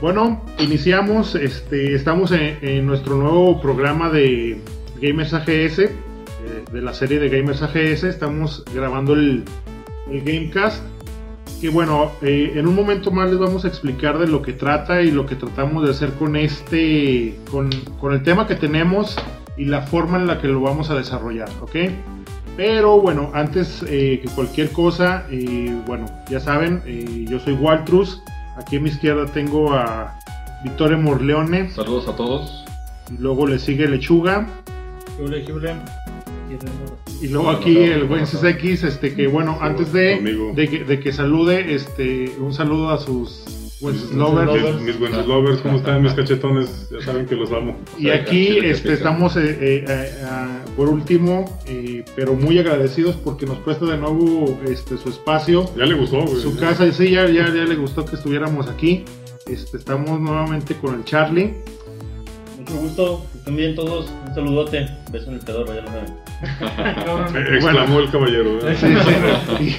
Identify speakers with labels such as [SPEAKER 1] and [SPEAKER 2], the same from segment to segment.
[SPEAKER 1] Bueno, iniciamos, este, estamos en, en nuestro nuevo programa de Gamers AGS, eh, de la serie de Gamers AGS, estamos grabando el, el Gamecast, que bueno, eh, en un momento más les vamos a explicar de lo que trata y lo que tratamos de hacer con este, con, con el tema que tenemos y la forma en la que lo vamos a desarrollar, ¿ok? Pero bueno, antes eh, que cualquier cosa, eh, bueno, ya saben, eh, yo soy Waltrus. Aquí a mi izquierda tengo a Vittorio Morleone.
[SPEAKER 2] Saludos a todos.
[SPEAKER 1] Y luego le sigue Lechuga.
[SPEAKER 3] Jule, Jule.
[SPEAKER 1] Y luego
[SPEAKER 2] Hola,
[SPEAKER 1] aquí
[SPEAKER 2] hola,
[SPEAKER 1] el
[SPEAKER 2] hola,
[SPEAKER 1] buen
[SPEAKER 2] hola.
[SPEAKER 1] CCX, este que bueno, antes de,
[SPEAKER 4] conmigo.
[SPEAKER 1] de, que, de que salude, este, un saludo a sus
[SPEAKER 4] Mis-
[SPEAKER 1] Wenceslovers.
[SPEAKER 3] Wenceslovers.
[SPEAKER 4] Mis, mis Wenceslovers, ¿cómo están mis cachetones? Ya saben que los amo.
[SPEAKER 1] Y aquí este, estamos, eh, eh, eh, ah, por último, eh, pero muy agradecidos porque nos presta de nuevo este, su espacio.
[SPEAKER 4] Ya le gustó, güey.
[SPEAKER 1] su casa, sí, ya, ya, ya le gustó que estuviéramos aquí. Este, estamos nuevamente con el Charlie.
[SPEAKER 5] Mucho gusto, que estén bien todos, un saludote, beso en el pedorro, ya lo saben.
[SPEAKER 3] Cabrón.
[SPEAKER 4] Eh, Exclamó el caballero. ¿eh?
[SPEAKER 1] Sí,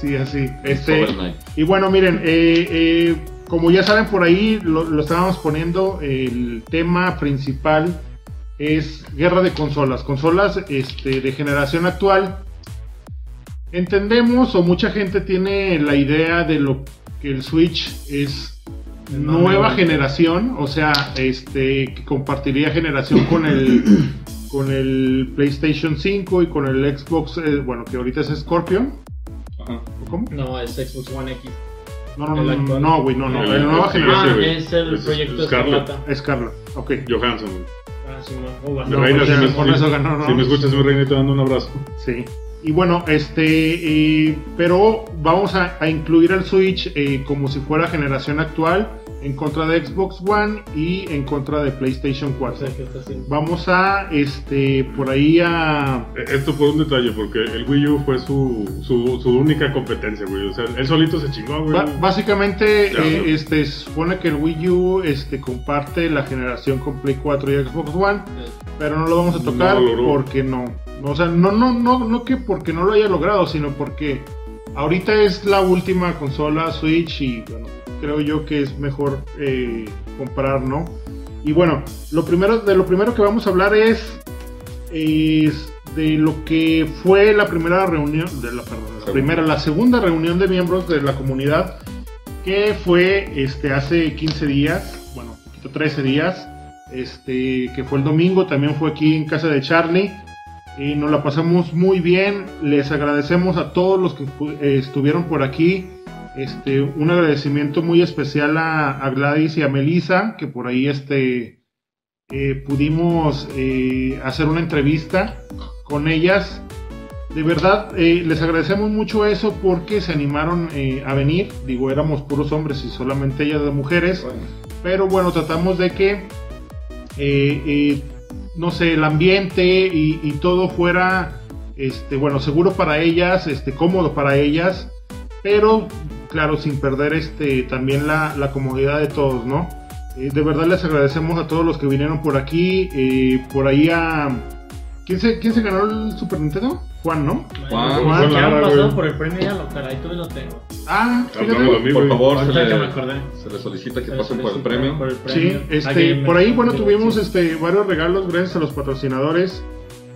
[SPEAKER 1] sí, sí, así. Este,
[SPEAKER 2] Overnight.
[SPEAKER 1] y bueno, miren, eh, eh, como ya saben por ahí, lo, lo estábamos poniendo, el tema principal es guerra de consolas, consolas este, de generación actual. Entendemos o mucha gente tiene la idea de lo que el Switch es
[SPEAKER 3] El
[SPEAKER 1] nueva
[SPEAKER 3] mame.
[SPEAKER 1] generación, o sea, este que compartiría generación con el con el PlayStation 5 y con el Xbox, eh, bueno, que ahorita es Scorpion.
[SPEAKER 4] Ajá.
[SPEAKER 1] ¿o ¿Cómo?
[SPEAKER 3] No, es Xbox One X.
[SPEAKER 1] No, no,
[SPEAKER 3] El
[SPEAKER 1] no, no,
[SPEAKER 3] actual.
[SPEAKER 1] Ah, no, güey, no, no,
[SPEAKER 4] El-
[SPEAKER 1] la
[SPEAKER 4] el-
[SPEAKER 1] nueva
[SPEAKER 4] el-
[SPEAKER 1] generación.
[SPEAKER 3] Ah,
[SPEAKER 4] güey.
[SPEAKER 3] es el
[SPEAKER 4] Es-
[SPEAKER 3] proyecto
[SPEAKER 4] es Scarlett.
[SPEAKER 3] Escarlata.
[SPEAKER 1] Es Carla, ok.
[SPEAKER 4] Johansson. güey.
[SPEAKER 3] Ah, sí, ma. Oh,
[SPEAKER 4] Mi
[SPEAKER 1] No,
[SPEAKER 3] bastante.
[SPEAKER 4] reina,
[SPEAKER 1] pues
[SPEAKER 4] si
[SPEAKER 1] ya,
[SPEAKER 4] me,
[SPEAKER 1] por
[SPEAKER 4] si-
[SPEAKER 1] eso ganó, ¿no?
[SPEAKER 4] si me escuchas, mi reina, te mando un abrazo.
[SPEAKER 1] Sí. Y bueno, este, eh, pero vamos a, a incluir al Switch eh, como si fuera generación actual en contra de Xbox One y en contra de PlayStation
[SPEAKER 3] O
[SPEAKER 1] 4.
[SPEAKER 3] sea, ¿qué está haciendo?
[SPEAKER 1] Vamos a, este, por ahí a...
[SPEAKER 4] Eh, Esto por un detalle, porque el Wii U fue su, su, su única competencia, güey. O sea, él solito se chingó, güey.
[SPEAKER 1] Ba- básicamente,
[SPEAKER 4] Ya,
[SPEAKER 1] eh,
[SPEAKER 4] ¿no?
[SPEAKER 1] este, se supone que el Wii U este, comparte la generación con Play 4 y Xbox One, pero no lo vamos a
[SPEAKER 4] No
[SPEAKER 1] tocar
[SPEAKER 4] lo logró.
[SPEAKER 1] porque no. O sea, no, no, no, no que porque no lo haya logrado, sino porque ahorita es la última consola Switch y bueno, creo yo que es mejor eh, comprar, ¿no? Y bueno, lo primero, de lo primero que vamos a hablar es, es de lo que fue la primera reunión, de la, perdón, la
[SPEAKER 2] Segunda.
[SPEAKER 1] primera, la segunda reunión de miembros de la comunidad, que fue este, hace 15 días, bueno, poquito 13 días, este, que fue el domingo, también fue aquí en casa de Charlie. Y nos la pasamos muy bien. Les agradecemos a todos los que pu- eh, estuvieron por aquí. Este, un agradecimiento muy especial a, a Gladys y a Melissa, que por ahí este, eh, pudimos eh, hacer una entrevista con ellas. De verdad, eh, les agradecemos mucho eso porque se animaron eh, a venir. Digo, éramos puros hombres y solamente ellas de mujeres. Pero bueno, tratamos de que, eh, eh, no sé, el ambiente y, y todo fuera, este, bueno, seguro para ellas, este, cómodo para ellas, pero claro, sin perder este, también la, la comodidad de todos, ¿no? Eh, de verdad les agradecemos a todos los que vinieron por aquí, eh, por ahí a... ¿Quién se, ¿Quién se ganó el Super Nintendo? Juan, ¿no?
[SPEAKER 2] Juan,
[SPEAKER 3] Juan,
[SPEAKER 4] Juan
[SPEAKER 3] que han
[SPEAKER 4] Lara,
[SPEAKER 3] pasado
[SPEAKER 4] güey.
[SPEAKER 3] por el premio ya lo caray, todavía lo tengo.
[SPEAKER 1] Ah,
[SPEAKER 4] Hablamos de
[SPEAKER 1] fíjate.
[SPEAKER 4] mí,
[SPEAKER 2] Por
[SPEAKER 4] güey.
[SPEAKER 2] favor, se
[SPEAKER 3] Ahorita que me
[SPEAKER 2] le,
[SPEAKER 3] acordé.
[SPEAKER 2] se le solicita que
[SPEAKER 3] Se
[SPEAKER 2] pasen por
[SPEAKER 3] felicito
[SPEAKER 2] el premio.
[SPEAKER 3] por el
[SPEAKER 1] Sí,
[SPEAKER 3] premio. Ah,
[SPEAKER 1] este,
[SPEAKER 3] que me-
[SPEAKER 1] por ahí, bueno,
[SPEAKER 3] sí,
[SPEAKER 1] tuvimos
[SPEAKER 3] sí.
[SPEAKER 1] este varios regalos gracias a los patrocinadores.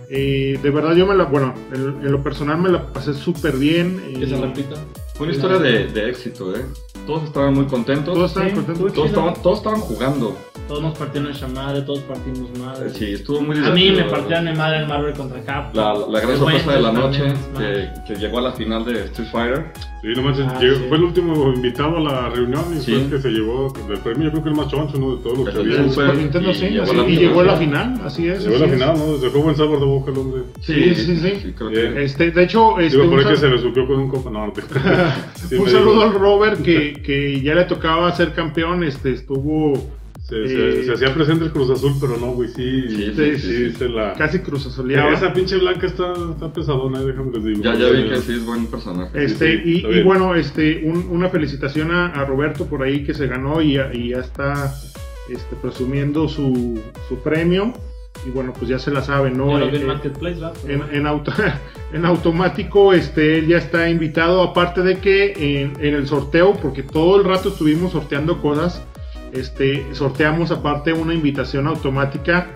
[SPEAKER 1] Eh, de verdad, yo me la, bueno, en, en lo personal me la pasé súper bien. eh,
[SPEAKER 3] Que se repita.
[SPEAKER 2] Fue una historia de, de éxito, ¿eh? Todos estaban muy contentos.
[SPEAKER 1] todos
[SPEAKER 2] Todos,
[SPEAKER 1] estaban
[SPEAKER 3] Sí,
[SPEAKER 1] contentos.
[SPEAKER 3] tú-
[SPEAKER 2] estaban, todos estaban jugando.
[SPEAKER 3] Todos nos partieron esa madre, todos partimos madre.
[SPEAKER 2] Sí, estuvo muy
[SPEAKER 3] A
[SPEAKER 2] divertido.
[SPEAKER 3] mí me
[SPEAKER 2] la
[SPEAKER 3] partieron
[SPEAKER 2] verdad.
[SPEAKER 3] de madre el Marvel contra Cap.
[SPEAKER 2] La, la gran
[SPEAKER 3] El
[SPEAKER 2] sorpresa de la noche
[SPEAKER 3] Wendell también,
[SPEAKER 2] que, que llegó a la final de Street Fighter.
[SPEAKER 4] Sí, no manches,
[SPEAKER 3] Ah,
[SPEAKER 4] llegó-
[SPEAKER 3] sí.
[SPEAKER 4] fue el último invitado a la reunión y
[SPEAKER 2] Sí.
[SPEAKER 4] fue el que se llevó el premio. Yo creo que el más choncho, ¿no? De todos los que
[SPEAKER 2] Pero
[SPEAKER 4] había.
[SPEAKER 1] El
[SPEAKER 2] bien,
[SPEAKER 1] Super
[SPEAKER 2] fue-
[SPEAKER 1] Nintendo,
[SPEAKER 2] y
[SPEAKER 1] sí, así-
[SPEAKER 2] llegó
[SPEAKER 1] y,
[SPEAKER 2] a la final.
[SPEAKER 1] llegó a la final, así es.
[SPEAKER 4] Llegó a la
[SPEAKER 1] así es.
[SPEAKER 4] final, ¿no? Dejó buen sabor de boca el hombre.
[SPEAKER 1] Sí, sí, sí.
[SPEAKER 2] creo
[SPEAKER 4] Bien.
[SPEAKER 2] que-
[SPEAKER 1] Este, de hecho, este,
[SPEAKER 4] Digo, por ahí
[SPEAKER 1] sal-
[SPEAKER 4] que se le subió con un compa. No, no te- Sí,
[SPEAKER 1] un
[SPEAKER 4] me
[SPEAKER 1] saludo al
[SPEAKER 4] digo,
[SPEAKER 1] Robert que, que ya le tocaba ser campeón, este estuvo
[SPEAKER 4] Se, se-
[SPEAKER 1] eh,
[SPEAKER 4] se hacía presente el Cruz Azul, pero no, güey, sí.
[SPEAKER 2] Sí,
[SPEAKER 1] sí,
[SPEAKER 4] sí,
[SPEAKER 2] sí.
[SPEAKER 4] se la. E,
[SPEAKER 1] casi cruzazoleaba.
[SPEAKER 4] Esa pinche blanca está, está pesadona, eh, déjame les digo. Eh,
[SPEAKER 2] Ya, ya vi que sí es buen personaje.
[SPEAKER 1] Este,
[SPEAKER 4] Sí, sí,
[SPEAKER 1] y-
[SPEAKER 4] está
[SPEAKER 1] y,
[SPEAKER 4] bien.
[SPEAKER 1] bueno, este, un- una felicitación a, a Roberto por ahí que se ganó y, ya- y ya está este, presumiendo su, su premio. Y bueno, pues ya se la sabe,
[SPEAKER 3] Ya
[SPEAKER 1] ¿no?
[SPEAKER 3] lo
[SPEAKER 1] Eh,
[SPEAKER 3] vi en
[SPEAKER 1] eh,
[SPEAKER 3] Marketplace, ¿verdad?
[SPEAKER 1] en, en auto- en automático, este, él ya está invitado. Aparte de que en, en el sorteo, porque todo el rato estuvimos sorteando cosas, Este, sorteamos aparte una invitación automática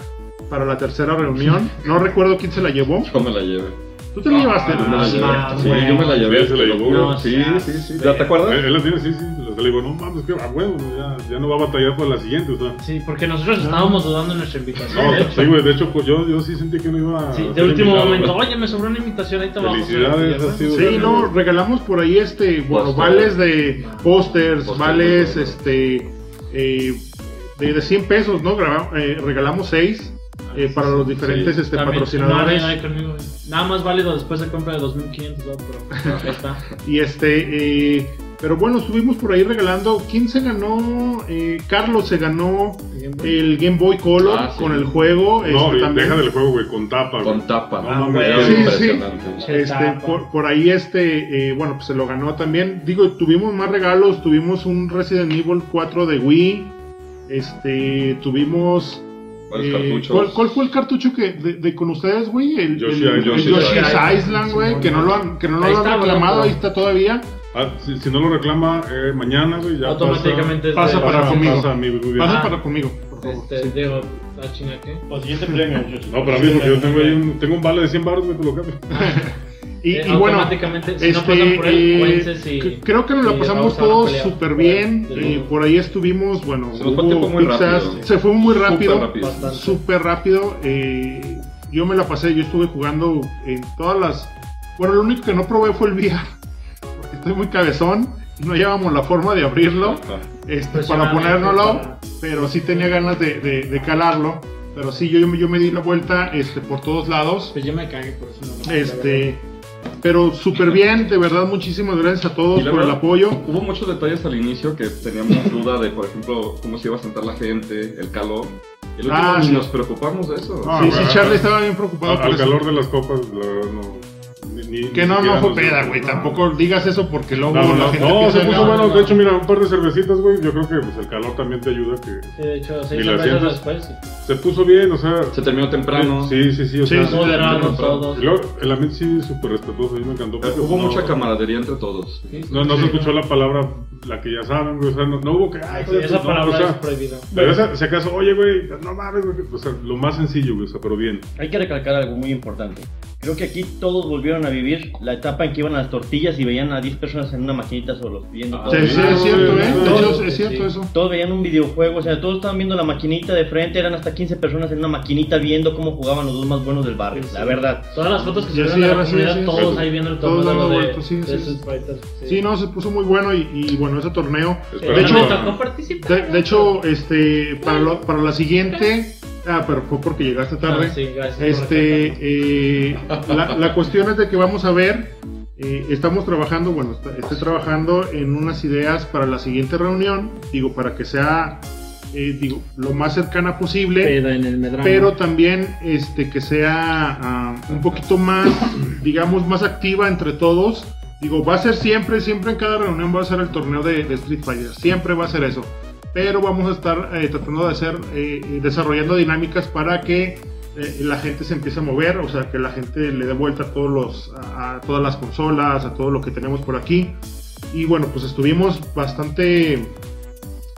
[SPEAKER 1] para la tercera reunión. No recuerdo quién se la llevó.
[SPEAKER 2] Yo me la llevé.
[SPEAKER 1] ¿Tú te la llevaste?
[SPEAKER 2] Yo me la
[SPEAKER 6] Ah,
[SPEAKER 2] llevé.
[SPEAKER 6] no,
[SPEAKER 2] sí,
[SPEAKER 6] güey.
[SPEAKER 2] yo me la llevé.
[SPEAKER 4] Él se la
[SPEAKER 2] te lo
[SPEAKER 4] llevó.
[SPEAKER 2] juro.
[SPEAKER 6] No,
[SPEAKER 2] sí,
[SPEAKER 6] o sea,
[SPEAKER 2] sí, sí. ¿Ya te acuerdas?
[SPEAKER 4] eh, Él las tiene, sí, sí. O sea, le digo, no mames, que a huevo, ya, ya no va a batallar para la siguiente, o sea.
[SPEAKER 6] Sí, porque nosotros estábamos dudando en nuestra invitación. de
[SPEAKER 4] No,
[SPEAKER 6] hecho.
[SPEAKER 4] sí, güey, de hecho, pues, yo, yo sí sentí que no iba a.
[SPEAKER 6] Sí, de
[SPEAKER 4] ser
[SPEAKER 6] último
[SPEAKER 4] invitado,
[SPEAKER 6] momento,
[SPEAKER 4] güey.
[SPEAKER 6] oye, me sobró una invitación, ahí te vamos.
[SPEAKER 4] Felicidades, ha sido-
[SPEAKER 1] Sí, no, regalamos por ahí este, bueno,
[SPEAKER 2] Póster.
[SPEAKER 1] vales de pósters,
[SPEAKER 2] Póster,
[SPEAKER 1] vales
[SPEAKER 2] güey.
[SPEAKER 1] este eh, de, de 100 pesos, ¿no? Graba- eh, regalamos 6 para los diferentes
[SPEAKER 2] Sí,
[SPEAKER 1] este, patrocinadores.
[SPEAKER 6] Nada más válido después de compra de 2.500, ¿no? pero ya está.
[SPEAKER 1] Y este, eh, pero bueno, estuvimos por ahí regalando. ¿Quién se ganó? Eh, Carlos se ganó el Game Boy Color
[SPEAKER 2] Ah, sí.
[SPEAKER 1] con el juego.
[SPEAKER 4] No,
[SPEAKER 1] este,
[SPEAKER 4] y
[SPEAKER 1] también.
[SPEAKER 4] deja del juego, güey, con tapa, güey.
[SPEAKER 2] Con tapa.
[SPEAKER 4] No
[SPEAKER 2] Ah,
[SPEAKER 4] mames,
[SPEAKER 1] sí,
[SPEAKER 2] era
[SPEAKER 1] sí.
[SPEAKER 2] impresionante.
[SPEAKER 1] Este,
[SPEAKER 6] Etapa.
[SPEAKER 1] por, por ahí este, eh, bueno, pues se lo ganó también. Digo, tuvimos más regalos, tuvimos un Resident Evil 4 de Wii, este, tuvimos...
[SPEAKER 2] Varios
[SPEAKER 1] eh,
[SPEAKER 2] cartuchos.
[SPEAKER 1] ¿cuál, cuál fue el cartucho que de, de con ustedes, güey? El,
[SPEAKER 4] Yoshi-
[SPEAKER 1] el- el
[SPEAKER 4] Yoshi's
[SPEAKER 1] Yoshi's
[SPEAKER 6] Island.
[SPEAKER 1] Island, güey, que no lo han, que no lo
[SPEAKER 6] Ahí
[SPEAKER 1] han
[SPEAKER 6] está,
[SPEAKER 1] reclamado,
[SPEAKER 6] blanco.
[SPEAKER 1] ahí está todavía.
[SPEAKER 4] Ah, si, si no lo reclama eh, mañana, güey, ya
[SPEAKER 6] Automáticamente es
[SPEAKER 1] pasa
[SPEAKER 6] de-
[SPEAKER 1] para
[SPEAKER 4] pasa,
[SPEAKER 1] conmigo.
[SPEAKER 4] pasa a mí, muy bien.
[SPEAKER 1] Pasa
[SPEAKER 6] Ah.
[SPEAKER 1] para conmigo, por favor.
[SPEAKER 6] Este, Diego, ¿la chinga qué?
[SPEAKER 7] O siguiente premio, muchachos.
[SPEAKER 4] No, para mí, porque yo tengo ahí un, tengo un vale de 100 baros, güey, te lo cambio.
[SPEAKER 1] Y,
[SPEAKER 6] Eh,
[SPEAKER 1] y bueno,
[SPEAKER 6] automáticamente, si no pasan
[SPEAKER 1] este,
[SPEAKER 6] por él,
[SPEAKER 1] eh,
[SPEAKER 6] cuéntense y-
[SPEAKER 1] cre- creo que nos la
[SPEAKER 6] y
[SPEAKER 1] pasamos
[SPEAKER 6] vamos a la
[SPEAKER 1] todos
[SPEAKER 6] pelea.
[SPEAKER 1] súper bien.
[SPEAKER 6] Sí.
[SPEAKER 1] eh, por ahí estuvimos, bueno,
[SPEAKER 2] Se nos fue el tiempo muy rápido.
[SPEAKER 1] se fue muy rápido.
[SPEAKER 2] Súper rápido.
[SPEAKER 6] Bastante.
[SPEAKER 1] súper rápido. eh, yo me la pasé, yo estuve jugando en todas las. Bueno, lo único que no probé fue el VR. Porque estoy muy cabezón. No llevamos la forma de abrirlo
[SPEAKER 2] Ajá.
[SPEAKER 1] este, para
[SPEAKER 6] Impresionante,
[SPEAKER 1] ponérnoslo.
[SPEAKER 6] para-
[SPEAKER 1] Pero sí tenía ganas de, de- de calarlo. Pero sí, yo, yo me di la vuelta este, por todos lados.
[SPEAKER 6] Pues yo me cagué por eso. no, no,
[SPEAKER 1] Este. Pero súper bien, de verdad, muchísimas gracias a todos
[SPEAKER 2] Y la
[SPEAKER 1] por el
[SPEAKER 2] verdad,
[SPEAKER 1] apoyo.
[SPEAKER 2] Hubo muchos detalles al inicio que teníamos duda de, por ejemplo, cómo se iba a sentar la gente, el calor. El último
[SPEAKER 1] Ah,
[SPEAKER 2] ni
[SPEAKER 1] sí.
[SPEAKER 2] nos preocupamos de eso.
[SPEAKER 4] Ah,
[SPEAKER 1] sí,
[SPEAKER 4] bueno.
[SPEAKER 1] sí, Charlie estaba bien preocupado
[SPEAKER 4] Al,
[SPEAKER 1] por
[SPEAKER 4] al
[SPEAKER 1] eso.
[SPEAKER 4] calor de las copas, la verdad, no. ni- ni-
[SPEAKER 1] Que
[SPEAKER 4] ni
[SPEAKER 1] no,
[SPEAKER 4] siquiera
[SPEAKER 1] no fue
[SPEAKER 4] nos-
[SPEAKER 1] peda, güey. Tampoco digas eso porque
[SPEAKER 4] Ah. No,
[SPEAKER 1] luego
[SPEAKER 4] no,
[SPEAKER 1] la
[SPEAKER 4] no,
[SPEAKER 1] gente
[SPEAKER 4] no,
[SPEAKER 1] piensa
[SPEAKER 4] se
[SPEAKER 1] que- "Ah,
[SPEAKER 4] puso
[SPEAKER 6] no,
[SPEAKER 4] bueno.
[SPEAKER 6] no.
[SPEAKER 4] De hecho, mira, un par de cervecitas, güey. Yo creo que pues, el calor también te ayuda. que
[SPEAKER 6] Sí, de hecho,
[SPEAKER 4] Ni
[SPEAKER 6] seis
[SPEAKER 4] la
[SPEAKER 6] cervezas
[SPEAKER 4] sientas.
[SPEAKER 6] después. sí.
[SPEAKER 4] Se puso bien, o sea.
[SPEAKER 2] Se terminó temprano.
[SPEAKER 4] Sí, sí, sí. O
[SPEAKER 1] Sí,
[SPEAKER 4] sea,
[SPEAKER 1] sí,
[SPEAKER 6] Moderaron todos.
[SPEAKER 4] Y luego, el ambiente sí, súper respetuoso. A mí me encantó.
[SPEAKER 2] Eh,
[SPEAKER 4] porque, pues,
[SPEAKER 2] Hubo
[SPEAKER 4] no,
[SPEAKER 2] mucha camaradería entre todos.
[SPEAKER 6] Sí, sí.
[SPEAKER 4] No, no se escuchó la palabra, la que ya saben, güey. O sea, no, no hubo que. Ay,
[SPEAKER 6] Sí, Esa
[SPEAKER 4] no, o
[SPEAKER 6] palabra
[SPEAKER 4] sea,
[SPEAKER 6] es prohibida.
[SPEAKER 4] Pero esa- si acaso, oye, güey, no mames, güey. O sea, lo más sencillo, güey. O sea, pero bien.
[SPEAKER 7] Hay que recalcar algo muy importante. Creo que aquí todos volvieron a vivir la etapa en que iban a las tortillas y veían a 10 personas en una maquinita solos, viendo
[SPEAKER 2] Ah,
[SPEAKER 7] todo.
[SPEAKER 1] Sí, sí,
[SPEAKER 4] Ah,
[SPEAKER 1] es cierto, ¿eh? De
[SPEAKER 7] Todos-
[SPEAKER 1] hecho, es cierto
[SPEAKER 6] sí.
[SPEAKER 1] eso.
[SPEAKER 7] Todos veían un videojuego, o sea, todos estaban viendo la maquinita de frente, eran hasta 15 personas en una maquinita viendo cómo jugaban los dos más buenos del barrio,
[SPEAKER 6] Sí, sí.
[SPEAKER 7] la verdad.
[SPEAKER 6] Todas las fotos que
[SPEAKER 1] Ya
[SPEAKER 6] se
[SPEAKER 1] sí,
[SPEAKER 6] sí, de
[SPEAKER 1] ahora
[SPEAKER 6] la
[SPEAKER 1] sí,
[SPEAKER 6] comunidad,
[SPEAKER 1] sí.
[SPEAKER 6] todos ahí viendo el
[SPEAKER 1] Todos
[SPEAKER 6] torneo
[SPEAKER 1] dando
[SPEAKER 6] de,
[SPEAKER 1] vueltas, sí,
[SPEAKER 6] de
[SPEAKER 1] sí, sí.
[SPEAKER 6] Street Fighter. Sí,
[SPEAKER 1] Sí, no, se puso muy bueno y, y bueno, ese torneo.
[SPEAKER 4] Espero
[SPEAKER 1] de
[SPEAKER 4] que
[SPEAKER 1] hecho-
[SPEAKER 4] no-
[SPEAKER 6] me tocó participar.
[SPEAKER 1] De, de hecho, este, para, lo- para la siguiente. Ah, pero fue porque llegaste tarde.
[SPEAKER 6] Ah, sí, gracias por
[SPEAKER 1] Este, eh, la, la cuestión es de que vamos a ver, eh, estamos trabajando, bueno, est- estoy trabajando en unas ideas para la siguiente reunión, digo, para que sea, eh, digo, lo más cercana posible,
[SPEAKER 6] Pero en el medrano.
[SPEAKER 1] pero también, este, que sea ah, un poquito más, digamos, más activa entre todos. Digo, va a ser siempre, siempre en cada reunión va a ser el torneo de, de Street Fighter, siempre va a ser eso. Pero vamos a estar eh, tratando de hacer, eh, desarrollando dinámicas para que eh, la gente se empiece a mover, o sea, que la gente le dé vuelta a, todos los, a, a todas las consolas, a todo lo que tenemos por aquí. Y bueno, pues estuvimos bastante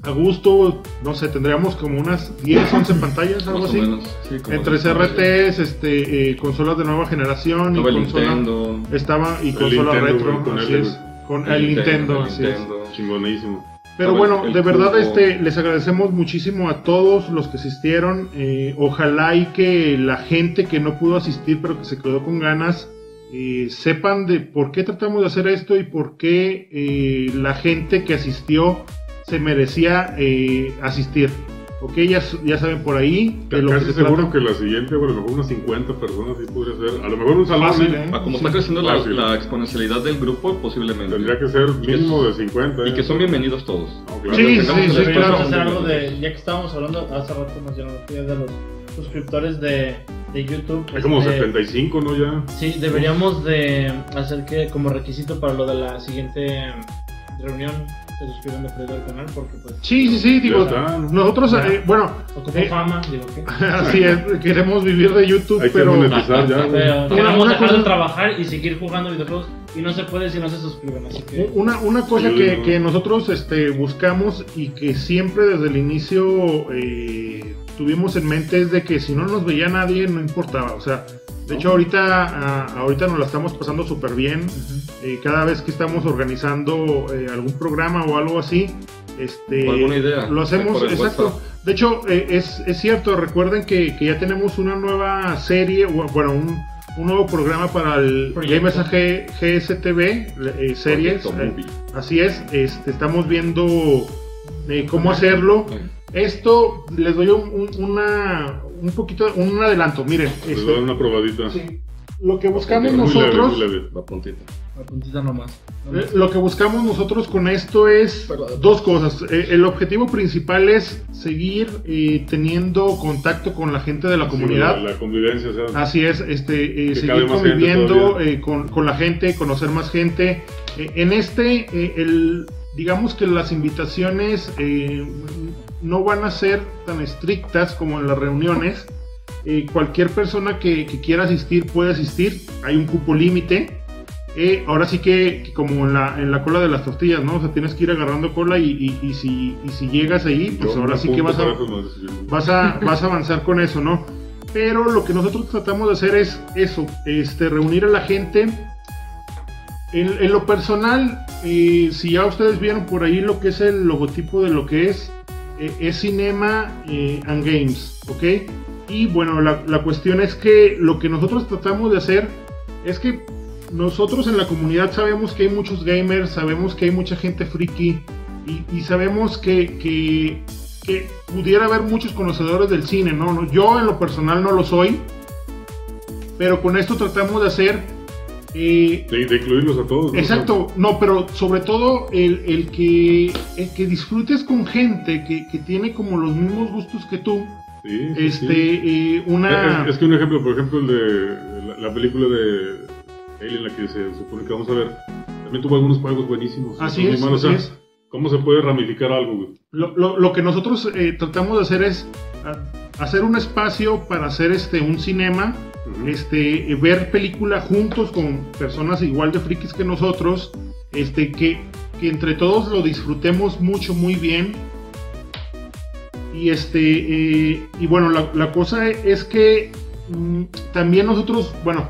[SPEAKER 1] a gusto, no sé, tendríamos como unas 10, 11 pantallas, algo
[SPEAKER 2] Más o
[SPEAKER 1] así.
[SPEAKER 2] menos. Sí, como
[SPEAKER 1] Entre
[SPEAKER 2] que-
[SPEAKER 1] CRTs, este, eh, consolas de nueva generación y
[SPEAKER 2] Estaba el
[SPEAKER 1] consola,
[SPEAKER 2] Nintendo.
[SPEAKER 1] estaba y
[SPEAKER 4] El
[SPEAKER 1] consola
[SPEAKER 4] Nintendo,
[SPEAKER 1] retro,
[SPEAKER 4] güey, con
[SPEAKER 1] así
[SPEAKER 4] el-
[SPEAKER 1] es, con el Nintendo,
[SPEAKER 2] el
[SPEAKER 1] así es.
[SPEAKER 2] Nintendo.
[SPEAKER 4] Chingonísimo.
[SPEAKER 1] Pero
[SPEAKER 2] Estaba
[SPEAKER 1] bueno,
[SPEAKER 2] el- el
[SPEAKER 1] de verdad
[SPEAKER 2] cubo.
[SPEAKER 1] este, les agradecemos muchísimo a todos los que asistieron. eh, ojalá y que la gente que no pudo asistir pero que se quedó con ganas eh, sepan de por qué tratamos de hacer esto y por qué eh, la gente que asistió se merecía eh, asistir. Ok, ya, s- ya saben por ahí de lo que
[SPEAKER 4] Casi
[SPEAKER 1] se
[SPEAKER 4] seguro
[SPEAKER 1] trata.
[SPEAKER 4] que la siguiente, bueno, a lo mejor unas 50 personas sí podría ser. A lo mejor un salón
[SPEAKER 1] Fácil,
[SPEAKER 4] ¿eh?
[SPEAKER 1] ¿eh?
[SPEAKER 2] Ah, Como está creciendo la,
[SPEAKER 4] Fácil.
[SPEAKER 2] la exponencialidad del grupo, posiblemente.
[SPEAKER 4] tendría que ser mínimo de 50. ¿eh?
[SPEAKER 2] Y que son bienvenidos todos.
[SPEAKER 4] No, claro.
[SPEAKER 1] Sí,
[SPEAKER 2] Tengamos
[SPEAKER 1] sí,
[SPEAKER 2] el
[SPEAKER 1] sí,
[SPEAKER 2] respeto.
[SPEAKER 1] claro.
[SPEAKER 6] Vamos a hacer algo de, ya que estábamos hablando hace rato, nos dieron la idea de los suscriptores de, de YouTube.
[SPEAKER 4] Hay como
[SPEAKER 6] este,
[SPEAKER 4] 75, ¿no? Ya.
[SPEAKER 6] Sí, deberíamos de hacer que como requisito para lo de la siguiente em, reunión se suscriban de perdido al canal porque pues
[SPEAKER 1] Sí, sí, sí, digo,
[SPEAKER 4] Ya está, ¿no?
[SPEAKER 1] nosotros,
[SPEAKER 6] Ya.
[SPEAKER 1] eh, bueno,
[SPEAKER 6] ocupó
[SPEAKER 1] Eh.
[SPEAKER 6] fama, digo que.
[SPEAKER 1] así es, queremos vivir de YouTube,
[SPEAKER 4] Hay que
[SPEAKER 1] pero...
[SPEAKER 4] monetizar ya. güey.
[SPEAKER 6] Pero queremos
[SPEAKER 1] una
[SPEAKER 6] dejar
[SPEAKER 1] cosa-
[SPEAKER 6] de trabajar y seguir jugando videojuegos
[SPEAKER 3] Y no se puede si no se suscriben, así que.
[SPEAKER 1] Una, una cosa
[SPEAKER 4] Sí,
[SPEAKER 1] que,
[SPEAKER 4] no.
[SPEAKER 1] que nosotros este, buscamos y que siempre desde el inicio eh, tuvimos en mente es de que si no nos veía nadie, no importaba. O sea, de hecho ahorita, ah, ahorita nos la estamos pasando súper bien. Eh, cada vez que estamos organizando eh, algún programa o algo así, este,
[SPEAKER 2] O alguna idea.
[SPEAKER 1] lo hacemos,
[SPEAKER 2] Por el
[SPEAKER 1] exacto.
[SPEAKER 2] WhatsApp.
[SPEAKER 1] De hecho, eh, es, es cierto, recuerden que, que ya tenemos una nueva serie, o, bueno, un, un nuvo programa para el
[SPEAKER 3] Proyecto.
[SPEAKER 1] Mensaje GSTV, eh, series.
[SPEAKER 2] Proyecto
[SPEAKER 1] eh,
[SPEAKER 2] Movie.
[SPEAKER 1] así es, este, estamos viendo eh, cómo hacerlo.
[SPEAKER 2] Eh,
[SPEAKER 1] Esto les doy un, un- una, un poquito, un adelanto, miren.
[SPEAKER 4] Les
[SPEAKER 1] este,
[SPEAKER 4] voy a dar una probadita.
[SPEAKER 1] sí, lo que buscamos
[SPEAKER 4] Pues Muy
[SPEAKER 1] nosotros...
[SPEAKER 4] leve, muy leve.
[SPEAKER 2] La puntita.
[SPEAKER 3] La puntita nomás.
[SPEAKER 1] Eh, Lo que buscamos nosotros con esto es dos cosas. Eh, El objetivo principal es seguir eh, teniendo contacto con la gente de la
[SPEAKER 4] Sí,
[SPEAKER 1] comunidad. Ah,
[SPEAKER 4] la, la convivencia, o sea,
[SPEAKER 1] Así es, este, eh,
[SPEAKER 4] Que
[SPEAKER 1] seguir
[SPEAKER 4] cabe más gente
[SPEAKER 1] conviviendo
[SPEAKER 4] todavía.
[SPEAKER 1] eh, con, con la gente, conocer más gente. Eh, en este, eh, el, digamos que las invitaciones eh, no van a ser tan estrictas como en las reuniones. Eh, cualquier persona que, que quiera asistir puede asistir. Hay un cupo límite. Eh, ahora sí que, que como en la, en la cola de las tortillas, ¿no? O sea, tienes que ir agarrando cola y, y- y si, y si llegas ahí, pues
[SPEAKER 4] yo
[SPEAKER 1] ahora
[SPEAKER 4] me
[SPEAKER 1] sí que
[SPEAKER 4] apunto
[SPEAKER 1] vas a,
[SPEAKER 4] para esas madres, yo-
[SPEAKER 1] vas a, vas a avanzar con eso, ¿no? Pero lo que nosotros tratamos de hacer es eso, este, reunir a la gente. En, en lo personal, eh, si ya ustedes vieron por ahí lo que es el logotipo de lo que es, eh, es Cinema eh, and Games, ¿ok? Y bueno, la, la cuestión es que lo que nosotros tratamos de hacer es que nosotros en la comunidad sabemos que hay muchos gamers, sabemos que hay mucha gente friki y, y sabemos que, que, que pudiera haber muchos conocedores del cine, ¿no? ¿no? Yo en lo personal no lo soy, pero con esto tratamos de hacer... eh,
[SPEAKER 4] de, de incluirlos a todos. ¿no?
[SPEAKER 1] Exacto, no, pero sobre todo el, el que, el que disfrutes con gente que, que tiene como los mismos gustos que tú,
[SPEAKER 4] Sí, sí,
[SPEAKER 1] este,
[SPEAKER 4] sí.
[SPEAKER 1] eh, una...
[SPEAKER 4] Es, es que un ejemplo, por ejemplo, el de la, la película de Alien, la que se supone que vamos a ver, también tuvo algunos juegos buenísimos.
[SPEAKER 1] así
[SPEAKER 4] Muy
[SPEAKER 1] es,
[SPEAKER 4] malos,
[SPEAKER 1] así
[SPEAKER 4] o sea,
[SPEAKER 1] es.
[SPEAKER 4] ¿Cómo se puede ramificar algo, güey?
[SPEAKER 1] Lo, lo- lo que nosotros eh, tratamos de hacer es ah, hacer un espacio para hacer este un cinema,
[SPEAKER 4] Ujú.
[SPEAKER 1] este, eh, ver película juntos con personas igual de frikis que nosotros, este, que, que entre todos lo disfrutemos mucho, muy bien. Y este, eh, y bueno, la, la cosa es que mm, también nosotros, bueno,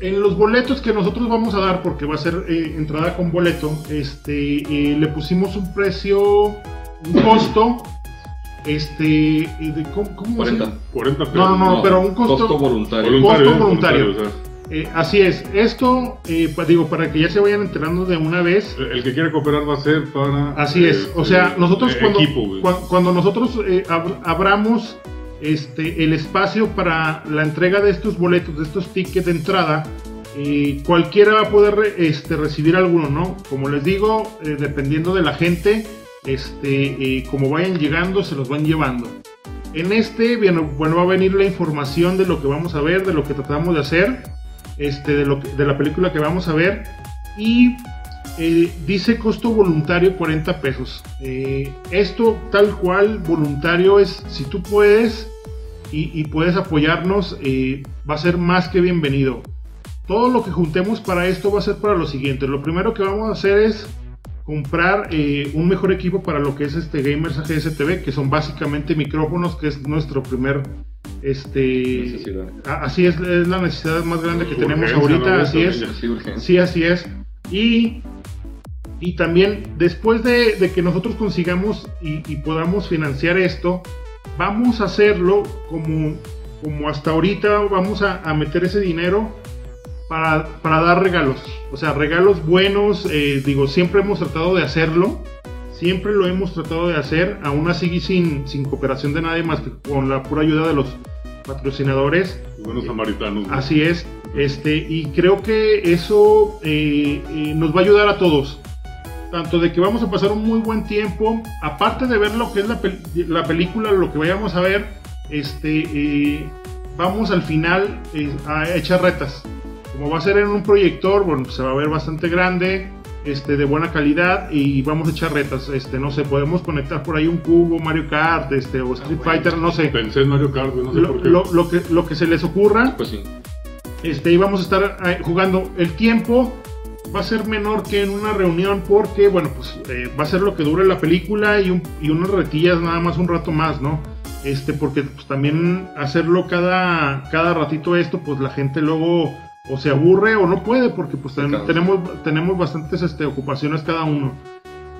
[SPEAKER 1] en los boletos que nosotros vamos a dar, porque va a ser eh, entrada con boleto, este, eh, le pusimos un precio, un costo, este, eh, de, ¿cómo, cómo se-
[SPEAKER 2] 40.
[SPEAKER 4] 40 pesos.
[SPEAKER 1] No, no, no, pero un costo-
[SPEAKER 2] Costo voluntario.
[SPEAKER 1] Volun-
[SPEAKER 4] voluntario.
[SPEAKER 1] costo
[SPEAKER 4] ¿eh?
[SPEAKER 1] voluntario.
[SPEAKER 4] o sea,
[SPEAKER 1] Eh, así es, esto, eh, pa- digo, para que ya se vayan enterando de una vez.
[SPEAKER 4] el- el que quiera cooperar va a ser para.
[SPEAKER 1] Así es, o
[SPEAKER 4] este,
[SPEAKER 1] sea, nosotros
[SPEAKER 4] eh,
[SPEAKER 1] cuando,
[SPEAKER 4] equipo, güey.
[SPEAKER 1] cuan- cuando nosotros eh, ab- abramos este, el espacio para la entrega de estos boletos, de estos tickets de entrada, eh, cualquiera va a poder re- este, recibir alguno, ¿no? Como les digo, eh, dependiendo de la gente, este, eh, como vayan llegando, se los van llevando. En este, bien, bueno, va a venir la información de lo que vamos a ver, de lo que tratamos de hacer, este, de, lo que- de la película que vamos a ver. Y eh, dice costo voluntario 40 pesos. Eh, esto tal cual voluntario es, si tú puedes y, y puedes apoyarnos, eh, va a ser más que bienvenido. Todo lo que juntemos para esto va a ser para lo siguiente. Lo primero que vamos a hacer es comprar eh, un mejor equipo para lo que es este Gamers AGS TV, que son básicamente micrófonos, que es nuestro primer... Este,
[SPEAKER 2] Necesidad.
[SPEAKER 1] a- Así es, es la necesidad más grande que
[SPEAKER 4] Su
[SPEAKER 1] tenemos
[SPEAKER 4] urgencia,
[SPEAKER 1] ahorita,
[SPEAKER 4] ¿no?
[SPEAKER 1] así
[SPEAKER 4] También
[SPEAKER 1] es.
[SPEAKER 4] ya.
[SPEAKER 2] Sí, urgencia.
[SPEAKER 1] Sí, así es. Y, y también después de, de que nosotros consigamos y, y podamos financiar esto, vamos a hacerlo como, como hasta ahorita, vamos a, a meter ese dinero para, para dar regalos. O sea, regalos buenos, eh, digo, siempre hemos tratado de hacerlo. Siempre lo hemos tratado de hacer, aún así sin, sin cooperación de nadie más que con la pura ayuda de los patrocinadores.
[SPEAKER 4] Buenos samaritanos. güey.
[SPEAKER 1] Así es, este, y creo que eso eh, eh, nos va a ayudar a todos. Tanto de que vamos a pasar un muy buen tiempo, aparte de ver lo que es la, pel- la película, lo que vayamos a ver, este, eh, vamos al final eh, a echar retas. Como va a ser en un proyector, bueno, pues se va a ver bastante grande, este, de buena calidad y vamos a echar retas. Este, no sé, podemos conectar por ahí un cubo, Mario Kart, este, o Street
[SPEAKER 3] bueno.
[SPEAKER 1] Fighter, no sé.
[SPEAKER 4] Pensé en Mario Kart, güey, no sé
[SPEAKER 1] Lo,
[SPEAKER 4] por qué.
[SPEAKER 1] lo- lo que, lo que se les ocurra,
[SPEAKER 2] Pues sí.
[SPEAKER 1] Este, y vamos a estar eh, jugando. El tiempo va a ser menor que en una reunión porque, bueno, pues eh, va a ser lo que dure la película y, un- y unas retillas nada más un rato más, ¿no? Este, porque pues también hacerlo cada, cada ratito esto, pues la gente luego o se aburre o no puede porque pues ten-
[SPEAKER 2] Claro.
[SPEAKER 1] tenemos, tenemos bastantes este, ocupaciones cada uno.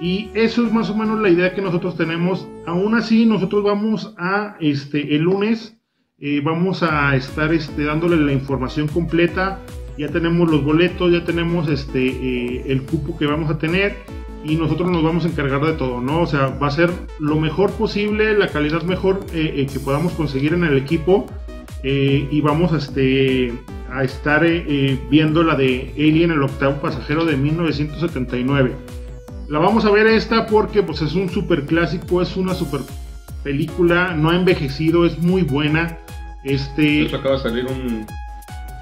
[SPEAKER 1] Y eso es más o menos la idea que nosotros tenemos. Aún así, nosotros vamos a, este, el lunes, eh, vamos a estar este, dándole la información completa. Ya tenemos los boletos, ya tenemos este, eh, el cupo que vamos a tener y nosotros nos vamos a encargar de todo, ¿no? O sea, va a ser lo mejor posible, la calidad mejor eh, eh, que podamos conseguir en el equipo eh, y vamos este, a estar eh, eh, viendo la de Alien, el octavo pasajero de 1979. La vamos a ver esta porque pues, es un super clásico, es una super película, no ha envejecido, es muy buena.
[SPEAKER 2] De
[SPEAKER 1] Este,
[SPEAKER 2] hecho, acaba de salir un-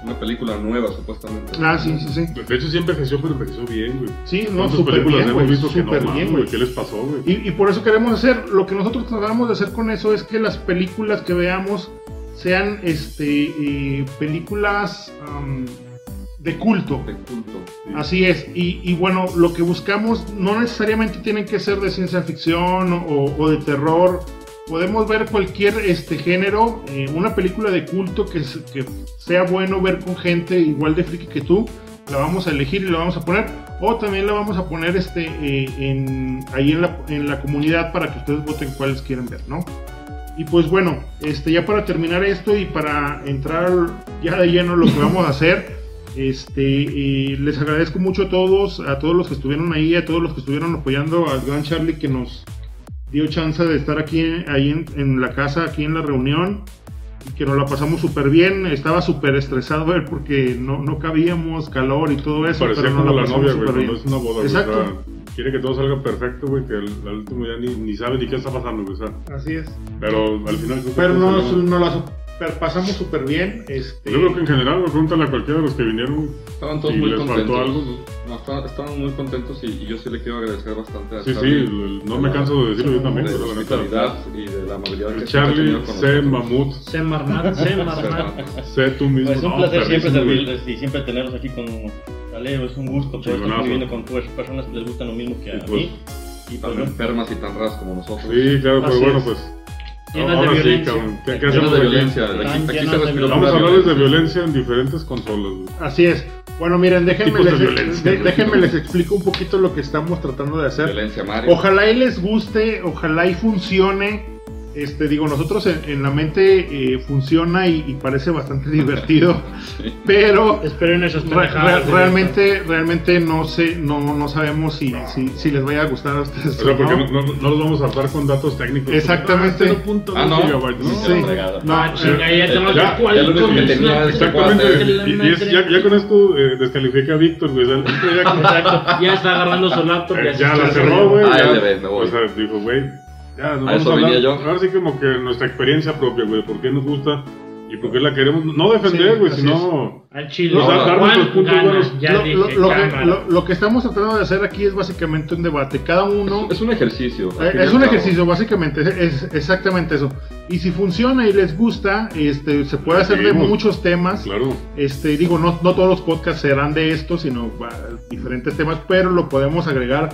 [SPEAKER 2] una película nueva, supuestamente.
[SPEAKER 1] ah, sí, sí, sí.
[SPEAKER 4] De hecho, sí envejeció, pero envejeció bien, güey.
[SPEAKER 1] Sí, no,
[SPEAKER 4] ¿Cuántas
[SPEAKER 1] súper
[SPEAKER 4] películas
[SPEAKER 1] bien,
[SPEAKER 4] hemos
[SPEAKER 1] güey,
[SPEAKER 4] visto que no
[SPEAKER 1] súper
[SPEAKER 4] mames,
[SPEAKER 1] bien,
[SPEAKER 4] güey?
[SPEAKER 1] güey.
[SPEAKER 4] ¿Qué les pasó, güey?
[SPEAKER 1] Y, y por eso queremos hacer, lo que nosotros tratamos de hacer con eso es que las películas que veamos sean este, eh, películas am, de culto.
[SPEAKER 2] De culto.
[SPEAKER 1] Así es, y, y bueno, lo que buscamos no necesariamente tienen que ser de ciencia ficción o, o de terror. Podemos ver cualquier este género, eh, una película de culto que, se- que sea bueno ver con gente igual de friki que tú, la vamos a elegir y la vamos a poner, o también la vamos a poner este eh, en, ahí en la, en la comunidad para que ustedes voten cuáles quieren ver, ¿no? Y pues bueno, este, ya para terminar esto y para entrar ya de lleno lo que vamos a hacer, este, eh, les agradezco mucho a todos, a todos los que estuvieron ahí, a todos los que estuvieron apoyando al gran Charlie que nos dio chance de estar aquí, ahí en, en la casa, aquí en la reunión, y que nos la pasamos súper bien. Estaba súper estresado él porque no, no cabíamos, calor y todo eso.
[SPEAKER 4] Parecía
[SPEAKER 1] nos
[SPEAKER 4] como la novia, güey,
[SPEAKER 1] súper bien.
[SPEAKER 4] cuando es una boda, güey.
[SPEAKER 1] Exacto.
[SPEAKER 4] o sea, quiere que todo salga perfecto, güey, que al, al último ya ni, ni sabe ni qué está pasando, güey. O sea,
[SPEAKER 1] Así es.
[SPEAKER 4] pero al final...
[SPEAKER 1] Pero nos,
[SPEAKER 4] Yo
[SPEAKER 1] nos la super- pasamos súper bien. Este,
[SPEAKER 4] creo que en general, güey, pregúntale a cualquiera de los que vinieron, güey.
[SPEAKER 2] Estaban todos
[SPEAKER 4] Y
[SPEAKER 2] muy
[SPEAKER 4] les faltó
[SPEAKER 2] contentos.
[SPEAKER 4] algo, ¿no?
[SPEAKER 2] No, estaban, estaban muy contentos y, y yo sí le quiero agradecer bastante a
[SPEAKER 4] Sí, sí,
[SPEAKER 2] Charlie
[SPEAKER 4] el- el- no me canso de decirlo yo también,
[SPEAKER 2] de
[SPEAKER 4] pero
[SPEAKER 2] la
[SPEAKER 4] la neta.
[SPEAKER 2] hospitalidad y de la amabilidad
[SPEAKER 4] El
[SPEAKER 2] que
[SPEAKER 4] Charlie C. Mamut,
[SPEAKER 3] Se marmat, se marmat.
[SPEAKER 4] sé tú mismo.
[SPEAKER 5] Pues es un
[SPEAKER 4] No,
[SPEAKER 5] placer siempre
[SPEAKER 4] perrísimo, güey.
[SPEAKER 5] servirles y siempre tenerlos aquí con Taleo. Es un gusto poder estar
[SPEAKER 4] Chingonazo.
[SPEAKER 5] conviviendo con pues, personas que les gustan lo mismo que a
[SPEAKER 4] Y pues,
[SPEAKER 5] mí. Y pues,
[SPEAKER 2] Tan
[SPEAKER 5] bueno,
[SPEAKER 2] enfermas y tan raras como nosotros.
[SPEAKER 4] Sí, claro,
[SPEAKER 3] Así
[SPEAKER 4] pero bueno,
[SPEAKER 3] es.
[SPEAKER 4] pues.
[SPEAKER 3] Llenas de
[SPEAKER 4] Ahora sí,
[SPEAKER 3] violencia.
[SPEAKER 4] cabrón. ¿Qué, qué
[SPEAKER 2] Llenas
[SPEAKER 4] hacemos
[SPEAKER 2] de
[SPEAKER 4] aquí?
[SPEAKER 2] violencia. Aquí,
[SPEAKER 3] Están
[SPEAKER 2] aquí
[SPEAKER 3] llenas
[SPEAKER 2] se
[SPEAKER 3] de
[SPEAKER 2] respiró
[SPEAKER 4] Vamos a
[SPEAKER 2] pura
[SPEAKER 4] hablarles de violencia en diferentes consolas, güey.
[SPEAKER 1] Así es. Bueno, miren, déjenme,
[SPEAKER 4] Tipos de
[SPEAKER 1] les,
[SPEAKER 4] violencia.
[SPEAKER 1] de- déjenme les explico un poquito lo que estamos tratando de hacer.
[SPEAKER 2] Violencia, Mario.
[SPEAKER 1] Ojalá y les guste, ojalá y funcione. Este, digo, nosotros en, en la mente eh, funciona y, y parece bastante divertido, pero
[SPEAKER 3] Eh, Esperen esas
[SPEAKER 1] re-
[SPEAKER 3] pendejadas.
[SPEAKER 1] re- realmente, realmente no sé, no, no sabemos si, si, si les vaya a gustar a ustedes.
[SPEAKER 4] O sea,
[SPEAKER 1] o
[SPEAKER 4] porque
[SPEAKER 1] no.
[SPEAKER 4] no, no- no los vamos a hartar con datos técnicos.
[SPEAKER 1] Exactamente.
[SPEAKER 4] Ah, 0.2
[SPEAKER 2] Ah, no.
[SPEAKER 4] gigabytes, ¿no?
[SPEAKER 2] Sí.
[SPEAKER 1] Sí.
[SPEAKER 2] fregada.
[SPEAKER 1] No, eh,
[SPEAKER 3] Ah, chinga, ya tengo
[SPEAKER 4] Ya,
[SPEAKER 3] que cuál
[SPEAKER 2] ya lo único que
[SPEAKER 3] es la-
[SPEAKER 2] tenía es-
[SPEAKER 4] Exactamente.
[SPEAKER 3] Cuate.
[SPEAKER 4] Y, y es- ya, ya con esto eh, descalifica a Víctor, güey. O sea, él ya, con-
[SPEAKER 3] Exacto, ya está agarrando su laptop.
[SPEAKER 4] eh,
[SPEAKER 3] se
[SPEAKER 4] ya la
[SPEAKER 3] está
[SPEAKER 4] cerró, güey.
[SPEAKER 2] Ah,
[SPEAKER 4] ya.
[SPEAKER 2] ya le ves, me voy.
[SPEAKER 4] O sea, dijo, güey, ya nos
[SPEAKER 2] A
[SPEAKER 4] vamos
[SPEAKER 2] eso
[SPEAKER 4] a hablar.
[SPEAKER 2] venía yo.
[SPEAKER 4] Ahora sí como que nuestra experiencia propia, güey. ¿Por qué nos gusta? ¿Y por qué la queremos? No defender,
[SPEAKER 1] Sí,
[SPEAKER 4] güey,
[SPEAKER 1] así
[SPEAKER 4] sino...
[SPEAKER 3] Al chile.
[SPEAKER 4] O sea, darnos
[SPEAKER 3] Juan
[SPEAKER 4] los puntos
[SPEAKER 3] gana,
[SPEAKER 4] buenos.
[SPEAKER 3] Ya
[SPEAKER 1] lo,
[SPEAKER 3] dije,
[SPEAKER 1] lo- lo que,
[SPEAKER 3] cámara.
[SPEAKER 1] lo- lo que estamos tratando de hacer aquí es básicamente un debate. Cada uno
[SPEAKER 2] Es un ejercicio.
[SPEAKER 1] Eh, Es un ejercicio, básicamente, es es exactamente eso. Y si funciona y les gusta, este, se puede hacer de
[SPEAKER 4] Seguimos.
[SPEAKER 1] muchos temas.
[SPEAKER 4] Claro.
[SPEAKER 1] Este, digo, no, no todos los podcasts serán de esto, sino va, diferentes temas, pero lo podemos agregar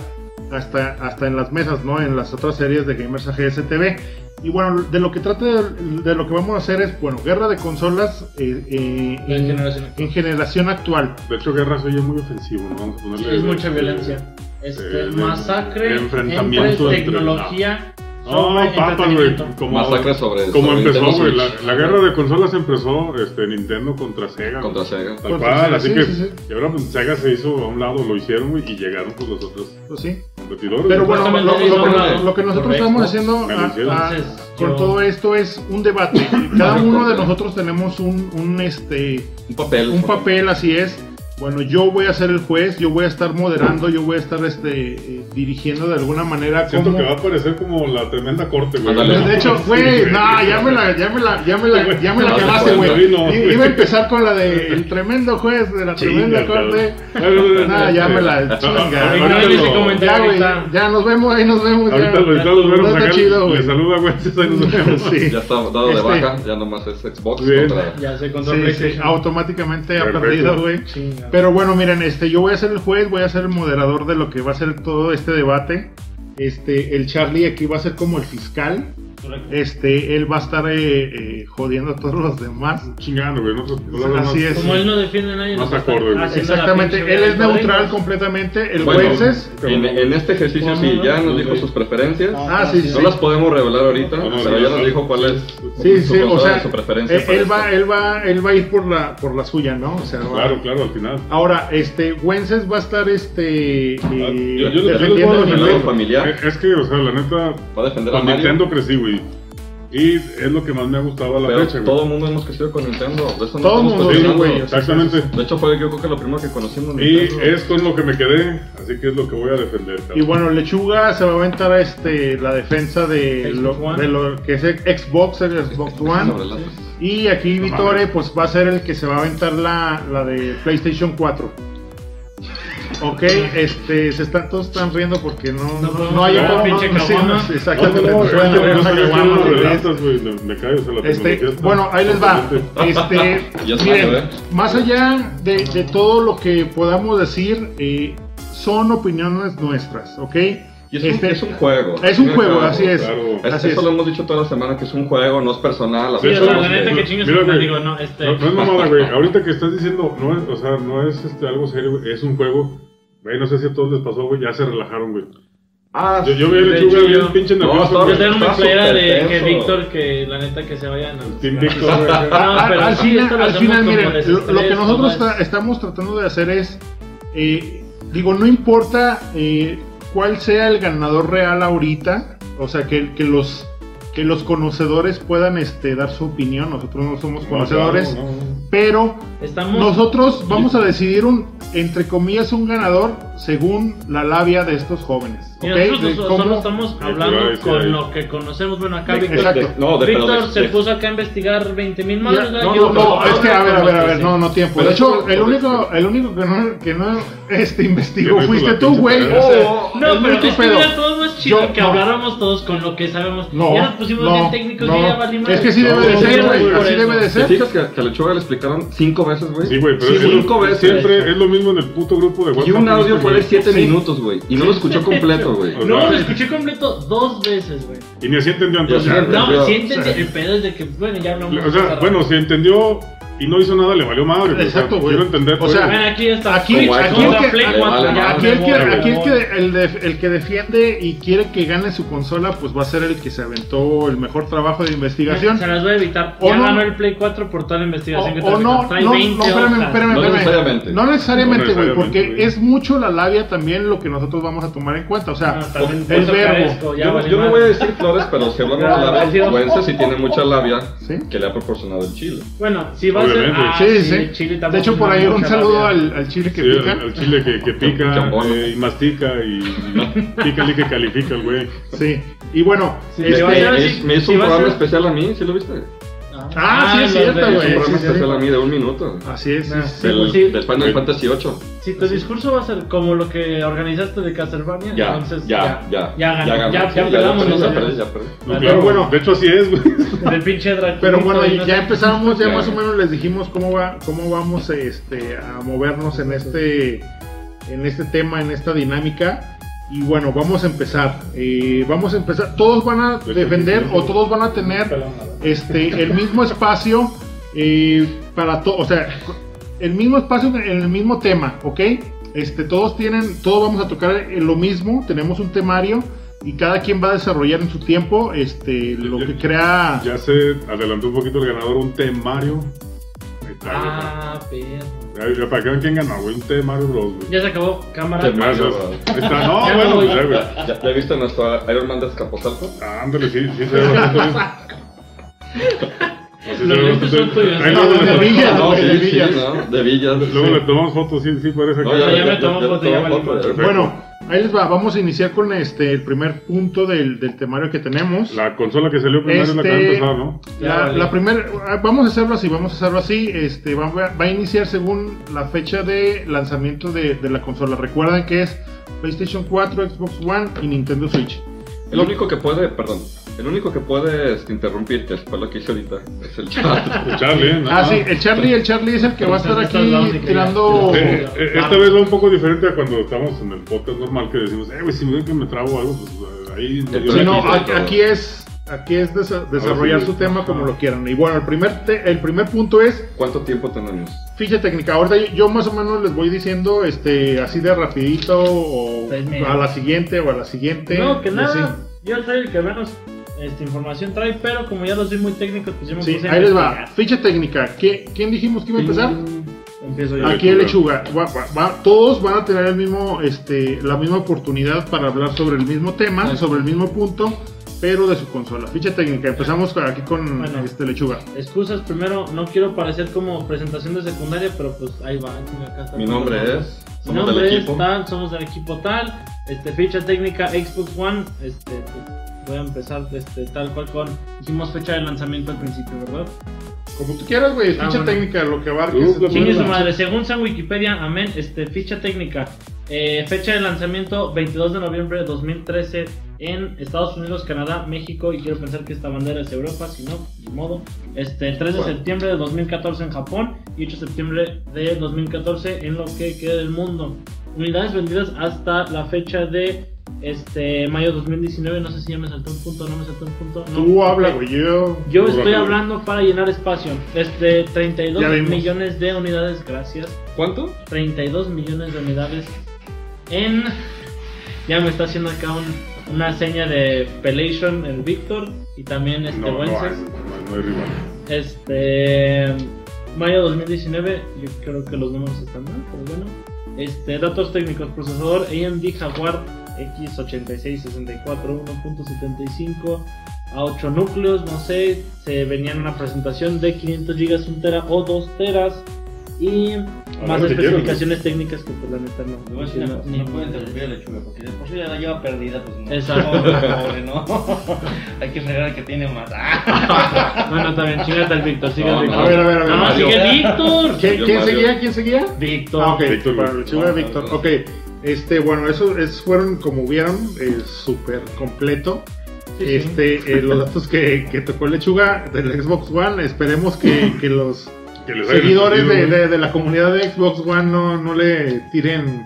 [SPEAKER 1] hasta, hasta en las mesas, ¿no? En las otras series de Gamers AGS TV. Y bueno, de lo que trata de, de lo que vamos a hacer es, bueno, guerra de consolas eh, eh,
[SPEAKER 3] La
[SPEAKER 1] en-
[SPEAKER 3] generación actual.
[SPEAKER 1] en generación actual.
[SPEAKER 4] De hecho, guerra soy yo muy ofensivo, ¿no? Vamos a
[SPEAKER 3] Sí,
[SPEAKER 4] ponerle...
[SPEAKER 3] es mucha
[SPEAKER 4] este,
[SPEAKER 3] violencia. Este,
[SPEAKER 4] eh,
[SPEAKER 3] masacre
[SPEAKER 4] enfrentamiento
[SPEAKER 3] entre
[SPEAKER 4] entre-
[SPEAKER 3] tecnología
[SPEAKER 4] No,
[SPEAKER 3] sobre
[SPEAKER 4] papas, güey.
[SPEAKER 3] entretenimiento.
[SPEAKER 4] Como,
[SPEAKER 2] Masacre sobre-
[SPEAKER 4] Como
[SPEAKER 2] sobre
[SPEAKER 4] empezó,
[SPEAKER 2] Nintendo
[SPEAKER 4] güey. La,
[SPEAKER 2] Switch.
[SPEAKER 4] la guerra de consolas empezó este, Nintendo contra Sega. güey.
[SPEAKER 2] Contra Sega.
[SPEAKER 4] Tal
[SPEAKER 1] Contra
[SPEAKER 4] cual,
[SPEAKER 1] Sega,
[SPEAKER 4] así
[SPEAKER 1] Pues, sí,
[SPEAKER 4] que.
[SPEAKER 1] sí, sí.
[SPEAKER 4] Y ahora pues, Sega se hizo a un lado, lo hicieron, güey, y llegaron pues, los otros
[SPEAKER 1] Pues sí.
[SPEAKER 4] competidores.
[SPEAKER 1] Pero
[SPEAKER 4] güey.
[SPEAKER 1] bueno, lo,
[SPEAKER 3] Justamente
[SPEAKER 1] lo-
[SPEAKER 3] eso,
[SPEAKER 1] lo- lo que nosotros
[SPEAKER 3] correcto.
[SPEAKER 1] estamos haciendo
[SPEAKER 4] Me
[SPEAKER 1] a-
[SPEAKER 4] refiero.
[SPEAKER 1] a-
[SPEAKER 3] Entonces,
[SPEAKER 1] con
[SPEAKER 3] yo-
[SPEAKER 1] todo esto es un debate. Cada
[SPEAKER 2] Correcto.
[SPEAKER 1] uno de nosotros tenemos un, un, este
[SPEAKER 2] Un papel.
[SPEAKER 1] un papel, así es. bueno, yo voy a ser el juez, yo voy a estar moderando, yo voy a estar este, eh, dirigiendo de alguna manera.
[SPEAKER 4] Siento
[SPEAKER 1] cómo-
[SPEAKER 4] que va a parecer como la tremenda corte, güey.
[SPEAKER 2] Ándale.
[SPEAKER 1] Pues, de hecho, güey, no, ya me la, ya me la, ya me la, ya me la
[SPEAKER 4] No, pues,
[SPEAKER 1] acabaste,
[SPEAKER 4] no,
[SPEAKER 1] güey.
[SPEAKER 4] no,
[SPEAKER 1] I-
[SPEAKER 4] güey.
[SPEAKER 1] Iba a empezar con la de el tremendo juez de la tremenda
[SPEAKER 4] Chinga,
[SPEAKER 1] corte.
[SPEAKER 4] cabrón.
[SPEAKER 1] Pues, este, No, ya me la
[SPEAKER 4] Ah,
[SPEAKER 1] chinga.
[SPEAKER 4] ahorita
[SPEAKER 1] Ignoren ese
[SPEAKER 4] lo-
[SPEAKER 1] comentario,
[SPEAKER 3] ahí
[SPEAKER 1] güey,
[SPEAKER 3] está.
[SPEAKER 1] Ya nos vemos, ahí nos vemos.
[SPEAKER 4] Ahorita
[SPEAKER 1] ya.
[SPEAKER 4] lo ahorita los
[SPEAKER 1] No
[SPEAKER 4] vemos
[SPEAKER 1] está
[SPEAKER 4] acá.
[SPEAKER 1] chido,
[SPEAKER 4] Le
[SPEAKER 1] güey.
[SPEAKER 4] saluda, güey. ahí nos vemos.
[SPEAKER 1] Sí.
[SPEAKER 2] Ya está dado de
[SPEAKER 1] Este.
[SPEAKER 2] baja, ya nomás es Xbox
[SPEAKER 4] Bien.
[SPEAKER 2] contra-
[SPEAKER 3] Ya se
[SPEAKER 1] Sí,
[SPEAKER 3] contó
[SPEAKER 1] sí,
[SPEAKER 3] PlayStation.
[SPEAKER 1] automáticamente ha
[SPEAKER 4] Perfecto.
[SPEAKER 1] perdido, güey.
[SPEAKER 3] Chinga.
[SPEAKER 1] Pero bueno, miren, este, yo voy a ser el juez, voy a ser el moderador de lo que va a ser todo este debate. Este, el Charlie aquí va a ser como el fiscal. Este, él va a estar eh, eh, jodiendo a todos los demás.
[SPEAKER 4] Chingando, güey. No, no, no,
[SPEAKER 1] Así
[SPEAKER 4] no.
[SPEAKER 1] es.
[SPEAKER 3] Como él no defiende a nadie,
[SPEAKER 4] Más
[SPEAKER 3] nos está
[SPEAKER 4] acorde, güey.
[SPEAKER 3] haciendo la
[SPEAKER 1] Exactamente,
[SPEAKER 3] pinche
[SPEAKER 1] él es
[SPEAKER 3] vida.
[SPEAKER 1] neutral completamente, el
[SPEAKER 2] Bueno,
[SPEAKER 1] juez es...
[SPEAKER 2] en, en este ejercicio sí, ya nos dijo sus preferencias.
[SPEAKER 1] Ah, sí, sí.
[SPEAKER 2] No las podemos revelar ahorita,
[SPEAKER 4] No, no,
[SPEAKER 2] pero
[SPEAKER 4] no,
[SPEAKER 2] ya
[SPEAKER 4] no.
[SPEAKER 2] nos dijo cuál es
[SPEAKER 1] Sí,
[SPEAKER 2] su
[SPEAKER 1] sí, o
[SPEAKER 2] consola
[SPEAKER 1] sea, eh,
[SPEAKER 2] de su preferencia.
[SPEAKER 1] él,
[SPEAKER 2] para
[SPEAKER 1] él
[SPEAKER 2] esto.
[SPEAKER 1] va, él, va, él va a ir por la, por la suya, ¿no? O sea, va-
[SPEAKER 4] Claro, claro, al final.
[SPEAKER 1] Ahora, este, Wences va a estar, este, eh,
[SPEAKER 4] Ah, yo- yo le- yo le
[SPEAKER 1] defendiendo los
[SPEAKER 4] voy a defender. Eh,
[SPEAKER 2] Senador
[SPEAKER 1] intereses.
[SPEAKER 2] familiar,
[SPEAKER 4] Es- Es que, o sea, la neta,
[SPEAKER 2] va a defender a
[SPEAKER 4] con
[SPEAKER 2] Mario.
[SPEAKER 4] Nintendo crecí, güey. Y es lo que más me ha gustado a la
[SPEAKER 2] Pero
[SPEAKER 4] fecha, güey.
[SPEAKER 2] todo el mundo hemos crecido con Nintendo. De eso no
[SPEAKER 1] Todo
[SPEAKER 2] estamos
[SPEAKER 1] mundo,
[SPEAKER 4] Sí,
[SPEAKER 2] platicando.
[SPEAKER 1] güey.
[SPEAKER 4] Exactamente.
[SPEAKER 2] De hecho, fue yo creo que lo primero que conocimos.
[SPEAKER 4] Y
[SPEAKER 2] Nintendo.
[SPEAKER 4] esto es lo que me quedé, así que es lo que voy a defender. cabrón.
[SPEAKER 1] Y bueno, Lechuga se va a aventar este, la defensa de
[SPEAKER 3] Xbox
[SPEAKER 1] lo,
[SPEAKER 3] One.
[SPEAKER 1] de lo que es Xbox, el Xbox
[SPEAKER 2] Sobre
[SPEAKER 1] One.
[SPEAKER 2] las-
[SPEAKER 1] Y aquí Vitore pues va a ser el que se va a aventar la, la de PlayStation 4. Ok, este, se están, todos están riendo porque no,
[SPEAKER 3] No
[SPEAKER 1] no,
[SPEAKER 3] podemos
[SPEAKER 1] no hay
[SPEAKER 3] hablar
[SPEAKER 1] no,
[SPEAKER 3] de pinche
[SPEAKER 1] no, sí,
[SPEAKER 3] caguama.
[SPEAKER 1] no,
[SPEAKER 4] No, no,
[SPEAKER 1] exactamente,
[SPEAKER 4] no,
[SPEAKER 1] no
[SPEAKER 4] es que
[SPEAKER 1] pueden abrir
[SPEAKER 4] no
[SPEAKER 1] una
[SPEAKER 4] sabía que
[SPEAKER 1] caguama,
[SPEAKER 4] los
[SPEAKER 1] güey.
[SPEAKER 4] relatos, güey, me, me cae, o sea, la
[SPEAKER 2] Pues
[SPEAKER 1] Este,
[SPEAKER 4] tecnología está-
[SPEAKER 1] bueno, ahí les va.
[SPEAKER 4] Totalmente.
[SPEAKER 1] Este,
[SPEAKER 2] Ya se
[SPEAKER 1] miren,
[SPEAKER 2] va a ver.
[SPEAKER 1] más allá de, de todo lo que podamos decir, eh, son opiniones nuestras, ¿ok?
[SPEAKER 2] Y es, un-
[SPEAKER 1] Este,
[SPEAKER 2] es un, juego.
[SPEAKER 1] es un
[SPEAKER 2] Sí,
[SPEAKER 1] juego,
[SPEAKER 2] claro.
[SPEAKER 1] así es.
[SPEAKER 4] claro.
[SPEAKER 2] Es-
[SPEAKER 1] así
[SPEAKER 2] eso
[SPEAKER 1] es.
[SPEAKER 2] lo hemos dicho toda la semana, que es un juego, no es personal.
[SPEAKER 3] Sí,
[SPEAKER 4] Sí,
[SPEAKER 3] o sea,
[SPEAKER 2] hablamos
[SPEAKER 3] la
[SPEAKER 2] de-
[SPEAKER 3] neta que chingas
[SPEAKER 4] Mira,
[SPEAKER 3] su madre,
[SPEAKER 4] güey.
[SPEAKER 3] digo, no, este.
[SPEAKER 4] No, no es mamada, güey. Ahorita que estás diciendo, no es, o sea, no es este, algo serio, güey, es un juego. Güey, no sé si a todos les pasó, güey, ya se relajaron, güey.
[SPEAKER 2] Ah,
[SPEAKER 4] Yo- yo
[SPEAKER 2] sí,
[SPEAKER 4] vi a
[SPEAKER 2] de
[SPEAKER 4] Lechuga
[SPEAKER 2] hecho,
[SPEAKER 4] bien
[SPEAKER 2] yo-
[SPEAKER 4] pinche nervioso,
[SPEAKER 2] estaba-
[SPEAKER 4] güey.
[SPEAKER 3] Yo tengo mi
[SPEAKER 2] estaba
[SPEAKER 3] playera de
[SPEAKER 2] súper
[SPEAKER 3] que
[SPEAKER 2] tenso.
[SPEAKER 3] Víctor, que la neta que se vayan a.
[SPEAKER 4] Team Victor, güey.
[SPEAKER 1] Ah,
[SPEAKER 3] No, pero
[SPEAKER 1] al
[SPEAKER 3] sí,
[SPEAKER 1] final,
[SPEAKER 3] esto lo
[SPEAKER 1] al
[SPEAKER 3] hacemos
[SPEAKER 1] final,
[SPEAKER 3] como
[SPEAKER 1] miren,
[SPEAKER 3] desestrés,
[SPEAKER 1] lo, lo que nosotros
[SPEAKER 3] nomás.
[SPEAKER 1] tra- estamos tratando de hacer es, eh, digo, no importa eh, cuál sea el ganador real ahorita, o sea, que, que los que los conocedores puedan este, dar su opinión, nosotros no somos conocedores,
[SPEAKER 4] No, no, no.
[SPEAKER 1] pero
[SPEAKER 3] Estamos.
[SPEAKER 1] nosotros vamos a decidir un, entre comillas, un ganador según la labia de estos jóvenes. ¿ok?
[SPEAKER 3] Mira, nosotros
[SPEAKER 1] De
[SPEAKER 3] so-
[SPEAKER 1] cómo-
[SPEAKER 3] solo estamos
[SPEAKER 4] Sí,
[SPEAKER 3] hablando
[SPEAKER 4] ahí, sí,
[SPEAKER 3] con
[SPEAKER 4] ahí.
[SPEAKER 3] lo que conocemos. Bueno, acá
[SPEAKER 2] De- de-
[SPEAKER 3] Víctor,
[SPEAKER 1] Exacto.
[SPEAKER 2] no, de- pero
[SPEAKER 3] Víctor
[SPEAKER 2] de-
[SPEAKER 3] se
[SPEAKER 2] de-
[SPEAKER 3] puso acá a investigar 20 mil
[SPEAKER 1] Ya,
[SPEAKER 3] madres.
[SPEAKER 1] no,
[SPEAKER 3] yo-
[SPEAKER 1] no, no, es que a ver, a ver, a ver, no, no tiempo.
[SPEAKER 2] Pero
[SPEAKER 1] de hecho,
[SPEAKER 2] eso-
[SPEAKER 1] el único, el único que no, que no este,
[SPEAKER 4] Que
[SPEAKER 1] investigó
[SPEAKER 4] no hizo
[SPEAKER 1] fuiste
[SPEAKER 4] la
[SPEAKER 1] tú,
[SPEAKER 4] pinche
[SPEAKER 1] güey.
[SPEAKER 4] tarea.
[SPEAKER 1] o sea,
[SPEAKER 2] Oh,
[SPEAKER 3] No,
[SPEAKER 1] es
[SPEAKER 3] pero
[SPEAKER 1] mucho
[SPEAKER 3] es que
[SPEAKER 1] pedo.
[SPEAKER 3] era todo más chido
[SPEAKER 1] Yo-
[SPEAKER 3] que
[SPEAKER 1] no.
[SPEAKER 3] habláramos todos con lo que sabemos.
[SPEAKER 1] No,
[SPEAKER 3] ya nos pusimos
[SPEAKER 1] no,
[SPEAKER 3] bien técnicos
[SPEAKER 1] no.
[SPEAKER 3] y ya valimos.
[SPEAKER 1] Es que sí
[SPEAKER 4] No,
[SPEAKER 1] debe de
[SPEAKER 4] no,
[SPEAKER 1] ser,
[SPEAKER 4] no,
[SPEAKER 1] güey.
[SPEAKER 4] por
[SPEAKER 1] Así
[SPEAKER 3] eso.
[SPEAKER 1] debe de
[SPEAKER 2] ¿Te
[SPEAKER 1] ser.
[SPEAKER 2] fijas que, que a Lechuga le explicaron cinco veces, güey?
[SPEAKER 4] Sí, güey, pero es que
[SPEAKER 2] cinco
[SPEAKER 4] lo-
[SPEAKER 2] veces.
[SPEAKER 4] Siempre es lo mismo en el puto grupo de WhatsApp.
[SPEAKER 2] Y un audio
[SPEAKER 4] güey.
[SPEAKER 2] fue de siete minutos, güey. Y no lo escuchó completo, güey.
[SPEAKER 4] O
[SPEAKER 3] No,
[SPEAKER 4] sea,
[SPEAKER 3] lo escuché completo dos veces, güey.
[SPEAKER 4] Y ni así entendió entonces.
[SPEAKER 2] Ya,
[SPEAKER 4] güey.
[SPEAKER 2] ya,
[SPEAKER 3] No,
[SPEAKER 2] ya.
[SPEAKER 3] siéntense,
[SPEAKER 1] Sí.
[SPEAKER 3] el pedo es de que, bueno, ya hablamos.
[SPEAKER 4] O sea, bueno, si entendió y no hizo nada, le valió madre. güey. O sea,
[SPEAKER 1] Exacto, güey.
[SPEAKER 4] Quiero entender.
[SPEAKER 1] O
[SPEAKER 4] pues,
[SPEAKER 1] sea,
[SPEAKER 3] Bueno, aquí está.
[SPEAKER 1] Aquí-
[SPEAKER 3] Switch
[SPEAKER 2] aquí
[SPEAKER 3] contra
[SPEAKER 1] el que-
[SPEAKER 3] Play
[SPEAKER 2] le
[SPEAKER 3] cuatro,
[SPEAKER 2] vale
[SPEAKER 3] ya,
[SPEAKER 1] Aquí el que,
[SPEAKER 3] me voy,
[SPEAKER 1] aquí el
[SPEAKER 3] me
[SPEAKER 1] que,
[SPEAKER 3] voy.
[SPEAKER 1] el, def- el que defiende y quiere que gane su consola, pues va a ser el que se aventó el mejor trabajo de investigación.
[SPEAKER 3] Se las voy a evitar.
[SPEAKER 1] O
[SPEAKER 3] ya
[SPEAKER 1] no-
[SPEAKER 3] ganó el Play 4 por toda la
[SPEAKER 1] O,
[SPEAKER 3] investigación que
[SPEAKER 1] o no, no,
[SPEAKER 3] trae
[SPEAKER 1] no,
[SPEAKER 3] 20
[SPEAKER 1] espérame,
[SPEAKER 3] hojas.
[SPEAKER 1] espérame,
[SPEAKER 2] No
[SPEAKER 1] espérame.
[SPEAKER 2] necesariamente.
[SPEAKER 1] No necesariamente,
[SPEAKER 4] No
[SPEAKER 1] güey, porque
[SPEAKER 4] necesariamente, güey.
[SPEAKER 1] es mucho la labia también lo que nosotros vamos a tomar en cuenta. O sea,
[SPEAKER 3] No, también
[SPEAKER 1] el
[SPEAKER 3] puedo tocar
[SPEAKER 1] verbo.
[SPEAKER 3] esto, ya
[SPEAKER 2] Yo, no-
[SPEAKER 3] vale
[SPEAKER 2] yo no
[SPEAKER 3] madre.
[SPEAKER 2] voy a decir flores, pero si hablamos
[SPEAKER 3] Ya,
[SPEAKER 2] claro,
[SPEAKER 3] valió.
[SPEAKER 2] Wences sí tiene mucha labia
[SPEAKER 1] ¿Sí?
[SPEAKER 2] que le ha proporcionado el chile.
[SPEAKER 3] Bueno, si va a ser.
[SPEAKER 4] Obviamente.
[SPEAKER 3] Ah,
[SPEAKER 1] Sí,
[SPEAKER 3] sí,
[SPEAKER 1] sí.
[SPEAKER 3] el Chile
[SPEAKER 1] de
[SPEAKER 3] tampoco
[SPEAKER 1] hecho,
[SPEAKER 3] es
[SPEAKER 1] por
[SPEAKER 3] una
[SPEAKER 1] ahí un
[SPEAKER 3] mucha
[SPEAKER 1] saludo
[SPEAKER 3] labia.
[SPEAKER 1] al, al chile que
[SPEAKER 4] Sí,
[SPEAKER 1] pica.
[SPEAKER 4] al, al chile que, que pica
[SPEAKER 2] Chambón.
[SPEAKER 4] eh, y mastica y pica el que califica el güey.
[SPEAKER 1] Sí. Y bueno,
[SPEAKER 3] Sí,
[SPEAKER 1] este,
[SPEAKER 3] va a
[SPEAKER 2] Este,
[SPEAKER 3] ser así,
[SPEAKER 2] es- me hizo
[SPEAKER 3] sí,
[SPEAKER 2] un
[SPEAKER 3] va a
[SPEAKER 2] programa
[SPEAKER 3] ser-
[SPEAKER 2] especial a mí, ¿sí lo viste?
[SPEAKER 1] Ah, sí, es
[SPEAKER 3] los
[SPEAKER 1] cierto,
[SPEAKER 3] de-
[SPEAKER 2] Me
[SPEAKER 1] güey.
[SPEAKER 2] hizo un programa
[SPEAKER 1] sí, sí,
[SPEAKER 2] especial
[SPEAKER 1] sí.
[SPEAKER 2] a mí de un minuto.
[SPEAKER 1] así es.
[SPEAKER 3] Ah,
[SPEAKER 1] sí, sí.
[SPEAKER 3] sí.
[SPEAKER 2] del, del Final
[SPEAKER 4] Sí.
[SPEAKER 2] Fantasy VIII.
[SPEAKER 3] Si tu discurso va a ser como lo que organizaste de Castlevania,
[SPEAKER 2] Ya,
[SPEAKER 3] entonces
[SPEAKER 2] ya,
[SPEAKER 6] Ah,
[SPEAKER 2] ya.
[SPEAKER 3] ya, ganó,
[SPEAKER 2] ganó,
[SPEAKER 3] ya,
[SPEAKER 2] sí,
[SPEAKER 3] ya pegamos,
[SPEAKER 2] perdí,
[SPEAKER 3] ¿no?
[SPEAKER 2] Ya perdí, ya perdí.
[SPEAKER 4] No,
[SPEAKER 3] Pero
[SPEAKER 4] claro,
[SPEAKER 1] bueno.
[SPEAKER 4] de hecho así es, güey.
[SPEAKER 3] Del pinche Draculito
[SPEAKER 1] Pero bueno,
[SPEAKER 3] y no
[SPEAKER 1] ya
[SPEAKER 3] sé-
[SPEAKER 1] empezamos, ya
[SPEAKER 2] Ya.
[SPEAKER 1] más o menos les dijimos cómo va, cómo vamos este, a movernos en este, en este tema, en esta dinámica. Y bueno, vamos a empezar. Eh, vamos a empezar. Todos van a defender o todos van a tener este, el mismo espacio eh, para todo, o sea, el mismo espacio en el mismo tema, ¿ok? Este, todos tienen, todos vamos a tocar eh, lo mismo, tenemos un temario y cada quien va a desarrollar en su tiempo este, lo que crea.
[SPEAKER 4] Ya se adelantó un poquito el ganador, un temario. Ahí está, güey.
[SPEAKER 3] Ah, perro.
[SPEAKER 4] Ahí, ya, Para que vean quién ganó, güey. Un temario Bros, güey.
[SPEAKER 3] Ya se acabó, cámara.
[SPEAKER 2] Te-
[SPEAKER 4] Gracias. Ahí está. No,
[SPEAKER 3] Ya
[SPEAKER 4] bueno,
[SPEAKER 3] voy.
[SPEAKER 4] pues ya, güey.
[SPEAKER 2] ¿Ya, ya, ya viste nuestro Iron Man de Escaposalto?
[SPEAKER 4] Ah, Ándale, sí, sí se ve bastante bien. sí,
[SPEAKER 6] Los
[SPEAKER 4] sí,
[SPEAKER 6] lentes
[SPEAKER 4] sí.
[SPEAKER 6] son tuyos.
[SPEAKER 4] Ahí
[SPEAKER 1] No,
[SPEAKER 4] luego
[SPEAKER 1] de
[SPEAKER 4] le-
[SPEAKER 1] Villas,
[SPEAKER 2] Ah, No,
[SPEAKER 1] güey,
[SPEAKER 2] sí,
[SPEAKER 1] de
[SPEAKER 2] sí,
[SPEAKER 1] Villas.
[SPEAKER 2] no, de Villas.
[SPEAKER 4] Luego
[SPEAKER 2] sí.
[SPEAKER 4] le tomamos fotos, sí, sí, parece
[SPEAKER 2] No,
[SPEAKER 4] que.
[SPEAKER 6] ya me tomó foto, ya me la
[SPEAKER 2] foto,
[SPEAKER 4] mandó.
[SPEAKER 2] ya.
[SPEAKER 1] Bueno, ahí les va. Vamos a iniciar con este el primer punto del, del temario que tenemos.
[SPEAKER 4] La consola que salió primero es la que
[SPEAKER 1] Este-
[SPEAKER 4] había empezado, ¿no?
[SPEAKER 1] La,
[SPEAKER 6] Ya, vale.
[SPEAKER 1] la primer- ah, vamos a hacerlo así, vamos a hacerlo así. Este, va, va- va a iniciar según la fecha de lanzamiento de, de la consola. Recuerden que es PlayStation 4, Xbox One y Nintendo Switch.
[SPEAKER 2] El único que puede, perdón, el único que puede este, interrumpir, que fue lo que hice ahorita, es el chat.
[SPEAKER 4] Escucharle, ¿eh?
[SPEAKER 1] Ah,
[SPEAKER 4] Nada.
[SPEAKER 1] sí, el Charlie, el Charlie es el que va a estar aquí tirando.
[SPEAKER 4] Eh, eh, esta vez va un poco diferente a cuando estamos en el podcast normal que decimos, eh, güey, si me ven que me trabo algo, pues eh, ahí.
[SPEAKER 2] Sí,
[SPEAKER 1] Sí, no,
[SPEAKER 2] Aquí
[SPEAKER 1] a-
[SPEAKER 2] está todo.
[SPEAKER 1] aquí es, aquí es desa- desarrollar
[SPEAKER 4] sí.
[SPEAKER 1] su tema como lo quieran. Y bueno, el primer, te- el primer punto es
[SPEAKER 2] ¿Cuánto tiempo tenemos?
[SPEAKER 1] Ficha técnica, ahorita yo, yo más o menos les voy diciendo este así de rapidito o
[SPEAKER 6] Seis meses.
[SPEAKER 1] a la siguiente o a la siguiente.
[SPEAKER 6] Pues No, que
[SPEAKER 1] y
[SPEAKER 6] nada. Yo soy el que menos este, información trae, pero como ya los soy muy técnicos, pues yo me
[SPEAKER 1] así. Sí,
[SPEAKER 6] puse a
[SPEAKER 1] ahí les va.
[SPEAKER 6] investigar. Mm,
[SPEAKER 1] Ficha técnica. ¿Qué- ¿Quién dijimos que iba a empezar?
[SPEAKER 6] Empiezo yo.
[SPEAKER 1] Aquí el lechuga. Va- va- va- todos van a tener el mismo, este, la misma oportunidad para hablar sobre el mismo tema,
[SPEAKER 6] Ah.
[SPEAKER 1] sobre el mismo punto, pero de su consola. Ficha técnica. Empezamos con- aquí con
[SPEAKER 6] Bueno.
[SPEAKER 1] este lechuga.
[SPEAKER 6] Excusas primero, no quiero parecer como presentación de secundaria, pero pues ahí va. chinga, acá está.
[SPEAKER 2] Mi nombre es,
[SPEAKER 6] Mi
[SPEAKER 2] somos del
[SPEAKER 6] nombre es
[SPEAKER 2] equipo.
[SPEAKER 6] tal, somos del equipo tal. Este, ficha técnica Xbox One. Este, pues, voy a empezar este, tal cual con. Hicimos fecha de lanzamiento al principio, ¿verdad?
[SPEAKER 1] Como tú quieras, güey. Ficha
[SPEAKER 6] Ah, bueno.
[SPEAKER 1] técnica, lo que abarques.
[SPEAKER 4] Tú,
[SPEAKER 6] Chingue su
[SPEAKER 4] Bueno.
[SPEAKER 6] madre, según San Wikipedia, amén, este, ficha técnica. Eh, fecha de lanzamiento 22 de noviembre de 2013 en Estados Unidos, Canadá, México y quiero pensar que esta bandera es Europa, si no, ni modo. Este, el 3 de
[SPEAKER 2] Bueno.
[SPEAKER 6] septiembre de 2014 en Japón y 8 de septiembre de 2014 en lo que queda del mundo. Unidades vendidas hasta la fecha de este mayo de 2019, no sé si ya me saltó un punto, no me saltó un punto. no.
[SPEAKER 1] Tú habla,
[SPEAKER 6] Ok.
[SPEAKER 1] güey. Yo.
[SPEAKER 6] Yo
[SPEAKER 4] Muy
[SPEAKER 6] estoy
[SPEAKER 4] rápido.
[SPEAKER 6] hablando para llenar espacio. Este,
[SPEAKER 1] Ya
[SPEAKER 6] 32
[SPEAKER 1] vimos.
[SPEAKER 6] millones de unidades, gracias.
[SPEAKER 2] ¿Cuánto?
[SPEAKER 6] 32 millones de unidades en... Ya me está haciendo acá un- una seña de Pelation, el Víctor, y también este
[SPEAKER 4] No, no, hay, no,
[SPEAKER 6] Wences.
[SPEAKER 4] hay- no hay rival.
[SPEAKER 6] Este... Mayo 2019, yo creo que los números están mal, pero bueno. Este, datos técnicos, procesador AMD Jaguar X8664 1.75 a 8 núcleos, no sé, se venía en una presentación de 500 GB, 1 tera o 2 teras y más
[SPEAKER 4] lo que quieras,
[SPEAKER 6] especificaciones técnicas que por la neta no.
[SPEAKER 7] Le voy a Pues, decir una cosa, no puede interrumpir a lechuga, porque de por sí ya la lleva perdida, pues no.
[SPEAKER 6] Exacto.
[SPEAKER 7] Pobre, ¿no? Hay que fregar al que tiene más. ¡Ah!
[SPEAKER 6] Bueno, también chingate al Víctor, sigue
[SPEAKER 2] No,
[SPEAKER 6] al
[SPEAKER 2] no.
[SPEAKER 1] A
[SPEAKER 6] Víctor.
[SPEAKER 1] ver, a ver, a ver.
[SPEAKER 6] No,
[SPEAKER 2] Mario.
[SPEAKER 6] sigue Víctor.
[SPEAKER 1] ¿Quién,
[SPEAKER 2] Yo
[SPEAKER 1] quién
[SPEAKER 2] Mario.
[SPEAKER 1] seguía? ¿Quién seguía?
[SPEAKER 6] Víctor.
[SPEAKER 1] Ah, ok,
[SPEAKER 4] Víctor,
[SPEAKER 1] para
[SPEAKER 4] güey.
[SPEAKER 1] el chivo de Víctor. Ok, este, bueno, eso, esos fueron, como vieron, eh, súper completo.
[SPEAKER 6] Sí, sí.
[SPEAKER 1] Este, eh, los datos que, que tocó Lechuga del Xbox One, esperemos que, que los
[SPEAKER 4] Que les hayan
[SPEAKER 1] seguidores de,
[SPEAKER 4] entendido,
[SPEAKER 1] de- de la comunidad de Xbox One no, no le tiren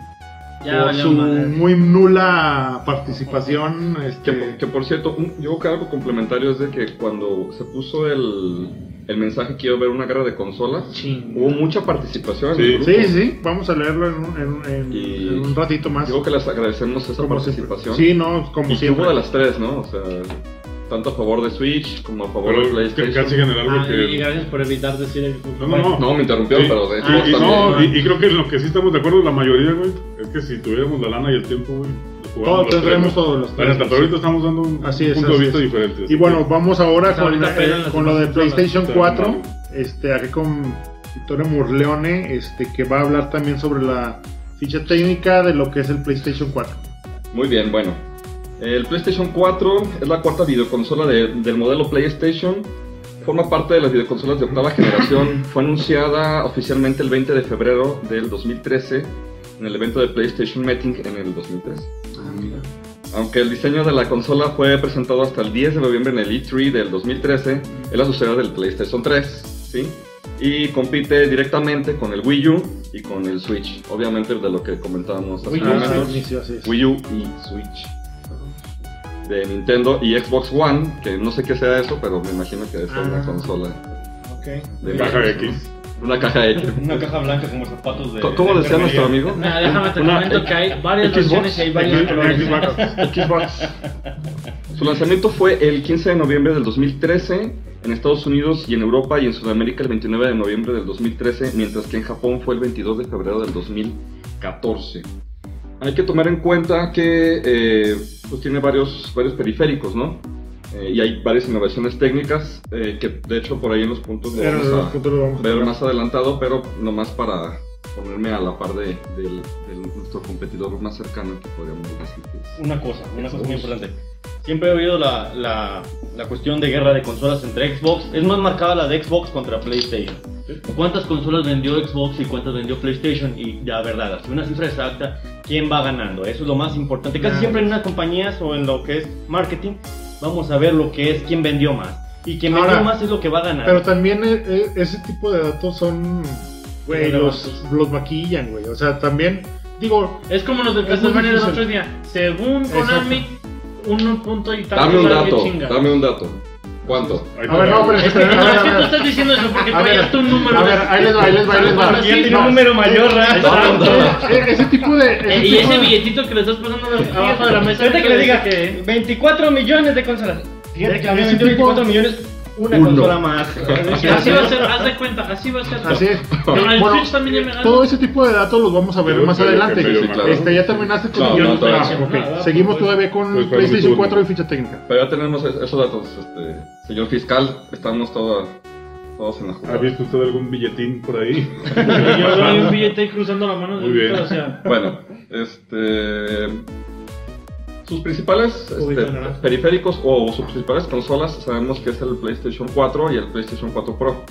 [SPEAKER 6] Ya
[SPEAKER 1] por
[SPEAKER 6] valió
[SPEAKER 1] su
[SPEAKER 6] madre.
[SPEAKER 1] muy nula participación. Este,
[SPEAKER 2] Que, por- que por cierto, un- yo creo que algo complementario es de que cuando se puso el, el mensaje quiero ver una guerra de consolas,
[SPEAKER 6] Ching.
[SPEAKER 2] hubo mucha participación. en
[SPEAKER 4] Sí.
[SPEAKER 2] el grupo.
[SPEAKER 1] sí, sí, vamos a leerlo en, un- en- en-
[SPEAKER 2] Y-
[SPEAKER 1] en un ratito más.
[SPEAKER 2] Digo que les agradecemos esa
[SPEAKER 1] Como siempre.
[SPEAKER 2] participación.
[SPEAKER 1] Sí, no, como
[SPEAKER 2] y que
[SPEAKER 1] siempre.
[SPEAKER 2] hubo de las tres, ¿no? O sea, tanto a favor de Switch como a favor de
[SPEAKER 4] Pero que
[SPEAKER 2] PlayStation.
[SPEAKER 4] casi generaron
[SPEAKER 6] Ah,
[SPEAKER 4] lo
[SPEAKER 6] y
[SPEAKER 4] que.
[SPEAKER 6] gracias por evitar decir el Xbox
[SPEAKER 4] No, no,
[SPEAKER 6] One.
[SPEAKER 4] no.
[SPEAKER 2] No, me interrumpió,
[SPEAKER 4] Sí.
[SPEAKER 2] pero de
[SPEAKER 4] Y-
[SPEAKER 6] Ah,
[SPEAKER 4] y,
[SPEAKER 2] también.
[SPEAKER 4] no,
[SPEAKER 6] ¿no?
[SPEAKER 4] y, y creo que en lo que sí estamos de acuerdo la mayoría, güey, es que si tuviéramos la lana y el tiempo, güey, lo
[SPEAKER 1] Todo-
[SPEAKER 4] jugábamos los
[SPEAKER 1] tendremos
[SPEAKER 4] tres, güey.
[SPEAKER 1] todos los
[SPEAKER 4] La neta, pero ahorita estamos dando un,
[SPEAKER 1] Así
[SPEAKER 4] un
[SPEAKER 1] es,
[SPEAKER 4] punto
[SPEAKER 1] así
[SPEAKER 4] de vista
[SPEAKER 1] es.
[SPEAKER 4] diferente.
[SPEAKER 1] Y bueno, vamos ahora
[SPEAKER 6] Ahorita
[SPEAKER 1] con, eh,
[SPEAKER 6] pegan las
[SPEAKER 1] con lo de
[SPEAKER 6] demás
[SPEAKER 1] PlayStation
[SPEAKER 4] personas.
[SPEAKER 1] 4. Este, aquí con Victoria Murleone, este, que va a hablar también sobre la ficha técnica de lo que es el PlayStation 4.
[SPEAKER 2] Muy bien, bueno. El PlayStation 4 es la cuarta videoconsola de- del modelo PlayStation. Forma parte de las videoconsolas de octava generación. Fue anunciada oficialmente el 20 de febrero del 2013 en el evento de PlayStation Meeting en el 2013.
[SPEAKER 1] Ah,
[SPEAKER 2] Aunque el diseño de la consola fue presentado hasta el 10 de noviembre en el E3 del 2013, es la sucesora del PlayStation 3, ¿sí? Y compite directamente con el Wii U y con el Switch, obviamente de lo que comentábamos hace
[SPEAKER 1] Wii U,
[SPEAKER 2] un momento.
[SPEAKER 1] sí, Ah, inicio, así es.
[SPEAKER 2] Wii U y Switch de Nintendo y Xbox One, que no sé qué sea eso, pero me imagino que es
[SPEAKER 1] Ah.
[SPEAKER 2] una consola de
[SPEAKER 4] Una caja
[SPEAKER 2] Xbox,
[SPEAKER 4] X.
[SPEAKER 2] ¿no? Una caja X.
[SPEAKER 7] Una caja blanca como zapatos de.
[SPEAKER 2] Co- ¿Cómo
[SPEAKER 7] de
[SPEAKER 2] decía nuestro
[SPEAKER 7] enfermería.
[SPEAKER 2] amigo?
[SPEAKER 6] Nah, déjame te
[SPEAKER 2] Una
[SPEAKER 6] comento que hay varias
[SPEAKER 2] Xbox.
[SPEAKER 6] versiones y hay varios colores.
[SPEAKER 1] Xbox. Xbox.
[SPEAKER 2] Su lanzamiento fue el 15 de noviembre del 2013 en Estados Unidos y en Europa y en Sudamérica el 29 de noviembre del 2013, mientras que en Japón fue el 22 de febrero del 2014. Hay que tomar en cuenta que eh, pues tiene varios, varios periféricos, ¿no? Eh, y hay varias innovaciones técnicas eh, que de hecho por ahí en los puntos lo
[SPEAKER 1] Pero
[SPEAKER 2] vamos a
[SPEAKER 1] nosotros lo vamos a
[SPEAKER 2] ver
[SPEAKER 1] tocar.
[SPEAKER 2] más adelantado, pero nomás para ponerme a la par de, del- del- nuestro competidor más cercano que podríamos decir que es.
[SPEAKER 7] Una cosa, una cosa muy importante. Siempre he oído la, la, la cuestión de guerra de consolas entre Xbox. Es más marcada la de Xbox contra PlayStation. ¿Cuántas consolas vendió Xbox y cuántas vendió PlayStation? Y la verdad, así una cifra exacta, ¿quién va ganando? Eso es lo más importante. Casi
[SPEAKER 1] Claro.
[SPEAKER 7] siempre en unas compañías o en lo que es marketing, vamos a ver lo que es quién vendió más. Y quien vendió
[SPEAKER 1] Ahora,
[SPEAKER 7] más es lo que va a ganar.
[SPEAKER 1] Pero también eh, eh, ese tipo de datos son, güey,
[SPEAKER 6] Son
[SPEAKER 1] los,
[SPEAKER 6] relevantes.
[SPEAKER 1] los maquillan, güey. O sea, también, digo,
[SPEAKER 6] Es como los del
[SPEAKER 1] Es muy
[SPEAKER 6] Castlevania del
[SPEAKER 1] difícil.
[SPEAKER 6] otro día. Según
[SPEAKER 1] Exacto.
[SPEAKER 6] Konami, un punto y tal.
[SPEAKER 2] Dame un
[SPEAKER 6] tal, qué
[SPEAKER 2] dato,
[SPEAKER 6] chinga.
[SPEAKER 2] dame un dato. ¿Cuánto?
[SPEAKER 4] Ahí
[SPEAKER 1] A ver, no, pero-
[SPEAKER 6] Es que, no,
[SPEAKER 1] A ver, a
[SPEAKER 6] es que tú
[SPEAKER 1] ver.
[SPEAKER 6] estás diciendo eso porque
[SPEAKER 1] A ver,
[SPEAKER 6] fallaste un número.
[SPEAKER 1] a ver, ahí les va, ahí les va, ahí les va.
[SPEAKER 6] Ahora sí,
[SPEAKER 7] ¿Quién tiene
[SPEAKER 6] no.
[SPEAKER 7] un número mayor, ¿verdad?
[SPEAKER 6] Exacto.
[SPEAKER 1] eh, ese tipo de... ese
[SPEAKER 6] Eh, Y
[SPEAKER 1] tipo
[SPEAKER 6] ese
[SPEAKER 1] de-
[SPEAKER 6] billetito que le estás pasando abajo de la mesa.
[SPEAKER 7] Ahorita que le diga
[SPEAKER 6] que-
[SPEAKER 7] 24 millones de consolas. Fíjate que había
[SPEAKER 1] Ese
[SPEAKER 7] vendido
[SPEAKER 1] tipo-
[SPEAKER 7] 24 millones, una
[SPEAKER 2] Uno.
[SPEAKER 7] consola más.
[SPEAKER 6] Así va a ser, haz de cuenta, así va a ser.
[SPEAKER 1] Así es.
[SPEAKER 6] Pero en el
[SPEAKER 1] Bueno,
[SPEAKER 6] Switch también ya me ganó.
[SPEAKER 1] todo ese tipo de datos los vamos a ver
[SPEAKER 4] Yo
[SPEAKER 1] más
[SPEAKER 4] creo que
[SPEAKER 1] adelante.
[SPEAKER 4] medio
[SPEAKER 2] Sí, claro.
[SPEAKER 1] Este, ya terminaste con
[SPEAKER 2] No,
[SPEAKER 1] el-
[SPEAKER 2] no, todavía
[SPEAKER 1] Ah,
[SPEAKER 6] no.
[SPEAKER 1] ok.
[SPEAKER 6] Nada,
[SPEAKER 1] Seguimos
[SPEAKER 6] pues,
[SPEAKER 1] todavía con
[SPEAKER 4] pues, para mi
[SPEAKER 1] PlayStation
[SPEAKER 4] turno.
[SPEAKER 1] 4 y ficha técnica.
[SPEAKER 2] Pero ya tenemos es- esos datos, este, señor fiscal, estamos todos, todos en la
[SPEAKER 4] ¿Ha
[SPEAKER 2] jugada.
[SPEAKER 4] visto usted algún billetín por ahí?
[SPEAKER 6] Yo doy un billete ahí cruzando la mano.
[SPEAKER 4] Muy bien.
[SPEAKER 6] O sea,
[SPEAKER 2] Bueno, este. Sus principales
[SPEAKER 6] Uy,
[SPEAKER 2] este,
[SPEAKER 6] bueno.
[SPEAKER 2] periféricos o sus principales consolas sabemos que es el PlayStation 4 y el PlayStation 4 Pro,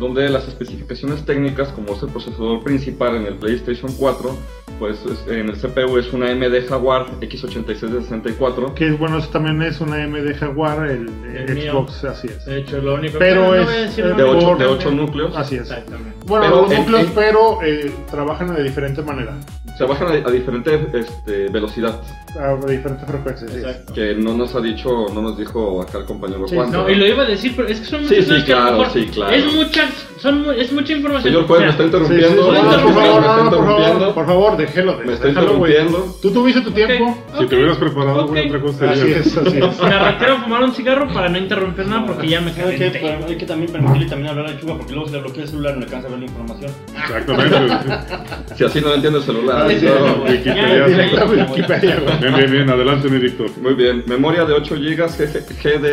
[SPEAKER 2] donde las especificaciones técnicas, como es el procesador principal en el PlayStation 4, pues es- en el CPU es una AMD Jaguar X86 de 64.
[SPEAKER 1] Que es bueno, eso también es una M de Jaguar, el,
[SPEAKER 6] El
[SPEAKER 1] el
[SPEAKER 6] mío.
[SPEAKER 1] Xbox, así es.
[SPEAKER 6] de hecho, lo único
[SPEAKER 1] Pero
[SPEAKER 6] no
[SPEAKER 1] es
[SPEAKER 6] voy a decir
[SPEAKER 1] eh,
[SPEAKER 6] nada.
[SPEAKER 2] de ocho-
[SPEAKER 1] por-
[SPEAKER 2] de ocho núcleos.
[SPEAKER 1] Así es.
[SPEAKER 6] Exactamente.
[SPEAKER 1] Bueno,
[SPEAKER 2] Pero
[SPEAKER 1] los
[SPEAKER 2] en-
[SPEAKER 1] núcleos,
[SPEAKER 2] en-
[SPEAKER 1] pero eh, trabajan de diferente manera,
[SPEAKER 2] Se bajan a, a diferente este, velocidad,
[SPEAKER 1] a diferentes frecuencias. así es.
[SPEAKER 6] Exacto.
[SPEAKER 2] que no nos ha dicho, no nos dijo acá el compañero
[SPEAKER 1] Sí,
[SPEAKER 2] Juan.
[SPEAKER 6] No,
[SPEAKER 2] ¿verdad?
[SPEAKER 6] y lo iba a decir, pero es que son
[SPEAKER 2] Sí,
[SPEAKER 6] muchas
[SPEAKER 2] sí,
[SPEAKER 6] cosas que a lo
[SPEAKER 2] claro,
[SPEAKER 6] mejor
[SPEAKER 2] sí, claro.
[SPEAKER 6] Es mucha, son, mu- es mucha información.
[SPEAKER 2] Señor juez, me está
[SPEAKER 1] Sí, sí,
[SPEAKER 2] interrumpiendo.
[SPEAKER 1] sí,
[SPEAKER 2] señor
[SPEAKER 1] no, por
[SPEAKER 2] fiscal,
[SPEAKER 1] favor,
[SPEAKER 2] me
[SPEAKER 1] no,
[SPEAKER 2] está
[SPEAKER 1] no, por favor,
[SPEAKER 2] interrumpiendo.
[SPEAKER 1] por favor, déjelo.
[SPEAKER 2] Me está
[SPEAKER 1] déjalo, güey.
[SPEAKER 2] interrumpiendo.
[SPEAKER 1] Tú tuviste tu
[SPEAKER 6] Ok.
[SPEAKER 1] tiempo.
[SPEAKER 4] Si te hubieras preparado
[SPEAKER 6] Ok.
[SPEAKER 4] alguna otra cosa,
[SPEAKER 1] Así
[SPEAKER 4] sería-
[SPEAKER 1] es, así es.
[SPEAKER 6] En la ratera fumar un cigarro para no interrumpir nada porque ya me
[SPEAKER 7] Hay que,
[SPEAKER 6] calenté.
[SPEAKER 7] hay que también permitirle también hablar a Chuga porque luego se le bloquea el celular y no alcanza a ver la información.
[SPEAKER 4] Exactamente.
[SPEAKER 2] Si así no entiendo el celular.
[SPEAKER 1] Así es.
[SPEAKER 2] claro.
[SPEAKER 4] Wikipedia.
[SPEAKER 1] Directamente Wikipedia, güey.
[SPEAKER 4] Bien, bien, bien. Adelante, mi Víctor.
[SPEAKER 2] Muy bien. Memoria de 8 GB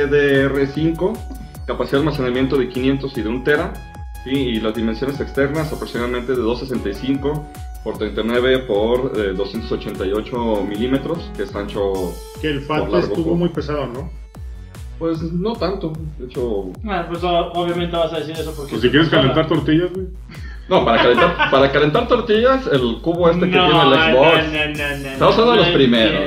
[SPEAKER 2] GDDR5. Capacidad de almacenamiento de 500 y de 1 tera. ¿sí? Y las dimensiones externas aproximadamente de 265 por 39 por eh, 288 milímetros, que es ancho,
[SPEAKER 1] Que el
[SPEAKER 2] Por
[SPEAKER 1] FAT
[SPEAKER 2] largo,
[SPEAKER 1] estuvo
[SPEAKER 2] por-
[SPEAKER 1] muy pesado, ¿no?
[SPEAKER 2] pues no tanto. De hecho,
[SPEAKER 7] Bueno, pues o- obviamente vas a decir eso porque.
[SPEAKER 4] Pues si quieres calentar tortillas, güey.
[SPEAKER 2] no, para calentar, para calentar tortillas, el cubo este que tiene el Xbox. Estamos hablando de los primeros.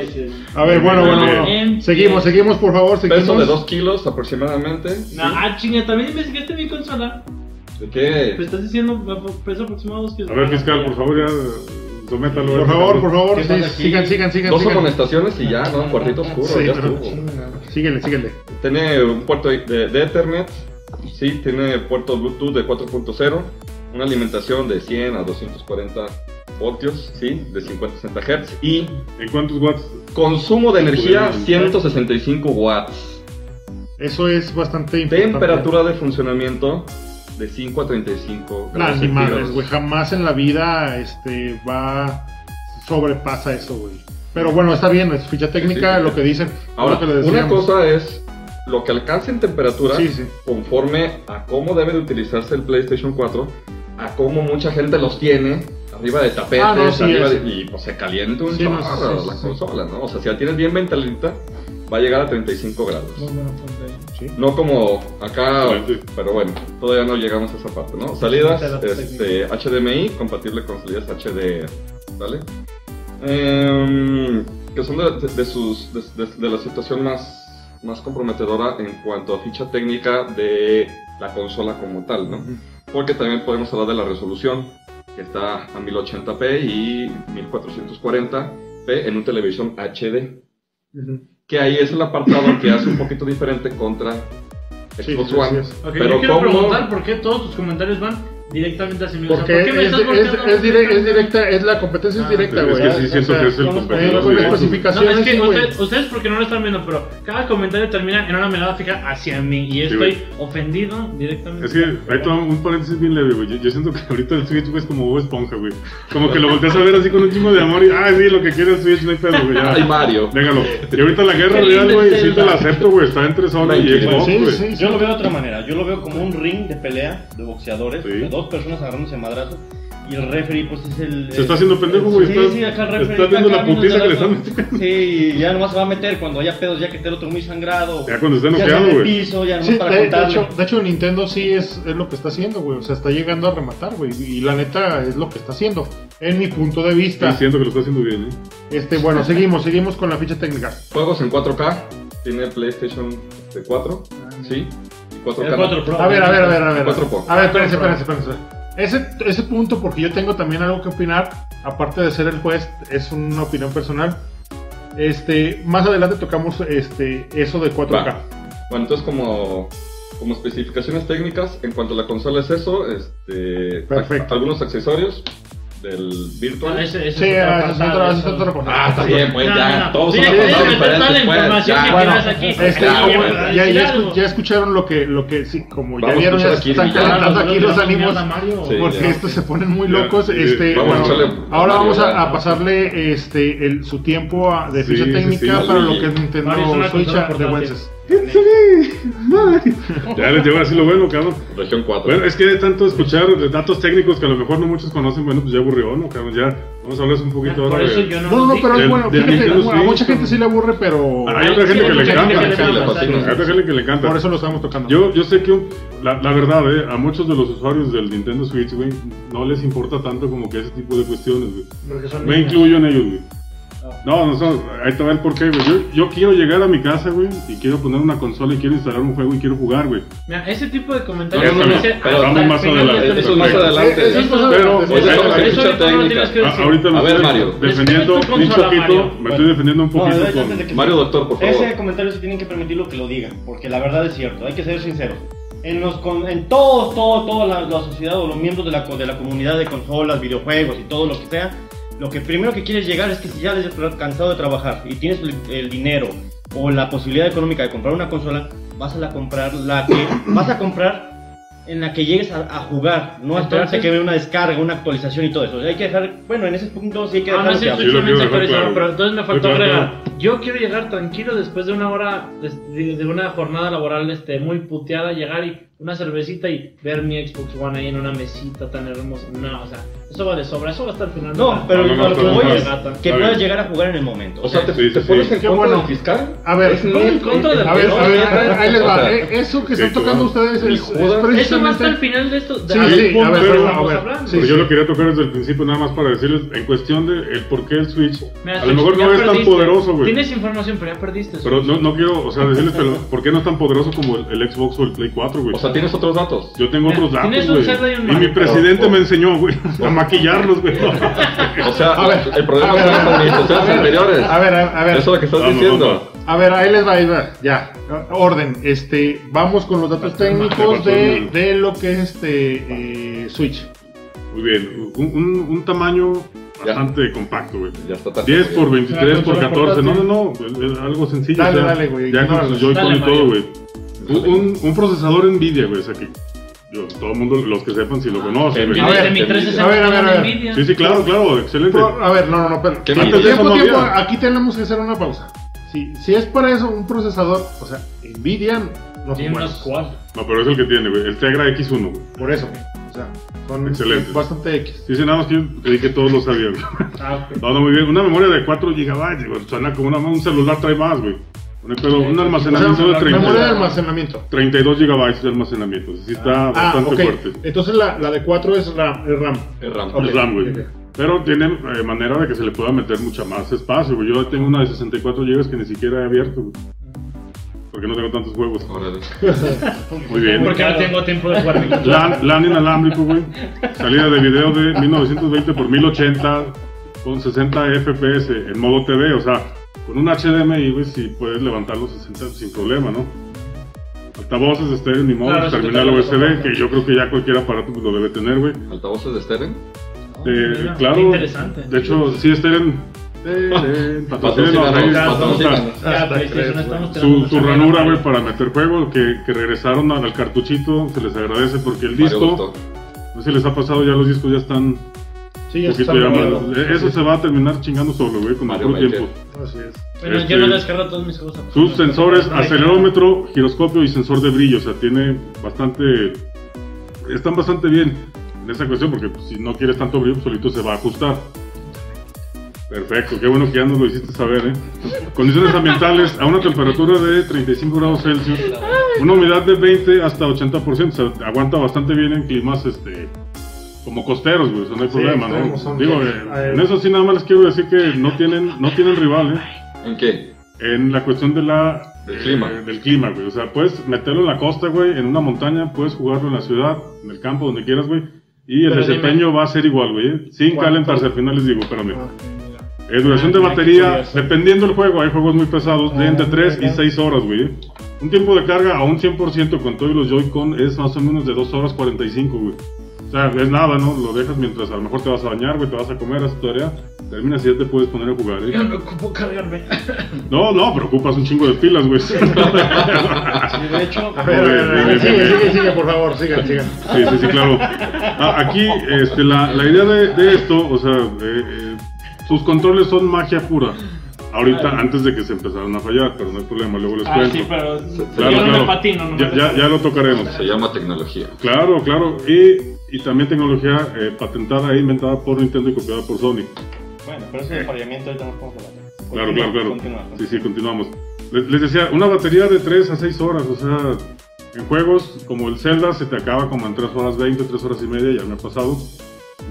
[SPEAKER 1] A ver, bueno, bueno, bueno.
[SPEAKER 6] Bien.
[SPEAKER 1] Seguimos, seguimos, por favor,
[SPEAKER 2] Peso de 2
[SPEAKER 1] seguimos.
[SPEAKER 2] kilos aproximadamente.
[SPEAKER 6] No, ah, chinga, también investigaste mi consola.
[SPEAKER 2] ¿De qué?
[SPEAKER 1] Pues,
[SPEAKER 6] Te estás diciendo peso aproximado dos kilos.
[SPEAKER 4] A ver, fiscal, por favor, ya. Sométalo.
[SPEAKER 1] Por favor, por favor,
[SPEAKER 7] ¿Qué
[SPEAKER 1] sí,
[SPEAKER 7] pasa aquí?
[SPEAKER 1] sigan, sigan, sigan.
[SPEAKER 2] Dos
[SPEAKER 1] sigan.
[SPEAKER 2] amonestaciones y ya, ¿no? Cuartito oscuro,
[SPEAKER 1] Sí,
[SPEAKER 2] ya
[SPEAKER 1] pero-
[SPEAKER 2] estuvo.
[SPEAKER 1] Síguele, síguele.
[SPEAKER 2] Tiene un puerto de, de Ethernet, sí, tiene puerto Bluetooth de 4.0, una alimentación de 100 a 240 voltios, sí, de 50 60 Hz y
[SPEAKER 4] ¿En cuántos watts?
[SPEAKER 2] consumo de energía 165 watts.
[SPEAKER 1] Eso es bastante importante.
[SPEAKER 2] Temperatura de funcionamiento de 5 a 35
[SPEAKER 1] Nah,
[SPEAKER 2] grados
[SPEAKER 1] ni madres,
[SPEAKER 2] centígrados.
[SPEAKER 1] güey. Jamás en la vida este, va. sobrepasa eso, güey. Pero bueno, está bien, es ficha técnica,
[SPEAKER 2] Sí, sí, sí.
[SPEAKER 1] lo que dicen.
[SPEAKER 2] Ahora,
[SPEAKER 1] lo que le
[SPEAKER 2] una
[SPEAKER 1] decíamos.
[SPEAKER 2] cosa es lo que alcance en temperatura
[SPEAKER 1] Sí, sí.
[SPEAKER 2] conforme a cómo debe de utilizarse el PlayStation 4, a cómo mucha gente los tiene arriba de tapetes,
[SPEAKER 1] Ah, no, sí,
[SPEAKER 2] arriba
[SPEAKER 1] es.
[SPEAKER 2] de- y pues se calienta un
[SPEAKER 1] Sí, no,
[SPEAKER 2] chorro
[SPEAKER 1] sí, sí,
[SPEAKER 2] la
[SPEAKER 1] sí.
[SPEAKER 2] consola, ¿no? O sea, si la tienes bien ventanita, va a llegar a 35 grados.
[SPEAKER 1] Sí.
[SPEAKER 2] No como acá,
[SPEAKER 4] Excelente.
[SPEAKER 2] pero bueno, todavía no llegamos a esa parte, ¿no? Salidas
[SPEAKER 6] Esa es la
[SPEAKER 2] este, HDMI, compatible con salidas HDR, ¿vale? Em, que son de, de- de sus, de, de- de la situación más, más comprometedora en cuanto a ficha técnica de la consola como tal, ¿no? Porque también podemos hablar de la resolución, que está a 1080p y 1440p en un televisión HD
[SPEAKER 1] Ujú.
[SPEAKER 2] que ahí es el apartado que hace un poquito diferente contra
[SPEAKER 1] Sí,
[SPEAKER 2] Xbox
[SPEAKER 1] sí,
[SPEAKER 2] One.
[SPEAKER 1] sí,
[SPEAKER 6] Ok,
[SPEAKER 2] Pero
[SPEAKER 6] yo quiero
[SPEAKER 2] ¿cómo?
[SPEAKER 6] preguntar por qué todos tus comentarios van directamente hacia mí. O sea,
[SPEAKER 1] Porque
[SPEAKER 6] ¿por qué me
[SPEAKER 1] es,
[SPEAKER 6] estás
[SPEAKER 1] es-
[SPEAKER 6] volteando?
[SPEAKER 1] es dire- es directa, es la competencia es
[SPEAKER 6] Ah,
[SPEAKER 1] directa,
[SPEAKER 4] Es
[SPEAKER 1] güey.
[SPEAKER 4] que sí siento que es el
[SPEAKER 1] con-
[SPEAKER 4] competidor
[SPEAKER 1] Con las
[SPEAKER 4] directo.
[SPEAKER 6] No, es
[SPEAKER 1] clasificaciones,
[SPEAKER 6] que
[SPEAKER 1] güey.
[SPEAKER 6] ustedes, ustedes porque no lo están viendo, pero cada comentario termina en una mirada fija hacia mí y yo
[SPEAKER 4] Sí,
[SPEAKER 6] estoy
[SPEAKER 4] güey.
[SPEAKER 6] ofendido directamente.
[SPEAKER 4] Es que ahí toma un paréntesis bien leve, güey. Yo, yo siento que ahorita el Switch, güey, es como Bob Esponja, güey. Como que lo volteas a ver así con un chingo de amor y, ah, sí, lo que quiere el Switch, no hay pedo, güey.
[SPEAKER 2] Ay,
[SPEAKER 4] Ya,
[SPEAKER 2] Mario.
[SPEAKER 4] déjalo. Y ahorita la guerra
[SPEAKER 7] Qué
[SPEAKER 4] real,
[SPEAKER 7] lindo
[SPEAKER 4] güey,
[SPEAKER 7] es
[SPEAKER 4] sí te
[SPEAKER 7] Zelda.
[SPEAKER 4] la acepto, güey. Está entre Sony y
[SPEAKER 2] Tranquilo.
[SPEAKER 4] Xbox,
[SPEAKER 1] Sí,
[SPEAKER 4] güey.
[SPEAKER 1] sí, sí.
[SPEAKER 7] Yo lo veo de otra manera, yo lo veo como un ring de pelea de boxeadores,
[SPEAKER 4] Sí.
[SPEAKER 7] de dos personas agarrándose a madrazos y el referee pues es el...
[SPEAKER 4] Se está haciendo pendejo, güey,
[SPEAKER 7] Sí,
[SPEAKER 4] está-
[SPEAKER 7] sí, acá el referee
[SPEAKER 4] está viendo
[SPEAKER 7] acá
[SPEAKER 4] la putiza
[SPEAKER 7] viendo
[SPEAKER 4] que le están
[SPEAKER 7] el- Sí, y ya nomás se va a meter cuando haya pedos, ya que esté el otro muy sangrado.
[SPEAKER 4] Ya cuando esté
[SPEAKER 7] ya
[SPEAKER 4] noqueado,
[SPEAKER 7] sea en el
[SPEAKER 4] güey.
[SPEAKER 7] piso, ya nomás
[SPEAKER 1] Sí,
[SPEAKER 7] para
[SPEAKER 1] de, de
[SPEAKER 7] contarle.
[SPEAKER 1] hecho, de hecho, Nintendo sí es, es lo que está haciendo, güey. O sea, está llegando a rematar, güey. Y la neta es lo que está haciendo. En mi punto de
[SPEAKER 4] Sí,
[SPEAKER 1] vista.
[SPEAKER 4] siento que lo está haciendo bien, ¿eh?
[SPEAKER 1] Este, bueno, seguimos, seguimos con la ficha técnica.
[SPEAKER 2] Juegos en 4K. Tiene PlayStation este, 4.
[SPEAKER 6] Ah,
[SPEAKER 2] Sí. Y 4K.
[SPEAKER 6] El 4 Pro.
[SPEAKER 1] A ver, a ver, a ver, a ver.
[SPEAKER 2] Cuatro po.
[SPEAKER 1] A ver, espérense, espérense, espérense. Ese, ese punto, porque yo tengo también algo que opinar, aparte de ser el juez, es una opinión personal. Este, más adelante tocamos este, eso de 4K.
[SPEAKER 2] Va. Bueno, entonces como, como especificaciones técnicas, en cuanto a la consola es eso, este,
[SPEAKER 1] Perfecto.
[SPEAKER 2] a- algunos accesorios del virtual.
[SPEAKER 6] Ah, ese- ese
[SPEAKER 1] Sí,
[SPEAKER 6] es otro
[SPEAKER 1] ah, eso es otra-
[SPEAKER 6] apartado,
[SPEAKER 1] eso es
[SPEAKER 6] eso-
[SPEAKER 1] otra cosa.
[SPEAKER 2] Ah, está bien, pues
[SPEAKER 6] No,
[SPEAKER 2] ya,
[SPEAKER 6] no, no.
[SPEAKER 2] todos
[SPEAKER 6] Sí,
[SPEAKER 2] son
[SPEAKER 6] sí,
[SPEAKER 2] cosas
[SPEAKER 6] sí, sí,
[SPEAKER 2] diferentes,
[SPEAKER 6] toda la
[SPEAKER 2] pues,
[SPEAKER 6] información
[SPEAKER 2] ya.
[SPEAKER 6] que
[SPEAKER 1] Bueno,
[SPEAKER 6] tienes aquí.
[SPEAKER 1] este,
[SPEAKER 2] Ya,
[SPEAKER 1] como-
[SPEAKER 2] bueno.
[SPEAKER 1] ya, ya
[SPEAKER 6] Decir
[SPEAKER 1] escu-
[SPEAKER 6] algo.
[SPEAKER 1] ya escucharon lo que, lo que sí, como ya
[SPEAKER 2] Vamos a
[SPEAKER 1] vieron, ya
[SPEAKER 2] escuchar aquí,
[SPEAKER 1] están
[SPEAKER 2] ya.
[SPEAKER 1] calentando aquí, los
[SPEAKER 6] Nosotros le damos
[SPEAKER 1] ánimos.
[SPEAKER 6] mierda a Mario.
[SPEAKER 2] Sí,
[SPEAKER 1] porque
[SPEAKER 2] ya.
[SPEAKER 1] estos se ponen muy
[SPEAKER 4] Ya,
[SPEAKER 1] locos.
[SPEAKER 4] sí,
[SPEAKER 1] este,
[SPEAKER 4] vamos a
[SPEAKER 1] bueno,
[SPEAKER 2] echarle
[SPEAKER 1] ahora
[SPEAKER 2] Mario,
[SPEAKER 1] vamos a,
[SPEAKER 2] ya.
[SPEAKER 1] a pasarle este, el, su tiempo a- de
[SPEAKER 4] Sí,
[SPEAKER 1] ficha
[SPEAKER 4] sí,
[SPEAKER 1] técnica
[SPEAKER 4] sí.
[SPEAKER 1] para lo
[SPEAKER 2] Mario
[SPEAKER 1] que es
[SPEAKER 2] es
[SPEAKER 6] una
[SPEAKER 1] Nintendo
[SPEAKER 6] consola
[SPEAKER 1] Switch a- de
[SPEAKER 6] portátil.
[SPEAKER 1] Wences.
[SPEAKER 4] Ya les llevo así lo bueno, cabrón.
[SPEAKER 2] pues. Región 4.
[SPEAKER 4] Bueno, es que de tanto escuchar de datos técnicos que a lo mejor no muchos conocen, bueno, pues ya aburrió, ¿no, cabrón? Ya, vamos a hablar un poquito
[SPEAKER 6] Por
[SPEAKER 4] ahora
[SPEAKER 6] eso
[SPEAKER 4] de...
[SPEAKER 6] yo no.
[SPEAKER 1] No, no, no,
[SPEAKER 6] los dije.
[SPEAKER 1] pero es
[SPEAKER 4] Del-
[SPEAKER 1] bueno.
[SPEAKER 4] del
[SPEAKER 1] Fíjate,
[SPEAKER 4] Nintendo
[SPEAKER 1] a mucha
[SPEAKER 4] Switch, Ah,
[SPEAKER 1] gente sí le aburre, pero.
[SPEAKER 4] Hay otra gente que le
[SPEAKER 6] mucha gente que
[SPEAKER 4] encanta.
[SPEAKER 6] le
[SPEAKER 2] Sí, le
[SPEAKER 6] encanta.
[SPEAKER 2] fascina.
[SPEAKER 4] Hay otra gente que le encanta.
[SPEAKER 1] Por eso lo estábamos tocando.
[SPEAKER 4] Yo, yo sé que un- la, la verdad, eh, a muchos de los usuarios del Nintendo Switch, güey, no les importa tanto como que ese tipo de cuestiones, güey.
[SPEAKER 6] Porque son
[SPEAKER 4] Me
[SPEAKER 6] niños.
[SPEAKER 4] incluyo en ellos, güey.
[SPEAKER 6] Ah.
[SPEAKER 4] No, no, no, ahí te va el porqué, güey. Yo, yo quiero llegar a mi casa, güey, y quiero poner una consola y quiero instalar un juego y quiero jugar, güey.
[SPEAKER 6] Mira, ese tipo de comentarios "Ah,
[SPEAKER 2] No, no,
[SPEAKER 6] me
[SPEAKER 2] no,
[SPEAKER 6] dicen
[SPEAKER 2] pero
[SPEAKER 6] hasta
[SPEAKER 4] vamos
[SPEAKER 6] el
[SPEAKER 4] más
[SPEAKER 6] final de
[SPEAKER 4] adelante.
[SPEAKER 6] este
[SPEAKER 2] eso es más
[SPEAKER 6] programa.
[SPEAKER 2] adelante.
[SPEAKER 1] Eso es más
[SPEAKER 4] Pero-
[SPEAKER 1] adelante.
[SPEAKER 2] Pues
[SPEAKER 1] sí.
[SPEAKER 2] eso es
[SPEAKER 6] Eso
[SPEAKER 2] ficha
[SPEAKER 6] ahorita no lo
[SPEAKER 2] técnica. Ah,
[SPEAKER 6] tienes que
[SPEAKER 4] A-
[SPEAKER 6] decir.
[SPEAKER 4] Ah, ahorita me
[SPEAKER 2] A ver,
[SPEAKER 4] estoy
[SPEAKER 2] Mario.
[SPEAKER 4] defendiendo
[SPEAKER 6] Defiende tu
[SPEAKER 4] un
[SPEAKER 6] consola,
[SPEAKER 4] poquito,
[SPEAKER 6] Mario.
[SPEAKER 4] me estoy defendiendo un
[SPEAKER 7] No,
[SPEAKER 4] poquito
[SPEAKER 7] antes
[SPEAKER 4] con...
[SPEAKER 7] de que-
[SPEAKER 2] Mario, doctor, por favor.
[SPEAKER 7] Ese comentario se tienen que permitir lo que lo digan, porque la verdad es cierto, hay que ser sinceros. En, los, con- en todo, todo, toda la, la sociedad o los miembros de la, co- de la comunidad de consolas, videojuegos y todo lo que sea, lo que primero que quieres llegar es que si ya eres cansado de trabajar y tienes el, el dinero o la posibilidad económica de comprar una consola, vas a la comprar la que vas a comprar en la que llegues a, a jugar, no a esperarte
[SPEAKER 6] Entonces-
[SPEAKER 7] que vea una descarga, una actualización y todo eso. O sea, hay que dejar, bueno, en ese punto sí hay que
[SPEAKER 6] Ah,
[SPEAKER 7] dejar
[SPEAKER 6] no,
[SPEAKER 7] lo
[SPEAKER 6] sí,
[SPEAKER 7] que hable.
[SPEAKER 6] estoy
[SPEAKER 4] Yo lo quiero
[SPEAKER 6] totalmente
[SPEAKER 4] dejar
[SPEAKER 6] actualizado,
[SPEAKER 4] claro.
[SPEAKER 6] pero entonces me faltó
[SPEAKER 4] Claro, claro.
[SPEAKER 6] agregar. Yo quiero llegar tranquilo después de una hora des- de, de una jornada laboral este, muy puteada, llegar y una cervecita y ver mi Xbox One ahí en una mesita tan hermosa. No, o sea, eso va de sobra, eso va a estar final.
[SPEAKER 7] No, pero
[SPEAKER 4] No, no, no,
[SPEAKER 7] lo que
[SPEAKER 4] no,
[SPEAKER 7] voy
[SPEAKER 4] no,
[SPEAKER 7] es
[SPEAKER 6] no.
[SPEAKER 7] que
[SPEAKER 4] Está
[SPEAKER 7] puedas
[SPEAKER 4] bien.
[SPEAKER 7] llegar a jugar en el momento.
[SPEAKER 2] O sea, te,
[SPEAKER 4] Sí, sí,
[SPEAKER 2] te
[SPEAKER 4] sí.
[SPEAKER 2] pones en
[SPEAKER 1] Qué
[SPEAKER 2] contra
[SPEAKER 1] bueno.
[SPEAKER 2] del fiscal.
[SPEAKER 1] A ver,
[SPEAKER 2] Es
[SPEAKER 6] ¿cómo en
[SPEAKER 2] neta,
[SPEAKER 6] contra del
[SPEAKER 2] neta.
[SPEAKER 1] A ver, a ver, ahí les
[SPEAKER 2] O
[SPEAKER 1] va.
[SPEAKER 2] sea,
[SPEAKER 1] Eh, Eso que
[SPEAKER 4] Sí,
[SPEAKER 1] están tocando ustedes es,
[SPEAKER 2] Hijo
[SPEAKER 1] es
[SPEAKER 2] de- Eso va
[SPEAKER 6] eso va hasta el
[SPEAKER 1] precisamente.
[SPEAKER 6] final de esto. de-
[SPEAKER 1] Sí,
[SPEAKER 6] de-
[SPEAKER 1] sí, a ver,
[SPEAKER 6] de-
[SPEAKER 4] pero-
[SPEAKER 6] estamos
[SPEAKER 1] a ver,
[SPEAKER 6] hablando.
[SPEAKER 1] sí.
[SPEAKER 4] Pero yo lo quería tocar desde el principio nada más para decirles en cuestión de el por qué el Switch
[SPEAKER 6] Mira,
[SPEAKER 4] a lo mejor
[SPEAKER 6] ya
[SPEAKER 4] no es tan
[SPEAKER 6] perdiste.
[SPEAKER 4] poderoso, güey.
[SPEAKER 6] Tienes información, pero ya perdiste.
[SPEAKER 4] Pero no, no quiero, o sea, decirles pero por qué no es tan poderoso como el, el Xbox o el Play 4, güey.
[SPEAKER 2] O sea, tienes otros datos.
[SPEAKER 4] yo tengo
[SPEAKER 6] Mira,
[SPEAKER 4] otros datos,
[SPEAKER 6] tienes un Zelda y
[SPEAKER 4] güey.
[SPEAKER 6] un
[SPEAKER 4] Y mi
[SPEAKER 6] Mario.
[SPEAKER 4] presidente
[SPEAKER 2] Oh, oh.
[SPEAKER 4] me enseñó, güey, a maquillarlos, güey.
[SPEAKER 2] O sea,
[SPEAKER 1] A ver,
[SPEAKER 2] el problema
[SPEAKER 1] a ver,
[SPEAKER 2] son las
[SPEAKER 1] a ver,
[SPEAKER 2] administraciones
[SPEAKER 1] a ver,
[SPEAKER 2] anteriores.
[SPEAKER 1] A ver, a a ver.
[SPEAKER 2] Eso es lo que estás
[SPEAKER 4] Vamos,
[SPEAKER 2] diciendo.
[SPEAKER 1] A ver, ahí les va, ahí va, ya, orden, este, vamos con los datos técnicos de, de lo que es este eh, Switch.
[SPEAKER 4] Muy bien, un, un- un tamaño
[SPEAKER 2] Ya.
[SPEAKER 4] bastante compacto, güey.
[SPEAKER 2] Ya está.
[SPEAKER 4] 10 por 23 por
[SPEAKER 1] Una consola
[SPEAKER 4] 14, no, no,
[SPEAKER 1] portátil.
[SPEAKER 4] no, es- es algo sencillo.
[SPEAKER 1] Dale,
[SPEAKER 4] o sea,
[SPEAKER 1] dale, güey,
[SPEAKER 4] Ya con
[SPEAKER 1] ignóralo.
[SPEAKER 4] su Joy-Con
[SPEAKER 6] Dale,
[SPEAKER 4] y
[SPEAKER 6] Mario.
[SPEAKER 4] todo, güey. Un, un- un procesador Nvidia, güey, o sea que yo- todo el mundo, los que sepan, si lo conocen, güey.
[SPEAKER 2] A
[SPEAKER 6] Tienes
[SPEAKER 1] ver,
[SPEAKER 6] de mi 360
[SPEAKER 1] a ver, a ver, a ver.
[SPEAKER 6] de Nvidia.
[SPEAKER 4] Sí, sí, claro, claro, excelente.
[SPEAKER 1] Pro- a ver, no, no, no, pero
[SPEAKER 2] ¿Qué
[SPEAKER 1] tiempo,
[SPEAKER 2] más?
[SPEAKER 1] tiempo,
[SPEAKER 4] Eso no
[SPEAKER 1] tiempo,
[SPEAKER 4] había.
[SPEAKER 1] aquí tenemos que hacer una pausa. Si, si es para eso un procesador, o sea, Nvidia no son
[SPEAKER 6] Tiene
[SPEAKER 1] buenos.
[SPEAKER 6] unos cuatro.
[SPEAKER 4] No, pero es el que tiene, güey, el Tegra X1, güey.
[SPEAKER 1] Por eso, o sea, son
[SPEAKER 4] Excelente.
[SPEAKER 1] bastante X.
[SPEAKER 4] Dice nada más que yo creí que todos lo sabían.
[SPEAKER 6] Ah, ok.
[SPEAKER 4] No, no, muy bien. Una memoria de 4 GB, güey. Suena como una, un celular trae más, güey. Un- Pero un
[SPEAKER 1] O sea,
[SPEAKER 4] almacenamiento de
[SPEAKER 1] memoria de
[SPEAKER 4] 30,
[SPEAKER 1] almacenamiento.
[SPEAKER 4] 32 GB de almacenamiento. Sí, está
[SPEAKER 1] Ah,
[SPEAKER 4] bastante
[SPEAKER 1] ok.
[SPEAKER 4] fuerte.
[SPEAKER 1] Entonces la, la de 4 es RAM. Es RAM.
[SPEAKER 2] Es RAM.
[SPEAKER 1] Ok.
[SPEAKER 4] El RAM, güey.
[SPEAKER 1] Ok.
[SPEAKER 4] Pero tiene eh, manera de que se le pueda meter mucha más espacio, güey. Yo tengo una de 64 GB que ni siquiera he abierto, güey. Porque no tengo tantos juegos.
[SPEAKER 2] Órale.
[SPEAKER 4] Muy bien.
[SPEAKER 6] Porque no tengo tiempo de jugar. mi-
[SPEAKER 4] LAN, LAN inalámbrico, güey. Salida de video de 1920 por 1080 con 60 FPS en modo TV, o sea, con un HDMI, güey, si puedes levantar los 60 sin problema, ¿no? Altavoces estéreo, ni modo,
[SPEAKER 6] Claro, eso
[SPEAKER 4] terminal
[SPEAKER 6] te toca
[SPEAKER 4] USB,
[SPEAKER 6] comprar.
[SPEAKER 4] que yo creo que ya cualquier aparato pues, lo debe tener, güey.
[SPEAKER 2] Altavoces de Steren.
[SPEAKER 4] Eh,
[SPEAKER 6] Mira, qué
[SPEAKER 4] claro.
[SPEAKER 6] interesante.
[SPEAKER 4] De hecho, sí, esteren.
[SPEAKER 2] Patrocínanos, patrocínanos.
[SPEAKER 6] Ya,
[SPEAKER 8] Hasta
[SPEAKER 6] PlayStation,
[SPEAKER 8] tres,
[SPEAKER 6] estamos tirando
[SPEAKER 4] Su,
[SPEAKER 6] mucha
[SPEAKER 4] su
[SPEAKER 6] mierda.
[SPEAKER 4] ranura, güey, para meter juegos que, que regresaron al cartuchito, se les agradece porque el
[SPEAKER 2] Mario
[SPEAKER 4] disco,
[SPEAKER 2] Gusto.
[SPEAKER 4] no sé si les ha pasado, ya los discos ya están
[SPEAKER 1] Sí, ya
[SPEAKER 4] un
[SPEAKER 1] se
[SPEAKER 4] poquito
[SPEAKER 1] están
[SPEAKER 4] ya
[SPEAKER 1] moviendo.
[SPEAKER 4] mal. Eh, Eso se va a terminar chingando solo, güey, con el
[SPEAKER 2] Mario
[SPEAKER 4] puro
[SPEAKER 2] Maker.
[SPEAKER 4] tiempo.
[SPEAKER 1] Así es.
[SPEAKER 6] Bueno,
[SPEAKER 4] Este-
[SPEAKER 6] yo no descargo todos mis juegos.
[SPEAKER 4] Sus sensores,
[SPEAKER 6] Ay,
[SPEAKER 4] acelerómetro, giroscopio y sensor de brillo, o sea, tiene bastante... Están bastante bien en esa cuestión porque pues, si no quieres tanto brillo, pues, solito se va a ajustar. Perfecto, qué bueno que ya nos lo hiciste saber, ¿eh? Condiciones ambientales a una temperatura de 35 grados Celsius, una humedad de 20 hasta 80%, o sea, aguanta bastante bien en climas, este... Como costeros, güey, o sea, no hay
[SPEAKER 1] Sí,
[SPEAKER 4] problema,
[SPEAKER 1] extremos
[SPEAKER 4] ¿no?
[SPEAKER 1] son
[SPEAKER 4] Digo,
[SPEAKER 1] bien.
[SPEAKER 4] eh,
[SPEAKER 1] A ver.
[SPEAKER 4] en eso sí nada más les quiero decir que no tienen, no tienen rival, ¿eh?
[SPEAKER 2] ¿En qué?
[SPEAKER 4] En la cuestión de la,
[SPEAKER 2] Del clima.
[SPEAKER 4] eh, del clima, güey. O sea, puedes meterlo en la costa, güey, en una montaña, puedes jugarlo en la ciudad, en el campo, donde quieras, güey. Y el
[SPEAKER 6] Pero
[SPEAKER 4] desempeño va a ser igual, güey. ¿eh? Sin
[SPEAKER 1] ¿Cuánto?
[SPEAKER 4] calentarse, al final les digo, espérame.
[SPEAKER 1] Ah,
[SPEAKER 4] Eh, duración de
[SPEAKER 6] Ah, qué
[SPEAKER 4] batería,
[SPEAKER 6] curioso.
[SPEAKER 4] dependiendo del juego, hay juegos muy pesados, de
[SPEAKER 1] Ah,
[SPEAKER 4] entre 3 y
[SPEAKER 1] mira.
[SPEAKER 4] 6 horas, güey. ¿eh? Un tiempo de carga a un 100% con todos los Joy-Con es más o menos de 2 horas 45, güey. O sea, es nada, ¿no? Lo dejas mientras a lo mejor te vas a bañar, güey, te vas a comer, haces tu tarea, terminas y ya te puedes poner a jugar, ¿eh?
[SPEAKER 6] Yo no ocupo cargarme.
[SPEAKER 4] No, no, pero ocupas un chingo de pilas, güey. Sí,
[SPEAKER 8] Sí, de hecho,
[SPEAKER 1] A ver, a ver, a ver, eh, sigue, sigue, sigue, por favor, sigan, sigan.
[SPEAKER 4] sí, sí, claro. Ah, aquí, este, la, la idea de, de esto, o sea, eh, eh, sus controles son magia pura. Ahorita, antes de que se empezaran a fallar, pero no hay problema, luego les
[SPEAKER 8] Ah,
[SPEAKER 4] cuento.
[SPEAKER 8] sí, pero
[SPEAKER 4] Claro,
[SPEAKER 8] yo no
[SPEAKER 4] claro.
[SPEAKER 8] me patino, no
[SPEAKER 4] ya,
[SPEAKER 8] me
[SPEAKER 4] ya, ya lo tocaremos.
[SPEAKER 2] Se llama tecnología.
[SPEAKER 4] Claro, claro. Y, y también tecnología eh, patentada e inventada por Nintendo y copiada por Sony.
[SPEAKER 8] Bueno, pero es el fallamiento, ahorita nos podemos hablar.
[SPEAKER 4] Claro,
[SPEAKER 8] Continúa,
[SPEAKER 4] claro, claro.
[SPEAKER 8] continúa,
[SPEAKER 4] Sí,
[SPEAKER 8] continúa.
[SPEAKER 4] sí, continuamos. Les, les decía, una batería de 3 a 6 horas, o sea, en juegos como el Zelda se te acaba como en 3 horas 20, 3 horas y media, ya me ha pasado.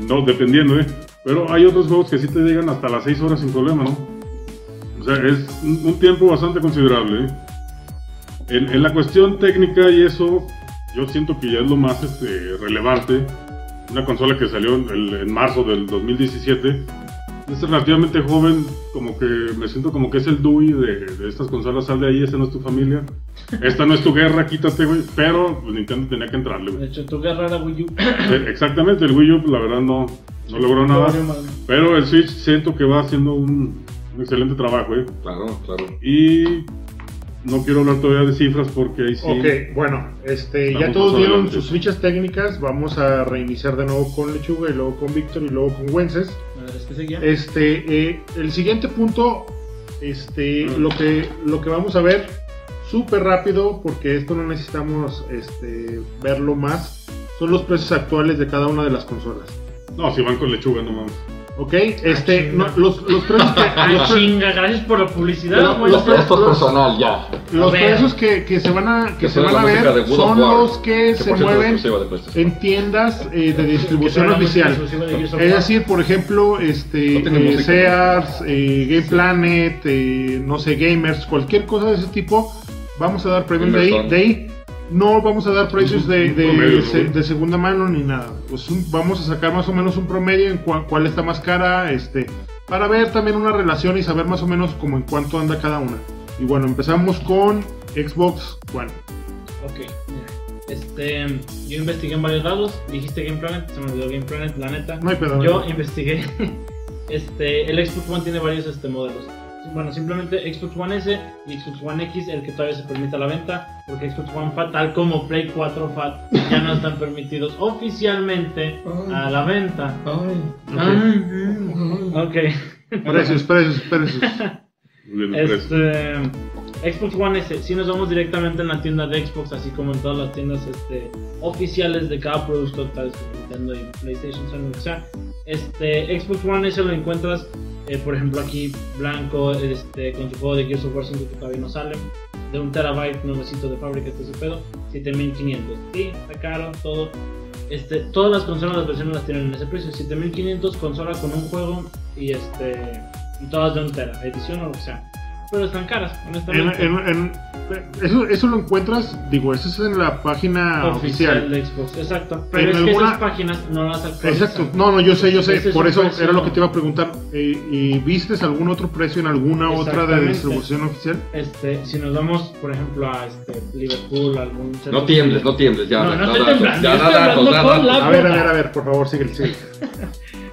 [SPEAKER 4] No, dependiendo, ¿eh? Pero hay otros juegos que sí te llegan hasta las 6 horas sin problema, ¿no? O sea, es un un tiempo bastante considerable, ¿eh? En, en la cuestión técnica y eso, yo siento que ya es lo más este, relevante. Una consola que salió en, el- en marzo del 2017 es relativamente joven, como que me siento como que es el Dewey de, de estas consolas, sal de ahí, esta no es tu familia, esta no es tu guerra, quítate, güey, pero pues, Nintendo tenía que entrarle,
[SPEAKER 6] De
[SPEAKER 4] güey.
[SPEAKER 6] hecho, tu guerra era Wii U.
[SPEAKER 4] Eh, Exactamente, el Wii U, pues, la verdad, no, no logró nada,
[SPEAKER 6] No, madre.
[SPEAKER 4] pero el Switch siento que va haciendo un, un excelente trabajo, güey,
[SPEAKER 2] Claro, claro.
[SPEAKER 4] y no quiero hablar todavía de cifras porque ahí sí...
[SPEAKER 1] Ok, bueno, este,
[SPEAKER 4] Vamos
[SPEAKER 1] ya todos
[SPEAKER 4] más
[SPEAKER 1] dieron
[SPEAKER 4] adelante.
[SPEAKER 1] sus fichas técnicas. Vamos a reiniciar de nuevo con Lechuga y luego con Víctor y luego con Wences.
[SPEAKER 6] Madre, es que seguía.
[SPEAKER 1] Este, eh, el siguiente punto, este, lo que lo que vamos a ver súper rápido, porque esto no necesitamos este, verlo más, son los precios actuales de cada una de las consolas.
[SPEAKER 4] No, si van con lechuga, no mames.
[SPEAKER 1] ¿Ok? Este,
[SPEAKER 6] Ah, chinga.
[SPEAKER 1] no, los, los precios que,
[SPEAKER 6] Ay,
[SPEAKER 1] los pre-
[SPEAKER 6] chinga, gracias por la publicidad.
[SPEAKER 2] Pero,
[SPEAKER 6] güey.
[SPEAKER 2] los esto es personal, ya.
[SPEAKER 1] los
[SPEAKER 6] A ver.
[SPEAKER 1] precios que, que se van a, que se
[SPEAKER 2] suena
[SPEAKER 1] van a
[SPEAKER 2] la música de
[SPEAKER 1] ver
[SPEAKER 2] Wood of
[SPEAKER 1] son
[SPEAKER 2] War,
[SPEAKER 1] los que,
[SPEAKER 2] por
[SPEAKER 1] se
[SPEAKER 2] cierto es
[SPEAKER 1] mueven
[SPEAKER 2] exclusiva de PlayStation.
[SPEAKER 1] en tiendas eh, de
[SPEAKER 6] Que
[SPEAKER 1] distribución
[SPEAKER 6] suena la música
[SPEAKER 1] oficial.
[SPEAKER 6] exclusiva de Gears of
[SPEAKER 1] Es
[SPEAKER 6] War.
[SPEAKER 1] decir, por ejemplo, este,
[SPEAKER 2] No tiene
[SPEAKER 1] eh,
[SPEAKER 2] música.
[SPEAKER 1] Sears, eh, Game Planet, eh, no sé, Gamers, cualquier cosa de ese tipo, vamos a dar premios de ahí.
[SPEAKER 2] Gamerson.
[SPEAKER 1] De ahí no vamos a dar precios de, de-
[SPEAKER 4] Promedio,
[SPEAKER 1] se-
[SPEAKER 4] ¿no?
[SPEAKER 1] de segunda mano ni nada. Pues un- vamos a sacar más o menos un promedio en cua- cuál está más cara, este, para ver también una relación y saber más o menos como en cuánto anda cada una. Y bueno, empezamos con Xbox One.
[SPEAKER 6] Ok, mira, este, yo investigué en varios lados, dijiste Game Planet, se me olvidó Game Planet, la neta.
[SPEAKER 1] No hay pedo.
[SPEAKER 6] Yo
[SPEAKER 1] ¿no?
[SPEAKER 6] investigué, este, el Xbox One tiene varios este, modelos. Bueno, simplemente Xbox One S y Xbox One X, el que todavía se permite la venta, porque Xbox One Fat, tal como Play 4 Fat, ya no están permitidos oficialmente a la venta. Ah, mm, Ok,
[SPEAKER 1] Precios, precios, precios.
[SPEAKER 4] Bien, precio.
[SPEAKER 6] Este, Xbox One S, si nos vamos directamente en la tienda de Xbox, así como en todas las tiendas este, oficiales de cada producto, tal vez como Nintendo y PlayStation, Sony, lo que sea. Este, Xbox One S lo encuentras, eh, por ejemplo, aquí blanco, este, con su juego de Gears of War 5 que todavía no sale, de un terabyte nuevecito de fábrica, este es su pedo, 7500. Sí, está caro, todo. Este, todas las consolas, las versiones las tienen en ese precio, 7500 consola con un juego y este y todas de un tera, edición o lo que sea. pero están caras,
[SPEAKER 1] En-
[SPEAKER 6] honestamente.
[SPEAKER 1] en- en- eso, eso lo encuentras, digo, eso es en la página
[SPEAKER 6] oficial
[SPEAKER 1] oficial.
[SPEAKER 6] de Xbox, exacto. Pero
[SPEAKER 1] En
[SPEAKER 6] es que
[SPEAKER 1] alguna-
[SPEAKER 6] esas páginas no las actualizan.
[SPEAKER 1] Exacto, no, no, yo sé, yo sé,
[SPEAKER 6] Ese es
[SPEAKER 1] por
[SPEAKER 6] un
[SPEAKER 1] eso
[SPEAKER 6] precio.
[SPEAKER 1] era lo que te iba a preguntar. Eh, ¿Y vistes algún otro precio en alguna otra de
[SPEAKER 6] Exactamente.
[SPEAKER 1] distribución oficial?
[SPEAKER 6] Este, si nos vamos, por ejemplo, a este, Liverpool, algún
[SPEAKER 2] No tiembles, no tiembles, ya.
[SPEAKER 6] No, no
[SPEAKER 2] da
[SPEAKER 6] estoy
[SPEAKER 2] datos,
[SPEAKER 6] temblando,
[SPEAKER 2] ya da
[SPEAKER 6] estoy
[SPEAKER 2] datos,
[SPEAKER 6] hablando
[SPEAKER 2] da
[SPEAKER 6] con
[SPEAKER 2] datos.
[SPEAKER 6] la-
[SPEAKER 1] A ver, a ver, a ver, por favor, sigue, sigue.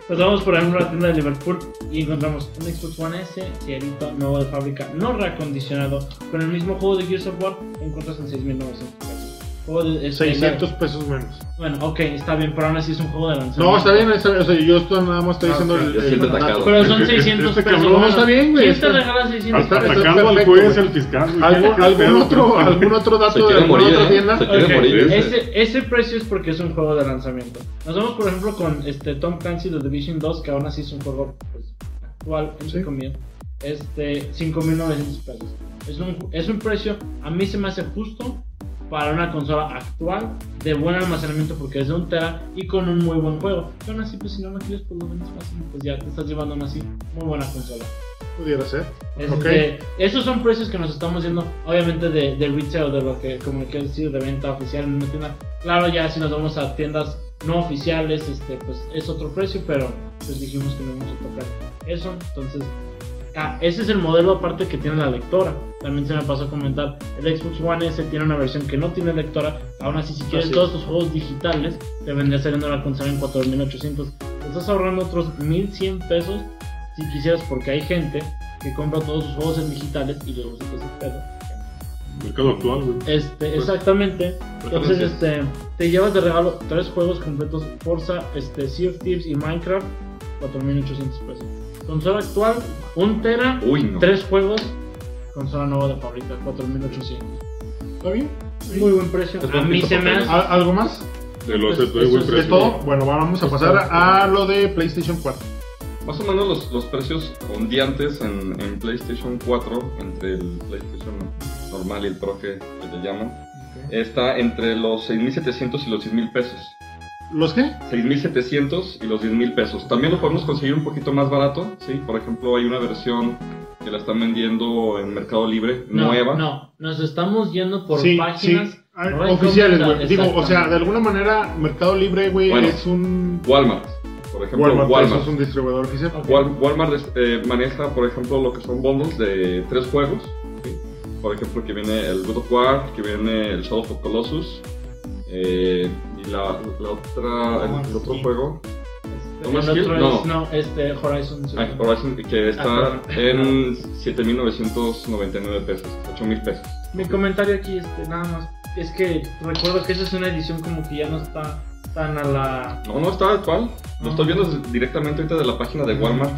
[SPEAKER 6] Nos vamos por ejemplo a la tienda de Liverpool y encontramos un Xbox One S, cierito, nuevo de fábrica, no reacondicionado, con el mismo juego de Gears of War, encuentras en 6.900 pesos. Juego de- este,
[SPEAKER 1] 600 pesos menos.
[SPEAKER 6] Bueno, ok, está bien, pero aún así es un juego de lanzamiento.
[SPEAKER 1] No, está bien, está bien, o sea, yo esto nada más estoy
[SPEAKER 6] Ah,
[SPEAKER 1] diciendo
[SPEAKER 6] ok.
[SPEAKER 1] el,
[SPEAKER 2] Yo
[SPEAKER 1] el
[SPEAKER 2] siento
[SPEAKER 1] dato.
[SPEAKER 2] atacado.
[SPEAKER 6] Pero son
[SPEAKER 4] Este
[SPEAKER 6] 600 pesos.
[SPEAKER 1] cabrón está bien, güey, este- está-
[SPEAKER 6] ¿Quién te regala 600
[SPEAKER 4] Hasta
[SPEAKER 1] está
[SPEAKER 6] pesos?
[SPEAKER 4] atacando al
[SPEAKER 1] perfecto,
[SPEAKER 4] juez,
[SPEAKER 1] güey.
[SPEAKER 4] al fiscal. güey.
[SPEAKER 1] ¿Algún,
[SPEAKER 4] ¿Qué
[SPEAKER 1] algún
[SPEAKER 4] pedo?
[SPEAKER 1] otro, algún otro
[SPEAKER 2] Se
[SPEAKER 1] dato de
[SPEAKER 2] quiere
[SPEAKER 1] alguna
[SPEAKER 2] morir,
[SPEAKER 1] otra
[SPEAKER 2] ¿eh?
[SPEAKER 1] tienda?
[SPEAKER 2] Se quiere
[SPEAKER 6] Ok,
[SPEAKER 2] morir. este.
[SPEAKER 6] Ese, ese precio es porque es un juego de lanzamiento. Nos vamos, por ejemplo, con este Tom Clancy The Division 2, que aún así es un juego pues, actual, entre
[SPEAKER 1] Sí.
[SPEAKER 6] comillas. Este, 5.900 pesos. Es un, ju- es un precio, a mí se me hace justo para una consola actual, de buen almacenamiento porque es de un tera y con un muy buen juego. Y aún así, pues si no lo quieres, por lo menos fácil, pues ya te estás llevando aún así muy buena consola.
[SPEAKER 1] Pudiera ser.
[SPEAKER 6] Este,
[SPEAKER 1] Ok.
[SPEAKER 6] Esos son precios que nos estamos yendo, obviamente, de, de retail, de lo que, como quiero decir, de venta oficial en una tienda. Claro, ya si nos vamos a tiendas no oficiales, este, pues es otro precio, pero pues dijimos que no vamos a tocar eso. Entonces, ah, ese es el modelo aparte que tiene la lectora. También se me pasó a comentar, el Xbox One S tiene una versión que no tiene lectora. Aún así, si quieres
[SPEAKER 1] Así es.
[SPEAKER 6] todos tus juegos digitales, te vendría saliendo la consola en 4800. Te estás ahorrando otros 1100 pesos si quisieras, porque hay gente que compra todos sus juegos en digitales y luego se pasa pedo.
[SPEAKER 4] Mercado actual, güey.
[SPEAKER 2] Pues,
[SPEAKER 6] Este, exactamente. Entonces, este, te llevas de regalo tres juegos completos: Forza, este, Sea of Thieves y Minecraft, 4800 pesos. Consola actual, 1 tera,
[SPEAKER 2] Uy, no.
[SPEAKER 6] tres juegos. Consola nueva de fábrica, 4800.
[SPEAKER 1] ¿Está bien?
[SPEAKER 6] Muy buen precio.
[SPEAKER 2] Es
[SPEAKER 6] A
[SPEAKER 2] buen
[SPEAKER 6] mí
[SPEAKER 2] precio
[SPEAKER 6] se me
[SPEAKER 2] para
[SPEAKER 6] hace.
[SPEAKER 1] ¿Al- ¿Algo más?
[SPEAKER 4] Te lo
[SPEAKER 6] Pues,
[SPEAKER 4] acepto, eh,
[SPEAKER 6] eso
[SPEAKER 4] buen
[SPEAKER 6] es
[SPEAKER 1] ¿Es
[SPEAKER 4] precio.
[SPEAKER 1] todo? Bueno, vamos a pasar a lo de PlayStation 4.
[SPEAKER 2] Más o menos los, los precios ondeantes en, en PlayStation 4, entre el PlayStation normal y el Pro que, que le llaman, está entre los 6.700 y los 10.000 pesos.
[SPEAKER 1] ¿Los qué?
[SPEAKER 2] 6.700 y los 10.000 pesos. También lo podemos conseguir un poquito más barato, ¿sí? Por ejemplo, hay una versión que la están vendiendo en Mercado Libre,
[SPEAKER 6] No,
[SPEAKER 2] nueva.
[SPEAKER 6] no, nos estamos yendo por páginas.
[SPEAKER 1] Ah,
[SPEAKER 6] recomendadas.
[SPEAKER 1] oficiales, güey. Digo, o sea,
[SPEAKER 6] Exactamente.
[SPEAKER 1] de alguna manera, Mercado Libre, güey,
[SPEAKER 2] Bueno.
[SPEAKER 1] es un.
[SPEAKER 2] Walmart, por ejemplo,
[SPEAKER 1] Walmart,
[SPEAKER 2] Walmart.
[SPEAKER 1] eso es un distribuidor oficial.
[SPEAKER 6] Ok.
[SPEAKER 2] Wal- Walmart es- eh, maneja, por ejemplo, lo que son bundles de tres juegos. ¿sí? Por ejemplo, que viene el God of War, que viene el Shadow of Colossus. eh, y la, la otra, el, el otro
[SPEAKER 6] Sí.
[SPEAKER 2] juego,
[SPEAKER 6] Este,
[SPEAKER 2] ¿Thomas
[SPEAKER 6] el otro
[SPEAKER 2] Hill?
[SPEAKER 6] es-
[SPEAKER 2] No.
[SPEAKER 6] no, este Horizon. Zero
[SPEAKER 2] ah,
[SPEAKER 6] Dawn.
[SPEAKER 2] Horizon, que está
[SPEAKER 6] Ah,
[SPEAKER 2] en 7.999 pesos, 8.000 pesos.
[SPEAKER 6] Mi comentario aquí, este, nada más, es que recuerdo que esa es una edición como que ya no está tan a la...
[SPEAKER 2] No, no está actual. Lo
[SPEAKER 6] Ah.
[SPEAKER 2] estoy viendo desde- directamente ahorita de la página de Walmart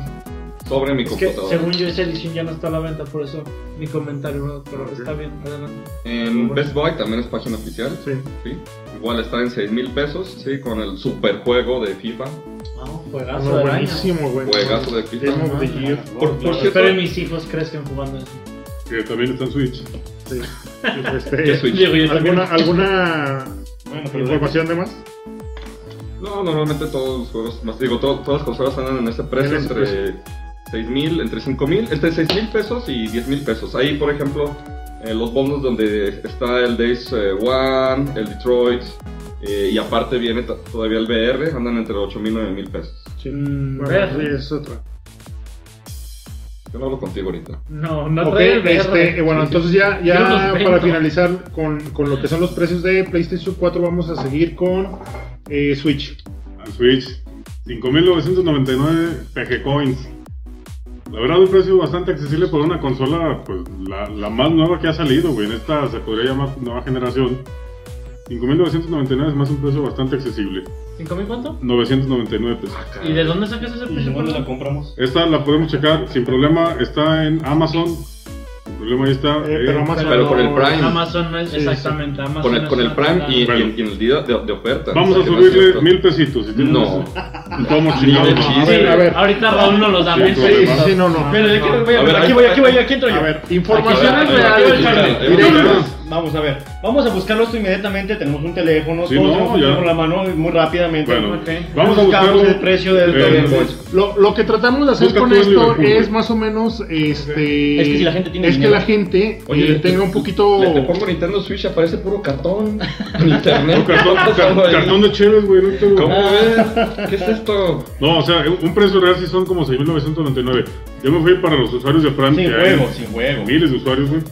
[SPEAKER 2] sobre mi
[SPEAKER 6] Es que
[SPEAKER 2] computadora.
[SPEAKER 6] según yo esa edición ya no está a la venta, por eso mi comentario, ¿no? pero
[SPEAKER 1] Ok.
[SPEAKER 6] está bien, adelante.
[SPEAKER 2] En Best Buy también es página oficial.
[SPEAKER 1] Sí.
[SPEAKER 2] ¿sí? Igual está en 6 mil pesos, sí, con el super juego de FIFA.
[SPEAKER 6] Vamos,
[SPEAKER 1] Ah,
[SPEAKER 6] juegazo
[SPEAKER 1] no, buenísimo, güey.
[SPEAKER 2] Juegazo de
[SPEAKER 1] Game
[SPEAKER 2] FIFA.
[SPEAKER 1] of the Year.
[SPEAKER 2] Por, por cierto,
[SPEAKER 6] Espero que mis hijos crezcan jugando eso.
[SPEAKER 4] Que también está en Switch.
[SPEAKER 1] Sí.
[SPEAKER 2] Yo
[SPEAKER 1] Este,
[SPEAKER 2] soy-
[SPEAKER 6] Diego, yo también.
[SPEAKER 1] ¿Alguna, alguna
[SPEAKER 7] Bueno, pero
[SPEAKER 1] información de más?
[SPEAKER 2] No, normalmente todos los juegos, más digo, to- todas las consolas andan en ese precio
[SPEAKER 1] En ese
[SPEAKER 2] entre 6 mil, entre 5 mil, entre 6 mil pesos y 10 mil pesos. Ahí, por ejemplo, eh, los bonos donde está el Days eh, One, el Detroit, eh, y aparte viene to- todavía el VR, andan entre 8 mil y 9 mil pesos.
[SPEAKER 1] Sí.
[SPEAKER 6] Mm,
[SPEAKER 1] Bueno,
[SPEAKER 6] ver.
[SPEAKER 1] sí, es otra.
[SPEAKER 2] Yo no hablo contigo ahorita.
[SPEAKER 6] No, no
[SPEAKER 1] Ok,
[SPEAKER 6] trae el VR.
[SPEAKER 1] este, eh, bueno, entonces ya,
[SPEAKER 6] Yo los
[SPEAKER 1] ya
[SPEAKER 6] vendo.
[SPEAKER 1] para finalizar con, con lo que son los precios de PlayStation 4, vamos a seguir con eh, Switch.
[SPEAKER 4] Al Switch. 5.999 PG Coins. La verdad, un precio bastante accesible por una consola, pues la, la más nueva que ha salido, güey. En esta se podría llamar nueva generación. 5.999 es más un precio bastante accesible.
[SPEAKER 6] ¿Cinco mil cuánto?
[SPEAKER 4] 999 pesos.
[SPEAKER 2] Ah.
[SPEAKER 6] ¿Y de dónde sacas ese
[SPEAKER 7] ¿Y
[SPEAKER 6] precio?
[SPEAKER 7] dónde la
[SPEAKER 6] perdón?
[SPEAKER 7] compramos?
[SPEAKER 4] Esta la podemos checar sin problema. Está en Amazon. Sin problema, ahí está.
[SPEAKER 1] Eh, pero
[SPEAKER 4] Eh,
[SPEAKER 1] Amazon-
[SPEAKER 2] Pero por el Prime.
[SPEAKER 6] Amazon no es,
[SPEAKER 1] Sí, sí.
[SPEAKER 6] exactamente. Amazon
[SPEAKER 2] Con el,
[SPEAKER 6] es
[SPEAKER 2] con el
[SPEAKER 6] una
[SPEAKER 2] Prime y,
[SPEAKER 4] Bueno.
[SPEAKER 2] y- y en el día de, de oferta.
[SPEAKER 4] Vamos
[SPEAKER 2] O
[SPEAKER 4] a
[SPEAKER 2] sea, que no es
[SPEAKER 4] subirle
[SPEAKER 2] cierto.
[SPEAKER 4] mil pesitos. si tienes-
[SPEAKER 2] No.
[SPEAKER 4] ¿Cómo
[SPEAKER 2] Ni
[SPEAKER 4] chingados?
[SPEAKER 2] de
[SPEAKER 4] No, a
[SPEAKER 2] chiste.
[SPEAKER 1] ver, a ver.
[SPEAKER 6] Ahorita Raúl no los da.
[SPEAKER 4] Sí,
[SPEAKER 6] mil
[SPEAKER 4] sí,
[SPEAKER 6] pesos.
[SPEAKER 4] sí,
[SPEAKER 1] sí, no, no.
[SPEAKER 6] Pero de qué
[SPEAKER 1] No.
[SPEAKER 6] voy a-
[SPEAKER 2] A ver,
[SPEAKER 6] aquí
[SPEAKER 2] ahí-
[SPEAKER 6] voy, aquí voy, aquí entro yo.
[SPEAKER 1] A ver, informaciones
[SPEAKER 2] Ahí va, ahí va, ahí va,
[SPEAKER 1] reales.
[SPEAKER 2] ahí va, ahí va, ahí va,
[SPEAKER 1] directas.
[SPEAKER 2] ahí va.
[SPEAKER 7] Vamos a ver, vamos a buscarlo esto inmediatamente. Tenemos un teléfono,
[SPEAKER 4] Sí,
[SPEAKER 7] todos
[SPEAKER 4] no,
[SPEAKER 7] tenemos un
[SPEAKER 4] ya.
[SPEAKER 7] teléfono en la mano y muy rápidamente.
[SPEAKER 4] Bueno,
[SPEAKER 3] Ok.
[SPEAKER 4] vamos a
[SPEAKER 7] Buscamos
[SPEAKER 4] buscar un-
[SPEAKER 7] el precio del
[SPEAKER 4] eh,
[SPEAKER 7] Game Boy.
[SPEAKER 1] Lo, lo que tratamos de hacer
[SPEAKER 4] Busca
[SPEAKER 1] con
[SPEAKER 4] tú el
[SPEAKER 1] esto
[SPEAKER 4] Liverpool,
[SPEAKER 1] es
[SPEAKER 4] güey.
[SPEAKER 1] más o menos este
[SPEAKER 5] Es que si la gente tiene
[SPEAKER 1] es que
[SPEAKER 5] dinero.
[SPEAKER 1] la gente,
[SPEAKER 2] Oye,
[SPEAKER 1] eh,
[SPEAKER 2] le-
[SPEAKER 1] tenga un poquito
[SPEAKER 2] Le, le pongo Nintendo Switch, aparece puro cartón. en Internet.
[SPEAKER 4] Un cartón,
[SPEAKER 2] ¿Qué está
[SPEAKER 4] ca-
[SPEAKER 2] pasando ahí?
[SPEAKER 4] cartón de chéves, güey. No, te-
[SPEAKER 2] ¿Cómo ves? ¿Qué es esto?
[SPEAKER 4] No, o sea, un precio real sí son como 6.999. Yo me fui para los usuarios de Francia.
[SPEAKER 7] Sin
[SPEAKER 4] hay
[SPEAKER 7] juego, sin juego.
[SPEAKER 4] Miles de usuarios, güey.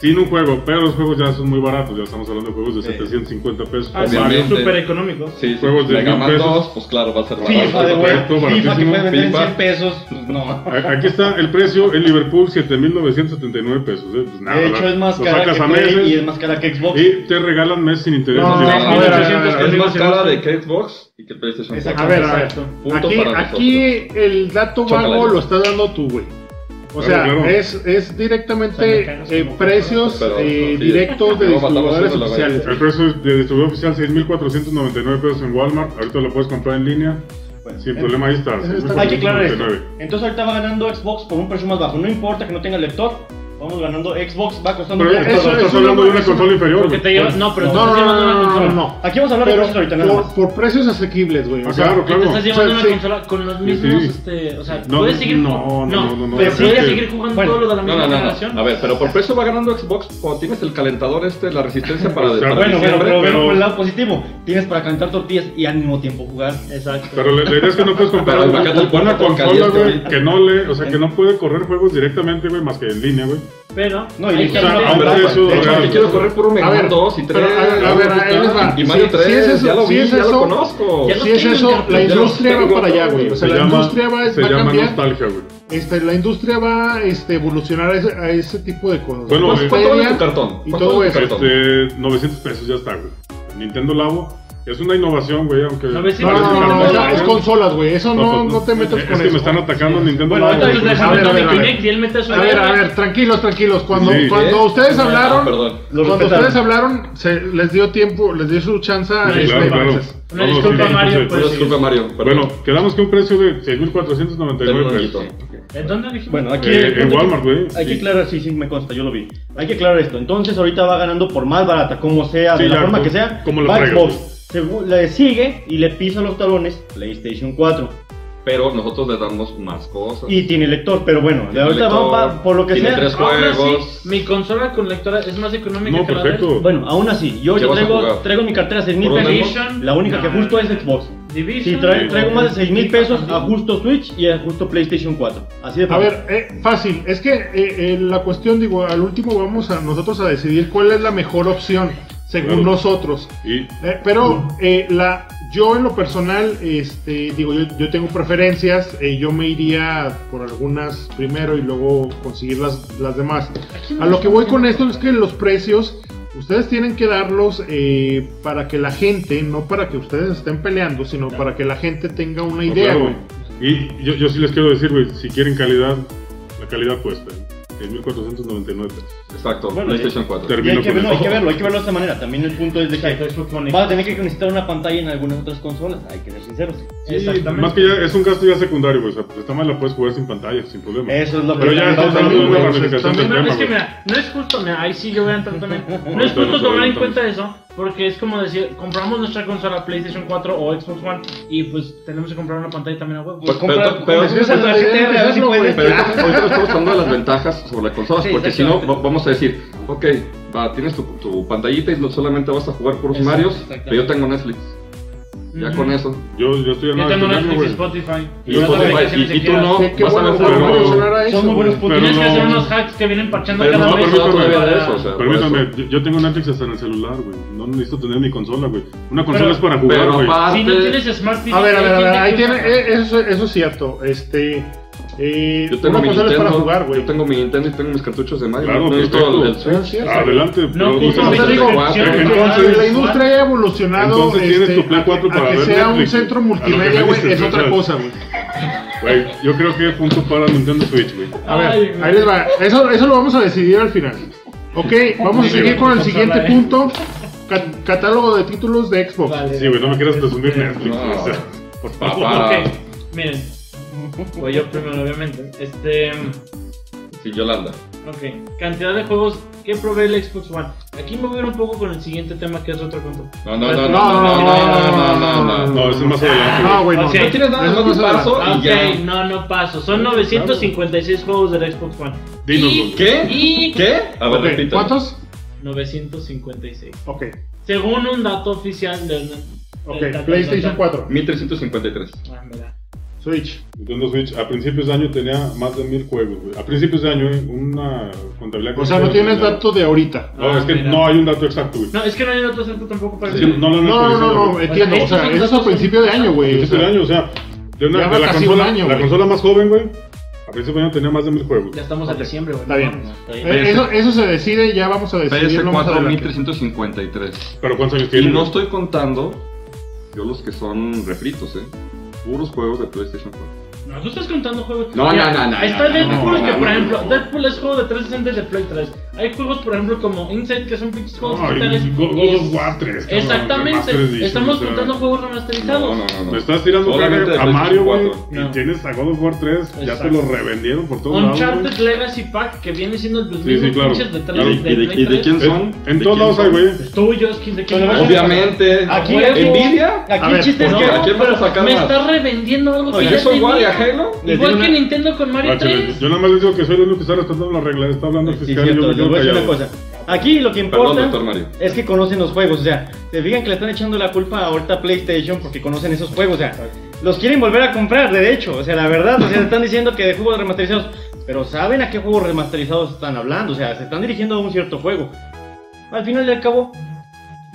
[SPEAKER 4] Sin un juego, pero los juegos ya son muy baratos. Ya estamos hablando de juegos de
[SPEAKER 7] Sí.
[SPEAKER 4] 750 pesos.
[SPEAKER 3] Ah, sí,
[SPEAKER 2] Obviamente.
[SPEAKER 3] súper económicos.
[SPEAKER 2] Sí, sí.
[SPEAKER 4] Juegos de
[SPEAKER 2] Mega
[SPEAKER 4] mil
[SPEAKER 2] Man
[SPEAKER 4] pesos.
[SPEAKER 2] 2, pues claro, va a ser barato.
[SPEAKER 7] FIFA de
[SPEAKER 4] barato,
[SPEAKER 7] huevo, FIFA que
[SPEAKER 4] baratísimo,
[SPEAKER 7] puede vender en
[SPEAKER 2] FIFA.
[SPEAKER 7] 100 pesos, pues no.
[SPEAKER 4] A- Aquí está el precio en Liverpool, 7.979 pesos. ¿eh? Pues nada,
[SPEAKER 7] de hecho,
[SPEAKER 4] ¿verdad?
[SPEAKER 7] es más
[SPEAKER 4] Lo
[SPEAKER 7] cara
[SPEAKER 4] sacas
[SPEAKER 7] que
[SPEAKER 4] a
[SPEAKER 7] Play
[SPEAKER 4] meses
[SPEAKER 7] y es más cara que Xbox.
[SPEAKER 4] y te regalan mes sin interés.
[SPEAKER 1] No,
[SPEAKER 4] Sí,
[SPEAKER 1] no,
[SPEAKER 4] sí,
[SPEAKER 1] a ver, a ver,
[SPEAKER 4] sí.
[SPEAKER 1] a ver, a ver.
[SPEAKER 2] es más
[SPEAKER 3] Sí,
[SPEAKER 2] cara
[SPEAKER 3] sí.
[SPEAKER 2] de que Xbox y que PlayStation
[SPEAKER 7] Exacto.
[SPEAKER 1] A ver, a ver.
[SPEAKER 3] Exacto.
[SPEAKER 2] Punto
[SPEAKER 1] Aquí,
[SPEAKER 2] para
[SPEAKER 1] aquí el dato
[SPEAKER 2] Chócala,
[SPEAKER 1] vago
[SPEAKER 2] ya.
[SPEAKER 1] lo está dando tú, güey. O sea,
[SPEAKER 4] Claro, claro.
[SPEAKER 1] Es, es
[SPEAKER 3] O sea, me
[SPEAKER 1] directamente
[SPEAKER 3] cagas
[SPEAKER 1] eh,
[SPEAKER 3] como-
[SPEAKER 1] precios
[SPEAKER 2] Pero,
[SPEAKER 1] eh,
[SPEAKER 2] sí,
[SPEAKER 1] directos de
[SPEAKER 2] luego matamos
[SPEAKER 1] distribuidores
[SPEAKER 2] uno, la verdad.
[SPEAKER 1] oficiales.
[SPEAKER 4] El precio de distribuidor oficial 6.499 pesos en Walmart. Ahorita lo puedes comprar en línea.
[SPEAKER 7] Bueno,
[SPEAKER 4] Sin
[SPEAKER 7] en-
[SPEAKER 4] problema, ahí está.
[SPEAKER 1] eso está-
[SPEAKER 7] Hay que aclarar esto.
[SPEAKER 4] 6,499.
[SPEAKER 7] Entonces ahorita va ganando Xbox por un precio más bajo. No importa que no tenga lector, vamos ganando Xbox, va costando
[SPEAKER 4] Pero
[SPEAKER 7] un
[SPEAKER 4] estás,
[SPEAKER 1] eso-
[SPEAKER 7] lector.
[SPEAKER 4] estás
[SPEAKER 1] eso
[SPEAKER 4] hablando
[SPEAKER 1] no-
[SPEAKER 4] de una
[SPEAKER 1] eso
[SPEAKER 4] consola
[SPEAKER 1] no-
[SPEAKER 4] inferior.
[SPEAKER 3] Porque
[SPEAKER 4] güey.
[SPEAKER 3] te llevas. No, pero
[SPEAKER 1] No,
[SPEAKER 3] te estás
[SPEAKER 1] no,
[SPEAKER 3] llevando
[SPEAKER 1] no,
[SPEAKER 3] una
[SPEAKER 1] no,
[SPEAKER 3] consola.
[SPEAKER 1] no, no.
[SPEAKER 7] Aquí vamos a hablar de
[SPEAKER 1] Pero
[SPEAKER 7] precios ahorita nada
[SPEAKER 1] por,
[SPEAKER 7] más.
[SPEAKER 1] por precios asequibles, güey.
[SPEAKER 4] Ah,
[SPEAKER 1] O sea,
[SPEAKER 4] claro,
[SPEAKER 3] Te estás
[SPEAKER 4] claro.
[SPEAKER 3] llevando
[SPEAKER 1] O sea,
[SPEAKER 3] una
[SPEAKER 1] sí.
[SPEAKER 3] consola con los
[SPEAKER 4] Sí,
[SPEAKER 3] mismos.
[SPEAKER 4] sí.
[SPEAKER 3] Este, o sea,
[SPEAKER 4] No,
[SPEAKER 3] puedes seguir.
[SPEAKER 4] no,
[SPEAKER 3] jugando-
[SPEAKER 4] no, no, no, no,
[SPEAKER 3] Pero
[SPEAKER 4] no,
[SPEAKER 3] puedes
[SPEAKER 4] es que-
[SPEAKER 3] seguir jugando
[SPEAKER 7] Bueno,
[SPEAKER 3] todo lo de la
[SPEAKER 2] No,
[SPEAKER 3] misma
[SPEAKER 2] no, no,
[SPEAKER 3] generación.
[SPEAKER 2] no. A ver, pero por precio va ganando Xbox cuando tienes el calentador este, la resistencia para
[SPEAKER 4] O sea,
[SPEAKER 2] para
[SPEAKER 7] Bueno, bueno,
[SPEAKER 2] diciembre,
[SPEAKER 7] pero
[SPEAKER 4] pero-
[SPEAKER 7] vemos por el lado positivo. Tienes para calentar tortillas y al mismo tiempo jugar.
[SPEAKER 3] Exacto.
[SPEAKER 4] Pero la, la idea es que no puedes comprar
[SPEAKER 2] Pero
[SPEAKER 4] una,
[SPEAKER 2] imagínate el cuarto
[SPEAKER 4] una
[SPEAKER 2] todo
[SPEAKER 4] consola,
[SPEAKER 2] caliente,
[SPEAKER 4] güey,
[SPEAKER 2] güey.
[SPEAKER 4] que no le, o sea, que no puede correr juegos directamente, güey, más que en línea, güey.
[SPEAKER 3] Pero.
[SPEAKER 7] No, y
[SPEAKER 3] ahí
[SPEAKER 7] está
[SPEAKER 3] está
[SPEAKER 4] una
[SPEAKER 3] el
[SPEAKER 4] compra-
[SPEAKER 3] tema.
[SPEAKER 2] Pero,
[SPEAKER 4] Eso,
[SPEAKER 2] de hecho,
[SPEAKER 4] real.
[SPEAKER 2] yo quiero correr por un
[SPEAKER 1] A
[SPEAKER 2] Mega
[SPEAKER 1] ver,
[SPEAKER 2] Man 2 y 3.
[SPEAKER 1] pero, a ver, a ver, ahí les va.
[SPEAKER 2] Y Mario
[SPEAKER 1] Si-
[SPEAKER 2] 3,
[SPEAKER 1] si es eso-
[SPEAKER 2] ya lo
[SPEAKER 1] si
[SPEAKER 2] vi,
[SPEAKER 1] es
[SPEAKER 2] ya
[SPEAKER 1] eso-
[SPEAKER 2] lo conozco.
[SPEAKER 3] Ya lo
[SPEAKER 1] Si es
[SPEAKER 3] tengo en
[SPEAKER 1] eso, la
[SPEAKER 3] carpeta,
[SPEAKER 2] ya los
[SPEAKER 1] industria va
[SPEAKER 2] tengo,
[SPEAKER 1] para allá, güey. O sea,
[SPEAKER 4] se
[SPEAKER 1] la
[SPEAKER 4] llama,
[SPEAKER 1] industria va,
[SPEAKER 4] se
[SPEAKER 1] va a
[SPEAKER 4] llama
[SPEAKER 1] cambiar.
[SPEAKER 4] nostalgia, güey.
[SPEAKER 1] Este, la industria va este, a evolucionar a ese, a ese tipo de cosas.
[SPEAKER 4] Bueno,
[SPEAKER 1] Pues
[SPEAKER 4] eh,
[SPEAKER 2] ¿Cuánto vale
[SPEAKER 1] feria
[SPEAKER 2] tu cartón?
[SPEAKER 1] Y
[SPEAKER 2] ¿Cuánto
[SPEAKER 1] todo
[SPEAKER 2] vale tu
[SPEAKER 1] eso.
[SPEAKER 2] cartón?
[SPEAKER 4] Este, 900 pesos ya está, güey. Nintendo Labo es una innovación, güey, aunque.
[SPEAKER 3] 900
[SPEAKER 1] No, no, no, no,
[SPEAKER 3] Sí,
[SPEAKER 1] o sea,
[SPEAKER 3] claro.
[SPEAKER 1] es consolas, güey. Eso no,
[SPEAKER 4] pues,
[SPEAKER 1] no te metas
[SPEAKER 4] es
[SPEAKER 1] con
[SPEAKER 4] que me
[SPEAKER 1] eso.
[SPEAKER 4] están atacando Nintendo
[SPEAKER 7] Bueno,
[SPEAKER 4] Labo.
[SPEAKER 7] ahorita
[SPEAKER 4] güey,
[SPEAKER 3] Entonces déjame
[SPEAKER 4] por
[SPEAKER 1] a ver, a
[SPEAKER 4] eso.
[SPEAKER 3] mi
[SPEAKER 1] ver, a ver.
[SPEAKER 3] Kinect y él mete su
[SPEAKER 1] A ver, a ver, tranquilos, tranquilos. Cuando,
[SPEAKER 4] Sí.
[SPEAKER 1] cuando ustedes
[SPEAKER 2] Ah,
[SPEAKER 1] hablaron,
[SPEAKER 2] perdón.
[SPEAKER 1] cuando
[SPEAKER 7] Lo respetaron.
[SPEAKER 1] ustedes hablaron, se les dio tiempo, les dio su chance a
[SPEAKER 4] Sí, claro,
[SPEAKER 1] este,
[SPEAKER 4] claro.
[SPEAKER 1] entonces.
[SPEAKER 3] Una
[SPEAKER 4] No, no,
[SPEAKER 3] disculpa,
[SPEAKER 4] sí, sí,
[SPEAKER 3] Mario,
[SPEAKER 4] sí.
[SPEAKER 3] pues.
[SPEAKER 2] Una disculpa, Mario. perdón.
[SPEAKER 4] Bueno, quedamos que un precio de
[SPEAKER 2] Tengo
[SPEAKER 4] 6.499
[SPEAKER 2] un
[SPEAKER 4] pesos.
[SPEAKER 2] poquito.
[SPEAKER 3] ¿En dónde dijimos?
[SPEAKER 7] Bueno, aquí
[SPEAKER 4] Eh,
[SPEAKER 7] el punto
[SPEAKER 4] en
[SPEAKER 7] que-
[SPEAKER 4] Walmart, güey,
[SPEAKER 7] Hay que
[SPEAKER 4] sí.
[SPEAKER 7] aclarar, sí, sí, me consta, yo lo vi. Hay que aclarar esto. Entonces, ahorita va ganando por más barata, como sea,
[SPEAKER 4] Sí,
[SPEAKER 7] de la
[SPEAKER 4] ya,
[SPEAKER 7] forma
[SPEAKER 4] como-
[SPEAKER 7] que sea.
[SPEAKER 4] como lo
[SPEAKER 7] va
[SPEAKER 4] traigas, güey.
[SPEAKER 7] Xbox. Segu- le sigue y le pisa los talones PlayStation 4.
[SPEAKER 2] Pero nosotros le damos más cosas.
[SPEAKER 7] Y tiene lector, pero bueno, de
[SPEAKER 2] Tiene
[SPEAKER 7] ahorita
[SPEAKER 2] lector,
[SPEAKER 7] vamos pa- por lo que
[SPEAKER 2] tiene
[SPEAKER 7] sea.
[SPEAKER 2] tres
[SPEAKER 3] Aún así,
[SPEAKER 2] juegos.
[SPEAKER 3] mi consola con lectora es más económica
[SPEAKER 4] No,
[SPEAKER 3] que la
[SPEAKER 4] perfecto.
[SPEAKER 7] Bueno, aún así, yo,
[SPEAKER 2] ¿Qué
[SPEAKER 7] yo
[SPEAKER 2] vas a
[SPEAKER 7] traigo,
[SPEAKER 2] jugar?
[SPEAKER 7] traigo mi cartera 6 mil
[SPEAKER 2] ¿Por dónde?
[SPEAKER 7] pesos. La única que
[SPEAKER 3] No.
[SPEAKER 7] justo es Xbox.
[SPEAKER 3] de Division.
[SPEAKER 7] Sí, tra-
[SPEAKER 4] Sí.
[SPEAKER 7] traigo más de 6 mil pesos a justo Switch y a justo PlayStation 4. Así de
[SPEAKER 1] A
[SPEAKER 7] fácil.
[SPEAKER 1] ver, eh, fácil. Es que eh, eh, la cuestión, digo, al último vamos a nosotros a decidir cuál es la mejor opción, según
[SPEAKER 4] Claro.
[SPEAKER 1] nosotros.
[SPEAKER 4] Y
[SPEAKER 1] Eh, pero eh, la, yo en lo personal, este, digo, yo, yo tengo preferencias, eh, yo me iría por algunas primero y luego conseguir las, las demás. A lo que voy con esto es que los precios, ustedes tienen que darlos eh, para que la gente, no para que ustedes estén peleando, sino para que la gente tenga una
[SPEAKER 4] No,
[SPEAKER 1] idea,
[SPEAKER 4] claro,
[SPEAKER 1] güey.
[SPEAKER 4] Y yo, yo sí les quiero decir, güey, si quieren calidad, la calidad cuesta. ¿eh? 6.499 pesos.
[SPEAKER 2] Exacto,
[SPEAKER 7] Bueno,
[SPEAKER 2] PlayStation 4.
[SPEAKER 7] Y hay
[SPEAKER 4] Termino
[SPEAKER 7] que,
[SPEAKER 4] con
[SPEAKER 7] verlo,
[SPEAKER 4] eso.
[SPEAKER 7] hay que verlo, hay que verlo de esta manera. También el punto es de que vas a tener que necesitar una pantalla en algunas otras consolas. Hay que ser sinceros.
[SPEAKER 4] Sí, Más que ya es un gasto ya secundario, güey. O sea, esta madre la puedes jugar sin pantalla, sin problema.
[SPEAKER 7] Eso es lo
[SPEAKER 4] Pero
[SPEAKER 7] que
[SPEAKER 4] ya
[SPEAKER 7] estamos
[SPEAKER 4] estamos hablando de
[SPEAKER 7] hablando,
[SPEAKER 4] una
[SPEAKER 7] güey.
[SPEAKER 4] ramificación del
[SPEAKER 3] No,
[SPEAKER 4] tema,
[SPEAKER 3] es que
[SPEAKER 4] güey.
[SPEAKER 3] mira, no es justo, mira, ahí sí yo voy a entrar también. No es
[SPEAKER 4] Ahorita
[SPEAKER 3] justo
[SPEAKER 4] nos
[SPEAKER 3] tomar en
[SPEAKER 4] adelantamos.
[SPEAKER 3] cuenta eso, porque es como decir, compramos nuestra consola PlayStation 4 o Xbox One y pues tenemos que comprar una pantalla también a huevo.
[SPEAKER 2] Pues,
[SPEAKER 7] Compra-
[SPEAKER 2] Pero- pero-
[SPEAKER 7] compra- usa la
[SPEAKER 1] pero-
[SPEAKER 7] GTR, a ver si
[SPEAKER 1] pero-
[SPEAKER 7] puedes.
[SPEAKER 2] Pero ahorita ahorita estamos hablando de las ventajas sobre las consolas,
[SPEAKER 7] Sí,
[SPEAKER 2] porque si no,
[SPEAKER 7] exactamente.
[SPEAKER 2] va- vamos a decir, ok, va, tienes tu, tu pantallita y no solamente vas a jugar puros
[SPEAKER 7] Exacto,
[SPEAKER 2] Marios,
[SPEAKER 7] exactamente.
[SPEAKER 2] pero yo tengo Netflix. Ya
[SPEAKER 3] Ujú.
[SPEAKER 2] con eso.
[SPEAKER 4] Yo, yo estoy
[SPEAKER 3] Yo
[SPEAKER 4] hablando
[SPEAKER 3] tengo
[SPEAKER 4] de tenerlo,
[SPEAKER 3] Netflix y
[SPEAKER 4] güey.
[SPEAKER 3] Spotify.
[SPEAKER 2] Y
[SPEAKER 3] Yo
[SPEAKER 2] Spotify,
[SPEAKER 3] tengo que
[SPEAKER 2] y-
[SPEAKER 3] si
[SPEAKER 2] y tú
[SPEAKER 3] quieras.
[SPEAKER 2] no.
[SPEAKER 1] Qué, qué
[SPEAKER 2] vas a
[SPEAKER 1] bueno
[SPEAKER 2] ver
[SPEAKER 1] que van a
[SPEAKER 4] juegos.
[SPEAKER 1] mencionar a eso,
[SPEAKER 7] Son
[SPEAKER 1] güey.
[SPEAKER 7] muy buenos puntos.
[SPEAKER 4] Pero
[SPEAKER 3] pues, Tienes que
[SPEAKER 4] no-
[SPEAKER 3] hacer unos hacks que vienen parchando
[SPEAKER 2] Pero
[SPEAKER 3] cada
[SPEAKER 2] no
[SPEAKER 3] vez.
[SPEAKER 4] permítame.
[SPEAKER 2] todavía
[SPEAKER 3] para-
[SPEAKER 2] de eso, o sea, por
[SPEAKER 4] Permítame,
[SPEAKER 2] eso.
[SPEAKER 4] yo, yo tengo Netflix hasta en el celular, güey. No necesito tener mi consola, güey. Una consola
[SPEAKER 3] Pero-
[SPEAKER 4] es para jugar,
[SPEAKER 2] Pero
[SPEAKER 4] güey.
[SPEAKER 2] aparte,
[SPEAKER 3] Si no tienes Smart TV,
[SPEAKER 1] A ver, a ver, a ver, ahí
[SPEAKER 3] que
[SPEAKER 1] tiene,
[SPEAKER 3] usar.
[SPEAKER 1] eh, eso, eso es cierto. Este, eh,
[SPEAKER 2] yo tengo
[SPEAKER 1] una
[SPEAKER 2] mi
[SPEAKER 1] consola es
[SPEAKER 2] Nintendo,
[SPEAKER 1] para jugar, güey.
[SPEAKER 2] yo tengo mi Nintendo y tengo mis cartuchos de Mario.
[SPEAKER 4] Claro,
[SPEAKER 2] no necesito
[SPEAKER 4] perfecto.
[SPEAKER 2] el, el Switch.
[SPEAKER 1] Sí, sí, sí.
[SPEAKER 4] Adelante,
[SPEAKER 3] No,
[SPEAKER 4] pero
[SPEAKER 3] justo,
[SPEAKER 4] usa-
[SPEAKER 1] o sea, digo,
[SPEAKER 2] Entonces,
[SPEAKER 1] Entonces, la industria ha evolucionado este,
[SPEAKER 4] Entonces tienes tu Play
[SPEAKER 1] a que-
[SPEAKER 4] 4 para
[SPEAKER 1] a que
[SPEAKER 4] ver
[SPEAKER 1] sea
[SPEAKER 4] Netflix,
[SPEAKER 1] un centro
[SPEAKER 4] güey. A lo
[SPEAKER 1] multimedia,
[SPEAKER 4] que
[SPEAKER 1] güey,
[SPEAKER 4] dices,
[SPEAKER 1] es
[SPEAKER 4] o
[SPEAKER 1] otra
[SPEAKER 4] sea.
[SPEAKER 1] cosa, güey.
[SPEAKER 4] güey, yo creo que punto para Nintendo Switch, güey.
[SPEAKER 1] A ver,
[SPEAKER 3] Ay, güey.
[SPEAKER 1] ahí les va. Eso, eso lo vamos a decidir al final. Ok, vamos a seguir con el siguiente
[SPEAKER 3] Consola, eh.
[SPEAKER 1] punto. Ca- catálogo de títulos de Xbox.
[SPEAKER 3] Vale.
[SPEAKER 4] Sí, güey, no me quieras presumir
[SPEAKER 3] Pero-
[SPEAKER 4] Netflix, güey, o sea, por favor.
[SPEAKER 2] Papá,
[SPEAKER 3] Ok, miren. Voy yo primero, obviamente. Este.
[SPEAKER 2] sí, Yolanda.
[SPEAKER 3] Ok, cantidad de juegos que provee el Xbox One.
[SPEAKER 6] Aquí me voy a ir un poco con el siguiente tema que es retrocontro.
[SPEAKER 2] No, no, no, no, no, no, no, no, no, no.
[SPEAKER 4] No, eso es más adelante.
[SPEAKER 1] No,
[SPEAKER 4] güey.
[SPEAKER 1] güey, Ah, no.
[SPEAKER 6] Ok.
[SPEAKER 2] No tienes nada más de paso
[SPEAKER 6] Ah,
[SPEAKER 2] y
[SPEAKER 6] Ok,
[SPEAKER 2] ya.
[SPEAKER 6] no, no paso. Son 956 juegos del Xbox One.
[SPEAKER 4] Dinoslo.
[SPEAKER 2] ¿Qué?
[SPEAKER 6] Y-
[SPEAKER 2] ¿Qué? A ver,
[SPEAKER 1] Ok,
[SPEAKER 2] repita.
[SPEAKER 1] ¿Cuántos?
[SPEAKER 6] 956.
[SPEAKER 1] Ok,
[SPEAKER 6] Según un dato oficial de... de-
[SPEAKER 1] ok.
[SPEAKER 6] de- de-
[SPEAKER 1] PlayStation 4,
[SPEAKER 2] 1353.
[SPEAKER 6] Ah, mira.
[SPEAKER 1] Switch.
[SPEAKER 4] Nintendo Switch a principios de año tenía más de mil juegos, güey. A principios de año, ¿eh? Una contabilidad.
[SPEAKER 1] O sea, no tienes dato
[SPEAKER 4] datos
[SPEAKER 1] de ahorita.
[SPEAKER 4] No, es que
[SPEAKER 6] Ah, mira.
[SPEAKER 4] no hay un dato exacto, güey.
[SPEAKER 6] No, es que no hay otro centro tampoco para...
[SPEAKER 4] Es que no, lo
[SPEAKER 1] No,
[SPEAKER 4] han
[SPEAKER 1] no,
[SPEAKER 4] actualizado,
[SPEAKER 1] no, no,
[SPEAKER 4] güey.
[SPEAKER 1] entiendo. O sea, eso es a principio de año,
[SPEAKER 4] A
[SPEAKER 1] güey. o
[SPEAKER 4] principios de
[SPEAKER 1] sea,
[SPEAKER 4] año, o sea, de, una,
[SPEAKER 1] Ya va
[SPEAKER 4] de la,
[SPEAKER 1] casi
[SPEAKER 4] consola,
[SPEAKER 1] un año,
[SPEAKER 4] la
[SPEAKER 1] güey.
[SPEAKER 4] consola más joven, güey. A principios de año tenía más de mil juegos.
[SPEAKER 6] Ya estamos en
[SPEAKER 1] Ok,
[SPEAKER 6] diciembre, güey.
[SPEAKER 1] está bien.
[SPEAKER 6] No,
[SPEAKER 7] Está bien.
[SPEAKER 1] eh, Eso, eso se decide, ya vamos a decidirlo más
[SPEAKER 2] PS4
[SPEAKER 1] adelante.
[SPEAKER 2] 1353.
[SPEAKER 4] Pero ¿cuántos años
[SPEAKER 2] Y
[SPEAKER 4] tiene?
[SPEAKER 2] no estoy contando yo los que son refritos, eh. Puros juegos de PlayStation 4.
[SPEAKER 6] No, tú estás contando juegos.
[SPEAKER 2] No,
[SPEAKER 6] Mira,
[SPEAKER 2] no, no, no,
[SPEAKER 6] Está
[SPEAKER 2] no,
[SPEAKER 6] Deadpool,
[SPEAKER 2] no,
[SPEAKER 6] que
[SPEAKER 2] no,
[SPEAKER 6] por
[SPEAKER 2] no,
[SPEAKER 6] ejemplo,
[SPEAKER 2] no.
[SPEAKER 6] Deadpool es juego de 360 y de Play 3. Hay juegos, por ejemplo, como Inside, que son pinches juegos
[SPEAKER 4] Ay,
[SPEAKER 6] digitales.
[SPEAKER 4] God God of War 3. cabrón, Remastered Edition,
[SPEAKER 6] Exactamente.
[SPEAKER 4] o
[SPEAKER 6] Estamos
[SPEAKER 4] sea,
[SPEAKER 6] contando juegos
[SPEAKER 2] No,
[SPEAKER 6] remasterizados.
[SPEAKER 2] no, no. no.
[SPEAKER 4] Me estás tirando
[SPEAKER 2] Solamente de
[SPEAKER 4] caga a Mario, güey.
[SPEAKER 2] PlayStation
[SPEAKER 4] Y
[SPEAKER 6] No.
[SPEAKER 4] tienes a God of War 3. Ya te
[SPEAKER 6] Exacto.
[SPEAKER 4] lo revendieron por todos lados. güey.
[SPEAKER 6] Uncharted Legacy Pack, que viene siendo el
[SPEAKER 4] Sí, sí, claro.
[SPEAKER 6] pinches de
[SPEAKER 2] ¿Y de,
[SPEAKER 6] Play-
[SPEAKER 2] y de- y de
[SPEAKER 6] Play
[SPEAKER 2] quién
[SPEAKER 6] 3.
[SPEAKER 2] son?
[SPEAKER 4] En
[SPEAKER 2] ¿De
[SPEAKER 4] todos
[SPEAKER 2] quién
[SPEAKER 4] lados hay,
[SPEAKER 2] son?
[SPEAKER 4] güey.
[SPEAKER 6] Es tuyo, es quien de quién.
[SPEAKER 7] Pero
[SPEAKER 2] Obviamente.
[SPEAKER 7] Aquí
[SPEAKER 6] Huevo.
[SPEAKER 2] ¿Envidia?
[SPEAKER 1] A
[SPEAKER 7] Aquí
[SPEAKER 1] ver,
[SPEAKER 7] el chiste es
[SPEAKER 2] ¿por qué?
[SPEAKER 7] que-
[SPEAKER 2] ¿A quién van a sacar
[SPEAKER 6] Me
[SPEAKER 2] más?
[SPEAKER 6] está revendiendo algo que
[SPEAKER 2] Oye,
[SPEAKER 6] ya
[SPEAKER 2] ¿eso igual de
[SPEAKER 6] tenía.
[SPEAKER 2] ajeno?
[SPEAKER 7] Les
[SPEAKER 6] Igual
[SPEAKER 7] digo
[SPEAKER 6] que
[SPEAKER 7] una-
[SPEAKER 6] Nintendo con Mario
[SPEAKER 4] Guáchale,
[SPEAKER 6] 3.
[SPEAKER 4] Yo nada más les digo que soy el único que está respetando la regla. Está hablando el
[SPEAKER 7] Sí,
[SPEAKER 4] fiscal y
[SPEAKER 7] cierto,
[SPEAKER 4] yo me
[SPEAKER 7] les
[SPEAKER 4] quedo
[SPEAKER 7] voy a decir una
[SPEAKER 4] callado.
[SPEAKER 7] cosa. Aquí lo que
[SPEAKER 2] Perdón,
[SPEAKER 7] importa
[SPEAKER 2] doctor Mario.
[SPEAKER 7] es que conocen los juegos. O sea, se fijan que le están echando la culpa ahorita a PlayStation porque conocen esos juegos. O sea, los quieren volver a comprar, de hecho. O sea, la verdad, o sea, están diciendo que de juegos remasterizados. Pero saben a qué juegos remasterizados están hablando. O sea, se están dirigiendo a un cierto juego. Al final y al cabo,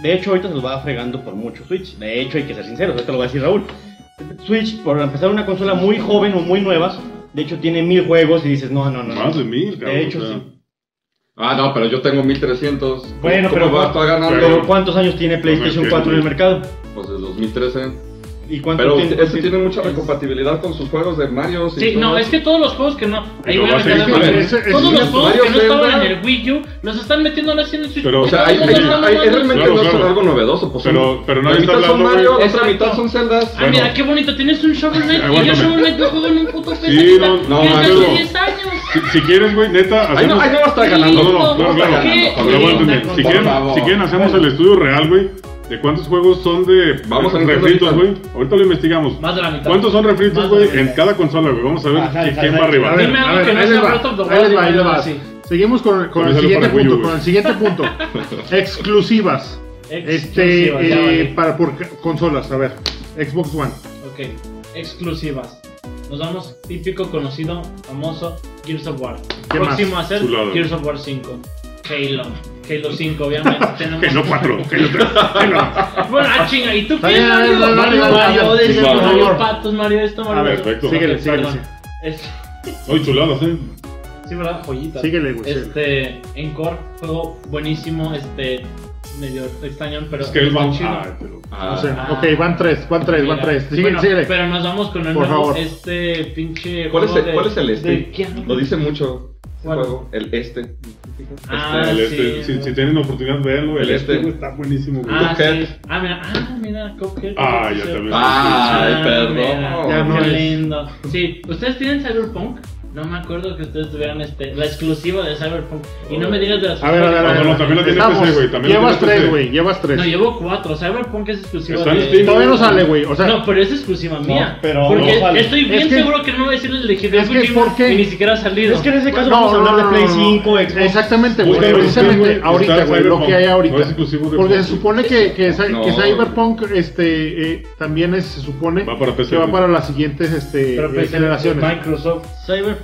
[SPEAKER 7] de hecho, ahorita se los va fregando por mucho Switch. De hecho, hay que ser sinceros, esto lo va a decir Raúl. Switch, por empezar una consola muy joven o muy nueva, de hecho tiene mil juegos y dices, no, no, no. no.
[SPEAKER 4] Más de mil, cabrón.
[SPEAKER 7] De hecho,
[SPEAKER 4] o sea.
[SPEAKER 7] sí.
[SPEAKER 2] Ah, no, pero yo tengo 1300.
[SPEAKER 7] Bueno,
[SPEAKER 2] ¿Cómo
[SPEAKER 7] pero-
[SPEAKER 2] va a estar ganando?
[SPEAKER 7] Pero ¿cuántos años tiene
[SPEAKER 4] No
[SPEAKER 7] PlayStation
[SPEAKER 4] me
[SPEAKER 7] 4 en el mercado?
[SPEAKER 2] Pues desde 2013.
[SPEAKER 7] ¿Y cuánto
[SPEAKER 2] Pero
[SPEAKER 7] tiene?
[SPEAKER 2] este tiene mucha recompatibilidad con sus juegos de Mario.
[SPEAKER 6] Sí, no, es que todos los juegos que no. Ahí
[SPEAKER 4] Pero
[SPEAKER 6] voy a
[SPEAKER 4] va a
[SPEAKER 6] meter
[SPEAKER 4] ser
[SPEAKER 6] la mano.
[SPEAKER 1] diferente. Ese- ese-
[SPEAKER 6] Todos los juegos
[SPEAKER 2] Mario
[SPEAKER 6] que no estaban
[SPEAKER 2] Zelda.
[SPEAKER 6] en el Wii U los están metiendo ahora sí en el Switch.
[SPEAKER 4] Pero-
[SPEAKER 2] O sea, hay,
[SPEAKER 6] Todos
[SPEAKER 2] hay-
[SPEAKER 6] los
[SPEAKER 2] hay-
[SPEAKER 6] juegos no
[SPEAKER 2] es
[SPEAKER 6] mames.
[SPEAKER 2] realmente
[SPEAKER 4] Claro,
[SPEAKER 2] no es
[SPEAKER 4] claro.
[SPEAKER 2] algo novedoso. Pues
[SPEAKER 4] Pero-
[SPEAKER 2] son-
[SPEAKER 4] pero
[SPEAKER 2] la
[SPEAKER 4] nadie
[SPEAKER 2] mitad
[SPEAKER 4] está
[SPEAKER 2] son
[SPEAKER 4] hablando,
[SPEAKER 2] Mario,
[SPEAKER 4] güey.
[SPEAKER 2] la otra mitad son celdas.
[SPEAKER 6] Ah, mira, qué bonito, tienes un Shovel Knight y yo
[SPEAKER 4] aguántame.
[SPEAKER 6] Shovel Knight lo juego en un puto PC.
[SPEAKER 4] Sí, no,
[SPEAKER 2] no,
[SPEAKER 6] desde hace
[SPEAKER 4] Mario.
[SPEAKER 6] 10 años.
[SPEAKER 4] Si, si quieres, güey, neta,
[SPEAKER 2] Ahí no,
[SPEAKER 4] hacemos.
[SPEAKER 2] ahí no va a estar ganando.
[SPEAKER 4] No, no,
[SPEAKER 2] va a
[SPEAKER 4] claro,
[SPEAKER 2] estar
[SPEAKER 4] claro.
[SPEAKER 2] ganando,
[SPEAKER 4] Pero
[SPEAKER 2] cabrón.
[SPEAKER 4] bueno, entender, si,
[SPEAKER 2] Por
[SPEAKER 4] quieren,
[SPEAKER 2] favor.
[SPEAKER 4] si quieren, hacemos el estudio real, güey. De cuántos juegos son de
[SPEAKER 2] Vamos a meterlo
[SPEAKER 4] refritos, güey.
[SPEAKER 2] ahorita.
[SPEAKER 4] Ahorita lo investigamos.
[SPEAKER 6] Más de la mitad.
[SPEAKER 4] ¿Cuántos son refritos,
[SPEAKER 6] Más de
[SPEAKER 4] güey?
[SPEAKER 6] la mitad.
[SPEAKER 4] En cada consola, güey. Vamos a ver
[SPEAKER 7] Ajá,
[SPEAKER 4] qui-
[SPEAKER 7] ajá,
[SPEAKER 4] quién va
[SPEAKER 7] ajá.
[SPEAKER 4] arriba.
[SPEAKER 1] A ver,
[SPEAKER 6] Dime
[SPEAKER 1] a
[SPEAKER 6] algo
[SPEAKER 1] ver,
[SPEAKER 6] que no
[SPEAKER 1] ahí les
[SPEAKER 6] sea
[SPEAKER 1] va,
[SPEAKER 6] Breath of the
[SPEAKER 1] ahí les
[SPEAKER 6] Wild,
[SPEAKER 1] va, ahí les va.
[SPEAKER 6] sí.
[SPEAKER 1] Seguimos con, con
[SPEAKER 4] Con
[SPEAKER 1] el
[SPEAKER 4] eso
[SPEAKER 1] siguiente
[SPEAKER 4] para Wii U,
[SPEAKER 1] punto,
[SPEAKER 4] güey.
[SPEAKER 1] con el siguiente punto. Exclusivas. Este,
[SPEAKER 6] Exclusivas, ya
[SPEAKER 1] eh,
[SPEAKER 6] vale.
[SPEAKER 1] para por ca- consolas, a ver. Xbox One.
[SPEAKER 6] Ok, exclusivas. Nos vamos típico, conocido, famoso, Gears of War.
[SPEAKER 1] ¿Qué
[SPEAKER 6] Próximo a ser
[SPEAKER 4] Chulada.
[SPEAKER 6] Gears of War 5. Halo. Halo 5, obviamente. tenemos...
[SPEAKER 4] Que no cuatro, que no tres. que no.
[SPEAKER 6] Bueno, ah, chinga, ¿y tú
[SPEAKER 1] Está
[SPEAKER 6] qué?
[SPEAKER 1] bien,
[SPEAKER 6] Mario,
[SPEAKER 1] no, no,
[SPEAKER 6] Mario,
[SPEAKER 1] no,
[SPEAKER 6] Mario,
[SPEAKER 1] no,
[SPEAKER 6] Odyssey,
[SPEAKER 4] sí, por
[SPEAKER 6] Mario
[SPEAKER 1] favor.
[SPEAKER 6] Patos, Mario esto, Mario
[SPEAKER 1] A ver,
[SPEAKER 6] esto.
[SPEAKER 4] perfecto.
[SPEAKER 1] Síguele,
[SPEAKER 6] Ok,
[SPEAKER 1] síguele,
[SPEAKER 6] perdón.
[SPEAKER 1] sí.
[SPEAKER 6] Es-
[SPEAKER 4] Ay, chuladas, eh.
[SPEAKER 6] Sí, ¿verdad? Joyita.
[SPEAKER 1] Síguele, güey,
[SPEAKER 6] Este, Encore, juego buenísimo, este, medio extraño, pero.
[SPEAKER 4] Es que él
[SPEAKER 6] está
[SPEAKER 4] va.
[SPEAKER 6] chido.
[SPEAKER 4] Ay, pero.
[SPEAKER 2] Ah,
[SPEAKER 1] O sea,
[SPEAKER 6] Ah.
[SPEAKER 1] ok, van tres, van tres, van
[SPEAKER 6] Mira,
[SPEAKER 1] tres. Síguele,
[SPEAKER 6] bueno,
[SPEAKER 1] síguele.
[SPEAKER 6] Pero nos vamos con el
[SPEAKER 1] Por
[SPEAKER 6] nuevo,
[SPEAKER 1] favor.
[SPEAKER 6] este pinche.
[SPEAKER 2] ¿Cuál es
[SPEAKER 6] juego
[SPEAKER 2] el,
[SPEAKER 6] de-
[SPEAKER 2] cuál es el este?
[SPEAKER 6] de Keanu.
[SPEAKER 2] Lo dice mucho. ese
[SPEAKER 6] ¿Cuál?
[SPEAKER 2] Juego. El este.
[SPEAKER 6] Ah,
[SPEAKER 4] el
[SPEAKER 6] sí.
[SPEAKER 4] este, si, si tienen la oportunidad, véanlo. El,
[SPEAKER 2] El
[SPEAKER 4] este,
[SPEAKER 2] este.
[SPEAKER 4] güey, está buenísimo, güey.
[SPEAKER 6] Ah,
[SPEAKER 2] Cuphead.
[SPEAKER 6] sí. Ah, mira, ah, mira, Cuphead.
[SPEAKER 4] Ah, ya
[SPEAKER 6] Sí.
[SPEAKER 2] Ay,
[SPEAKER 4] también.
[SPEAKER 6] Ah, mira,
[SPEAKER 1] Ya
[SPEAKER 2] perdón.
[SPEAKER 1] no
[SPEAKER 6] qué
[SPEAKER 1] es.
[SPEAKER 6] lindo. Sí, ¿ustedes tienen Cyberpunk? No me acuerdo que ustedes tuvieran este, la exclusiva de Cyberpunk. Y no me digas de las
[SPEAKER 1] A ver, a ver, a ver.
[SPEAKER 4] No, no, también lo tiene
[SPEAKER 1] Estamos.
[SPEAKER 4] PC, güey, también lo
[SPEAKER 1] Llevas
[SPEAKER 4] tiene
[SPEAKER 1] tres,
[SPEAKER 4] PC.
[SPEAKER 1] güey, llevas tres.
[SPEAKER 6] No, llevo cuatro. Cyberpunk es exclusiva
[SPEAKER 4] Está en
[SPEAKER 6] de...
[SPEAKER 4] Steam.
[SPEAKER 1] Todavía no sale, güey. O sea,
[SPEAKER 6] no, pero es exclusiva mía.
[SPEAKER 7] pero
[SPEAKER 6] porque
[SPEAKER 7] no sale.
[SPEAKER 6] estoy bien
[SPEAKER 1] Es que-
[SPEAKER 6] seguro que no voy a decir el elegido
[SPEAKER 1] es que, ¿por qué?
[SPEAKER 6] y ni siquiera ha salido.
[SPEAKER 7] Es que en ese caso
[SPEAKER 1] No,
[SPEAKER 7] vamos a
[SPEAKER 1] no,
[SPEAKER 7] hablar
[SPEAKER 1] no,
[SPEAKER 7] de Play
[SPEAKER 1] no, no.
[SPEAKER 7] 5, Xbox.
[SPEAKER 1] Exactamente, güey.
[SPEAKER 4] Busca en
[SPEAKER 1] Precisamente
[SPEAKER 4] Steam, güey,
[SPEAKER 1] ahorita,
[SPEAKER 4] está
[SPEAKER 1] güey, lo
[SPEAKER 4] Cyberpunk.
[SPEAKER 1] que hay ahorita.
[SPEAKER 4] No es exclusivo de
[SPEAKER 1] Porque se
[SPEAKER 4] Xbox.
[SPEAKER 1] supone que, que, esa-
[SPEAKER 2] No.
[SPEAKER 1] que Cyberpunk este, eh, también es- se supone
[SPEAKER 4] Va para PC,
[SPEAKER 1] que va
[SPEAKER 4] güey.
[SPEAKER 1] para las siguientes este,
[SPEAKER 6] pero
[SPEAKER 1] eh,
[SPEAKER 6] pues,
[SPEAKER 1] generaciones.
[SPEAKER 6] Microsoft.
[SPEAKER 7] Cyberpunk.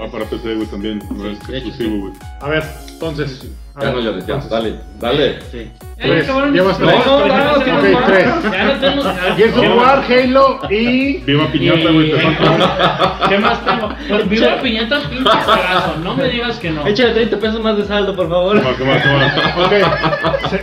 [SPEAKER 4] Va para PC, güey, también. No es
[SPEAKER 7] de hecho,
[SPEAKER 4] exclusivo, güey.
[SPEAKER 1] A ver, entonces. a
[SPEAKER 2] Ya
[SPEAKER 1] ver,
[SPEAKER 2] no llores, ya.
[SPEAKER 1] entonces.
[SPEAKER 2] Dale, dale.
[SPEAKER 7] Sí.
[SPEAKER 6] Ya
[SPEAKER 1] Tres.
[SPEAKER 6] acabaron
[SPEAKER 1] Llevas
[SPEAKER 6] los-
[SPEAKER 1] tres.
[SPEAKER 6] No,
[SPEAKER 2] No,
[SPEAKER 6] no, ya
[SPEAKER 2] no,
[SPEAKER 6] tenemos
[SPEAKER 1] ok,
[SPEAKER 6] más.
[SPEAKER 1] tres.
[SPEAKER 6] Ya no tenemos.
[SPEAKER 1] Gears of War, Halo y.
[SPEAKER 4] Viva Piñata, güey.
[SPEAKER 3] Eh,
[SPEAKER 4] te falta-
[SPEAKER 6] ¿Qué más tengo? Pues viva piñata, pinche cagazo. No me digas que no.
[SPEAKER 7] Échale 30 pesos más de saldo, por favor.
[SPEAKER 4] Toma, toma, toma.
[SPEAKER 1] Ok. Se-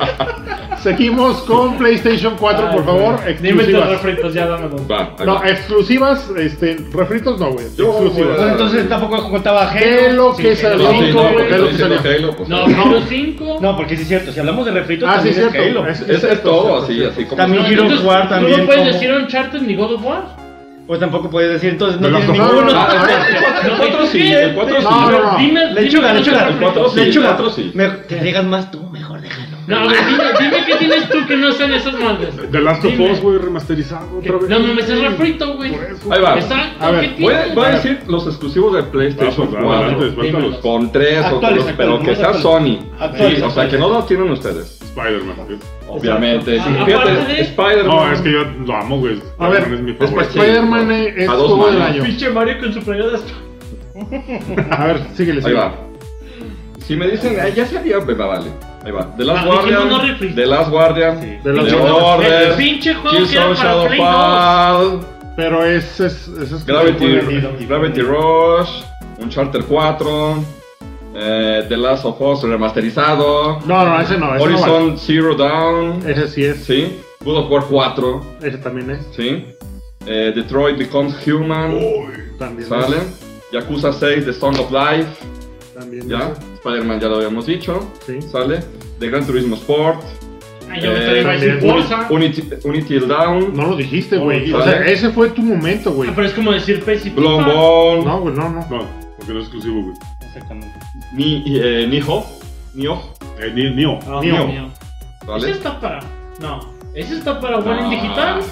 [SPEAKER 1] seguimos con PlayStation 4, por favor.
[SPEAKER 6] Ay, Dime tus
[SPEAKER 1] Exclusivas.
[SPEAKER 6] refritos, ya dámelo.
[SPEAKER 2] Va, ahí
[SPEAKER 1] No,
[SPEAKER 2] va.
[SPEAKER 1] exclusivas, este, refritos no, güey.
[SPEAKER 2] Yo voy a-
[SPEAKER 1] Exclusivas.
[SPEAKER 7] Pues entonces tampoco contaba
[SPEAKER 1] ¿Qué
[SPEAKER 7] Halo.
[SPEAKER 1] lo que
[SPEAKER 6] Sí,
[SPEAKER 1] salió?
[SPEAKER 2] No, sí,
[SPEAKER 6] cinco,
[SPEAKER 2] no,
[SPEAKER 6] güey.
[SPEAKER 2] porque
[SPEAKER 1] ¿Qué
[SPEAKER 2] está
[SPEAKER 1] lo que
[SPEAKER 2] diciendo
[SPEAKER 1] salió?
[SPEAKER 2] Halo, pues,
[SPEAKER 6] No, no, cinco.
[SPEAKER 7] No, porque sí es cierto, si hablamos de refritos
[SPEAKER 1] Ah, sí,
[SPEAKER 7] también
[SPEAKER 1] es cierto.
[SPEAKER 7] es Halo.
[SPEAKER 1] Es-
[SPEAKER 2] Ese es
[SPEAKER 1] cierto,
[SPEAKER 2] todo,
[SPEAKER 1] es
[SPEAKER 2] así,
[SPEAKER 1] cierto.
[SPEAKER 2] así como.
[SPEAKER 7] También
[SPEAKER 6] No,
[SPEAKER 7] Hero
[SPEAKER 6] entonces,
[SPEAKER 7] War
[SPEAKER 6] Tú
[SPEAKER 7] también.
[SPEAKER 6] no puedes
[SPEAKER 7] como-
[SPEAKER 6] decir Uncharted ni God of War.
[SPEAKER 7] Pues tampoco puedes decir, entonces no
[SPEAKER 1] Me lo
[SPEAKER 7] tienes
[SPEAKER 1] antojaron.
[SPEAKER 7] ninguno.
[SPEAKER 1] Ah,
[SPEAKER 2] El 4 sí,
[SPEAKER 7] ¿eh?
[SPEAKER 2] el 4 sí.
[SPEAKER 1] No, no, no.
[SPEAKER 3] Dime, dime
[SPEAKER 7] Lechuga,
[SPEAKER 3] qué
[SPEAKER 7] lechuga.
[SPEAKER 3] otro
[SPEAKER 2] cuatro sí,
[SPEAKER 7] lechuga.
[SPEAKER 2] cuatro sí.
[SPEAKER 7] Me- te dejas más tú, mejor déjalo.
[SPEAKER 3] No, a ver, dime, dime qué tienes tú que no sean esas madres.
[SPEAKER 4] The Last of
[SPEAKER 3] Dime.
[SPEAKER 4] Us, güey, remasterizado
[SPEAKER 3] Que-
[SPEAKER 4] otra vez.
[SPEAKER 3] No mames, es refrito, güey.
[SPEAKER 4] Por eso.
[SPEAKER 2] Ahí va.
[SPEAKER 3] Exacto,
[SPEAKER 1] A ver,
[SPEAKER 3] ¿qué
[SPEAKER 2] Voy
[SPEAKER 3] tienes?
[SPEAKER 2] a, voy a decir los exclusivos de PlayStation
[SPEAKER 4] Vamos, adelante,
[SPEAKER 2] 4.
[SPEAKER 4] suéltalos.
[SPEAKER 2] Con 3 o
[SPEAKER 7] Actuales,
[SPEAKER 2] 4, pero
[SPEAKER 7] actuales,
[SPEAKER 2] que sea
[SPEAKER 7] actuales.
[SPEAKER 2] Sony.
[SPEAKER 7] Actuales,
[SPEAKER 2] Sí, o sea, que no lo tienen ustedes.
[SPEAKER 4] Spider-Man. güey.
[SPEAKER 2] Obviamente.
[SPEAKER 3] Exacto.
[SPEAKER 2] Sí,
[SPEAKER 3] Ah, aparte
[SPEAKER 2] fíjate,
[SPEAKER 3] de-
[SPEAKER 2] Spider-Man.
[SPEAKER 4] No, es que yo lo amo, güey.
[SPEAKER 1] A ver,
[SPEAKER 4] Spider-Man es mi
[SPEAKER 2] es
[SPEAKER 4] favorito.
[SPEAKER 2] pastel.
[SPEAKER 1] Spider-Man es es
[SPEAKER 2] A dos
[SPEAKER 1] juego del
[SPEAKER 2] manos.
[SPEAKER 1] año.
[SPEAKER 3] Pinche Mario con su playera
[SPEAKER 1] A ver, síguele,
[SPEAKER 2] Ahí
[SPEAKER 1] síguele.
[SPEAKER 2] va. Si me dicen, "Ah, ya sabía, pues va, vale. Ahí va. The Last
[SPEAKER 3] Ah, dijimos no
[SPEAKER 2] Guardian.
[SPEAKER 3] refri.
[SPEAKER 2] The Last Guardian.
[SPEAKER 1] The
[SPEAKER 2] The
[SPEAKER 1] Last
[SPEAKER 2] Order.
[SPEAKER 3] El pinche juego
[SPEAKER 2] Kills
[SPEAKER 3] que era
[SPEAKER 2] of
[SPEAKER 3] para
[SPEAKER 2] Shadow
[SPEAKER 3] Play
[SPEAKER 2] Fall.
[SPEAKER 1] Pero es. es, es, este es
[SPEAKER 2] Gravity, Gravity Rush. Uncharted 4. eh, The Last of Us remasterizado.
[SPEAKER 1] No, no, ese no. Ese no
[SPEAKER 2] Horizon Zero Down.
[SPEAKER 1] vale. Ese sí es.
[SPEAKER 2] Sí. God of War 4.
[SPEAKER 1] Ese también es.
[SPEAKER 2] Sí. Eh, Detroit Becomes Human.
[SPEAKER 1] También
[SPEAKER 2] ¿Sale? Yakuza 6, The Song of Life.
[SPEAKER 1] es. También
[SPEAKER 2] Ya. Spider-Man ya lo habíamos dicho.
[SPEAKER 1] Sí.
[SPEAKER 2] ¿Sale? The Gran Turismo Sport.
[SPEAKER 3] Ah, yo me iba a decir
[SPEAKER 1] Eh,
[SPEAKER 3] Forza.
[SPEAKER 2] Unity, Unity Down.
[SPEAKER 1] es. No lo dijiste, güey.
[SPEAKER 2] No,
[SPEAKER 1] o sea,
[SPEAKER 2] ¿sale?
[SPEAKER 1] ese fue tu momento, güey.
[SPEAKER 3] Ah, pero es como decir PES y
[SPEAKER 2] Blown
[SPEAKER 3] FIFA.
[SPEAKER 2] Ball.
[SPEAKER 1] No, güey, no, no.
[SPEAKER 4] No, porque no es exclusivo, güey.
[SPEAKER 7] Exactamente.
[SPEAKER 2] Ni, eh, Niho. Nioh,
[SPEAKER 4] Eh, ni, Neo.
[SPEAKER 3] Ah,
[SPEAKER 1] Mío.
[SPEAKER 3] mío, mío. Ese
[SPEAKER 2] ¿Vale?
[SPEAKER 3] está para. No. Ese está para
[SPEAKER 2] No.
[SPEAKER 3] One en digital.
[SPEAKER 2] Ah.
[SPEAKER 4] Ah.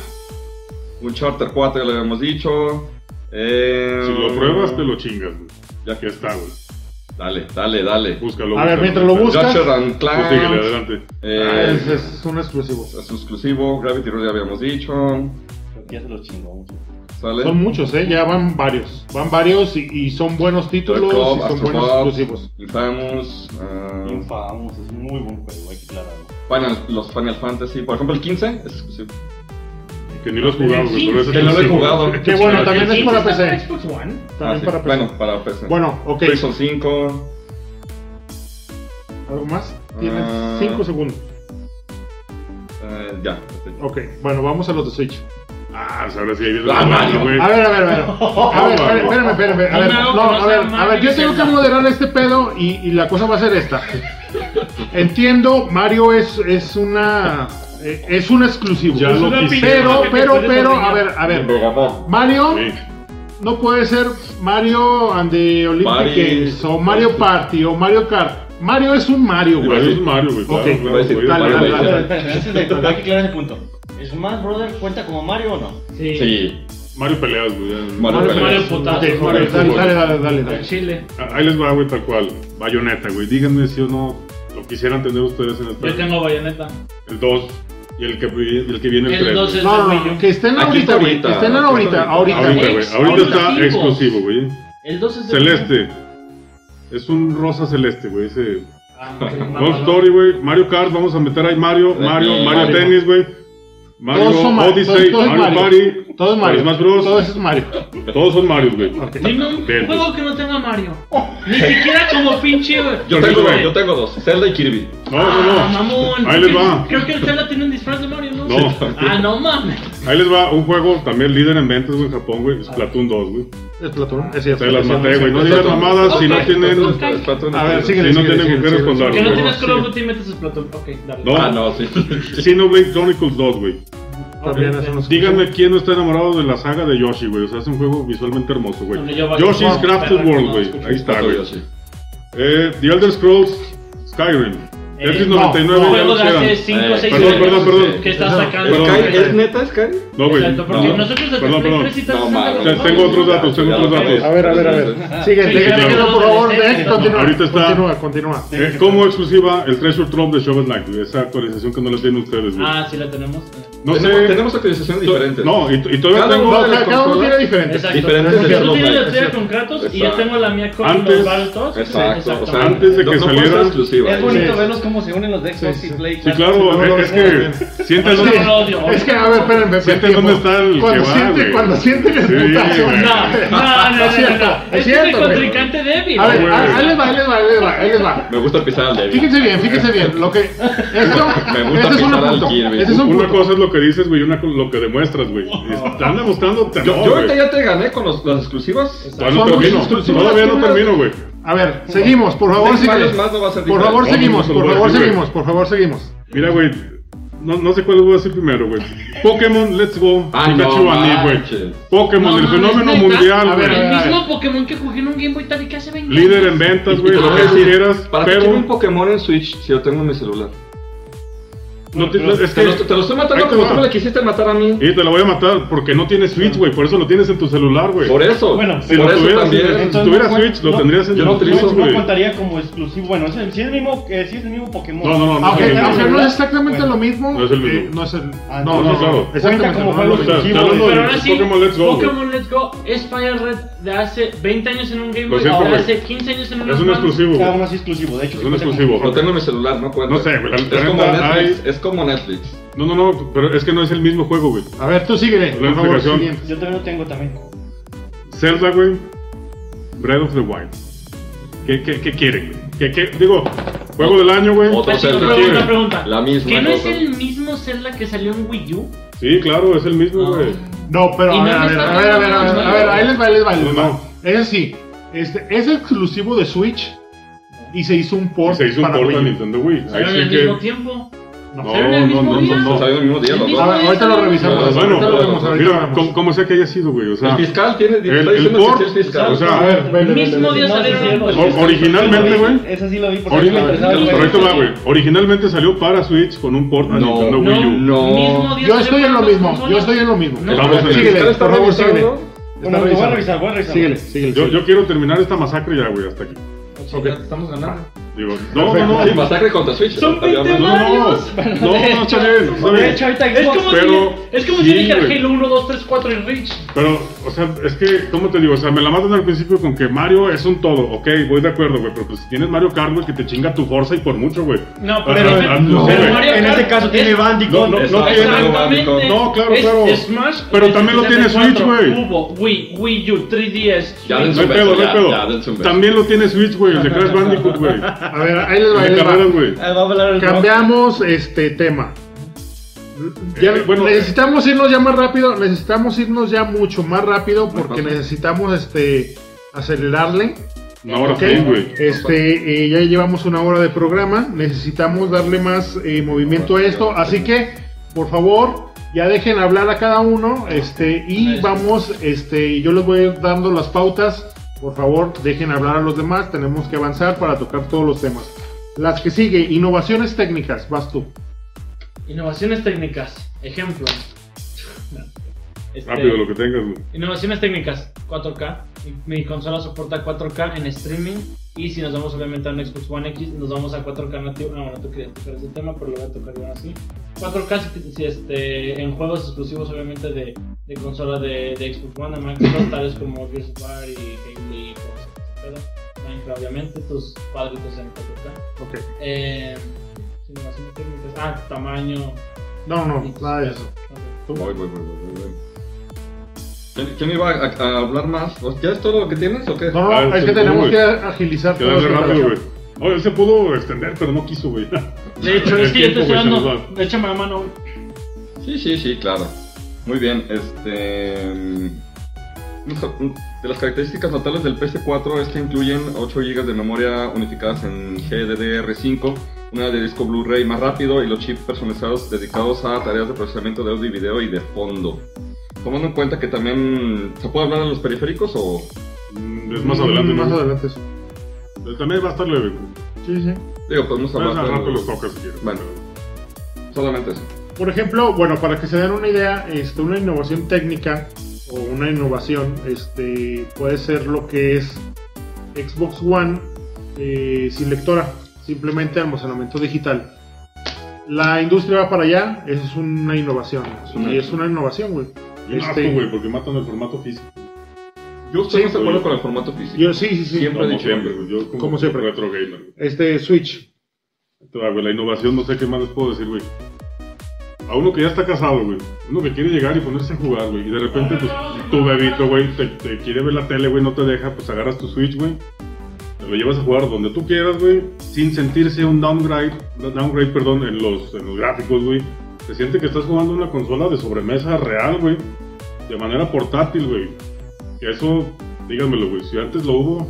[SPEAKER 2] Uncharted 4 ya lo habíamos dicho. Eh,
[SPEAKER 4] Si lo pruebas, te lo chingas, güey.
[SPEAKER 2] Ya
[SPEAKER 4] Aquí
[SPEAKER 2] que
[SPEAKER 4] está, güey.
[SPEAKER 2] Dale, dale, dale.
[SPEAKER 4] Búscalo.
[SPEAKER 1] A ver,
[SPEAKER 4] búscalo.
[SPEAKER 1] mientras lo busco. ¿Buscas?
[SPEAKER 2] Ratchet and
[SPEAKER 4] Tú síguele,
[SPEAKER 2] Clank.
[SPEAKER 4] adelante.
[SPEAKER 1] Ah,
[SPEAKER 2] Eh,
[SPEAKER 1] ese es un exclusivo.
[SPEAKER 2] es exclusivo. Gravity Rush ya habíamos dicho.
[SPEAKER 7] Ya se los chingó.
[SPEAKER 2] ¿Sale?
[SPEAKER 1] Son muchos, ¿eh? Ya van varios. Van varios y, y son buenos títulos
[SPEAKER 2] Club,
[SPEAKER 1] y son
[SPEAKER 2] Astro
[SPEAKER 1] buenos
[SPEAKER 2] Bob,
[SPEAKER 1] exclusivos.
[SPEAKER 2] Infamous, ah,
[SPEAKER 7] Infamous, es muy buen juego, hay que aclararlo.
[SPEAKER 2] Final- los Final Fantasy, por ejemplo el 15 es exclusivo.
[SPEAKER 4] Que ni lo has jugado, güey. pero ese
[SPEAKER 2] Que no lo he
[SPEAKER 4] exclusivo.
[SPEAKER 2] jugado.
[SPEAKER 1] Qué bueno, también
[SPEAKER 3] ¿El
[SPEAKER 1] es para
[SPEAKER 3] 15 está
[SPEAKER 1] PC.
[SPEAKER 3] Xbox One?
[SPEAKER 2] Ah,
[SPEAKER 1] También
[SPEAKER 2] sí.
[SPEAKER 1] para PC.
[SPEAKER 2] Bueno, para PC.
[SPEAKER 1] Bueno, ok.
[SPEAKER 2] Prison 5,
[SPEAKER 1] ¿Algo más? Tienes
[SPEAKER 2] Ah.
[SPEAKER 1] 5 segundos.
[SPEAKER 2] eh, ya. este.
[SPEAKER 1] Ok, bueno, vamos a los de Switch.
[SPEAKER 4] Ah, pues ahora sí, ahí viene
[SPEAKER 2] Ah,
[SPEAKER 4] la
[SPEAKER 2] Mario.
[SPEAKER 4] güey.
[SPEAKER 1] A ver, a ver, a ver. A ver, espérame, espérame, espérame. A ver,
[SPEAKER 3] Dime algo
[SPEAKER 1] no,
[SPEAKER 3] que no
[SPEAKER 1] a
[SPEAKER 3] sea
[SPEAKER 1] ver, a
[SPEAKER 3] Mario
[SPEAKER 1] ver, yo tengo que
[SPEAKER 3] Zelda.
[SPEAKER 1] moderar este pedo y, y la cosa va a ser esta. Entiendo, Mario es, es una. eh, Es un exclusivo.
[SPEAKER 4] Ya lo quisiera.
[SPEAKER 1] pero, pero, pero, a ver, a ver.
[SPEAKER 2] Vegapunk.
[SPEAKER 1] Mario
[SPEAKER 4] Sí.
[SPEAKER 1] no puede ser Mario and the Olympic
[SPEAKER 2] Mario-
[SPEAKER 1] Games o Mario Party o Mario Kart. Mario es un Mario,
[SPEAKER 4] Mario Pues es
[SPEAKER 1] güey.
[SPEAKER 4] Mario, güey. Claro,
[SPEAKER 1] Ok,
[SPEAKER 4] claro,
[SPEAKER 2] voy a decir,
[SPEAKER 4] güey.
[SPEAKER 1] dale,
[SPEAKER 4] Mario,
[SPEAKER 1] dale,
[SPEAKER 4] güey.
[SPEAKER 7] Pero,
[SPEAKER 1] dale.
[SPEAKER 7] espera, ese es el punto, hay que aclarar ese punto. ¿Smash Brothers cuenta como Mario o no?
[SPEAKER 3] Sí.
[SPEAKER 2] Sí.
[SPEAKER 4] Mario peleas, güey. ya.
[SPEAKER 2] Mario
[SPEAKER 3] Mario
[SPEAKER 2] Pérez.
[SPEAKER 3] Putazo.
[SPEAKER 1] Ok, ok, dale, dale, dale, dale,
[SPEAKER 3] Al
[SPEAKER 1] dale.
[SPEAKER 3] Chile.
[SPEAKER 4] Ah, Ahí les va, güey, tal cual. Bayoneta, güey. Díganme si o no lo quisieran tener ustedes en esta.
[SPEAKER 3] Yo tengo bayoneta.
[SPEAKER 4] El 2 y el que, y el que viene el
[SPEAKER 3] El
[SPEAKER 4] 3.
[SPEAKER 3] dos es-
[SPEAKER 1] No, no, no, que estén
[SPEAKER 2] Aquí está
[SPEAKER 1] ahorita, güey.
[SPEAKER 2] ahorita,
[SPEAKER 1] Que estén
[SPEAKER 2] aquí está
[SPEAKER 1] ahorita, ahorita.
[SPEAKER 2] ahorita.
[SPEAKER 4] Ahorita, güey.
[SPEAKER 3] Ex-
[SPEAKER 4] Ahorita está
[SPEAKER 3] ahorita.
[SPEAKER 4] exclusivo, güey.
[SPEAKER 3] El 2 es de
[SPEAKER 4] Celeste. Es un rosa celeste, güey. Ese.
[SPEAKER 3] Ah,
[SPEAKER 4] Golf Story, güey. Mario Kart, vamos a meter ahí Mario, Mario,
[SPEAKER 2] Eh,
[SPEAKER 4] Mario
[SPEAKER 2] Mario.
[SPEAKER 4] Tennis, güey. Mario
[SPEAKER 1] Todos son Mario,
[SPEAKER 4] Odyssey,
[SPEAKER 1] todos- todos
[SPEAKER 4] Mario,
[SPEAKER 1] Mario.
[SPEAKER 4] Party.
[SPEAKER 1] Todo es Mario.
[SPEAKER 4] Smash Bros.
[SPEAKER 1] Todo eso es Mario.
[SPEAKER 4] Todos son Marios, güey.
[SPEAKER 3] Dime un
[SPEAKER 4] Verdes.
[SPEAKER 3] juego que no tenga Mario.
[SPEAKER 4] Oh.
[SPEAKER 3] Ni siquiera como pinche.
[SPEAKER 2] Yo tengo, dos, yo tengo dos, Zelda y Kirby.
[SPEAKER 4] No, no,
[SPEAKER 3] Ah,
[SPEAKER 4] no.
[SPEAKER 3] mamón.
[SPEAKER 4] Ahí les va.
[SPEAKER 3] Creo que el Zelda tiene un disfraz de Mario, ¿no?
[SPEAKER 4] No.
[SPEAKER 3] Ah, no mames.
[SPEAKER 4] Ahí les va un juego también líder en ventas, güey, en Japón, güey. Splatoon 2, güey.
[SPEAKER 1] Es Platón, es cierto.
[SPEAKER 4] Se las
[SPEAKER 1] es cierto,
[SPEAKER 4] maté,
[SPEAKER 1] es
[SPEAKER 4] güey.
[SPEAKER 1] cierto.
[SPEAKER 4] No digan mamadas si no tienen.
[SPEAKER 3] Ok.
[SPEAKER 1] A ver,
[SPEAKER 2] sigue.
[SPEAKER 1] síguele,
[SPEAKER 4] Si
[SPEAKER 1] síguele,
[SPEAKER 4] no
[SPEAKER 1] síguele,
[SPEAKER 4] tienen con qué
[SPEAKER 1] síguele,
[SPEAKER 4] responder,
[SPEAKER 3] Que
[SPEAKER 1] síguele.
[SPEAKER 3] no
[SPEAKER 4] Pero
[SPEAKER 3] tienes
[SPEAKER 1] Sí,
[SPEAKER 3] Call of Duty y metes Splatoon. Ok, dale.
[SPEAKER 4] No.
[SPEAKER 2] Ah, no, sí.
[SPEAKER 4] Xenoblade Chronicles 2, güey.
[SPEAKER 1] También es unos-
[SPEAKER 4] Díganme quién no está enamorado de la saga de Yoshi, güey. O sea, es un juego visualmente hermoso, güey.
[SPEAKER 3] Donde yo bailo.
[SPEAKER 4] Yoshi's
[SPEAKER 3] Wow,
[SPEAKER 4] Crafted
[SPEAKER 3] perra,
[SPEAKER 4] World,
[SPEAKER 3] no,
[SPEAKER 4] güey.
[SPEAKER 3] escucho.
[SPEAKER 4] Ahí está, güey.
[SPEAKER 2] Yo sí.
[SPEAKER 4] Eh, The Elder Scrolls Skyrim. Tetris
[SPEAKER 3] no,
[SPEAKER 4] 99
[SPEAKER 3] Un
[SPEAKER 4] ya
[SPEAKER 3] juego
[SPEAKER 4] lo
[SPEAKER 3] de hace
[SPEAKER 4] hicieron.
[SPEAKER 3] 5 o
[SPEAKER 2] Eh,
[SPEAKER 3] 6
[SPEAKER 4] perdón, perdón, perdón.
[SPEAKER 3] Que estás
[SPEAKER 1] Eso,
[SPEAKER 3] sacando.
[SPEAKER 4] perdón.
[SPEAKER 2] ¿Es Sky? ¿Es neta Sky?
[SPEAKER 4] No, güey.
[SPEAKER 3] Exacto, porque
[SPEAKER 2] No.
[SPEAKER 3] nosotros desde
[SPEAKER 4] Perdón,
[SPEAKER 3] Play
[SPEAKER 4] perdón.
[SPEAKER 3] 3 y tal,
[SPEAKER 2] No,
[SPEAKER 3] estamos
[SPEAKER 2] mames.
[SPEAKER 3] hablando
[SPEAKER 4] Te- tengo
[SPEAKER 3] de-
[SPEAKER 4] otros datos, tengo
[SPEAKER 2] Ya
[SPEAKER 4] otros
[SPEAKER 2] lo
[SPEAKER 4] datos.
[SPEAKER 2] tengo.
[SPEAKER 1] A ver, a ver, a ver. Sigue,
[SPEAKER 3] Sí, ya
[SPEAKER 1] sigue,
[SPEAKER 3] quedó
[SPEAKER 1] por favor,
[SPEAKER 3] todo
[SPEAKER 1] Dex,
[SPEAKER 3] esto.
[SPEAKER 1] continúa.
[SPEAKER 4] Ahorita está-
[SPEAKER 1] Continúa, continúa.
[SPEAKER 4] Eh, como exclusiva, el Treasure Trove de Shovel Knight, güey. Esa actualización que no la tienen ustedes, güey.
[SPEAKER 3] Ah, sí la tenemos.
[SPEAKER 4] no
[SPEAKER 2] tenemos,
[SPEAKER 4] sé.
[SPEAKER 2] tenemos actualizaciones diferentes.
[SPEAKER 4] No, y, y todavía
[SPEAKER 2] Cada
[SPEAKER 4] tengo.
[SPEAKER 1] No,
[SPEAKER 2] uno de las
[SPEAKER 1] cada, cada uno
[SPEAKER 2] consolas-
[SPEAKER 1] tiene diferente.
[SPEAKER 3] Exacto.
[SPEAKER 2] Diferentes
[SPEAKER 1] Tenemos
[SPEAKER 2] de
[SPEAKER 1] que-
[SPEAKER 3] Tú
[SPEAKER 2] Zelda.
[SPEAKER 3] tienes la tuya
[SPEAKER 2] Exacto.
[SPEAKER 3] con Kratos y yo
[SPEAKER 2] Exacto.
[SPEAKER 3] tengo la mía con
[SPEAKER 4] Antes-
[SPEAKER 3] los Baltos.
[SPEAKER 2] Exacto. O sea,
[SPEAKER 3] Exactamente.
[SPEAKER 4] antes de que
[SPEAKER 2] no- no puede ser
[SPEAKER 4] saliera-
[SPEAKER 2] exclusiva.
[SPEAKER 7] Es bonito
[SPEAKER 1] Sí.
[SPEAKER 7] verlos cómo se unen los de Xbox
[SPEAKER 1] Sí,
[SPEAKER 7] y
[SPEAKER 1] sí.
[SPEAKER 7] Play.
[SPEAKER 4] Sí, claro,
[SPEAKER 1] No, no,
[SPEAKER 4] es
[SPEAKER 1] no, no,
[SPEAKER 4] que.
[SPEAKER 3] No,
[SPEAKER 4] Sientes.
[SPEAKER 3] no, no.
[SPEAKER 1] Es que, a ver, espérenme. espérenme,
[SPEAKER 4] Siente
[SPEAKER 1] tiempo.
[SPEAKER 4] dónde está el
[SPEAKER 1] Cuando
[SPEAKER 4] que va,
[SPEAKER 1] sienten,
[SPEAKER 4] güey.
[SPEAKER 1] cuando sienten el
[SPEAKER 4] Sí,
[SPEAKER 1] putazo.
[SPEAKER 4] güey.
[SPEAKER 3] No, no, no, no,
[SPEAKER 1] Es cierto,
[SPEAKER 6] este
[SPEAKER 3] no.
[SPEAKER 1] es
[SPEAKER 3] Es que es el
[SPEAKER 1] cierto, güey.
[SPEAKER 3] contrincante débil.
[SPEAKER 1] A
[SPEAKER 2] Ah,
[SPEAKER 1] ver,
[SPEAKER 4] güey.
[SPEAKER 1] a- ahí les va, ahí les va, ahí les va, ahí les va.
[SPEAKER 2] Me gusta pisar al débil.
[SPEAKER 1] Fíjense bien, fíjense bien. Lo que. Esto. Este es un
[SPEAKER 2] pisar al
[SPEAKER 1] punto.
[SPEAKER 2] Kirby.
[SPEAKER 1] Este es un
[SPEAKER 4] Una
[SPEAKER 1] punto.
[SPEAKER 4] cosa es lo que dices, güey, y una cosa es lo que demuestras, güey. Y Están demostrando
[SPEAKER 2] Yo,
[SPEAKER 4] temor,
[SPEAKER 2] yo ahorita
[SPEAKER 4] güey.
[SPEAKER 2] ya te gané con los- las exclusivas.
[SPEAKER 4] Todavía no
[SPEAKER 1] Son
[SPEAKER 4] termino.
[SPEAKER 1] muchas
[SPEAKER 4] Todavía no
[SPEAKER 2] exclusivas.
[SPEAKER 4] termino, güey.
[SPEAKER 1] A ver, seguimos, por favor,
[SPEAKER 2] Seis
[SPEAKER 1] síguele.
[SPEAKER 2] varios más no va a ser
[SPEAKER 1] Por favor,
[SPEAKER 4] diferente.
[SPEAKER 1] seguimos,
[SPEAKER 4] Vamos a
[SPEAKER 1] por favor,
[SPEAKER 4] resolver,
[SPEAKER 1] seguimos, por favor, seguimos.
[SPEAKER 4] Mira, güey, No, no sé cuál voy a decir primero, güey. Pokémon Let's Go.
[SPEAKER 2] Ay, no
[SPEAKER 4] Pikachu and Eve,
[SPEAKER 2] manches.
[SPEAKER 4] güey. Pokémon,
[SPEAKER 6] No
[SPEAKER 4] el
[SPEAKER 6] mames,
[SPEAKER 4] fenómeno
[SPEAKER 6] ¿neta?
[SPEAKER 4] mundial,
[SPEAKER 1] A ver,
[SPEAKER 4] güey.
[SPEAKER 1] a
[SPEAKER 6] El
[SPEAKER 1] ver.
[SPEAKER 6] mismo Pokémon que jugué en un Game Boy Taric hace 20
[SPEAKER 4] Líder
[SPEAKER 6] años.
[SPEAKER 4] en ventas,
[SPEAKER 2] Y
[SPEAKER 4] güey.
[SPEAKER 2] te
[SPEAKER 4] Lo
[SPEAKER 2] voy a
[SPEAKER 4] que tú
[SPEAKER 2] decir,
[SPEAKER 4] quieras,
[SPEAKER 2] ¿Para qué quiero un
[SPEAKER 4] pero.
[SPEAKER 2] Pokémon en Switch si lo tengo en mi celular?
[SPEAKER 4] No te, no, es
[SPEAKER 2] Te
[SPEAKER 4] que.
[SPEAKER 2] lo, te lo estoy matando
[SPEAKER 4] Ahí te
[SPEAKER 2] como
[SPEAKER 4] va.
[SPEAKER 2] tú me la quisiste matar a mí.
[SPEAKER 4] Y te la voy a matar porque no tienes Switch, güey. Por eso lo tienes en tu celular, güey.
[SPEAKER 2] Por eso.
[SPEAKER 5] Bueno,
[SPEAKER 4] Si
[SPEAKER 2] por
[SPEAKER 4] lo
[SPEAKER 2] eso
[SPEAKER 4] tuvieras,
[SPEAKER 2] también.
[SPEAKER 4] si tuvieras
[SPEAKER 5] no cuen-
[SPEAKER 4] Switch, lo
[SPEAKER 5] no,
[SPEAKER 4] tendrías en
[SPEAKER 2] yo no
[SPEAKER 4] tu
[SPEAKER 2] utilizo,
[SPEAKER 4] Switch,
[SPEAKER 5] no
[SPEAKER 4] güey.
[SPEAKER 5] contaría como exclusivo. Bueno, es el- sí es el mismo, eh, sí es el mismo Pokémon.
[SPEAKER 4] No, no, no. no
[SPEAKER 1] Aunque,
[SPEAKER 4] es lo
[SPEAKER 1] aunque
[SPEAKER 4] mismo.
[SPEAKER 1] no es exactamente lo mismo.
[SPEAKER 4] No es el mismo.
[SPEAKER 1] eh, no es el-
[SPEAKER 5] Ah,
[SPEAKER 1] no, no,
[SPEAKER 5] entonces,
[SPEAKER 1] no,
[SPEAKER 4] claro.
[SPEAKER 1] Exactamente.
[SPEAKER 5] Cuenta como
[SPEAKER 1] no,
[SPEAKER 5] juego
[SPEAKER 1] no,
[SPEAKER 4] O sea,
[SPEAKER 1] no.
[SPEAKER 5] exclusivo.
[SPEAKER 4] está hablando
[SPEAKER 6] Pero
[SPEAKER 4] de
[SPEAKER 6] ahora sí,
[SPEAKER 4] Pokémon Let's Go. güey.
[SPEAKER 6] Pokémon Let's Go es Fire Red de hace 20 años en un Game
[SPEAKER 4] Lo
[SPEAKER 6] Boy,
[SPEAKER 4] siento,
[SPEAKER 6] de
[SPEAKER 4] güey.
[SPEAKER 6] hace 15 años en un
[SPEAKER 4] Es un
[SPEAKER 6] Advance.
[SPEAKER 4] exclusivo.
[SPEAKER 5] Cada
[SPEAKER 4] güey.
[SPEAKER 5] uno sí es exclusivo. De hecho,
[SPEAKER 4] Es
[SPEAKER 5] sí
[SPEAKER 4] un
[SPEAKER 5] cuenta como-
[SPEAKER 4] exclusivo.
[SPEAKER 2] Lo tengo en mi celular, no cuenta.
[SPEAKER 4] No sé, güey, la
[SPEAKER 2] Es como
[SPEAKER 4] neta,
[SPEAKER 2] Netflix.
[SPEAKER 4] hay-
[SPEAKER 2] Es como Netflix.
[SPEAKER 4] No, no, no. Pero es que no es el mismo juego, güey.
[SPEAKER 1] A ver, tú síguele.
[SPEAKER 4] La
[SPEAKER 1] Por favor,
[SPEAKER 4] explicación.
[SPEAKER 1] siguiente.
[SPEAKER 5] Yo también lo tengo también.
[SPEAKER 4] Zelda, güey. Breath of the Wild. ¿Qué, qué, qué quieren, güey? ¿Qué, qué? Digo, juego del año, güey.
[SPEAKER 2] Otro
[SPEAKER 6] Ah, sí,
[SPEAKER 2] Zelda.
[SPEAKER 6] otra pregunta, otra pregunta.
[SPEAKER 2] La misma
[SPEAKER 6] ¿Que no es
[SPEAKER 2] cosa.
[SPEAKER 6] el mismo Zelda que salió en Wii U?
[SPEAKER 4] Sí, claro, es el mismo,
[SPEAKER 1] Ah.
[SPEAKER 4] güey.
[SPEAKER 1] No, pero
[SPEAKER 6] Y
[SPEAKER 1] a ver,
[SPEAKER 6] no
[SPEAKER 1] a
[SPEAKER 6] me
[SPEAKER 1] ver,
[SPEAKER 6] está
[SPEAKER 1] a ver, a ver, a
[SPEAKER 6] dando
[SPEAKER 1] ver,
[SPEAKER 6] los
[SPEAKER 1] a ver,
[SPEAKER 6] números.
[SPEAKER 1] ahí les va, ahí les va, ahí les
[SPEAKER 4] No,
[SPEAKER 1] va.
[SPEAKER 4] no.
[SPEAKER 1] Ese sí, este, es exclusivo de Switch y se hizo un
[SPEAKER 4] Y
[SPEAKER 1] port
[SPEAKER 4] Se hizo un
[SPEAKER 1] para
[SPEAKER 4] port a
[SPEAKER 1] Wii.
[SPEAKER 4] Nintendo Wii. Ahí
[SPEAKER 6] Salieron al
[SPEAKER 4] sí
[SPEAKER 6] mismo
[SPEAKER 4] que.
[SPEAKER 6] tiempo.
[SPEAKER 4] No,
[SPEAKER 6] ¿Salieron el
[SPEAKER 4] no,
[SPEAKER 6] mismo
[SPEAKER 4] no,
[SPEAKER 6] día?
[SPEAKER 4] no, no.
[SPEAKER 2] Salió el mismo día,
[SPEAKER 6] El
[SPEAKER 2] los
[SPEAKER 6] mismo
[SPEAKER 2] dos.
[SPEAKER 1] A ver, ahorita lo revisamos.
[SPEAKER 2] Bueno,
[SPEAKER 1] ahorita lo vemos,
[SPEAKER 4] Bueno,
[SPEAKER 1] ahorita lo
[SPEAKER 4] mira,
[SPEAKER 1] vemos.
[SPEAKER 4] como, como sea que haya sido, güey. O sea,
[SPEAKER 2] El fiscal tiene.
[SPEAKER 4] Ah. el-
[SPEAKER 2] Está
[SPEAKER 4] el
[SPEAKER 2] diciendo
[SPEAKER 4] port-
[SPEAKER 2] que sí es fiscal.
[SPEAKER 1] O sea, a ver, ven, ven, ven, ven.
[SPEAKER 6] Mismo día
[SPEAKER 5] No, sí,
[SPEAKER 6] salieron
[SPEAKER 5] sí,
[SPEAKER 6] ambos.
[SPEAKER 5] sí.
[SPEAKER 4] O- originalmente, güey.
[SPEAKER 5] Esa sí la vi porque sí me
[SPEAKER 4] Originalmente,
[SPEAKER 5] interesaba.
[SPEAKER 4] pero
[SPEAKER 5] güey.
[SPEAKER 4] ahorita va, güey. Originalmente salió para Switch con un port a Nintendo Wii U.
[SPEAKER 6] Mismo día
[SPEAKER 1] Yo
[SPEAKER 6] salieron
[SPEAKER 1] estoy en lo
[SPEAKER 6] ambas
[SPEAKER 1] mismo,
[SPEAKER 6] consolas.
[SPEAKER 1] yo estoy en lo mismo.
[SPEAKER 4] No, Vamos en el-
[SPEAKER 1] Síguele,
[SPEAKER 2] Está
[SPEAKER 1] por favor, síguele.
[SPEAKER 2] revisando.
[SPEAKER 5] Bueno, lo
[SPEAKER 1] Está
[SPEAKER 5] voy a
[SPEAKER 1] revisando.
[SPEAKER 5] revisar, voy a revisar.
[SPEAKER 1] Síguele, síguele.
[SPEAKER 4] Yo,
[SPEAKER 1] síguele.
[SPEAKER 4] yo quiero terminar esta masacre ya, güey, hasta aquí.
[SPEAKER 2] Ok, Estamos ganando.
[SPEAKER 4] Digo, no, no, no.
[SPEAKER 2] Sí, masacre contra Switch.
[SPEAKER 6] Son
[SPEAKER 2] Está bien,
[SPEAKER 6] 20
[SPEAKER 2] ¿no?
[SPEAKER 4] No, no, no, está bien, está
[SPEAKER 5] De hecho,
[SPEAKER 4] bien.
[SPEAKER 5] ahorita
[SPEAKER 6] Es
[SPEAKER 5] Xbox.
[SPEAKER 6] como
[SPEAKER 4] Pero-
[SPEAKER 6] si, es como si
[SPEAKER 4] sí,
[SPEAKER 6] dijera
[SPEAKER 4] güey. Ah,
[SPEAKER 6] Halo 1, 2, 3, 4 y Reach.
[SPEAKER 4] Pero, o sea, es que, ¿cómo te digo? O sea, me la matan al principio con que Mario es un todo. Ok, voy de acuerdo, güey, pero pues si tienes Mario Kart, güey, que te chinga tu fuerza y por mucho, güey.
[SPEAKER 6] No,
[SPEAKER 4] pero-
[SPEAKER 6] pero,
[SPEAKER 4] ah, no, güey.
[SPEAKER 6] En ese caso tiene
[SPEAKER 4] No, no, no
[SPEAKER 2] Exacto.
[SPEAKER 4] tiene.
[SPEAKER 6] Exactamente.
[SPEAKER 4] No, claro,
[SPEAKER 6] Es
[SPEAKER 4] claro.
[SPEAKER 6] Smash,
[SPEAKER 4] Pero también lo tiene
[SPEAKER 6] 64,
[SPEAKER 4] Switch, güey.
[SPEAKER 6] Cubo, Wii, Wii U, 3DS.
[SPEAKER 2] Ya dense
[SPEAKER 6] Switch.
[SPEAKER 4] No hay
[SPEAKER 2] un
[SPEAKER 4] pedo,
[SPEAKER 2] beso.
[SPEAKER 4] no
[SPEAKER 2] ya,
[SPEAKER 4] hay
[SPEAKER 2] ya, dense un
[SPEAKER 4] pedo.
[SPEAKER 2] beso.
[SPEAKER 4] También lo tiene Switch, güey, el de Crash Bandicoot, güey.
[SPEAKER 1] A ver, ahí les va, ahí
[SPEAKER 4] El de
[SPEAKER 1] les va.
[SPEAKER 4] carreras, güey.
[SPEAKER 5] Ah, va a hablar el
[SPEAKER 1] Cambiamos este tema. Ya,
[SPEAKER 4] Eh, bueno,
[SPEAKER 1] necesitamos irnos ya más rápido, necesitamos irnos ya mucho más rápido porque
[SPEAKER 2] pasa.
[SPEAKER 1] necesitamos este acelerarle.
[SPEAKER 4] No, ahora
[SPEAKER 1] Ok,
[SPEAKER 4] sí, güey.
[SPEAKER 1] Este, eh, ya llevamos una hora de programa, necesitamos darle más eh, movimiento a esto, así que, por favor, ya dejen hablar a cada uno, este, y vamos, este, yo les voy a ir dando las pautas, por favor, dejen hablar a los demás, tenemos que avanzar para tocar todos los temas. Las que sigue, innovaciones técnicas, vas tú.
[SPEAKER 6] Innovaciones técnicas. Ejemplo. Este,
[SPEAKER 4] Rápido lo que tengas, güey.
[SPEAKER 6] Innovaciones técnicas, 4K. Mi- Mi consola soporta 4K en streaming. Y si nos vamos obviamente a un Xbox One X, nos vamos a 4K nativo. No, bueno, tú querías tocar ese tema, pero lo voy a tocar yo así. 4K si- si, este, en juegos exclusivos obviamente de, de consola de, de Xbox One, de Microsoft, tales como Gears of War y Halo y cosas así, pero Minecraft obviamente, tus cuadritos en 4K.
[SPEAKER 1] Ok.
[SPEAKER 6] Eh, innovaciones técnicas, ah, tamaño.
[SPEAKER 1] No, no, nada de eso.
[SPEAKER 2] Voy, voy, voy, voy, voy. ¿Quién, quién iba a, a hablar más? ¿Ya es todo lo que tienes o qué?
[SPEAKER 1] No,
[SPEAKER 4] Ah,
[SPEAKER 1] no, es
[SPEAKER 4] sí,
[SPEAKER 1] que
[SPEAKER 4] tú,
[SPEAKER 1] tenemos
[SPEAKER 4] güey.
[SPEAKER 1] que agilizar
[SPEAKER 4] Que
[SPEAKER 1] todo
[SPEAKER 4] darle
[SPEAKER 1] esto.
[SPEAKER 4] rápido, güey. Oye, él se pudo extender, pero no quiso, güey.
[SPEAKER 6] De hecho,
[SPEAKER 4] El
[SPEAKER 6] es que yo te
[SPEAKER 4] tiempo,
[SPEAKER 6] estoy
[SPEAKER 4] güey, se nos
[SPEAKER 6] dando. Échame la mano.
[SPEAKER 2] Sí, sí, sí, claro. Muy bien, este... mm, De las características notables del PS4 es que incluyen 8 GB de memoria unificadas en GDDR5, una de disco Blu-ray más rápido y los chips personalizados dedicados a tareas de procesamiento de audio y video y de fondo. Tomando en cuenta que también... ¿Se puede hablar de los periféricos o...?
[SPEAKER 4] Mm, Es más adelante,
[SPEAKER 1] Más
[SPEAKER 4] ¿no? Eh,
[SPEAKER 1] adelante eso.
[SPEAKER 4] También va a estar leve, güey.
[SPEAKER 1] Sí, sí.
[SPEAKER 2] Digo, podemos
[SPEAKER 4] Pues,
[SPEAKER 2] hablar
[SPEAKER 4] al
[SPEAKER 2] de-
[SPEAKER 4] rato los tocas si quieres.
[SPEAKER 2] Bueno. Solamente eso.
[SPEAKER 1] Por ejemplo, bueno, para que se den una idea, este, una innovación técnica o una innovación este, puede ser lo que es Xbox One eh, sin lectora, simplemente almacenamiento digital. La industria va para allá, eso es una innovación.
[SPEAKER 2] Una-
[SPEAKER 1] Y es una innovación, güey.
[SPEAKER 4] Y un
[SPEAKER 1] Este,
[SPEAKER 4] asco, güey, porque matan el formato físico.
[SPEAKER 2] Yo estoy
[SPEAKER 1] Sí,
[SPEAKER 2] más de acuerdo
[SPEAKER 4] güey.
[SPEAKER 2] con el formato físico.
[SPEAKER 1] yo, sí, sí, sí.
[SPEAKER 2] Siempre. he
[SPEAKER 4] Como
[SPEAKER 2] dicho.
[SPEAKER 4] siempre, güey. Yo como,
[SPEAKER 1] Como siempre.
[SPEAKER 4] retro gamer. güey.
[SPEAKER 1] Este Switch.
[SPEAKER 4] Te va, güey, La innovación, no sé qué más les puedo decir, güey. A uno que ya está casado, güey. Uno que quiere llegar y ponerse a jugar, güey. Y de repente, pues, tu bebito, güey, te, te quiere ver la tele, güey, no te deja, pues agarras tu Switch, güey. Te lo llevas a jugar donde tú quieras, güey. Sin sentirse un downgrade, downgrade, perdón, en los, en los gráficos, güey. Se siente que estás jugando una consola de sobremesa real, güey. De manera portátil, güey. Que eso, díganmelo, güey. Si antes lo hubo,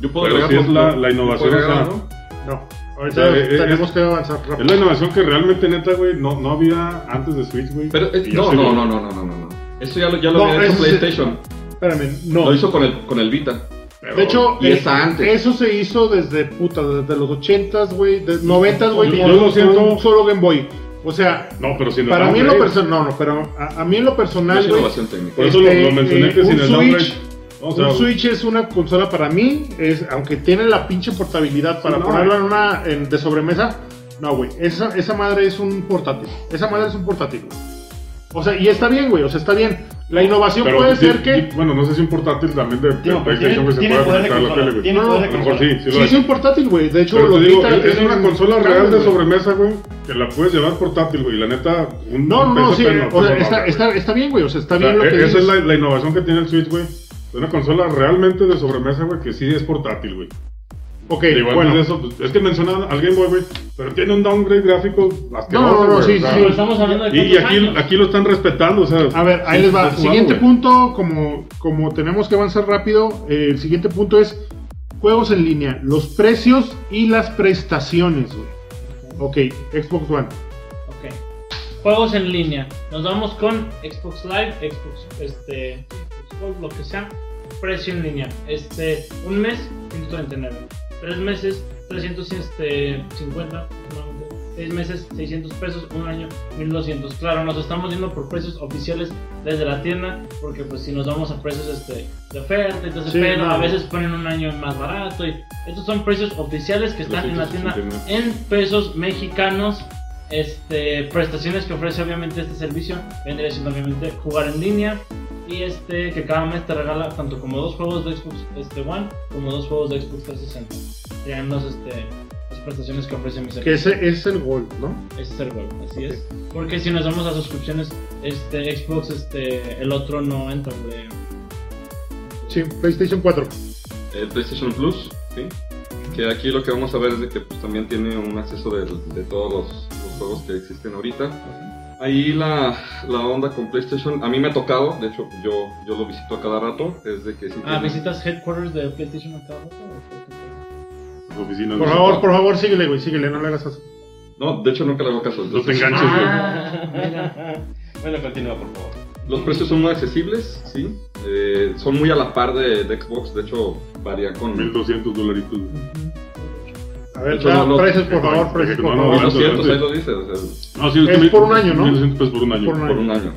[SPEAKER 2] Yo
[SPEAKER 4] Pero
[SPEAKER 2] agregar
[SPEAKER 4] sí es
[SPEAKER 2] dos-
[SPEAKER 4] la- la
[SPEAKER 2] yo puedo
[SPEAKER 4] innovación,
[SPEAKER 2] agregar
[SPEAKER 4] o sea,
[SPEAKER 2] algo.
[SPEAKER 1] No. Ahorita
[SPEAKER 4] Eh, eh,
[SPEAKER 1] tenemos
[SPEAKER 4] es-
[SPEAKER 1] que avanzar
[SPEAKER 4] Es la
[SPEAKER 1] rápido.
[SPEAKER 4] innovación que realmente, neta, güey, no, no había antes de Switch, güey.
[SPEAKER 2] Pero es-
[SPEAKER 4] Y ya
[SPEAKER 2] no,
[SPEAKER 4] se
[SPEAKER 2] no,
[SPEAKER 4] ve.
[SPEAKER 2] no, no, no, no, no, no. Eso ya lo, ya lo
[SPEAKER 1] No,
[SPEAKER 2] había hecho
[SPEAKER 1] eso sí.
[SPEAKER 2] PlayStation.
[SPEAKER 1] Espérame, no.
[SPEAKER 2] Lo hizo con el, con el Vita.
[SPEAKER 4] Pero-
[SPEAKER 1] De hecho, eh,
[SPEAKER 2] Y es antes.
[SPEAKER 1] eso se hizo desde puta, desde los 80s, güey, de 90s, güey,
[SPEAKER 4] Yo-
[SPEAKER 1] con-
[SPEAKER 4] yo lo
[SPEAKER 1] con
[SPEAKER 4] siento.
[SPEAKER 1] un solo Game Boy. O sea,
[SPEAKER 4] No, pero sin el
[SPEAKER 1] para mí en lo
[SPEAKER 4] downgrade.
[SPEAKER 1] personal, no, no, pero a, a mí en lo
[SPEAKER 2] No es
[SPEAKER 1] personal, güey,
[SPEAKER 2] innovación técnica.
[SPEAKER 4] Por eso
[SPEAKER 1] Este,
[SPEAKER 4] lo, lo mencioné
[SPEAKER 1] eh,
[SPEAKER 4] que sin
[SPEAKER 1] un
[SPEAKER 4] el
[SPEAKER 1] Switch-
[SPEAKER 4] downgrade. No, o sea,
[SPEAKER 1] un Switch es una consola para mí, es, aunque tiene la pinche portabilidad para
[SPEAKER 4] no,
[SPEAKER 1] ponerla en una en- de sobremesa, no, güey, esa, esa madre es un portátil, esa madre es un portátil, güey. O sea, y está bien, güey, o sea, está bien. La innovación
[SPEAKER 4] pero pues
[SPEAKER 1] puede
[SPEAKER 4] sí-
[SPEAKER 1] ser que...
[SPEAKER 4] sí, Bueno, no sé si un portátil también de, de
[SPEAKER 7] Digo, pues,
[SPEAKER 4] PlayStation que se
[SPEAKER 7] tiene
[SPEAKER 4] pueda
[SPEAKER 7] poder de
[SPEAKER 4] conectar a la
[SPEAKER 7] consola,
[SPEAKER 4] tele, güey.
[SPEAKER 7] tiene poder de
[SPEAKER 4] a lo mejor
[SPEAKER 7] consola.
[SPEAKER 4] sí, sí
[SPEAKER 1] Sí,
[SPEAKER 4] lo
[SPEAKER 1] es
[SPEAKER 4] hay.
[SPEAKER 1] un portátil, güey. De hecho,
[SPEAKER 4] Pero te
[SPEAKER 1] los
[SPEAKER 4] digo,
[SPEAKER 1] Vita
[SPEAKER 4] es, es
[SPEAKER 1] tienen
[SPEAKER 4] una consola real de
[SPEAKER 1] cables, güey.
[SPEAKER 4] sobremesa, güey, que la puedes llevar portátil, güey, y la neta, un
[SPEAKER 1] No, no,
[SPEAKER 4] un
[SPEAKER 1] no,
[SPEAKER 4] peso
[SPEAKER 1] sí,
[SPEAKER 4] te lo- te
[SPEAKER 1] o sea,
[SPEAKER 4] lo
[SPEAKER 1] está,
[SPEAKER 4] ahorra,
[SPEAKER 1] está, está bien, güey, o sea, está
[SPEAKER 4] O sea,
[SPEAKER 1] bien lo que
[SPEAKER 4] e- Esa
[SPEAKER 1] dices.
[SPEAKER 4] es la, la innovación que tiene el Switch, güey. Es una consola realmente de sobremesa, güey, que sí es portátil, güey.
[SPEAKER 1] Ok,
[SPEAKER 4] Digo, antes
[SPEAKER 1] bueno,
[SPEAKER 4] de eso, pues, es que mencionaban al Game Boy, güey, pero tiene un downgrade gráfico asqueroso,
[SPEAKER 1] No, no, no,
[SPEAKER 4] güey,
[SPEAKER 1] sí,
[SPEAKER 4] o sea,
[SPEAKER 1] sí,
[SPEAKER 6] Pero estamos hablando de
[SPEAKER 4] Y, y
[SPEAKER 6] cuántos
[SPEAKER 4] aquí,
[SPEAKER 6] años.
[SPEAKER 4] aquí lo están respetando, o sea...
[SPEAKER 1] a ver, ahí
[SPEAKER 4] sí,
[SPEAKER 1] les va.
[SPEAKER 4] está jugando,
[SPEAKER 1] Siguiente
[SPEAKER 4] güey.
[SPEAKER 1] punto, como, como tenemos que avanzar rápido, eh, el siguiente punto es juegos en línea, los precios y las prestaciones, güey. Ok, Xbox One.
[SPEAKER 6] Ok. Juegos en línea. Nos vamos con Xbox Live, Xbox, este, Xbox, lo que sea. Precio en línea. Este, un mes, 139. Tres meses, 350. nuevamente. Seis meses, 600 pesos. Un año, 1200. Claro, nos estamos yendo por precios oficiales desde la tienda. Porque, pues, si nos vamos a precios este, de oferta, entonces,
[SPEAKER 1] Sí,
[SPEAKER 6] pero
[SPEAKER 1] no.
[SPEAKER 6] a veces ponen un año más barato. Y estos son precios oficiales que están en la tienda
[SPEAKER 4] 269.
[SPEAKER 6] en pesos mexicanos. Este, prestaciones que ofrece obviamente este servicio vendría siendo obviamente jugar en línea y este que cada mes te regala tanto como dos juegos de Xbox este, One como dos juegos de Xbox 360 serían los, este, las prestaciones que ofrece mi
[SPEAKER 1] Que
[SPEAKER 6] servicio
[SPEAKER 1] ese es el Gold, ¿no?
[SPEAKER 6] ese es el juego así es porque si nos vamos a suscripciones este Xbox este el otro no entra güey.
[SPEAKER 1] Sí, PlayStation 4.
[SPEAKER 2] El Eh, PlayStation Plus, ¿sí? Que aquí lo que vamos a ver es de que pues, también tiene un acceso de, de todos los, los juegos que existen ahorita. Ahí la, la onda con PlayStation, a mí me ha tocado, de hecho yo, yo lo visito a cada rato, es de que sí
[SPEAKER 6] ah
[SPEAKER 2] tiene-
[SPEAKER 6] visitas headquarters de PlayStation acá abajo? ¿O
[SPEAKER 4] Las oficinas,
[SPEAKER 1] Por
[SPEAKER 4] ¿no?
[SPEAKER 1] favor, por favor, síguele, güey, síguele, no le hagas así.
[SPEAKER 2] No, de hecho nunca le hago caso.
[SPEAKER 4] No te
[SPEAKER 2] entonces-
[SPEAKER 4] enganches, güey.
[SPEAKER 7] Bueno, continúa, por favor.
[SPEAKER 2] Los precios son muy accesibles, sí. Eh, son muy a la par de, de Xbox, de hecho varía con...
[SPEAKER 4] 1200 dolaritos, güey.
[SPEAKER 1] A ver,
[SPEAKER 2] Eso
[SPEAKER 1] ya,
[SPEAKER 2] no lo-
[SPEAKER 1] precios, por favor, precios, por
[SPEAKER 4] No, no,
[SPEAKER 1] favor.
[SPEAKER 4] no,
[SPEAKER 2] 1200, ahí lo dice, o sea,
[SPEAKER 4] No, sí,
[SPEAKER 1] Es
[SPEAKER 4] que
[SPEAKER 1] por
[SPEAKER 4] mil-
[SPEAKER 1] un año, ¿no?
[SPEAKER 4] 1200 pesos por un año.
[SPEAKER 1] Por un
[SPEAKER 2] por un año.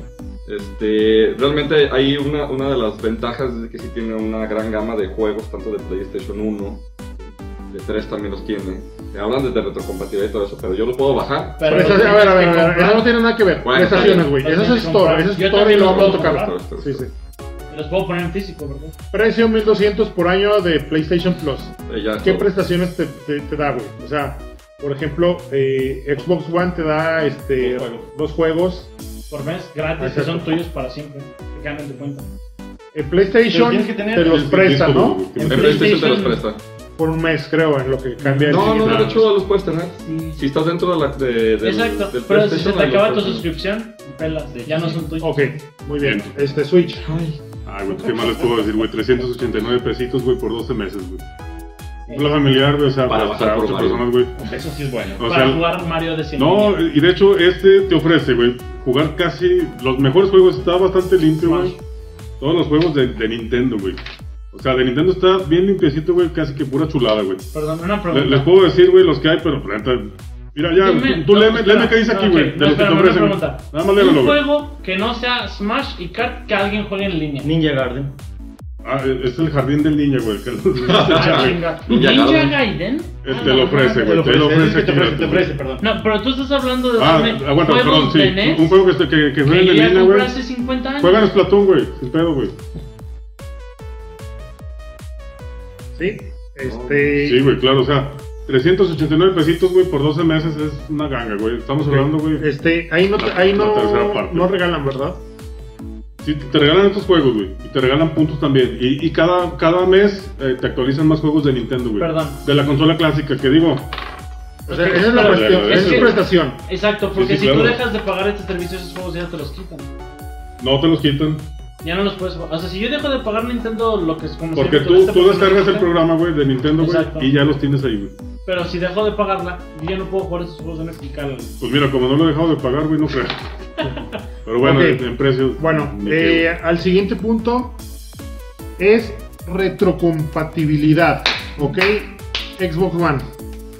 [SPEAKER 2] Este, realmente hay una, una de las ventajas es que sí tiene una gran gama de juegos, tanto de PlayStation 1, de 3 también los tiene. Te hablan de, de retrocompatibilidad y todo eso, pero yo lo puedo bajar.
[SPEAKER 1] Prestaciones- a ver, a ver, a ver, a ver, eso no tiene nada que ver.
[SPEAKER 2] Bueno, está
[SPEAKER 1] prestaciones,
[SPEAKER 2] bien.
[SPEAKER 1] güey.
[SPEAKER 6] Lo
[SPEAKER 1] Eso
[SPEAKER 6] tienes
[SPEAKER 1] es
[SPEAKER 6] que
[SPEAKER 1] store,
[SPEAKER 6] comprar.
[SPEAKER 1] eso es
[SPEAKER 6] Yo
[SPEAKER 1] store y
[SPEAKER 6] también
[SPEAKER 1] lo
[SPEAKER 6] lo
[SPEAKER 1] vamos a
[SPEAKER 6] puedo
[SPEAKER 1] tocar.
[SPEAKER 6] comprar.
[SPEAKER 1] Sí, sí.
[SPEAKER 6] los puedo poner en físico verdad
[SPEAKER 1] Precio 1200 por año de PlayStation Plus.
[SPEAKER 2] Eh, ya,
[SPEAKER 1] ¿Qué
[SPEAKER 2] todo.
[SPEAKER 1] prestaciones te, te- te da, güey? O sea, por ejemplo, eh, Xbox One te da este,
[SPEAKER 7] Dos juegos.
[SPEAKER 1] dos juegos.
[SPEAKER 6] por mes gratis que
[SPEAKER 1] Exacto.
[SPEAKER 6] son tuyos para siempre. Te quedan en tu cuenta.
[SPEAKER 1] En Eh, PlayStation
[SPEAKER 7] Pero tienes que tener
[SPEAKER 1] te los
[SPEAKER 4] el
[SPEAKER 1] presta,
[SPEAKER 4] disco,
[SPEAKER 1] ¿no?
[SPEAKER 4] güey, que
[SPEAKER 2] En
[SPEAKER 4] me-
[SPEAKER 2] PlayStation te los presta.
[SPEAKER 1] Por un mes, creo, en lo que cambia el
[SPEAKER 2] No, no,
[SPEAKER 1] digital.
[SPEAKER 2] de hecho los puedes tener. Si estás dentro de la. De, del-
[SPEAKER 6] Exacto.
[SPEAKER 2] del
[SPEAKER 6] Pero si se
[SPEAKER 2] PlayStation,
[SPEAKER 6] te
[SPEAKER 2] ahí los
[SPEAKER 6] acaba tu
[SPEAKER 2] puedes tener.
[SPEAKER 6] suscripción, pelas. Ya no son tuyos.
[SPEAKER 1] Ok, muy bien.
[SPEAKER 4] Bien.
[SPEAKER 1] Este Switch.
[SPEAKER 4] Ay, Ah, güey, qué mal les puedo decir, güey. 389 pesitos, güey, por 12 meses, güey. Un plan familiar, güey, o sea,
[SPEAKER 2] Para
[SPEAKER 4] para,
[SPEAKER 2] bajar
[SPEAKER 4] para
[SPEAKER 2] por
[SPEAKER 4] 8
[SPEAKER 2] Mario.
[SPEAKER 4] personas, güey.
[SPEAKER 7] Eso sí es bueno.
[SPEAKER 4] O
[SPEAKER 6] para
[SPEAKER 4] sea,
[SPEAKER 6] jugar Mario de 100.
[SPEAKER 4] no, eh, y de hecho, este te ofrece, güey, jugar casi los mejores juegos. Está bastante limpio,
[SPEAKER 6] Smash.
[SPEAKER 4] güey. Todos los juegos de, de Nintendo, güey. O sea, de Nintendo está bien limpiecito, güey, casi que pura chulada, güey.
[SPEAKER 6] Perdón, una
[SPEAKER 4] Le-
[SPEAKER 6] pregunta.
[SPEAKER 4] les puedo decir, güey, los que hay, pero la neta, Mira, ya,
[SPEAKER 6] Dime-
[SPEAKER 4] tú
[SPEAKER 6] no,
[SPEAKER 4] léeme,
[SPEAKER 6] espera,
[SPEAKER 4] léeme qué dice
[SPEAKER 6] no,
[SPEAKER 4] aquí, güey,
[SPEAKER 6] ok,
[SPEAKER 4] de
[SPEAKER 6] no,
[SPEAKER 4] los que
[SPEAKER 6] espera,
[SPEAKER 4] te
[SPEAKER 6] una
[SPEAKER 4] ofrecen. güey.
[SPEAKER 6] pregunta.
[SPEAKER 4] Nada más léelo,
[SPEAKER 6] Un
[SPEAKER 4] güey.
[SPEAKER 6] juego que no sea Smash y Kart que alguien juegue en línea.
[SPEAKER 7] Ninja Garden.
[SPEAKER 4] Ah, es el jardín del niño, güey. que-
[SPEAKER 6] Ah,
[SPEAKER 4] güey.
[SPEAKER 6] chinga.
[SPEAKER 2] Ninja
[SPEAKER 6] Ninja
[SPEAKER 2] Gaiden.
[SPEAKER 6] Gaiden.
[SPEAKER 4] Él
[SPEAKER 6] Ah,
[SPEAKER 4] te
[SPEAKER 6] no,
[SPEAKER 4] lo ofrece,
[SPEAKER 6] no,
[SPEAKER 4] güey. Te lo ofrece
[SPEAKER 7] Es que
[SPEAKER 4] aquí,
[SPEAKER 7] te ofrece, te
[SPEAKER 4] güey.
[SPEAKER 7] ofrece, perdón.
[SPEAKER 6] No, pero tú estás hablando de
[SPEAKER 4] Ah,
[SPEAKER 6] darme
[SPEAKER 4] aguanta, perdón,
[SPEAKER 6] juegos
[SPEAKER 4] sí.
[SPEAKER 6] de NES
[SPEAKER 4] Un juego que, este- que, que
[SPEAKER 6] que
[SPEAKER 4] jueguen en
[SPEAKER 6] ya
[SPEAKER 4] línea,
[SPEAKER 6] compré
[SPEAKER 4] güey.
[SPEAKER 6] hace 50 años.
[SPEAKER 4] Juegan Splatoon, güey. Sin pedo, güey.
[SPEAKER 1] Sí. Este.
[SPEAKER 4] Sí, güey, claro, o sea. 389 pesitos, güey, por 12 meses es una ganga, güey. Estamos hablando, güey.
[SPEAKER 1] Este, ahí no, te-
[SPEAKER 4] La-
[SPEAKER 1] ahí
[SPEAKER 4] la tercera
[SPEAKER 1] no,
[SPEAKER 4] parte.
[SPEAKER 1] no regalan, ¿verdad?
[SPEAKER 4] Sí, te regalan estos juegos, güey. Y te regalan puntos también. Y, y cada, cada mes eh, te actualizan más juegos de Nintendo, güey.
[SPEAKER 6] Perdón.
[SPEAKER 4] De la consola clásica, que digo.
[SPEAKER 1] O sea,
[SPEAKER 6] Ok,
[SPEAKER 1] esa es la
[SPEAKER 6] pero-
[SPEAKER 1] cuestión,
[SPEAKER 4] es
[SPEAKER 1] esa es
[SPEAKER 6] que-
[SPEAKER 1] su prestación.
[SPEAKER 6] Exacto, porque
[SPEAKER 4] Sí, sí,
[SPEAKER 6] si tú
[SPEAKER 4] claro.
[SPEAKER 6] dejas de pagar este servicio, esos juegos ya te los quitan.
[SPEAKER 4] No te los quitan.
[SPEAKER 6] Ya no los puedes jugar. O sea, si yo dejo de pagar Nintendo lo que es como
[SPEAKER 4] Porque
[SPEAKER 6] siempre,
[SPEAKER 4] tú,
[SPEAKER 6] este
[SPEAKER 4] tú
[SPEAKER 6] programa
[SPEAKER 4] descargas el
[SPEAKER 6] existe,
[SPEAKER 4] programa, güey, de Nintendo, güey.
[SPEAKER 6] Exacto.
[SPEAKER 4] Y ya los tienes ahí, güey.
[SPEAKER 6] Pero si dejó de pagarla, yo ya no puedo jugar esos juegos de Netflix. Cal-
[SPEAKER 4] Pues mira, como no lo he dejado de pagar, güey, no creo. Pero bueno,
[SPEAKER 1] Ok.
[SPEAKER 4] en- en precios.
[SPEAKER 1] Bueno,
[SPEAKER 4] me
[SPEAKER 1] eh,
[SPEAKER 4] quedo.
[SPEAKER 1] al siguiente punto es retrocompatibilidad, ¿ok? Xbox One.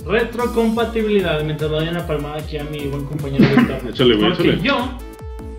[SPEAKER 6] Retrocompatibilidad, mientras le doy una palmada aquí a mi buen compañero Víctor.
[SPEAKER 4] Échale, güey,
[SPEAKER 6] Porque
[SPEAKER 4] échale.
[SPEAKER 6] yo,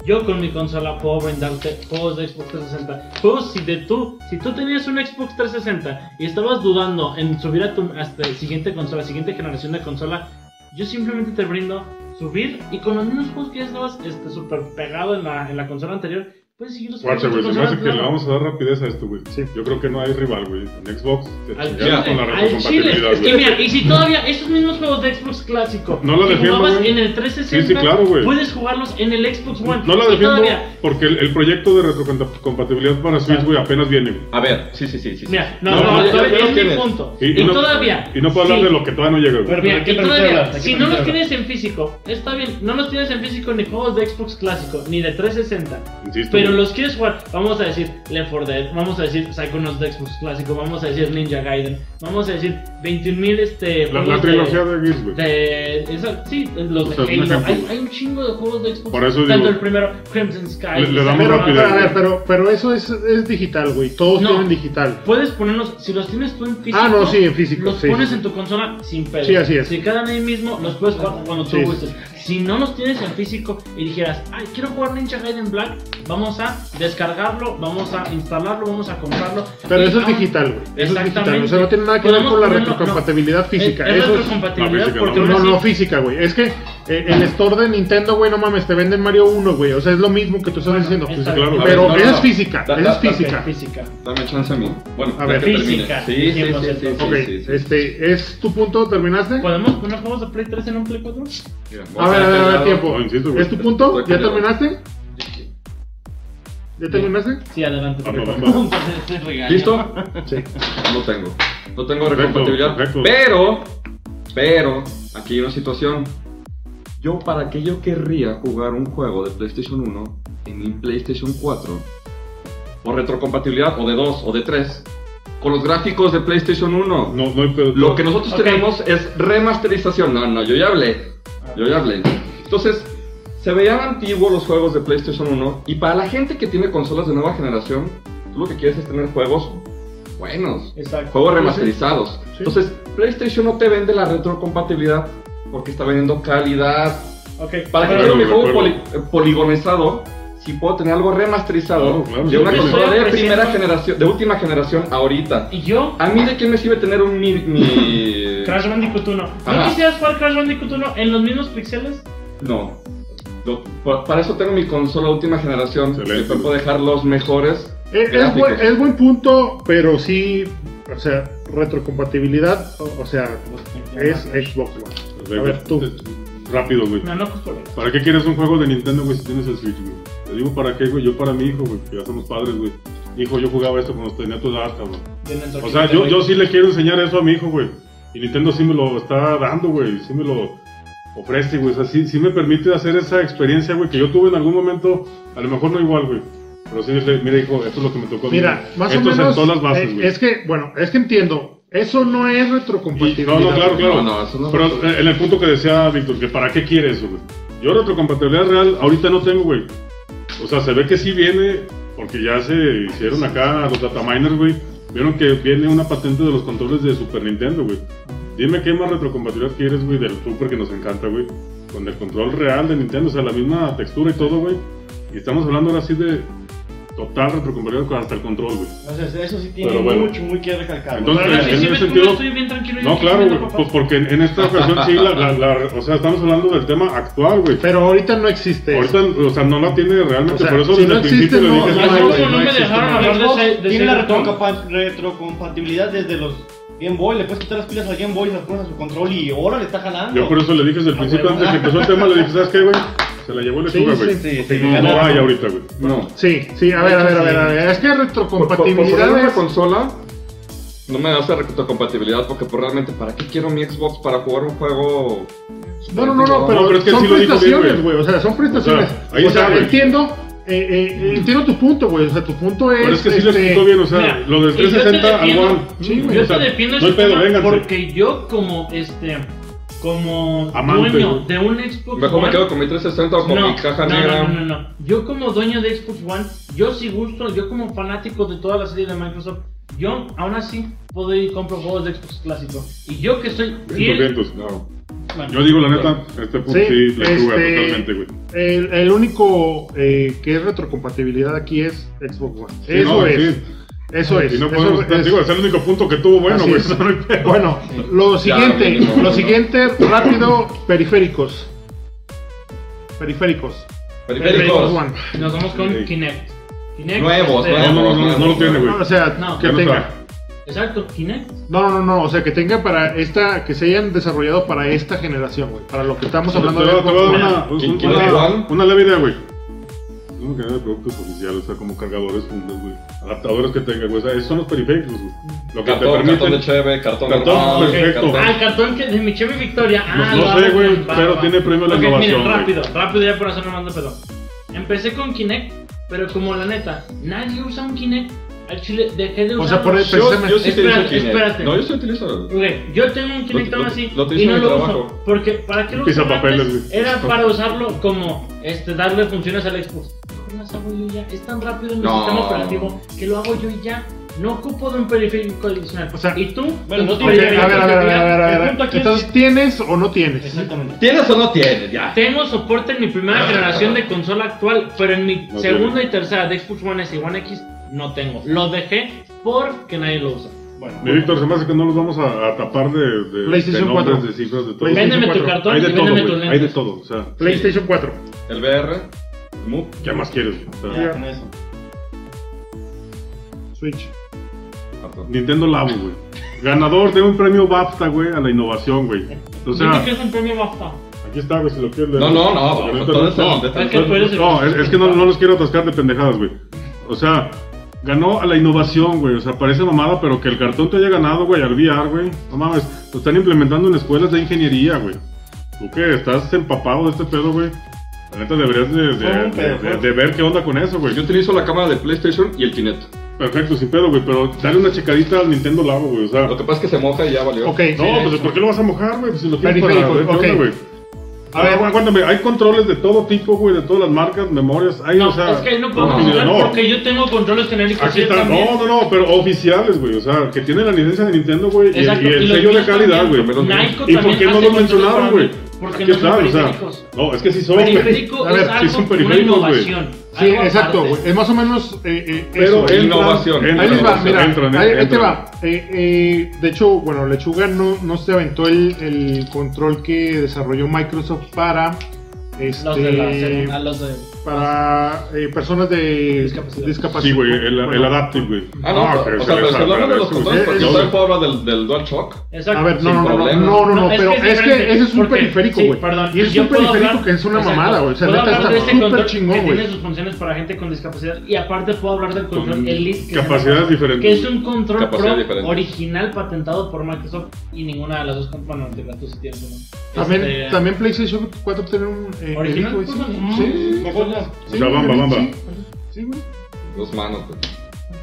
[SPEAKER 6] yo con mi consola puedo brindarte juegos de Xbox 360. Juegos si de tú, si tú tenías un Xbox 360 y estabas dudando en subir a tu hasta el siguiente consola, siguiente generación de consola, yo simplemente te brindo subir y con los mismos juegos que ya estabas este, super pegado en la, en la consola anterior, puedes seguir los
[SPEAKER 4] Guacha, güey, se me hace que le
[SPEAKER 6] anterior.
[SPEAKER 4] vamos a dar rapidez a esto, güey.
[SPEAKER 1] Sí.
[SPEAKER 4] Yo creo que no hay rival, güey. En Xbox te
[SPEAKER 6] Al
[SPEAKER 4] chingaron con la
[SPEAKER 6] chile, al chile.
[SPEAKER 4] retrocompatibilidad,
[SPEAKER 6] Es que
[SPEAKER 4] güey.
[SPEAKER 6] mira, y si todavía esos mismos juegos de Xbox clásico
[SPEAKER 4] No lo
[SPEAKER 6] que
[SPEAKER 4] defiendo,
[SPEAKER 6] jugabas
[SPEAKER 4] güey.
[SPEAKER 6] en el 360,
[SPEAKER 4] Sí, sí, claro, güey.
[SPEAKER 6] puedes jugarlos en el Xbox One.
[SPEAKER 4] No la
[SPEAKER 6] Y
[SPEAKER 4] defiendo
[SPEAKER 6] todavía-
[SPEAKER 4] porque el, el proyecto de retrocompatibilidad para Switch, güey, apenas viene, güey.
[SPEAKER 2] A ver, sí, sí, sí. sí, sí.
[SPEAKER 6] Mira, no,
[SPEAKER 4] No,
[SPEAKER 6] no,
[SPEAKER 4] no,
[SPEAKER 2] ya-
[SPEAKER 6] todavía
[SPEAKER 2] ya
[SPEAKER 6] es
[SPEAKER 2] lo
[SPEAKER 6] mi
[SPEAKER 2] tienes.
[SPEAKER 6] punto. Y,
[SPEAKER 4] no-
[SPEAKER 6] todavía.
[SPEAKER 4] Y no puedo hablar
[SPEAKER 6] sí.
[SPEAKER 4] de lo que todavía no llega, güey.
[SPEAKER 7] Pero-
[SPEAKER 6] Mira,
[SPEAKER 7] ¿de qué
[SPEAKER 6] y
[SPEAKER 7] permiso
[SPEAKER 6] todavía,
[SPEAKER 7] hablas? ¿De qué
[SPEAKER 6] si no
[SPEAKER 7] permiso
[SPEAKER 6] los
[SPEAKER 7] hablas?
[SPEAKER 6] tienes en físico, está bien, no los tienes en físico ni juegos de Xbox clásico, ni de 360,
[SPEAKER 4] Insisto.
[SPEAKER 6] pero
[SPEAKER 4] güey.
[SPEAKER 6] los quieres jugar, vamos a decir Left 4 Dead, vamos a decir Psychonauts de Xbox clásico, vamos a decir Ninja Gaiden, vamos a decir 21.000 este...
[SPEAKER 4] La, la
[SPEAKER 6] juegos de-
[SPEAKER 4] trilogía de Gears, güey.
[SPEAKER 6] de, esa- sí, los
[SPEAKER 4] O sea,
[SPEAKER 6] de
[SPEAKER 4] un
[SPEAKER 6] Halo.
[SPEAKER 4] ejemplo.
[SPEAKER 6] Hay, hay un chingo de juegos de Xbox.
[SPEAKER 4] Por eso
[SPEAKER 6] Tanto
[SPEAKER 4] digo-
[SPEAKER 6] el primero, Crimson Sky.
[SPEAKER 4] Le- le
[SPEAKER 6] el
[SPEAKER 4] damos
[SPEAKER 6] segundo-
[SPEAKER 1] Pero,
[SPEAKER 4] rápido,
[SPEAKER 1] a ver,
[SPEAKER 4] güey.
[SPEAKER 1] pero, pero eso es, es digital, güey. Todos
[SPEAKER 6] No.
[SPEAKER 1] tienen digital.
[SPEAKER 6] Puedes ponerlos, si los tienes tú en físico.
[SPEAKER 1] Ah, no, sí, en físico,
[SPEAKER 6] Los
[SPEAKER 1] sí,
[SPEAKER 6] pones
[SPEAKER 1] sí, sí.
[SPEAKER 6] en tu consola sin pedo.
[SPEAKER 1] Sí, así es.
[SPEAKER 6] Si quedan ahí mismo, los puedes jugar cuando tú
[SPEAKER 1] Sí, sí.
[SPEAKER 6] gustes. Si no los tienes en físico y dijeras, ay, quiero jugar Ninja Gaiden Black, vamos a descargarlo, vamos a instalarlo, vamos a comprarlo.
[SPEAKER 1] Pero
[SPEAKER 6] Y
[SPEAKER 1] eso es
[SPEAKER 6] vamos-
[SPEAKER 1] digital, güey. Eso es digital. O sea, no
[SPEAKER 6] Exactamente.
[SPEAKER 1] tiene nada que ver
[SPEAKER 6] Podemos
[SPEAKER 1] con la
[SPEAKER 6] ponerlo- no.
[SPEAKER 1] retrocompatibilidad física.
[SPEAKER 6] Es, es
[SPEAKER 1] eso es-
[SPEAKER 4] la
[SPEAKER 6] retrocompatibilidad
[SPEAKER 4] física,
[SPEAKER 6] porque
[SPEAKER 4] no,
[SPEAKER 6] ahora
[SPEAKER 1] No,
[SPEAKER 6] sí-
[SPEAKER 1] no física, güey. Es que eh, el store de Nintendo, güey, no mames, te venden Mario 1, güey. O sea, es lo mismo que tú estás diciendo.
[SPEAKER 6] está
[SPEAKER 4] claro.
[SPEAKER 6] bien.
[SPEAKER 4] A
[SPEAKER 1] Pero
[SPEAKER 2] ver, no,
[SPEAKER 1] esa
[SPEAKER 2] no,
[SPEAKER 1] es
[SPEAKER 2] no.
[SPEAKER 1] física,
[SPEAKER 2] Da-
[SPEAKER 1] esa
[SPEAKER 2] da-
[SPEAKER 1] es
[SPEAKER 2] da-
[SPEAKER 1] física.
[SPEAKER 6] Física.
[SPEAKER 2] Dame chance a mí. Bueno,
[SPEAKER 1] A
[SPEAKER 2] ya
[SPEAKER 1] ver,
[SPEAKER 2] que termine.
[SPEAKER 6] física,
[SPEAKER 2] Sí, sí, sí,
[SPEAKER 6] 100%.
[SPEAKER 2] sí, sí,
[SPEAKER 1] Ok,
[SPEAKER 2] sí, sí.
[SPEAKER 1] este, ¿es tu punto? ¿Terminaste?
[SPEAKER 6] ¿Podemos poner juegos de Play 3 en un Play 4?
[SPEAKER 2] Mira, voy
[SPEAKER 1] A ver, a ver, a ver,
[SPEAKER 2] callado.
[SPEAKER 1] tiempo.
[SPEAKER 4] No, insisto, güey.
[SPEAKER 1] ¿Es tu punto?
[SPEAKER 2] Estoy
[SPEAKER 1] ¿Ya
[SPEAKER 2] callado.
[SPEAKER 1] terminaste? ¿Ya terminaste?
[SPEAKER 6] Sí, adelante.
[SPEAKER 4] Ah,
[SPEAKER 6] Play
[SPEAKER 4] no,
[SPEAKER 1] pues,
[SPEAKER 6] 4.
[SPEAKER 4] no, no.
[SPEAKER 2] ¿Listo?
[SPEAKER 1] Sí.
[SPEAKER 2] No tengo. No tengo
[SPEAKER 4] Perfecto,
[SPEAKER 2] recompatibilidad.
[SPEAKER 4] perfecto.
[SPEAKER 2] Pero, pero, aquí hay una situación. Yo, ¿para qué yo querría jugar un juego de PlayStation 1 en mi PlayStation 4? O retrocompatibilidad, o de 2, o de 3, con los gráficos de PlayStation 1.
[SPEAKER 4] No, no hay pedo.
[SPEAKER 2] Lo que nosotros
[SPEAKER 6] Ok.
[SPEAKER 2] tenemos es remasterización. No, no, yo ya hablé. Yo ya hablé. Entonces, se veían antiguos los juegos de PlayStation 1 y para la gente que tiene consolas de nueva generación, tú lo que quieres es tener juegos buenos,
[SPEAKER 6] Exacto.
[SPEAKER 2] juegos remasterizados.
[SPEAKER 1] Sí.
[SPEAKER 2] Entonces, PlayStation no te vende la retrocompatibilidad porque está vendiendo calidad.
[SPEAKER 6] Ok,
[SPEAKER 2] Para que
[SPEAKER 4] Claro,
[SPEAKER 2] quiero mi juego
[SPEAKER 4] recuerdo.
[SPEAKER 2] poli- eh, poligonizado, si puedo tener algo remasterizado
[SPEAKER 4] Claro, claro,
[SPEAKER 2] de una
[SPEAKER 4] sí, sí.
[SPEAKER 2] consola
[SPEAKER 6] Yo
[SPEAKER 2] de
[SPEAKER 6] estoy
[SPEAKER 2] primera
[SPEAKER 6] apreciando-
[SPEAKER 2] generación, de última generación ahorita.
[SPEAKER 6] y yo,
[SPEAKER 2] A mí de qué me sirve tener un mi, mi-
[SPEAKER 6] Crash Bandicoot 1. ¿No
[SPEAKER 2] Ajá.
[SPEAKER 6] quisieras jugar Crash Bandicoot 1 en los mismos pixeles?
[SPEAKER 2] No. Lo- pa- para eso tengo mi consola última generación.
[SPEAKER 4] Excelente.
[SPEAKER 2] Que puedo dejar los mejores.
[SPEAKER 1] Eh, Es,
[SPEAKER 2] gráficos.
[SPEAKER 1] buen, es buen punto, pero sí, o sea, retrocompatibilidad, o, o sea, es Xbox One.
[SPEAKER 4] Perfecto.
[SPEAKER 1] a ver, tú.
[SPEAKER 4] Rápido, güey.
[SPEAKER 6] No, no, pues por eso.
[SPEAKER 4] ¿Para qué quieres un juego de Nintendo, güey, si tienes el Switch, güey? Te digo para qué, güey. Yo para mi hijo, güey, que ya somos padres, güey. Hijo, yo jugaba esto cuando tenía tu edad, cabrón. O sea, yo, yo sí le quiero enseñar eso a mi hijo, güey. Y Nintendo sí me lo está dando, güey. Sí me lo ofrece, güey. O sea, sí, sí me permite hacer esa experiencia, güey, que yo tuve en algún momento. A lo mejor no igual, güey. Pero sí, le- mira, hijo, esto es lo que me tocó. a mí,
[SPEAKER 1] Mira,
[SPEAKER 4] güey.
[SPEAKER 1] más
[SPEAKER 4] esto
[SPEAKER 1] o menos.
[SPEAKER 4] es en todas las bases,
[SPEAKER 1] eh,
[SPEAKER 4] güey.
[SPEAKER 1] es que, bueno, es que entiendo. Eso no es
[SPEAKER 4] Y- no,
[SPEAKER 1] retrocompatibilidad.
[SPEAKER 4] no, claro, claro.
[SPEAKER 2] No, no, eso no.
[SPEAKER 4] Pero eh, en el punto que decía Víctor, que para qué quiere eso, güey. Yo retrocompatibilidad real ahorita no tengo, güey. O sea, se ve que sí viene, porque ya se hicieron acá los dataminers, güey. Vieron que viene una patente de los controles de Super Nintendo, güey. Dime qué más retrocompatibilidad quieres, güey, del Super que nos encanta, güey. Con el control real de Nintendo, o sea, la misma textura y todo, güey. Y estamos hablando ahora sí de total retrocompatibilidad con hasta el control, güey.
[SPEAKER 7] Entonces, eso sí tiene
[SPEAKER 4] Pero bueno.
[SPEAKER 7] mucho, muy que recalcar.
[SPEAKER 4] Entonces,
[SPEAKER 6] Pero
[SPEAKER 4] en
[SPEAKER 6] sí, sí,
[SPEAKER 4] ese
[SPEAKER 6] ves cómo
[SPEAKER 4] sentido-
[SPEAKER 6] estoy bien tranquilo. yo
[SPEAKER 4] No,
[SPEAKER 6] estoy
[SPEAKER 4] claro,
[SPEAKER 6] viendo,
[SPEAKER 4] güey,
[SPEAKER 6] papá.
[SPEAKER 4] pues porque en, en esta ocasión sí, la, la- la- o sea, estamos hablando del tema actual, güey.
[SPEAKER 1] Pero ahorita no existe.
[SPEAKER 4] Ahorita, o sea, no la tiene realmente,
[SPEAKER 1] Este, O sea,
[SPEAKER 4] por eso
[SPEAKER 1] si
[SPEAKER 4] desde
[SPEAKER 1] no
[SPEAKER 4] el principio
[SPEAKER 1] existe,
[SPEAKER 4] le
[SPEAKER 1] no,
[SPEAKER 4] dije,
[SPEAKER 1] no hay,
[SPEAKER 4] "Ay, pues, güey,
[SPEAKER 1] no
[SPEAKER 6] no me
[SPEAKER 1] existe,
[SPEAKER 6] dejaron
[SPEAKER 1] no.
[SPEAKER 6] hablar de
[SPEAKER 7] Xbox
[SPEAKER 6] ese- de
[SPEAKER 7] tiene la
[SPEAKER 6] ese botón.
[SPEAKER 7] retrocompa- retrocompatibilidad desde los Game Boy. Le puedes quitar las pilas al Game Boy y las pones a su control y ahora le está jalando.
[SPEAKER 4] Yo por eso le dije
[SPEAKER 6] Ah,
[SPEAKER 4] desde el principio, antes de que empezó el tema, le dije, ¿sabes qué, güey? Se la llevó el
[SPEAKER 1] Sí,
[SPEAKER 4] lechuga,
[SPEAKER 1] sí,
[SPEAKER 4] güey.
[SPEAKER 7] sí, sí,
[SPEAKER 4] no, no
[SPEAKER 7] ganaron.
[SPEAKER 4] hay ahorita, güey.
[SPEAKER 2] No.
[SPEAKER 1] Sí, sí, a ver, a ver, a ver, a ver. Es que
[SPEAKER 2] Por- por- por
[SPEAKER 1] retrocompatibilidad
[SPEAKER 2] poner una
[SPEAKER 1] es-
[SPEAKER 2] consola. No me hace retrocompatibilidad porque pues, realmente para qué quiero mi Xbox para jugar un juego.
[SPEAKER 1] No, no, no, no,
[SPEAKER 4] No,
[SPEAKER 1] pero
[SPEAKER 4] pero es que
[SPEAKER 1] son
[SPEAKER 4] sí lo dijo bien,
[SPEAKER 1] prestaciones,
[SPEAKER 4] güey.
[SPEAKER 1] güey. O sea, son prestaciones.
[SPEAKER 4] O sea, ahí
[SPEAKER 1] O sea,
[SPEAKER 4] está, güey.
[SPEAKER 1] entiendo eh, eh, entiendo tu punto, güey. O sea, tu punto es.
[SPEAKER 4] Pero es que sí lo
[SPEAKER 1] este,
[SPEAKER 4] explicó bien, o sea,
[SPEAKER 6] mira,
[SPEAKER 4] lo del
[SPEAKER 6] y yo te
[SPEAKER 4] 360 al
[SPEAKER 6] defiendo-
[SPEAKER 4] One.
[SPEAKER 1] sí, güey,
[SPEAKER 6] Yo
[SPEAKER 4] o sea,
[SPEAKER 6] te defiendo
[SPEAKER 4] No
[SPEAKER 6] ese
[SPEAKER 4] hay pedo,
[SPEAKER 6] tema
[SPEAKER 4] vénganse.
[SPEAKER 6] porque yo como este como
[SPEAKER 4] Amante,
[SPEAKER 6] dueño
[SPEAKER 4] güey.
[SPEAKER 6] de un Xbox
[SPEAKER 2] Mejor me
[SPEAKER 6] One-
[SPEAKER 2] quedo con mi 360 o con mi caja
[SPEAKER 6] no,
[SPEAKER 2] negra.
[SPEAKER 6] No, no, no, no. Yo como dueño de Xbox One, yo sí gusto, yo como fanático de toda la serie de Microsoft, yo aún así puedo ir y compro juegos de Xbox clásico. Y yo que soy fiel...
[SPEAKER 4] 200, no.
[SPEAKER 6] Bueno,
[SPEAKER 4] Yo digo la neta, este punto
[SPEAKER 1] Sí,
[SPEAKER 4] sí, la
[SPEAKER 1] este-
[SPEAKER 4] tuve totalmente, güey.
[SPEAKER 1] El, el único eh, que es retrocompatibilidad aquí es Xbox One.
[SPEAKER 4] Sí,
[SPEAKER 1] eso
[SPEAKER 4] no,
[SPEAKER 1] es.
[SPEAKER 4] sí.
[SPEAKER 1] Eso es.
[SPEAKER 4] Y no
[SPEAKER 1] eso
[SPEAKER 4] podemos,
[SPEAKER 1] es-
[SPEAKER 4] digo, es el único punto que tuvo bueno,
[SPEAKER 1] Así
[SPEAKER 4] güey.
[SPEAKER 1] es.
[SPEAKER 4] no hay pedo.
[SPEAKER 1] Bueno, lo siguiente,
[SPEAKER 2] mínimo,
[SPEAKER 1] lo
[SPEAKER 2] ¿no?
[SPEAKER 1] siguiente, rápido, periféricos. Periféricos.
[SPEAKER 2] Periféricos.
[SPEAKER 1] Xbox One.
[SPEAKER 6] Nos vamos con
[SPEAKER 4] Sí.
[SPEAKER 6] Kinect. Kinect,
[SPEAKER 2] Nuevos,
[SPEAKER 6] este,
[SPEAKER 4] No,
[SPEAKER 2] nuevos.
[SPEAKER 4] no, no, no, no lo tiene, güey.
[SPEAKER 1] O sea,
[SPEAKER 6] No.
[SPEAKER 1] que
[SPEAKER 4] Ya no
[SPEAKER 1] tenga.
[SPEAKER 4] trae.
[SPEAKER 6] Exacto, Kinect.
[SPEAKER 1] No, no, no, no, o sea, que tenga para esta, que se hayan desarrollado para esta generación, güey. Para lo que estamos
[SPEAKER 4] Te
[SPEAKER 1] hablando
[SPEAKER 4] voy a- te voy a dar
[SPEAKER 1] de.
[SPEAKER 4] una-
[SPEAKER 2] ¿Quién-
[SPEAKER 4] un-
[SPEAKER 2] quién
[SPEAKER 4] una-
[SPEAKER 2] es Juan?
[SPEAKER 4] Una leve idea, güey. Una cadena de productos oficiales, o sea, como cargadores, fundas, güey. Adaptadores que tenga, güey. O sea, esos son los periféricos, güey.
[SPEAKER 2] Cartón,
[SPEAKER 4] Lo que te
[SPEAKER 2] cartón de
[SPEAKER 4] permite.
[SPEAKER 2] cheve, cartón
[SPEAKER 4] Cartón,
[SPEAKER 2] normal,
[SPEAKER 4] perfecto.
[SPEAKER 6] Ah,
[SPEAKER 2] cartón.
[SPEAKER 6] el cartón que de mi Chevy Victoria. Ah,
[SPEAKER 4] Pues No- no
[SPEAKER 6] lo
[SPEAKER 4] sé,
[SPEAKER 6] hago
[SPEAKER 4] güey,
[SPEAKER 6] con- va,
[SPEAKER 4] pero
[SPEAKER 6] va.
[SPEAKER 4] tiene premio a la
[SPEAKER 6] Ok,
[SPEAKER 4] innovación,
[SPEAKER 6] Miren,
[SPEAKER 4] güey.
[SPEAKER 6] rápido, rápido ya por hacerlo más de pedo. Empecé con Kinect, pero como la neta, nadie usa un Kinect. Al chile dejé de usar.
[SPEAKER 1] O sea, por el-
[SPEAKER 2] Yo, yo sí
[SPEAKER 6] Espérate,
[SPEAKER 2] utilizo Kinect.
[SPEAKER 6] espérate.
[SPEAKER 2] No, yo sí utilizo.
[SPEAKER 6] yo tengo un Kinect
[SPEAKER 2] Lo-
[SPEAKER 6] aún
[SPEAKER 2] lo-
[SPEAKER 6] así
[SPEAKER 2] lo te hizo
[SPEAKER 6] y no
[SPEAKER 2] mi
[SPEAKER 6] lo
[SPEAKER 2] trabajo.
[SPEAKER 6] uso. Porque para qué lo
[SPEAKER 4] Pisa
[SPEAKER 6] usaba
[SPEAKER 4] papeles,
[SPEAKER 6] antes?
[SPEAKER 4] güey.
[SPEAKER 6] Era para usarlo como este darle funciones al Xbox. Mejor las hago yo ya. Es tan rápido en mi
[SPEAKER 2] No.
[SPEAKER 6] sistema operativo que lo hago yo y ya. No ocupo de un periférico adicional.
[SPEAKER 1] O sea,
[SPEAKER 6] y tú,
[SPEAKER 5] bueno, no
[SPEAKER 6] Entonces,
[SPEAKER 1] Ok, a
[SPEAKER 5] tiene-
[SPEAKER 1] ver, a ver, a ver, a ver, a ver.
[SPEAKER 5] El punto aquí es-
[SPEAKER 1] Entonces, ¿tienes o no tienes?
[SPEAKER 5] Exactamente.
[SPEAKER 2] ¿Tienes o no tienes? Ya.
[SPEAKER 6] Tengo soporte en mi primera
[SPEAKER 2] Ah.
[SPEAKER 6] generación de consola actual, pero en mi
[SPEAKER 4] No
[SPEAKER 6] segunda y tercera de Xbox One S y One X no tengo. Lo dejé porque nadie lo usa. Bueno,
[SPEAKER 4] Mi Víctor, se me hace que no los vamos a, a tapar de, de,
[SPEAKER 1] PlayStation
[SPEAKER 4] de nombres,
[SPEAKER 1] 4.
[SPEAKER 4] de cifras, de todo.
[SPEAKER 1] PlayStation
[SPEAKER 6] véndeme tu
[SPEAKER 1] 4.
[SPEAKER 6] cartón
[SPEAKER 4] Hay
[SPEAKER 6] y
[SPEAKER 4] de todo,
[SPEAKER 6] véndeme tus
[SPEAKER 4] güey. Hay de
[SPEAKER 6] lentes.
[SPEAKER 4] todo, o sea.
[SPEAKER 1] PlayStation 4.
[SPEAKER 2] El VR, el MUP.
[SPEAKER 4] ¿Qué más quieres? güey? O sea,
[SPEAKER 5] Ya, con eso.
[SPEAKER 1] Switch.
[SPEAKER 2] cartón.
[SPEAKER 4] Nintendo Labo, güey. Ganador de un premio BAFTA, güey, a la innovación, güey. O sea,
[SPEAKER 6] Dime que es un premio BAFTA.
[SPEAKER 4] aquí está, güey, si lo quieres
[SPEAKER 2] No,
[SPEAKER 4] leer.
[SPEAKER 2] no, no,
[SPEAKER 4] Porque
[SPEAKER 2] no,
[SPEAKER 4] neta,
[SPEAKER 2] todo es
[SPEAKER 4] no.
[SPEAKER 2] en detalle.
[SPEAKER 6] Es que tú eres el-
[SPEAKER 4] No, es, es que no, no los quiero atascar de pendejadas, güey. O sea, ganó a la innovación, güey. O sea, parece mamada, pero que el cartón te haya ganado, güey, al VR, güey. No mames, lo están implementando en escuelas de ingeniería, güey. Tú que estás empapado de este pedo, güey. La neta deberías de, de-
[SPEAKER 5] Fue un pedo,
[SPEAKER 4] de- de-
[SPEAKER 5] fue.
[SPEAKER 4] de ver qué onda con eso, güey.
[SPEAKER 2] Yo utilizo la cámara de PlayStation y el Kinect.
[SPEAKER 4] Perfecto, sin pedo, güey. Pero dale una checadita al Nintendo Labo, güey. O sea,
[SPEAKER 2] Lo que pasa es que se moja y ya valió.
[SPEAKER 1] Ok. sí,
[SPEAKER 4] no, pues
[SPEAKER 1] eso.
[SPEAKER 4] ¿por qué lo vas a mojar, güey? Pues si lo tienes para
[SPEAKER 1] Periférico,
[SPEAKER 4] ver qué
[SPEAKER 1] ok.
[SPEAKER 4] onda, güey. A ver, aguántame, hay controles de todo tipo, güey, de todas las marcas, memorias, hay,
[SPEAKER 6] No,
[SPEAKER 4] o sea...
[SPEAKER 6] es que no puedo
[SPEAKER 4] no,
[SPEAKER 6] controlar
[SPEAKER 4] no.
[SPEAKER 6] porque yo tengo controles genéricos.
[SPEAKER 4] Aquí
[SPEAKER 6] yo
[SPEAKER 4] está,
[SPEAKER 6] también.
[SPEAKER 4] no, no, no, pero oficiales, güey, o sea, que tienen la licencia de Nintendo, güey, y, el-
[SPEAKER 6] Exacto,
[SPEAKER 4] y el
[SPEAKER 6] y los
[SPEAKER 4] sello de
[SPEAKER 6] míos
[SPEAKER 4] calidad, güey.
[SPEAKER 6] también. Naico
[SPEAKER 4] ¿Y por
[SPEAKER 6] también
[SPEAKER 4] qué no
[SPEAKER 6] hace controles
[SPEAKER 4] lo
[SPEAKER 6] para
[SPEAKER 4] mencionaron,
[SPEAKER 6] mí,
[SPEAKER 4] güey?
[SPEAKER 6] porque
[SPEAKER 4] Aquí
[SPEAKER 6] no
[SPEAKER 4] está,
[SPEAKER 6] son
[SPEAKER 4] o sea,
[SPEAKER 6] periféricos.
[SPEAKER 4] no, es que sí son, güey.
[SPEAKER 6] Periférico
[SPEAKER 4] A ver,
[SPEAKER 6] es
[SPEAKER 4] sí
[SPEAKER 6] algo,
[SPEAKER 4] son
[SPEAKER 6] una
[SPEAKER 4] periféricos, güey.
[SPEAKER 6] innovación.
[SPEAKER 1] Sí,
[SPEAKER 6] algo
[SPEAKER 1] exacto,
[SPEAKER 6] aparte.
[SPEAKER 1] güey. Es más o menos eh, eh, eso,
[SPEAKER 4] Pero
[SPEAKER 1] güey.
[SPEAKER 4] entran-
[SPEAKER 2] innovación.
[SPEAKER 4] entran,
[SPEAKER 1] Ahí les va,
[SPEAKER 4] entran,
[SPEAKER 1] mira,
[SPEAKER 4] entran,
[SPEAKER 1] ahí, ahí te
[SPEAKER 4] entran.
[SPEAKER 1] va. Eh, eh, de hecho, bueno, Lechuga no, no se aventó el, el control que desarrolló Microsoft para
[SPEAKER 6] Los de la
[SPEAKER 1] este
[SPEAKER 6] serie, a los de-
[SPEAKER 1] para eh, personas de
[SPEAKER 6] Discapacidad.
[SPEAKER 1] discapacidad.
[SPEAKER 4] Sí, güey, el, el
[SPEAKER 1] Bueno,
[SPEAKER 4] Adaptive, güey.
[SPEAKER 2] Ah, no,
[SPEAKER 4] que
[SPEAKER 2] o
[SPEAKER 4] se
[SPEAKER 2] sea, pero
[SPEAKER 4] les
[SPEAKER 2] si hablamos de los
[SPEAKER 4] agradece, güey.
[SPEAKER 2] controles, porque
[SPEAKER 1] Eh,
[SPEAKER 2] yo
[SPEAKER 1] eh,
[SPEAKER 2] también puedo hablar del, del DualShock.
[SPEAKER 6] Exacto.
[SPEAKER 1] A ver, no,
[SPEAKER 2] Sin
[SPEAKER 1] no, no, no,
[SPEAKER 2] problema.
[SPEAKER 1] no, no, no,
[SPEAKER 6] No, es
[SPEAKER 1] pero
[SPEAKER 6] que
[SPEAKER 1] es
[SPEAKER 6] es
[SPEAKER 1] que es,
[SPEAKER 6] diferente,
[SPEAKER 1] un
[SPEAKER 6] porque-
[SPEAKER 1] periférico,
[SPEAKER 6] sí,
[SPEAKER 1] güey.
[SPEAKER 6] perdón,
[SPEAKER 1] y es
[SPEAKER 6] yo
[SPEAKER 1] un
[SPEAKER 6] puedo
[SPEAKER 1] periférico
[SPEAKER 6] hablar-
[SPEAKER 1] que es una
[SPEAKER 6] exacto,
[SPEAKER 1] mamada, güey. O sea,
[SPEAKER 6] puedo
[SPEAKER 1] neta está
[SPEAKER 6] hablar de este
[SPEAKER 1] súper
[SPEAKER 6] control
[SPEAKER 1] chingón,
[SPEAKER 6] que
[SPEAKER 1] güey.
[SPEAKER 6] Tiene sus funciones para gente con discapacidad y aparte puedo hablar del control Elite que se llama-
[SPEAKER 4] Capacidades diferentes.
[SPEAKER 6] que es un control
[SPEAKER 2] Capacidad
[SPEAKER 6] pro
[SPEAKER 2] diferente.
[SPEAKER 6] original patentado por Microsoft y ninguna de las dos compañías de tú si tienes uno.
[SPEAKER 1] También,
[SPEAKER 6] Este,
[SPEAKER 1] también PlayStation 4 tiene un. eh, Elite,
[SPEAKER 6] Original,
[SPEAKER 1] güey,
[SPEAKER 6] pues,
[SPEAKER 1] sí.
[SPEAKER 6] ¿no?
[SPEAKER 1] Sí,
[SPEAKER 5] Mejor ya.
[SPEAKER 4] O sea, bamba,
[SPEAKER 1] sí,
[SPEAKER 4] bamba.
[SPEAKER 1] sí. Sí, güey.
[SPEAKER 2] Dos manos, pues. güey.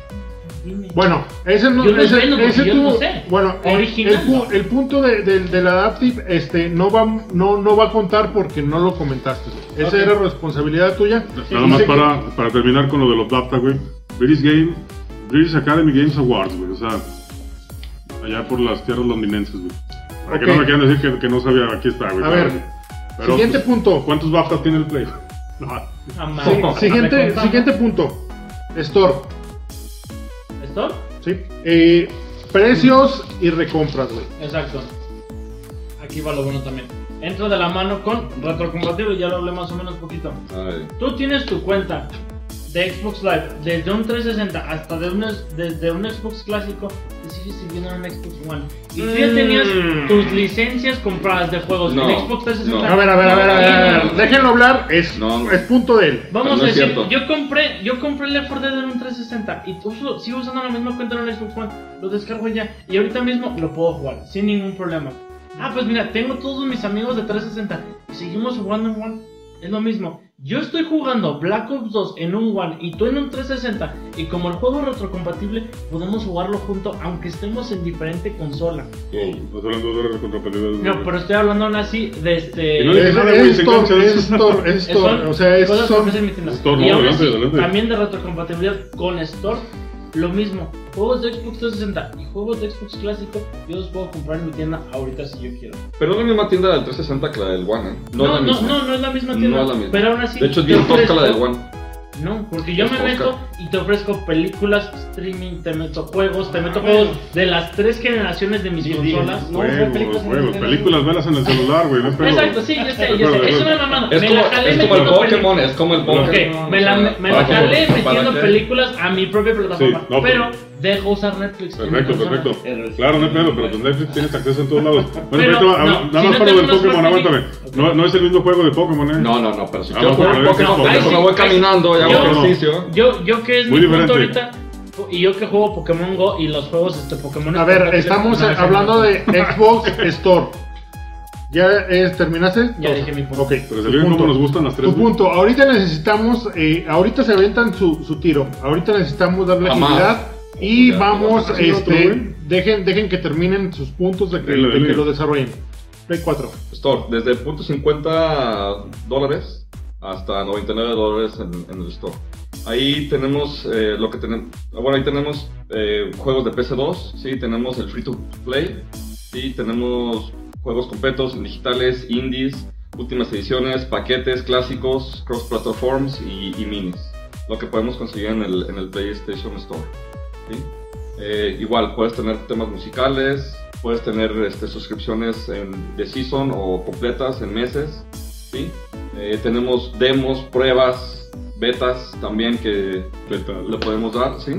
[SPEAKER 6] dime.
[SPEAKER 1] Bueno, ese no,
[SPEAKER 6] Yo no
[SPEAKER 1] ese,
[SPEAKER 6] entiendo, porque
[SPEAKER 1] ese
[SPEAKER 6] yo
[SPEAKER 1] tuvo-
[SPEAKER 6] no sé.
[SPEAKER 1] bueno, el-
[SPEAKER 6] Original,
[SPEAKER 1] el, pu- el punto de- del- del adaptive, este, no va, no, no va a contar porque no lo comentaste. Esa era responsabilidad tuya.
[SPEAKER 4] Nada
[SPEAKER 1] Y
[SPEAKER 4] más
[SPEAKER 1] sé que-
[SPEAKER 4] para, para terminar con lo de los BAFTA, güey. British Game, British Academy Games Awards, güey. O sea, allá por las tierras londinenses, güey. Para
[SPEAKER 1] Ok.
[SPEAKER 4] que no me quieran decir que, que no sabía, aquí está, güey.
[SPEAKER 1] A
[SPEAKER 4] claro,
[SPEAKER 1] ver,
[SPEAKER 4] güey.
[SPEAKER 1] siguiente
[SPEAKER 4] pues,
[SPEAKER 1] punto.
[SPEAKER 4] ¿Cuántos BAFTA tiene el Play?
[SPEAKER 6] Amado.
[SPEAKER 1] Sí,
[SPEAKER 6] Me
[SPEAKER 1] siguiente,
[SPEAKER 6] contaba.
[SPEAKER 1] siguiente punto. Store.
[SPEAKER 6] ¿Esto?
[SPEAKER 1] ¿sí? Eh, precios y recompras, güey.
[SPEAKER 6] Exacto. Aquí va lo bueno también. Entra de la mano con retrocompatible, ya lo hablé más o menos poquito.
[SPEAKER 2] Ay.
[SPEAKER 6] Tú tienes tu cuenta de Xbox Live desde un 360 hasta de un, desde un Xbox clásico y sigues sirviendo en un Xbox One. Y tú ya tenías tus licencias compradas de juegos
[SPEAKER 2] Mm. No,
[SPEAKER 6] en Xbox 360.
[SPEAKER 2] no.
[SPEAKER 1] A ver, a ver, a ver, a ver, a ver. Déjenlo hablar, es,
[SPEAKER 2] No.
[SPEAKER 1] es punto de él.
[SPEAKER 6] Vamos
[SPEAKER 2] No
[SPEAKER 6] a
[SPEAKER 2] es
[SPEAKER 6] decir,
[SPEAKER 2] cierto.
[SPEAKER 6] yo compré, yo compré el Left 4 Dead en un 360 y uso, sigo usando la misma cuenta en el Xbox One, lo descargo ya y ahorita mismo lo puedo jugar sin ningún problema. Ah, pues mira, tengo todos mis amigos de 360 y seguimos jugando en One, es lo mismo. yo estoy jugando Black Ops 2 en un One y tú en un 360 y como el juego es retrocompatible podemos jugarlo junto aunque estemos en diferente consola.
[SPEAKER 4] Estás hablando de dólares contra peligros.
[SPEAKER 6] No, pero estoy hablando aún así de este...
[SPEAKER 4] Y no
[SPEAKER 1] Es,
[SPEAKER 4] le-
[SPEAKER 1] es, Tor, es Tor, es
[SPEAKER 6] Son
[SPEAKER 1] Tor, o sea, es
[SPEAKER 6] cosas que
[SPEAKER 1] Tor.
[SPEAKER 6] ofrecen mi tienda.
[SPEAKER 4] Store,
[SPEAKER 6] Y
[SPEAKER 4] ¿no?
[SPEAKER 6] aún
[SPEAKER 4] Adelante,
[SPEAKER 6] así,
[SPEAKER 4] adelante.
[SPEAKER 6] también de retrocompatibilidad con Store, lo mismo. Juegos de Xbox 360 y juegos de Xbox clásico, yo los puedo comprar en mi tienda ahorita si yo quiero.
[SPEAKER 2] Pero es la misma tienda del 360 que la del One, ¿eh? No,
[SPEAKER 6] No,
[SPEAKER 2] es la
[SPEAKER 6] no,
[SPEAKER 2] misma.
[SPEAKER 6] no, no es la misma tienda,
[SPEAKER 2] No es la misma.
[SPEAKER 6] pero aún así.
[SPEAKER 2] De hecho, es
[SPEAKER 6] te
[SPEAKER 2] bien tosca la
[SPEAKER 6] ofrezco-
[SPEAKER 2] del One.
[SPEAKER 6] No, porque yo
[SPEAKER 2] Es
[SPEAKER 6] me
[SPEAKER 2] tosca.
[SPEAKER 6] meto y te ofrezco películas, streaming, te meto juegos, te meto juegos de las tres generaciones de mis
[SPEAKER 5] Sí, sí,
[SPEAKER 6] consolas.
[SPEAKER 5] no,
[SPEAKER 4] Juegos,
[SPEAKER 5] películas en
[SPEAKER 4] juegos,
[SPEAKER 5] el
[SPEAKER 4] películas, velas en el celular, güey. No es pedo.
[SPEAKER 6] Exacto, sí, yo sé, yo
[SPEAKER 4] Recuerdo,
[SPEAKER 6] sé. Es
[SPEAKER 4] recuerdo.
[SPEAKER 6] una mamada.
[SPEAKER 2] Es
[SPEAKER 6] Me
[SPEAKER 2] como,
[SPEAKER 6] la jalé
[SPEAKER 2] es como el
[SPEAKER 6] metiendo peli-
[SPEAKER 2] Pokémon, es como el Pokémon.
[SPEAKER 6] Ok,
[SPEAKER 2] o
[SPEAKER 6] me
[SPEAKER 2] sea,
[SPEAKER 6] la, me la
[SPEAKER 2] ¿para qué?
[SPEAKER 6] jalé
[SPEAKER 2] ¿Para
[SPEAKER 6] metiendo
[SPEAKER 2] qué?
[SPEAKER 6] películas a mi propia plataforma,
[SPEAKER 4] Sí, no,
[SPEAKER 6] pero
[SPEAKER 4] pero-
[SPEAKER 6] dejo usar Netflix. en mi
[SPEAKER 4] Perfecto,
[SPEAKER 6] consola.
[SPEAKER 4] perfecto. Claro, no hay pedo, pero pues, con Netflix tienes acceso en todos lados. Bueno,
[SPEAKER 6] Pero,
[SPEAKER 4] ahorita va-
[SPEAKER 6] no, si
[SPEAKER 4] habla- nada
[SPEAKER 6] no
[SPEAKER 4] más para lo del
[SPEAKER 6] tenemos
[SPEAKER 4] Pokémon,
[SPEAKER 6] más
[SPEAKER 4] aguántame. No, no es el mismo juego de Pokémon, ¿eh?
[SPEAKER 2] No, no, no, pero si
[SPEAKER 4] Ah,
[SPEAKER 2] quiero
[SPEAKER 4] no,
[SPEAKER 2] jugar
[SPEAKER 4] pero es
[SPEAKER 2] Pokémon,
[SPEAKER 4] Pokémon.
[SPEAKER 2] pues,
[SPEAKER 6] Ahí sí,
[SPEAKER 2] me voy
[SPEAKER 6] ahí sí.
[SPEAKER 2] caminando, ya
[SPEAKER 6] Yo-
[SPEAKER 2] hago ejercicio.
[SPEAKER 6] Yo, yo que es
[SPEAKER 4] Muy
[SPEAKER 6] mi punto
[SPEAKER 4] diferente.
[SPEAKER 6] ahorita, y yo que juego Pokémon Go y los juegos este Pokémon.
[SPEAKER 1] A ver,
[SPEAKER 6] compatibles
[SPEAKER 1] estamos
[SPEAKER 6] con la
[SPEAKER 1] hablando
[SPEAKER 6] generación.
[SPEAKER 1] de Xbox Store. ¿Ya es- terminaste?
[SPEAKER 6] Ya dije mi punto.
[SPEAKER 1] Ok,
[SPEAKER 4] Pero
[SPEAKER 1] tu
[SPEAKER 4] se ven
[SPEAKER 1] punto.
[SPEAKER 4] cómo nos gustan las tres.
[SPEAKER 1] Tu punto, ahorita necesitamos, eh, ahorita se aventan su, su tiro, ahorita necesitamos darle
[SPEAKER 2] Jamás.
[SPEAKER 1] agilidad y
[SPEAKER 2] Ya,
[SPEAKER 1] vamos,
[SPEAKER 2] ya,
[SPEAKER 4] ya, ya, otro,
[SPEAKER 1] este,
[SPEAKER 4] güey.
[SPEAKER 1] dejen, dejen que terminen sus puntos de que,
[SPEAKER 4] Dele,
[SPEAKER 1] de que
[SPEAKER 4] dele.
[SPEAKER 1] lo desarrollen. Play 4.
[SPEAKER 2] Store, desde .50 dólares hasta 99 dólares en, en el store. Ahí tenemos eh, lo que tenemos. Bueno, ahí tenemos eh, juegos de PC2, sí, tenemos el free to play, sí, tenemos juegos completos, digitales, indies, últimas ediciones, paquetes, clásicos, cross platforms y, y minis. Lo que podemos conseguir en el, en el PlayStation Store. ¿sí? Eh, igual, puedes tener temas musicales, puedes tener este, suscripciones en- de season o completas en meses. ¿sí? Eh, tenemos demos, pruebas, betas también que le podemos dar, ¿sí?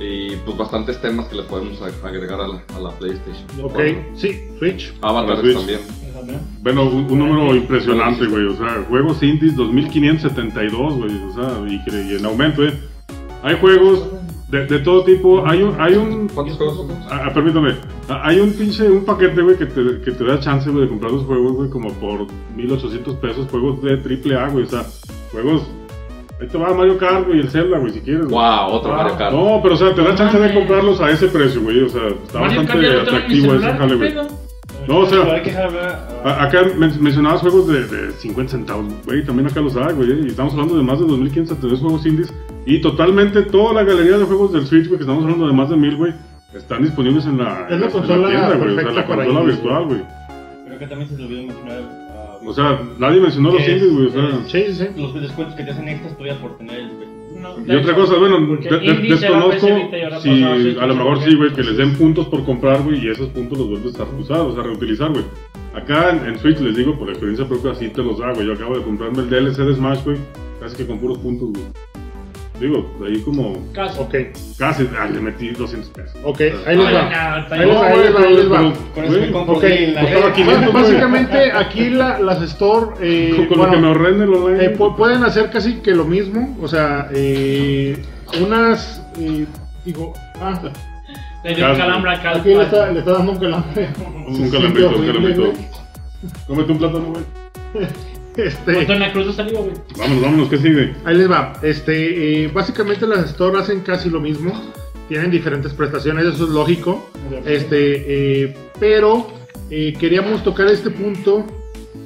[SPEAKER 2] Y pues bastantes temas que le podemos ag- agregar a la, a la PlayStation.
[SPEAKER 1] Ok,
[SPEAKER 2] Bueno,
[SPEAKER 1] sí, Switch.
[SPEAKER 2] avatares
[SPEAKER 4] A la Switch.
[SPEAKER 2] también.
[SPEAKER 4] Bueno, un, un número impresionante, güey. O sea, juegos indies 2572, güey. O sea, y, cre- y en aumento, ¿eh? Hay juegos de, de todo tipo. Hay un. Hay un
[SPEAKER 2] ¿Cuántos juegos?
[SPEAKER 4] ah, ah, permítame. Ah, Hay un pinche. Un paquete, güey, que te, que te da chance, güey, de comprar los juegos, güey, como por 1800 pesos. Juegos de triple A, güey. O sea, juegos. Ahí te va Mario Kart, güey, y el Zelda, güey, si quieres. güey.
[SPEAKER 2] Wow, otro
[SPEAKER 1] Wow.
[SPEAKER 2] Mario Kart.
[SPEAKER 4] No, pero o sea, te da chance de
[SPEAKER 6] Mames.
[SPEAKER 4] comprarlos a ese precio, güey. O sea, está
[SPEAKER 6] Mario Kart
[SPEAKER 4] bastante
[SPEAKER 6] ya lo tengo en mi
[SPEAKER 4] atractivo ese
[SPEAKER 6] celular,
[SPEAKER 4] jale,
[SPEAKER 6] ¿qué
[SPEAKER 4] güey.
[SPEAKER 6] pedo?
[SPEAKER 4] No, o sea,
[SPEAKER 5] Hay que hablar.
[SPEAKER 7] ah,
[SPEAKER 4] A- Acá men- mencionabas juegos de, de 50 centavos, güey, también acá los hay, güey, y estamos hablando de más de 2.500 a 3 juegos indies, y totalmente toda la galería de juegos del Switch, güey, que estamos hablando de más de 1.000, güey, están disponibles en la,
[SPEAKER 1] Es la
[SPEAKER 4] en en
[SPEAKER 1] consola
[SPEAKER 4] tienda, güey, o sea,
[SPEAKER 1] perfecta
[SPEAKER 4] la
[SPEAKER 1] para
[SPEAKER 4] consola
[SPEAKER 1] indies,
[SPEAKER 4] virtual, güey.
[SPEAKER 5] Creo que también se te olvidó
[SPEAKER 7] ah,
[SPEAKER 5] mencionar.
[SPEAKER 4] ah. O sea, nadie mencionó los
[SPEAKER 5] Es-
[SPEAKER 4] indies, güey, o sea...
[SPEAKER 5] es-
[SPEAKER 1] Sí, sí, sí.
[SPEAKER 5] los descuentos que te hacen extras todavía por tener el.
[SPEAKER 6] No,
[SPEAKER 4] Y otra cosa, bueno,
[SPEAKER 6] Porque
[SPEAKER 4] de- de-
[SPEAKER 6] Indie se va a
[SPEAKER 4] desconozco
[SPEAKER 6] PC Vita y ahora
[SPEAKER 4] si
[SPEAKER 6] pasaba a Switch,
[SPEAKER 4] a lo mejor
[SPEAKER 6] ¿no?
[SPEAKER 4] sí, güey, que les den puntos por comprar, güey, y esos puntos los vuelves a usar, o sea, reutilizar, güey. Acá en, en Switch les digo, por experiencia propia, sí te los da, güey. Yo acabo de comprarme el DLC de Smash, güey, casi que con puros puntos, güey. Digo, de ahí como
[SPEAKER 6] Caso.
[SPEAKER 1] Ok,
[SPEAKER 4] casi, ah, le metí 200 pesos.
[SPEAKER 1] ok, ahí les va.
[SPEAKER 6] Ah, está
[SPEAKER 1] Ahí les
[SPEAKER 6] bien.
[SPEAKER 1] va, ahí les va, ahí les va.
[SPEAKER 5] Con eso
[SPEAKER 4] Güey,
[SPEAKER 5] me compro
[SPEAKER 1] Ok, pues,
[SPEAKER 5] en la
[SPEAKER 4] costaba
[SPEAKER 5] guerra.
[SPEAKER 4] 500, güey.
[SPEAKER 1] básicamente aquí la- las Store. eh,
[SPEAKER 4] Con- con
[SPEAKER 1] bueno,
[SPEAKER 4] lo que me ahorré en el online.
[SPEAKER 1] Eh, pu- pueden hacer casi que lo mismo, o sea, eh, unas, eh, digo, ah,
[SPEAKER 6] Le dio un calambre acá al
[SPEAKER 1] aquí le está,
[SPEAKER 6] pato.
[SPEAKER 1] le está dando un calambre.
[SPEAKER 4] un calambrito, un
[SPEAKER 1] Horrible,
[SPEAKER 4] calambrito.
[SPEAKER 1] güey.
[SPEAKER 4] Cómete un plátano, güey.
[SPEAKER 1] Este,
[SPEAKER 6] Antonio Pues Cruz salió, güey.
[SPEAKER 4] Vámonos, vámonos, ¿qué sigue?
[SPEAKER 1] ahí les va. Este, eh, básicamente las Store hacen casi lo mismo, tienen diferentes prestaciones, eso es lógico. Este, eh, pero eh, queríamos tocar este punto,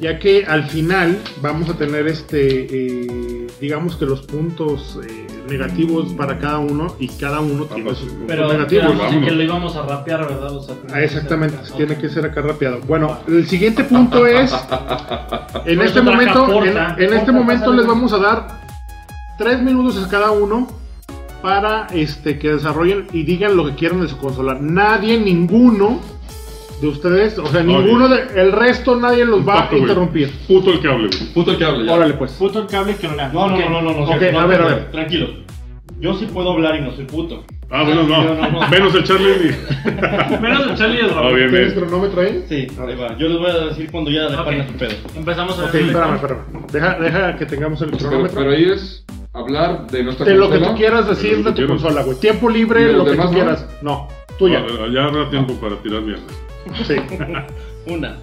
[SPEAKER 1] ya que al final vamos a tener este, eh, digamos que los puntos eh, negativos para cada uno y cada uno tiene
[SPEAKER 4] pues,
[SPEAKER 1] sus puntos
[SPEAKER 6] Pero
[SPEAKER 1] negativos.
[SPEAKER 6] quedamos en que
[SPEAKER 4] vámonos.
[SPEAKER 6] lo íbamos a rapear, ¿verdad? O sea,
[SPEAKER 1] Ah, exactamente,
[SPEAKER 6] Ok.
[SPEAKER 1] se tiene que ser acá rapeado. Bueno, el siguiente punto es, en
[SPEAKER 2] Pues
[SPEAKER 6] Por
[SPEAKER 1] este
[SPEAKER 6] eso traje a
[SPEAKER 1] momento,
[SPEAKER 6] Porta.
[SPEAKER 1] en, en
[SPEAKER 6] Porta,
[SPEAKER 1] este momento
[SPEAKER 6] pásale.
[SPEAKER 1] les vamos a dar tres minutos a cada uno para este que desarrollen y digan lo que quieran de su consola. Nadie, ninguno de ustedes, o sea,
[SPEAKER 4] Oye.
[SPEAKER 1] ninguno de, el resto nadie los va a
[SPEAKER 4] Paco, güey.
[SPEAKER 1] interrumpir.
[SPEAKER 4] Puto el que hable, güey.
[SPEAKER 2] Puto el que hable ya.
[SPEAKER 1] Órale pues.
[SPEAKER 5] Puto el cable que no No, no,
[SPEAKER 6] Ok.
[SPEAKER 5] no, no, no.
[SPEAKER 1] Ok,
[SPEAKER 5] no, no,
[SPEAKER 1] a ver, a
[SPEAKER 5] no,
[SPEAKER 1] ver.
[SPEAKER 5] Tranquilo. Yo sí puedo hablar y no soy puto.
[SPEAKER 4] Ah, bueno, no.
[SPEAKER 5] No, no, no.
[SPEAKER 4] Menos el Charlie. Ah,
[SPEAKER 6] Menos el Charlie y el Raúl.
[SPEAKER 1] ¿Tienes
[SPEAKER 4] Obviamente.
[SPEAKER 1] cronómetro ahí?
[SPEAKER 5] Sí, ahí va. Yo les voy a decir cuando ya le
[SPEAKER 6] Ok.
[SPEAKER 5] paren a su pedo.
[SPEAKER 6] Empezamos a
[SPEAKER 1] Ok,
[SPEAKER 6] ver.
[SPEAKER 1] espérame, espérame. Deja, deja que tengamos el
[SPEAKER 2] Pero,
[SPEAKER 1] cronómetro.
[SPEAKER 2] pero ahí es hablar de nuestra
[SPEAKER 1] De lo que
[SPEAKER 2] consola.
[SPEAKER 1] tú quieras
[SPEAKER 4] De
[SPEAKER 1] decir
[SPEAKER 4] lo que
[SPEAKER 1] de tu
[SPEAKER 4] quieras.
[SPEAKER 1] consola, güey. Tiempo libre,
[SPEAKER 2] ¿Y los
[SPEAKER 1] lo que tú
[SPEAKER 2] demás no?
[SPEAKER 1] quieras. No, tuya.
[SPEAKER 4] Ah, ya habrá tiempo para tirar mierda.
[SPEAKER 1] Sí.
[SPEAKER 5] Una,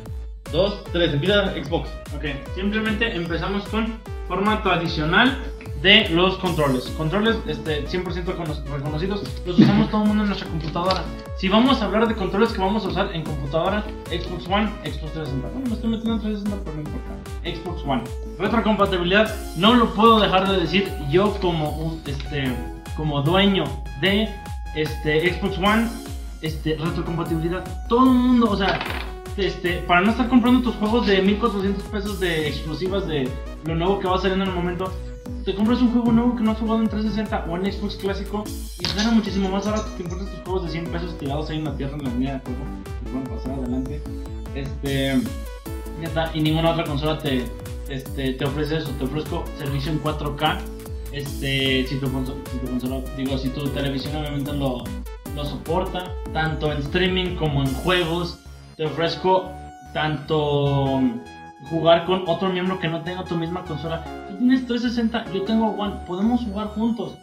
[SPEAKER 5] dos, tres, empieza Xbox.
[SPEAKER 6] Ok, simplemente empezamos con forma tradicional de los controles. Controles este, 100% con los reconocidos, los usamos todo el mundo en nuestra computadora. Si vamos a hablar de controles que vamos a usar en computadora, Xbox One, Xbox 360. Bueno, me estoy metiendo en 360, pero no importa. Xbox One. Retrocompatibilidad, no lo puedo dejar de decir yo como, un- este, como dueño de este, Xbox One, este, retrocompatibilidad. Todo el mundo, o sea, este, para no estar comprando tus juegos de 1400 pesos de exclusivas de lo nuevo que va saliendo en el momento, te compras un juego nuevo que no has jugado en 360 o en Xbox clásico y te sale muchísimo más barato que compras tus juegos de 100 pesos tirados ahí en la tierra en la línea de juego que pueden pasar adelante. Este, neta, y ninguna otra consola te, este, te ofrece eso. Te ofrezco servicio en 4K. Este, si tu, conso- si tu consola, digo, si tu televisión obviamente lo, lo soporta, tanto en streaming como en juegos. Te ofrezco tanto mm, jugar con otro miembro que no tenga tu misma consola. Tú tienes 360, yo tengo One, podemos jugar juntos.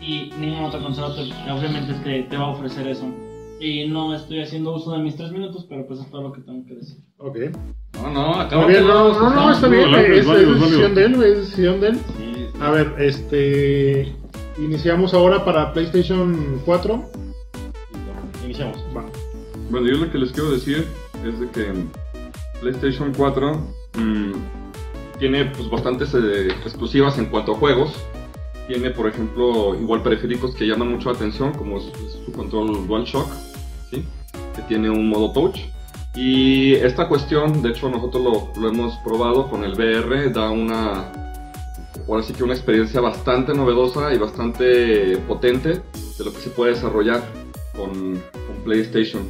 [SPEAKER 6] Y ninguna otra consola te- obviamente te, te va a ofrecer eso. Y no estoy haciendo uso de mis tres minutos, pero pues es todo lo que tengo que decir.
[SPEAKER 1] Ok.
[SPEAKER 2] No, no,
[SPEAKER 1] Está
[SPEAKER 2] acabo
[SPEAKER 1] bien, no, no, no, está bien.
[SPEAKER 4] válido,
[SPEAKER 1] Es, es
[SPEAKER 4] válido, válido.
[SPEAKER 1] decisión de él, güey, es decisión de él. A ver, este. Iniciamos ahora para PlayStation 4.
[SPEAKER 5] Iniciamos.
[SPEAKER 1] Va.
[SPEAKER 2] Bueno, yo lo que les quiero decir es de que PlayStation 4 mm, tiene pues, bastantes eh, exclusivas en cuanto a juegos. Tiene, por ejemplo, igual periféricos que llaman mucho la atención, como es, es su control DualShock, ¿sí? que tiene un modo touch. Y esta cuestión, de hecho, nosotros lo, lo hemos probado con el VR, da una, ahora sí que una experiencia bastante novedosa y bastante potente de lo que se puede desarrollar con, con PlayStation.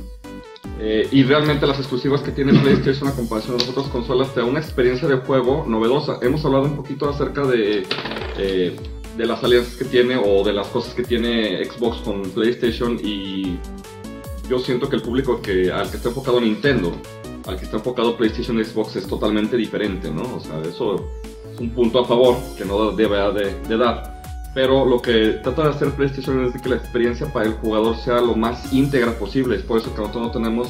[SPEAKER 2] Eh, y realmente las exclusivas que tiene PlayStation a comparación de las otras consolas te da una experiencia de juego novedosa. Hemos hablado un poquito acerca de, eh, de las alianzas que tiene o de las cosas que tiene Xbox con PlayStation y yo siento que el público que, al que está enfocado Nintendo, al que está enfocado PlayStation y Xbox es totalmente diferente, ¿no? O sea, eso es un punto a favor que no debe de- de dar. Pero lo que trata de hacer PlayStation es de que la experiencia para el jugador sea lo más íntegra posible. Es por eso que nosotros no tenemos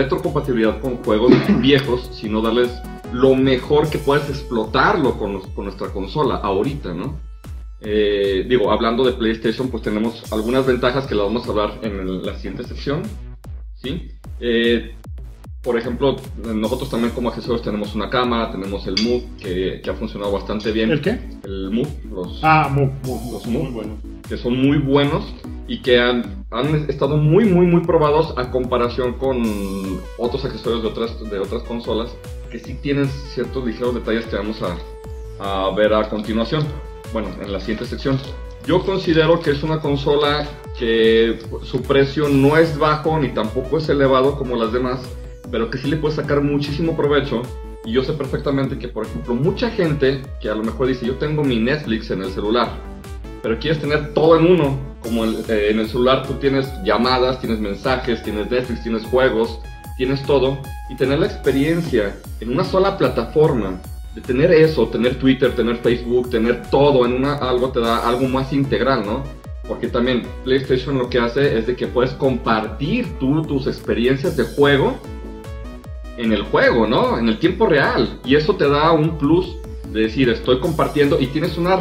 [SPEAKER 2] retrocompatibilidad con juegos viejos, sino darles lo mejor que puedes explotarlo con, nos- con nuestra consola ahorita, ¿no? Eh, digo, hablando de PlayStation, pues tenemos algunas ventajas que las vamos a hablar en el- la siguiente sección, ¿sí? Eh, por ejemplo, nosotros también como accesorios tenemos una cámara, tenemos el Move, que, que ha funcionado bastante bien.
[SPEAKER 1] ¿El qué?
[SPEAKER 2] El Move, los,
[SPEAKER 1] Ah, mu, mu, mu.
[SPEAKER 2] los Move, que son muy buenos y que han, han estado muy, muy, muy probados a comparación con otros accesorios de otras, de otras consolas que sí tienen ciertos ligeros detalles que vamos a, a ver a continuación. Bueno, en la siguiente sección. Yo considero que es una consola que su precio no es bajo ni tampoco es elevado como las demás, pero que sí le puede sacar muchísimo provecho. Y yo sé perfectamente que, por ejemplo, mucha gente que a lo mejor dice, yo tengo mi Netflix en el celular, pero quieres tener todo en uno. Como el- eh, en el celular tú tienes llamadas, tienes mensajes, tienes Netflix, tienes juegos, tienes todo. Y tener la experiencia en una sola plataforma, de tener eso, tener Twitter, tener Facebook, tener todo en una, algo te da algo más integral, ¿no? Porque también PlayStation lo que hace es de que puedes compartir tú tus experiencias de juego en el juego, ¿no? En el tiempo real. Y eso te da un plus de decir, estoy compartiendo y tienes una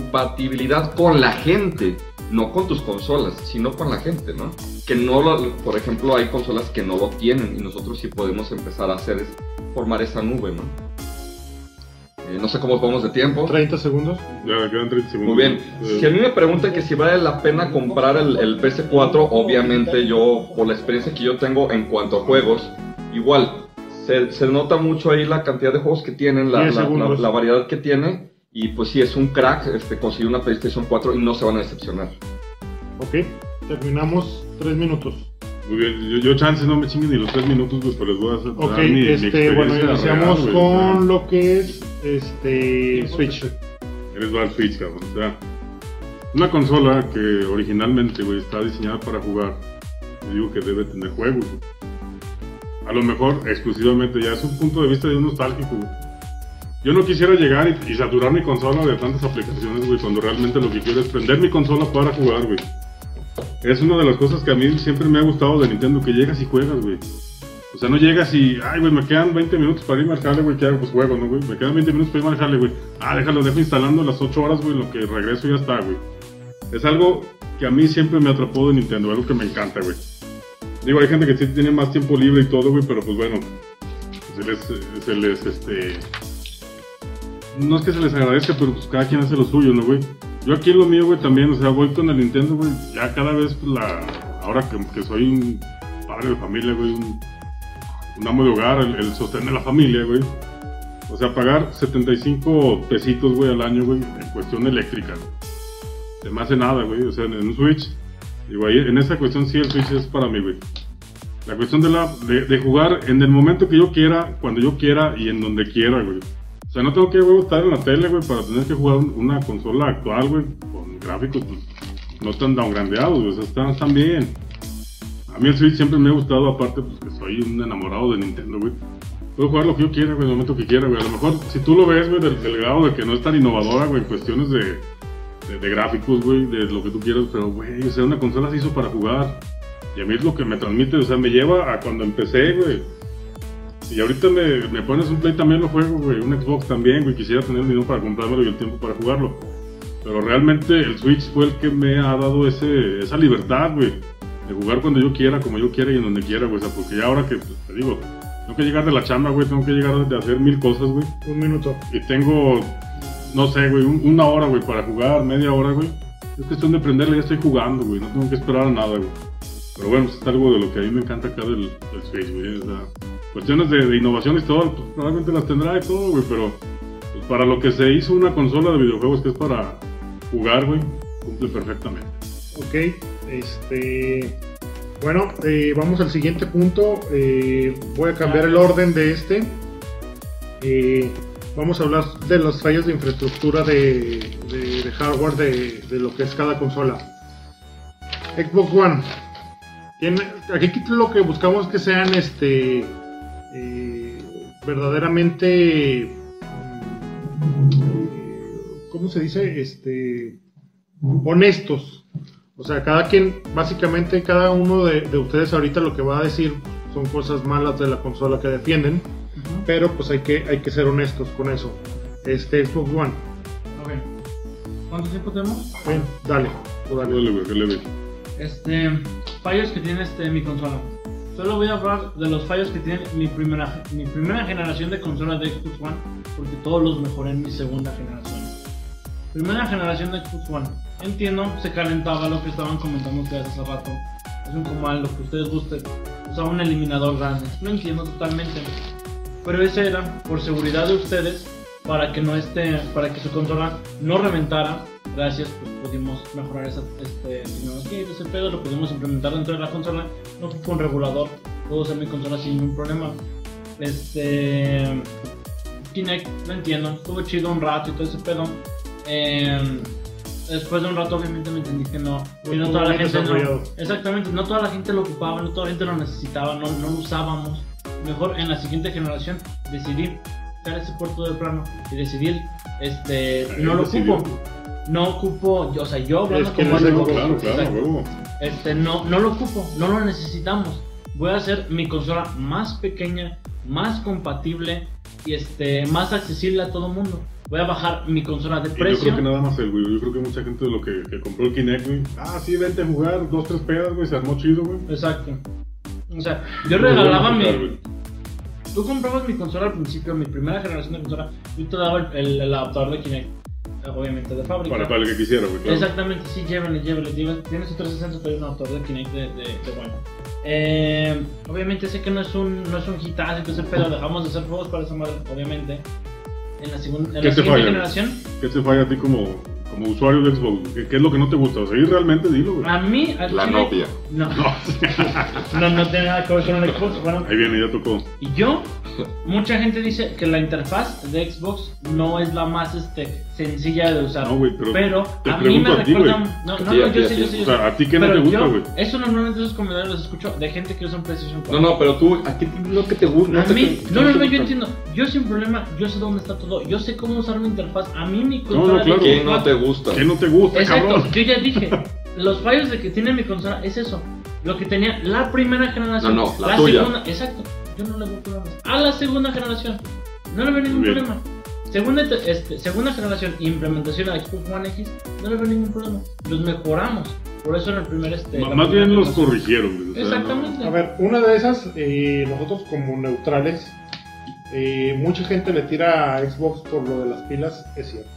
[SPEAKER 2] retrocompatibilidad con la gente, no con tus consolas, sino con la gente, ¿no? Que no lo, por ejemplo, hay consolas que no lo tienen y nosotros sí podemos empezar a hacer es formar esa nube, ¿no? Eh, no sé cómo vamos de tiempo.
[SPEAKER 1] 30 segundos.
[SPEAKER 4] Ya quedan 30 segundos. Eh,
[SPEAKER 2] Muy bien. Si a mí me preguntan que si vale la pena comprar el, el PS4, obviamente yo, por la experiencia que yo tengo en cuanto a juegos, igual, se, se nota mucho ahí la cantidad de juegos que tienen, la,
[SPEAKER 1] Diez
[SPEAKER 2] la- la-
[SPEAKER 1] segundos.
[SPEAKER 2] la variedad que tiene, y pues si es un crack este, conseguir una PlayStation 4 y no se van a decepcionar.
[SPEAKER 1] Ok. Terminamos 3 minutos.
[SPEAKER 4] Muy bien, yo, yo chance no me chinguen ni los tres minutos, pues, pero les voy a hacer
[SPEAKER 1] Ok,
[SPEAKER 4] dar mi- mi
[SPEAKER 1] este,
[SPEAKER 4] experiencia
[SPEAKER 1] bueno, iniciamos
[SPEAKER 4] real, güey,
[SPEAKER 1] con lo que es este Switch.
[SPEAKER 4] o sea, Eres Val Switch, cabrón. O sea, una consola que originalmente, güey, está diseñada para jugar. Yo digo que debe tener juegos. güey. A lo mejor, exclusivamente, ya es un punto de vista de un nostálgico, güey. Yo no quisiera llegar y, y saturar mi consola de tantas aplicaciones, güey, cuando realmente lo que quiero es prender mi consola para jugar, güey. Es una de las cosas que a mí siempre me ha gustado de Nintendo, que llegas y juegas, güey. O sea, no llegas y, ay, güey, me quedan 20 minutos para irme al jale, güey, ¿qué hago? Pues juego, ¿no, güey? Me quedan 20 minutos para irme al jale, güey. Ah, déjalo, dejo instalando las 8 horas, güey, lo que regreso y ya está, güey. Es algo que a mí siempre me atrapó de Nintendo, algo que me encanta, güey. Digo, hay gente que sí tiene más tiempo libre y todo, güey, pero pues bueno, se les, se les, este... No es que se les agradezca, pero pues cada quien hace lo suyo, ¿no, güey? Yo aquí lo mío, güey, también, o sea, voy con el Nintendo, güey, ya cada vez, pues, la... Ahora que, que soy un padre de familia, güey, un, un amo de hogar, el, el sostén de la familia, güey. O sea, pagar 75 pesitos, güey, al año, güey, en cuestión eléctrica. Se me hace nada, güey, o sea, en, en un Switch. Digo, ahí, en esa cuestión sí el Switch es para mí, güey. La cuestión de, la, de, de jugar en el momento que yo quiera, cuando yo quiera y en donde quiera, güey. O sea, no tengo que güey, estar en la tele, güey, para tener que jugar un- una consola actual, güey, con gráficos pues, no tan downgrandeados, güey. O sea, están, están bien. A mí el Switch siempre me ha gustado, aparte, pues que soy un enamorado de Nintendo, güey. Puedo jugar lo que yo quiera, güey, en el momento que quiera, güey. A lo mejor, si tú lo ves, güey, del, del grado de que no es tan innovadora, güey, en cuestiones de, de, de gráficos, güey, de lo que tú quieras, pero, güey, o sea, una consola se hizo para jugar. Y a mí es lo que me transmite, o sea, me lleva a cuando empecé, güey. Y ahorita me, me pones un Play también lo juego, güey, un Xbox también, güey, quisiera tener el dinero para comprármelo y el tiempo para jugarlo. Pero realmente el Switch fue el que me ha dado ese, esa libertad, güey. De jugar cuando yo quiera, como yo quiera y en donde quiera, güey. O sea, porque ya ahora que pues, te digo, tengo que llegar de la chamba, güey. Tengo que llegar de hacer mil cosas, güey.
[SPEAKER 1] Un minuto.
[SPEAKER 4] Y tengo, no sé, güey, un- una hora, güey, para jugar, media hora, güey. Es cuestión de prenderle, ya estoy jugando, güey. No tengo que esperar a nada, güey. Pero bueno, pues, es algo de lo que a mí me encanta acá del, del Switch, güey. O sea, cuestiones de, de innovaciones y todo, pues, probablemente las tendrá y todo, güey. Pero pues, para lo que se hizo una consola de videojuegos que es para jugar, güey, cumple perfectamente.
[SPEAKER 1] Ok, este. Bueno, eh, vamos al siguiente punto. eh, voy a cambiar el orden de este. Eh, vamos a hablar de los fallos de infraestructura de, de- de hardware de, de lo que es cada consola. Xbox One. Tiene, aquí lo que buscamos es que sean este eh, verdaderamente. mm, ¿Cómo se dice? Este. Honestos. O sea, cada quien, básicamente cada uno de, de ustedes ahorita lo que va a decir son cosas malas de la consola que defienden, pero pues hay que, hay que ser honestos con eso. Este Xbox One,
[SPEAKER 6] Ok. ¿Cuánto tiempo tenemos?
[SPEAKER 1] ven, dale, tú dale.
[SPEAKER 4] Dale, güey, dale, güey.
[SPEAKER 6] Este, fallos que tiene este, mi consola. Solo voy a hablar de los fallos que tiene mi primera, mi primera generación de consola de Xbox One, porque todos los mejoré en mi segunda generación. Primera generación de Xbox One. Entiendo, se calentaba lo que estaban comentando ustedes hace rato. Es un comal, lo que ustedes gusten. Usaba un eliminador grande. Lo entiendo totalmente. Pero ese era por seguridad de ustedes, para que no esté, para que su consola no reventara. Gracias, pues pudimos mejorar esa este, tecnología y ese pedo, lo pudimos implementar dentro de la consola. No fue un regulador, puedo usar mi consola sin ningún problema. Este. Kinect, lo entiendo, estuvo chido un rato y todo ese pedo. Em, después de un rato, obviamente me entendí que no. que no
[SPEAKER 1] Estuvo
[SPEAKER 6] toda la
[SPEAKER 1] bien
[SPEAKER 6] gente no,
[SPEAKER 1] desarrollado.
[SPEAKER 6] exactamente, no toda la gente lo ocupaba, no toda la gente lo necesitaba, no, no lo usábamos. Mejor en la siguiente generación decidí quitar ese puerto de plano y decidir, este, no lo
[SPEAKER 4] decidió.
[SPEAKER 6] ocupo. No ocupo, yo- o sea,
[SPEAKER 1] Es
[SPEAKER 6] yo hablando
[SPEAKER 1] que
[SPEAKER 6] como
[SPEAKER 1] no
[SPEAKER 6] algo-
[SPEAKER 1] sé,
[SPEAKER 4] Claro, claro,
[SPEAKER 6] Exacto.
[SPEAKER 4] a huevo.
[SPEAKER 6] este, no, no lo ocupo, no lo necesitamos. Voy a hacer mi consola más pequeña, más compatible y este, más accesible a todo el mundo. Voy a bajar mi consola de
[SPEAKER 4] Y yo
[SPEAKER 6] precio.
[SPEAKER 4] creo que nada más el, güey. Yo creo que mucha gente de lo que, que compró el Kinect, güey. Ah, sí, vente a jugar, dos, tres pedas, güey, se armó chido, güey. Pues,
[SPEAKER 6] Exacto. O sea, yo
[SPEAKER 4] Muy bueno
[SPEAKER 6] regalaba
[SPEAKER 4] jugar,
[SPEAKER 6] mi.
[SPEAKER 4] güey.
[SPEAKER 6] Tú comprabas mi consola al principio, mi primera generación de consola. Yo te daba el, el- el adaptador de Kinect, obviamente de fábrica.
[SPEAKER 4] Para, para el que quisiera, güey. claro.
[SPEAKER 6] Exactamente, sí, llévenle, llévenle. llévenle. Tienes otro 360, pero es un autor de Kinect de, de, de bueno. Eh, obviamente sé que no es un, no es un hitazo, entonces, pero dejamos de hacer juegos para esa madre, obviamente. En la, segun- en la
[SPEAKER 4] ¿Qué te
[SPEAKER 6] siguiente
[SPEAKER 4] falla?
[SPEAKER 6] generación,
[SPEAKER 4] ¿Qué te falla a ti como, como usuario de Xbox? güey? ¿Qué, qué es lo que no te gusta? O sea, y realmente dilo, güey.
[SPEAKER 6] a mí. al
[SPEAKER 2] La
[SPEAKER 6] chile-
[SPEAKER 2] novia.
[SPEAKER 6] No, no, no tiene nada que ver con el Xbox. Bueno,
[SPEAKER 4] Ahí viene, ya tocó.
[SPEAKER 6] Y yo, mucha gente dice que la interfaz de Xbox no es la más este, sencilla de usar.
[SPEAKER 4] No, güey, pero te
[SPEAKER 6] a mí me
[SPEAKER 4] pregunto a ti,
[SPEAKER 6] recuerda.
[SPEAKER 4] güey.
[SPEAKER 6] No,
[SPEAKER 2] A
[SPEAKER 6] no,
[SPEAKER 2] ti,
[SPEAKER 6] no,
[SPEAKER 2] a ti,
[SPEAKER 6] yo
[SPEAKER 2] a
[SPEAKER 6] sé,
[SPEAKER 2] ti.
[SPEAKER 6] yo sé. yo
[SPEAKER 4] O sea,
[SPEAKER 6] sé.
[SPEAKER 4] ¿a ti qué no
[SPEAKER 6] Pero
[SPEAKER 4] te gusta,
[SPEAKER 6] yo,
[SPEAKER 4] güey?
[SPEAKER 6] Eso normalmente esos comentarios los escucho de gente que usa un PlayStation 4.
[SPEAKER 2] No, no, pero tú, ¿a qué te- lo que te gusta?
[SPEAKER 6] A
[SPEAKER 2] te-
[SPEAKER 6] mí,
[SPEAKER 2] te-
[SPEAKER 6] no, no, no,
[SPEAKER 2] te-
[SPEAKER 6] yo entiendo. Yo sin problema, yo sé dónde está todo. Yo sé cómo usar mi interfaz. A mí mi
[SPEAKER 4] no,
[SPEAKER 6] consola de
[SPEAKER 4] claro.
[SPEAKER 2] ¿Qué
[SPEAKER 6] Xbox
[SPEAKER 2] no te gusta?
[SPEAKER 4] ¿Qué no te gusta,
[SPEAKER 6] Exacto,
[SPEAKER 4] cabrón?
[SPEAKER 6] yo ya dije. Los fallos de que tiene mi consola es eso. Lo que tenía la primera generación.
[SPEAKER 2] No, no, la tuya.
[SPEAKER 6] segunda- exacto. Yo no le veo problemas. A la segunda generación. No le veo ningún
[SPEAKER 4] Bien.
[SPEAKER 6] problema. Segunda, te- este, segunda generación e implementación a Xbox One X, no le veo ningún problema. Los mejoramos. Por eso en el primer este.
[SPEAKER 4] M-
[SPEAKER 6] la
[SPEAKER 4] Más
[SPEAKER 6] primera
[SPEAKER 4] bien los
[SPEAKER 6] generación.
[SPEAKER 4] corrigieron. güey, o sea,
[SPEAKER 6] Exactamente.
[SPEAKER 1] A ver, una de esas, eh, nosotros como neutrales, eh, mucha gente le tira a Xbox por lo de las pilas, es cierto.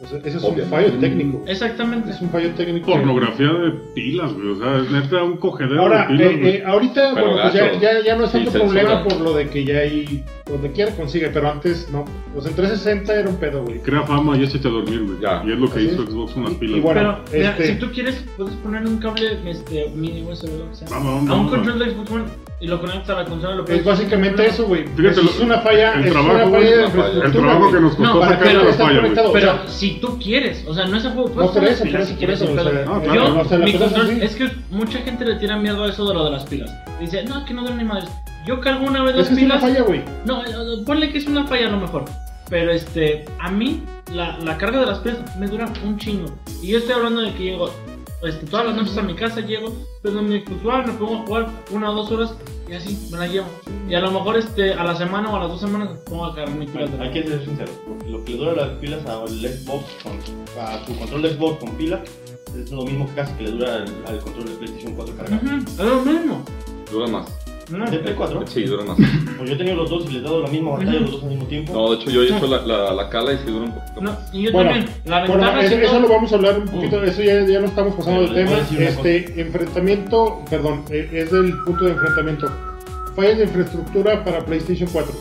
[SPEAKER 1] O sea, ese es un
[SPEAKER 2] Obviamente.
[SPEAKER 1] fallo técnico.
[SPEAKER 6] Mm. Exactamente.
[SPEAKER 1] Es un fallo técnico.
[SPEAKER 4] no, pornografía de pilas, güey. O sea, es neta un cogedero
[SPEAKER 1] Ahora,
[SPEAKER 4] de pilas.
[SPEAKER 1] eh,
[SPEAKER 4] güey.
[SPEAKER 1] eh, ahorita
[SPEAKER 2] Pero
[SPEAKER 1] bueno, pues ya,
[SPEAKER 2] gacho.
[SPEAKER 1] ya, ya no es
[SPEAKER 2] Sí,
[SPEAKER 1] tanto
[SPEAKER 2] censura.
[SPEAKER 1] problema por lo de que ya hay donde quiera consigue, pero antes no. O sea, en 360 era un pedo, güey.
[SPEAKER 4] Crea fama y échate a dormir, güey.
[SPEAKER 2] Ya.
[SPEAKER 4] Y es lo que
[SPEAKER 1] Así
[SPEAKER 4] hizo
[SPEAKER 1] es.
[SPEAKER 4] Xbox con las
[SPEAKER 1] Y-
[SPEAKER 4] pilas.
[SPEAKER 1] y bueno,
[SPEAKER 6] Pero mira,
[SPEAKER 1] este-
[SPEAKER 6] si tú quieres, puedes poner un cable este, mini USB o lo que sea,
[SPEAKER 4] Vamos, vamos,
[SPEAKER 6] a un
[SPEAKER 4] vamos.
[SPEAKER 6] control de Xbox One y lo conectas a la consola. Lo
[SPEAKER 1] Es
[SPEAKER 6] puedes-
[SPEAKER 1] básicamente eso, güey.
[SPEAKER 4] Fíjate,
[SPEAKER 1] Eso Es
[SPEAKER 4] lo-
[SPEAKER 1] una falla,
[SPEAKER 4] el
[SPEAKER 1] es una
[SPEAKER 4] trabajo,
[SPEAKER 1] falla
[SPEAKER 4] güey,
[SPEAKER 1] de
[SPEAKER 2] una falla.
[SPEAKER 1] infraestructura.
[SPEAKER 4] El trabajo que
[SPEAKER 1] güey.
[SPEAKER 4] nos costó
[SPEAKER 6] No,
[SPEAKER 4] sacar
[SPEAKER 6] pero
[SPEAKER 4] la
[SPEAKER 1] está
[SPEAKER 4] falla, güey.
[SPEAKER 1] conectado.
[SPEAKER 6] Pero si tú quieres, o sea, no es a juego.
[SPEAKER 1] No,
[SPEAKER 6] puedes
[SPEAKER 1] por
[SPEAKER 6] poner
[SPEAKER 1] eso, por
[SPEAKER 6] pilas
[SPEAKER 1] eso,
[SPEAKER 6] si
[SPEAKER 1] por
[SPEAKER 6] quieres,
[SPEAKER 1] eso.
[SPEAKER 6] sin
[SPEAKER 1] o sea,
[SPEAKER 6] pedo.
[SPEAKER 4] no,
[SPEAKER 1] yo-
[SPEAKER 4] claro,
[SPEAKER 1] o sea,
[SPEAKER 6] Yo,
[SPEAKER 1] la
[SPEAKER 6] mi
[SPEAKER 1] cosa es
[SPEAKER 6] control,
[SPEAKER 1] así.
[SPEAKER 6] es que mucha gente le tira miedo a eso de lo de las pilas. Dice, no, que no duele ni madres. Yo cargo una vez
[SPEAKER 1] Es
[SPEAKER 6] las
[SPEAKER 1] que es una
[SPEAKER 6] pilas.
[SPEAKER 1] falla, güey.
[SPEAKER 6] No, eh, ponle que es una falla a lo mejor. Pero este, a mí, la, la carga de las pilas me dura un chingo. Y yo estoy hablando de que llego este, todas las noches a mi casa, llego, prendo mi Xbox One, me pongo a jugar una o dos horas y así me la llevo. Y a lo mejor este, a la semana o a las dos semanas me pongo a cargar mi pilas. de la-
[SPEAKER 5] Hay que ser sincero, porque lo que le dura las pilas al Xbox, con, a tu control de Xbox con pila, es lo mismo casi que le dura al, al control de PlayStation 4 cargado.
[SPEAKER 6] Ujú, es lo mismo.
[SPEAKER 2] Dura más.
[SPEAKER 6] No.
[SPEAKER 5] ¿De Play 4?
[SPEAKER 2] Sí, dura más.
[SPEAKER 5] Pues yo he tenido los dos y les he dado la misma batalla
[SPEAKER 6] Ujú.
[SPEAKER 5] los dos al mismo tiempo.
[SPEAKER 2] No, de hecho yo he hecho la, la, la cala y sí dura un poquito
[SPEAKER 6] No,
[SPEAKER 2] más.
[SPEAKER 6] y yo
[SPEAKER 1] Bueno,
[SPEAKER 6] también. La
[SPEAKER 1] Bueno,
[SPEAKER 6] ventaja
[SPEAKER 1] eso,
[SPEAKER 6] es que
[SPEAKER 1] eso
[SPEAKER 6] no-
[SPEAKER 1] lo vamos a hablar un poquito, eso ya, ya no estamos pasando de
[SPEAKER 5] Pero les
[SPEAKER 1] tema.
[SPEAKER 5] voy a decir una
[SPEAKER 1] Este, enfrentamiento, perdón, eh, es del punto de enfrentamiento. Fallas de infraestructura para PlayStation 4.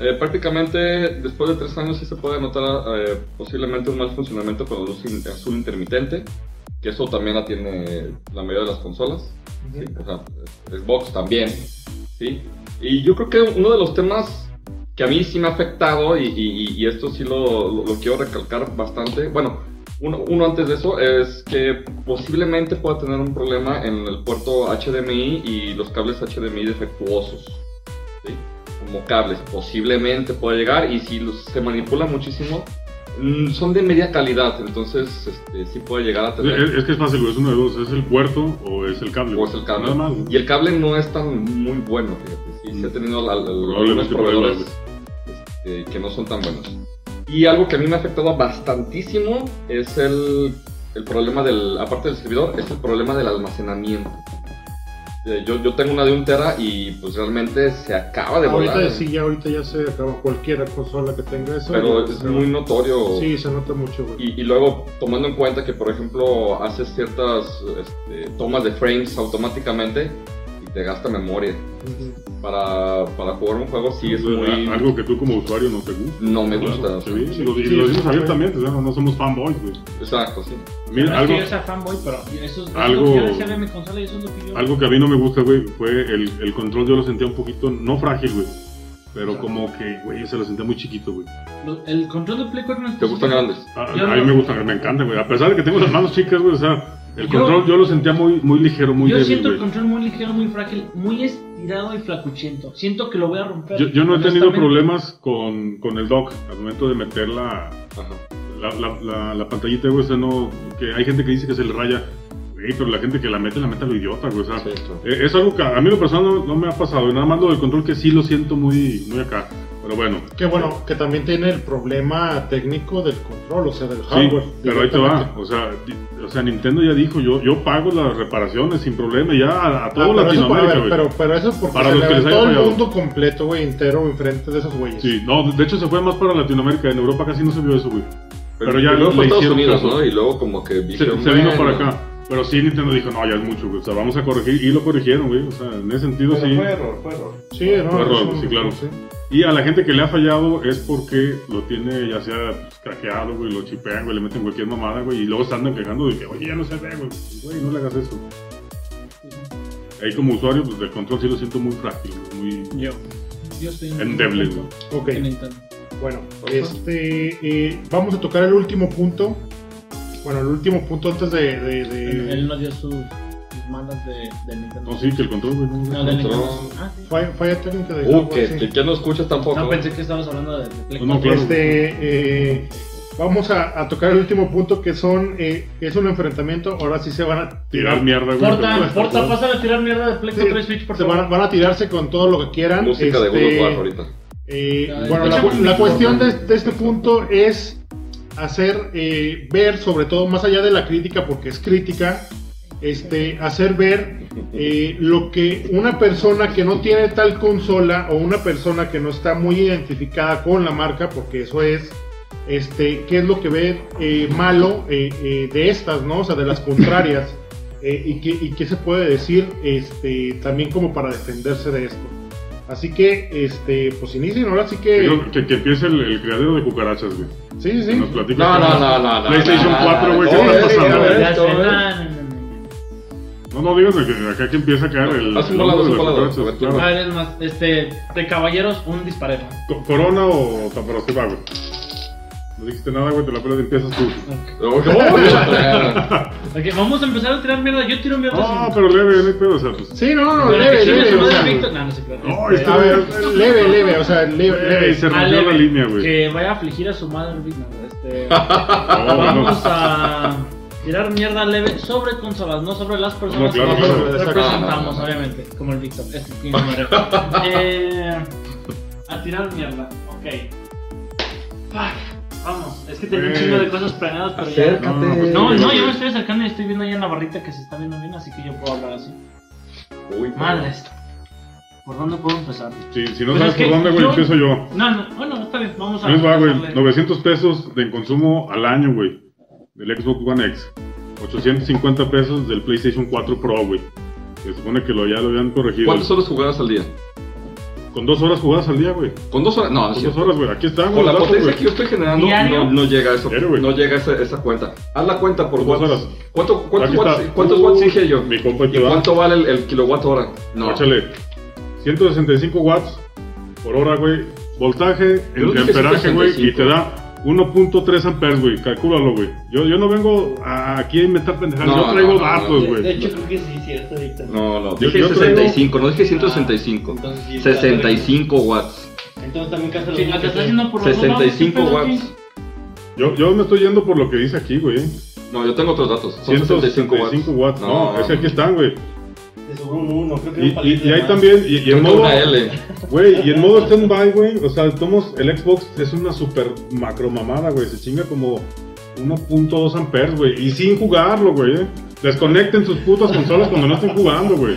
[SPEAKER 2] Eh, prácticamente después de tres años sí se puede notar eh, posiblemente un mal funcionamiento con la luz in- azul intermitente, que eso también la tiene la mayoría de las consolas. ¿sí? O sea, Xbox también, ¿sí? Y yo creo que uno de los temas que a mí sí me ha afectado, y, y- y esto sí lo, lo- lo quiero recalcar bastante, bueno, uno, uno antes de eso es que posiblemente pueda tener un problema en el puerto HDMI y los cables HDMI defectuosos, ¿sí? Como cables, posiblemente pueda llegar, y si los- se manipula muchísimo, mm, son de media calidad, entonces este, sí puede llegar a tener...
[SPEAKER 4] Es, es que es fácil, güey. Es uno de dos. Es el puerto o es el cable.
[SPEAKER 2] O es el cable.
[SPEAKER 4] Nada más. güey.
[SPEAKER 2] Y el cable no es tan muy bueno, fíjate. Sí,
[SPEAKER 4] Mm.
[SPEAKER 2] se ha tenido la- la- algunos
[SPEAKER 4] Probablemente
[SPEAKER 2] proveedores
[SPEAKER 4] problemas,
[SPEAKER 2] este, que no son tan buenos. Y algo que a mí me ha afectado bastantísimo es el, el problema del, aparte del servidor, es el problema del almacenamiento. Eh, Yo, yo tengo una de un tera y pues realmente se acaba de volar.
[SPEAKER 1] Ahorita sí, ya, ahorita ya se acaba cualquier consola que tenga eso.
[SPEAKER 2] Pero es muy notorio.
[SPEAKER 1] Sí, se nota mucho, güey.
[SPEAKER 2] Y, y luego, tomando en cuenta que, por ejemplo, haces ciertas este, tomas de frames automáticamente y te gasta memoria.
[SPEAKER 1] Ujú.
[SPEAKER 2] para, para jugar un juego sí es
[SPEAKER 4] O sea,
[SPEAKER 2] muy...
[SPEAKER 4] Algo que tú como usuario no te gusta.
[SPEAKER 2] No me gusta. o
[SPEAKER 4] Sí,
[SPEAKER 2] sea,
[SPEAKER 4] y lo, y
[SPEAKER 1] Sí,
[SPEAKER 4] lo decimos
[SPEAKER 1] sí.
[SPEAKER 4] abiertamente, o sea, no somos fanboys, güey.
[SPEAKER 2] Exacto, sí.
[SPEAKER 4] A mí
[SPEAKER 6] No es
[SPEAKER 4] algo,
[SPEAKER 6] que yo sea fanboy, pero eso es
[SPEAKER 4] algo-
[SPEAKER 6] lo que yo decía de mi consola y eso es lo que yo.
[SPEAKER 4] algo que a mí no me gusta, güey, fue el, el control. Yo lo sentía un poquito, no frágil, güey. Pero como que, güey, se lo sentía muy chiquito, güey.
[SPEAKER 6] lo- el control de Play 4 no es
[SPEAKER 2] ¿Te gustan grandes?
[SPEAKER 4] A,
[SPEAKER 6] Yo no-
[SPEAKER 4] a mí me gusta, me encanta, güey. A pesar de que tengo las manos chicas, güey, o sea, el
[SPEAKER 6] Yo-
[SPEAKER 4] control yo lo sentía muy, muy ligero, muy
[SPEAKER 6] Yo
[SPEAKER 4] débil,
[SPEAKER 6] siento el
[SPEAKER 4] güey.
[SPEAKER 6] control muy ligero, muy frágil, muy estirado y flacuchento. Siento que lo voy a romper.
[SPEAKER 4] Yo, yo no he tenido
[SPEAKER 6] honestamente.
[SPEAKER 4] problemas con, con el dock al momento de meter la,
[SPEAKER 2] Ajá.
[SPEAKER 4] la, la, la, la pantallita, güey, o sea, no, que hay gente que dice que se le raya, güey, pero la gente que la mete, la mete a lo idiota, güey, o sea,
[SPEAKER 2] Sí, claro.
[SPEAKER 4] eh, es algo que a mí lo personal no, no me ha pasado, y nada más lo del control que sí lo siento muy, muy acá, pero bueno,
[SPEAKER 1] Que bueno, que también tiene el problema técnico del control, o sea, del
[SPEAKER 4] sí,
[SPEAKER 1] hardware.
[SPEAKER 4] pero ahí te va,
[SPEAKER 1] directamente.
[SPEAKER 4] o sea, di- o sea, Nintendo ya dijo, yo, yo pago las reparaciones sin problema, ya a, a
[SPEAKER 1] Ah,
[SPEAKER 4] todo
[SPEAKER 1] pero, eso,
[SPEAKER 4] Latinoamérica,
[SPEAKER 1] a ver,
[SPEAKER 4] güey.
[SPEAKER 1] pero, pero eso es porque
[SPEAKER 4] Para
[SPEAKER 1] se
[SPEAKER 4] los que les
[SPEAKER 1] levantó
[SPEAKER 4] haya
[SPEAKER 1] el
[SPEAKER 4] fallado.
[SPEAKER 1] mundo completo, güey, entero enfrente de esos güeyes.
[SPEAKER 4] Sí, no, de hecho se fue más para Latinoamérica, en Europa casi no se vio eso, güey. Pero ya
[SPEAKER 2] Primero
[SPEAKER 4] le
[SPEAKER 2] fue Estados
[SPEAKER 4] hicieron
[SPEAKER 2] Unidos,
[SPEAKER 4] caso.
[SPEAKER 2] ¿no? Y luego como que
[SPEAKER 4] se,
[SPEAKER 2] dijeron,
[SPEAKER 4] se vino
[SPEAKER 2] bueno,
[SPEAKER 4] para acá. Pero sí, Nintendo dijo, no, ya es mucho, güey. O sea, vamos a corregir. Y lo corrigieron, güey. O sea, en ese sentido
[SPEAKER 5] Pero
[SPEAKER 4] sí.
[SPEAKER 5] fue error, fue error.
[SPEAKER 1] Sí, no,
[SPEAKER 4] Fue error,
[SPEAKER 1] eso-
[SPEAKER 4] sí, claro. Y a la gente que le ha fallado es porque lo tiene ya sea pues, craqueado, güey. Lo chipean, güey. Le meten cualquier mamada, güey. Y luego se andan quejando de que, oye, ya no se ve, güey. Güey, no le hagas eso. Ahí como usuario, pues del control sí lo siento muy frágil, güey, muy
[SPEAKER 3] Yo.
[SPEAKER 6] Yo estoy en
[SPEAKER 4] endeble, güey. Eh.
[SPEAKER 1] Ok,
[SPEAKER 6] en Nintendo.
[SPEAKER 1] bueno, este, eh, vamos a tocar el último punto. Bueno, el último punto antes de... de- de-
[SPEAKER 3] Él, él no dio sus, sus malas de, de Nintendo.
[SPEAKER 4] No, sí, que el control, güey. no,
[SPEAKER 3] No, de
[SPEAKER 4] no, no,
[SPEAKER 3] Nintendo.
[SPEAKER 2] no.
[SPEAKER 3] Ah, sí.
[SPEAKER 1] falla, falla técnica de
[SPEAKER 2] Uh,
[SPEAKER 1] hardware,
[SPEAKER 2] que,
[SPEAKER 1] pues sí.
[SPEAKER 2] que, que no escuchas tampoco. ¿eh?
[SPEAKER 4] Pues
[SPEAKER 3] No, pensé que estabas hablando de, de Play
[SPEAKER 4] No,
[SPEAKER 3] 4.
[SPEAKER 4] claro.
[SPEAKER 1] Este, eh, Vamos a, a tocar el último punto que son eh, que es un enfrentamiento. Ahora sí se van a
[SPEAKER 4] Tirar
[SPEAKER 1] tirar
[SPEAKER 4] mierda, güey.
[SPEAKER 6] Porta,
[SPEAKER 4] pues,
[SPEAKER 6] porta, pásale a tirar mierda de Plex
[SPEAKER 1] Sí,
[SPEAKER 6] 3 Switch, por
[SPEAKER 1] se
[SPEAKER 6] favor.
[SPEAKER 1] van, a- van a tirarse con todo lo que quieran.
[SPEAKER 2] Música de
[SPEAKER 1] Este,
[SPEAKER 2] God of War ahorita.
[SPEAKER 1] eh,
[SPEAKER 9] Ay,
[SPEAKER 1] bueno, la,
[SPEAKER 9] escucha
[SPEAKER 1] cu-
[SPEAKER 9] música,
[SPEAKER 1] la cuestión de,
[SPEAKER 9] por favor.
[SPEAKER 1] de este punto es hacer eh, ver, sobre todo más allá de la crítica, porque es crítica, este, hacer ver eh, lo que una persona que no tiene tal consola o una persona que no está muy identificada con la marca, porque eso es, este, qué es lo que ve eh, malo eh, eh, de estas, ¿no? O sea, de las contrarias. eh, y, qué, y qué se puede decir este, también como para defenderse de esto. Así que, este, pues inicien ahora sí que...
[SPEAKER 4] Digo, Que, que empiece el, el criadero de cucarachas, güey.
[SPEAKER 1] Sí, sí,
[SPEAKER 4] Que
[SPEAKER 1] sí.
[SPEAKER 4] nos platique.
[SPEAKER 2] No,
[SPEAKER 4] qué
[SPEAKER 2] no,
[SPEAKER 4] onda.
[SPEAKER 2] no, no, no.
[SPEAKER 4] PlayStation
[SPEAKER 2] no, no,
[SPEAKER 4] 4, güey,
[SPEAKER 2] no,
[SPEAKER 4] ¿qué está
[SPEAKER 2] no,
[SPEAKER 4] pasando?
[SPEAKER 2] no,
[SPEAKER 6] Ya
[SPEAKER 2] esto,
[SPEAKER 6] sé,
[SPEAKER 1] ¿eh?
[SPEAKER 2] güey.
[SPEAKER 6] no, no, no,
[SPEAKER 4] No, no digas de que acá que empieza a caer el.
[SPEAKER 2] Haz un
[SPEAKER 4] el
[SPEAKER 2] volado,
[SPEAKER 4] nombre de
[SPEAKER 2] haz un volado.
[SPEAKER 4] las cucarachas,
[SPEAKER 2] A
[SPEAKER 6] no. A
[SPEAKER 4] claro.
[SPEAKER 6] ver, es más, este, de caballeros, un disparejo.
[SPEAKER 4] Co- ¿Corona o Tamaulipas, güey? No dijiste nada, güey, te la pelas y empiezas tú.
[SPEAKER 2] Oh, claro.
[SPEAKER 6] Ok, vamos a empezar a tirar mierda. Yo tiro mierda.
[SPEAKER 4] No,
[SPEAKER 6] sin-
[SPEAKER 4] Ah, pero leve, no hay pedo, o sea, pues.
[SPEAKER 1] Sí, no, no,
[SPEAKER 6] Pero
[SPEAKER 1] leve,
[SPEAKER 6] que chingue
[SPEAKER 1] leve.
[SPEAKER 6] su
[SPEAKER 1] o
[SPEAKER 6] madre,
[SPEAKER 1] sea,
[SPEAKER 6] Víctor. No, no se crean.
[SPEAKER 4] No,
[SPEAKER 1] este,
[SPEAKER 4] este
[SPEAKER 1] a ver,
[SPEAKER 4] güey-
[SPEAKER 1] leve, leve, o sea, leve,
[SPEAKER 4] Güey,
[SPEAKER 1] leve.
[SPEAKER 4] se
[SPEAKER 6] Ah,
[SPEAKER 4] rompió la
[SPEAKER 6] leve,
[SPEAKER 4] línea, güey.
[SPEAKER 6] Que vaya a afligir a su madre, Víctor. Este,
[SPEAKER 4] No, no.
[SPEAKER 6] vamos a tirar mierda leve sobre consolas, no sobre las personas
[SPEAKER 4] No, claro,
[SPEAKER 6] que
[SPEAKER 4] claro.
[SPEAKER 6] representamos,
[SPEAKER 2] No, no, no.
[SPEAKER 6] obviamente, como el Víctor. Este tiene madre. Eh, a tirar mierda, ok. Fuck, Vamos, es que tenía un
[SPEAKER 4] Eh.
[SPEAKER 6] chingo de cosas planeadas, pero ya.
[SPEAKER 2] Acércate.
[SPEAKER 4] No, pues,
[SPEAKER 6] No, no, yo me estoy acercando y estoy viendo ahí en la barrita que se está viendo bien, así que yo puedo hablar así.
[SPEAKER 2] Uy,
[SPEAKER 6] Madres, ¿por dónde puedo empezar?
[SPEAKER 4] Si, si no
[SPEAKER 6] Pues
[SPEAKER 4] sabes
[SPEAKER 6] es que
[SPEAKER 4] por dónde, güey,
[SPEAKER 6] yo-
[SPEAKER 4] empiezo yo.
[SPEAKER 6] No, no, bueno, está bien, vamos a.
[SPEAKER 4] Ahí va, güey.
[SPEAKER 6] darle.
[SPEAKER 4] 900 pesos de consumo al año, güey. Del Xbox One X. 850 pesos del PlayStation 4 Pro, güey. Que supone que lo, ya lo habían corregido.
[SPEAKER 2] ¿Cuántas horas jugadas al día?
[SPEAKER 4] Con dos horas jugadas al día, güey.
[SPEAKER 2] ¿Con dos horas? No, no es
[SPEAKER 4] Con dos
[SPEAKER 2] Ah, cierto.
[SPEAKER 4] horas, güey. Aquí está, güey.
[SPEAKER 2] Con la
[SPEAKER 4] los datos,
[SPEAKER 2] potencia
[SPEAKER 4] güey.
[SPEAKER 2] que yo estoy generando,
[SPEAKER 6] ¿Diario?
[SPEAKER 2] no, no llega a eso.
[SPEAKER 4] Diario, güey.
[SPEAKER 2] No llega a esa, esa cuenta. Haz la cuenta por
[SPEAKER 4] Con dos
[SPEAKER 2] watts.
[SPEAKER 4] horas.
[SPEAKER 2] ¿Cuánto, cuántos
[SPEAKER 4] Aquí
[SPEAKER 2] watts,
[SPEAKER 4] está.
[SPEAKER 2] ¿cuántos
[SPEAKER 4] Uh,
[SPEAKER 2] watts dije yo?
[SPEAKER 4] Mi compa
[SPEAKER 2] ¿Y
[SPEAKER 4] te va.
[SPEAKER 2] cuánto vale el, el kilowatt hora? No.
[SPEAKER 4] Échale. 165 watts por hora, güey. Voltaje,
[SPEAKER 2] Yo dije
[SPEAKER 4] amperaje, güey. Y
[SPEAKER 2] 165.
[SPEAKER 4] te da 1.3 amperes, güey. Calcúlalo, güey. Yo, yo no vengo a- aquí a inventar pendejadas.
[SPEAKER 2] No,
[SPEAKER 4] yo traigo
[SPEAKER 2] no, no,
[SPEAKER 4] datos,
[SPEAKER 2] no.
[SPEAKER 4] güey.
[SPEAKER 7] De hecho, creo que sí, cierto, ahorita.
[SPEAKER 2] No, no.
[SPEAKER 4] Yo-
[SPEAKER 2] Dije
[SPEAKER 4] yo traigo-
[SPEAKER 2] 65, no dije 165.
[SPEAKER 7] Ah, Entonces, sí, está-
[SPEAKER 2] 65 watts.
[SPEAKER 7] Entonces también casi
[SPEAKER 6] Sí, la que está haciendo por los dos lados, ¿qué
[SPEAKER 2] 65
[SPEAKER 6] pedo
[SPEAKER 2] watts.
[SPEAKER 6] aquí?
[SPEAKER 4] Yo, yo me estoy yendo por lo que dice aquí, güey. ¿eh?
[SPEAKER 2] No, yo tengo otros datos. Son 65 watts.
[SPEAKER 4] 175 watts. No, es que aquí están, güey.
[SPEAKER 7] Te sobró eh, un uno, creo que
[SPEAKER 4] Y,
[SPEAKER 7] era un
[SPEAKER 4] y,
[SPEAKER 7] palito
[SPEAKER 4] y
[SPEAKER 7] de
[SPEAKER 4] ahí
[SPEAKER 7] más.
[SPEAKER 4] también, y, y
[SPEAKER 2] Yo
[SPEAKER 4] en
[SPEAKER 2] tengo
[SPEAKER 4] modo,
[SPEAKER 2] una L.
[SPEAKER 4] güey, y en modo stand-by, güey, o sea, tomos, el Xbox es una super macro mamada, güey, se chinga como 1.2 amperes, güey, y sin jugarlo, güey, eh. desconecten sus putas consolas cuando no estén jugando, güey,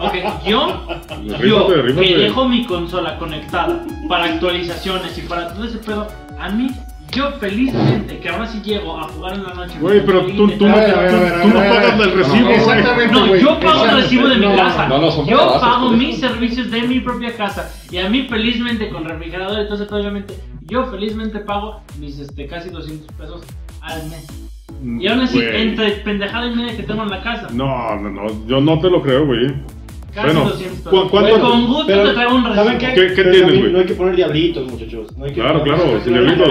[SPEAKER 6] Ok, yo, yo
[SPEAKER 4] Rífate, rífate.
[SPEAKER 6] que dejo mi consola conectada para actualizaciones y para todo ese pedo, a mí, yo felizmente que ahora sí llego a jugar en la noche.
[SPEAKER 4] güey, pero tú, tú, no,
[SPEAKER 1] A ver, a ver, a ver,
[SPEAKER 4] tú- tú no
[SPEAKER 1] a ver, a ver.
[SPEAKER 4] pagas el recibo,
[SPEAKER 2] No,
[SPEAKER 4] güey,
[SPEAKER 1] Exactamente,
[SPEAKER 6] No,
[SPEAKER 1] güey.
[SPEAKER 6] yo pago el
[SPEAKER 1] Exactamente.
[SPEAKER 6] recibo de mi
[SPEAKER 1] No,
[SPEAKER 6] casa.
[SPEAKER 2] no, no, son
[SPEAKER 6] yo
[SPEAKER 2] pedazos,
[SPEAKER 6] pago
[SPEAKER 2] pues.
[SPEAKER 6] mis servicios de mi propia casa. Y a mí, felizmente, con refrigerador, entonces, pues, obviamente, yo felizmente pago mis este, casi 200 pesos al mes. Y aún así,
[SPEAKER 4] güey.
[SPEAKER 6] entre pendejada y media que tengo en la casa,
[SPEAKER 4] No, no, no, yo no te lo creo, güey,
[SPEAKER 6] casi
[SPEAKER 4] bueno,
[SPEAKER 6] 200 pesos.
[SPEAKER 4] ¿cu- cuánto-
[SPEAKER 6] Güey, con gusto
[SPEAKER 7] pero-
[SPEAKER 6] te traigo un recibo.
[SPEAKER 7] ¿Saben qué?
[SPEAKER 4] ¿Qué- qué
[SPEAKER 7] Pero
[SPEAKER 4] tienes,
[SPEAKER 7] también
[SPEAKER 4] güey?
[SPEAKER 7] No hay que poner diablitos, muchachos. No hay que
[SPEAKER 4] Claro,
[SPEAKER 7] poner-
[SPEAKER 4] claro, sin diablitos.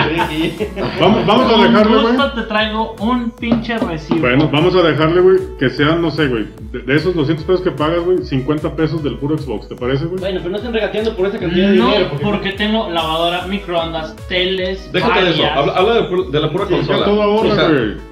[SPEAKER 4] vamos, vamos a
[SPEAKER 6] Con
[SPEAKER 4] dejarle, güey,
[SPEAKER 6] gusto te traigo un pinche recibo.
[SPEAKER 4] bueno, vamos a dejarle, güey, que sean, no sé, güey, de, de esos 200 pesos que pagas, güey, 50 pesos del puro Xbox, ¿te parece, güey?
[SPEAKER 7] Bueno, pero no estén regateando por esa cantidad de dinero.
[SPEAKER 6] No, porque tengo lavadora, microondas, teles,
[SPEAKER 2] Déjate de eso.
[SPEAKER 6] varias.
[SPEAKER 2] Habla, habla de, pu- de la pura
[SPEAKER 4] Sí,
[SPEAKER 2] consola.
[SPEAKER 4] ya todo ahorra,
[SPEAKER 2] O sea,
[SPEAKER 4] güey.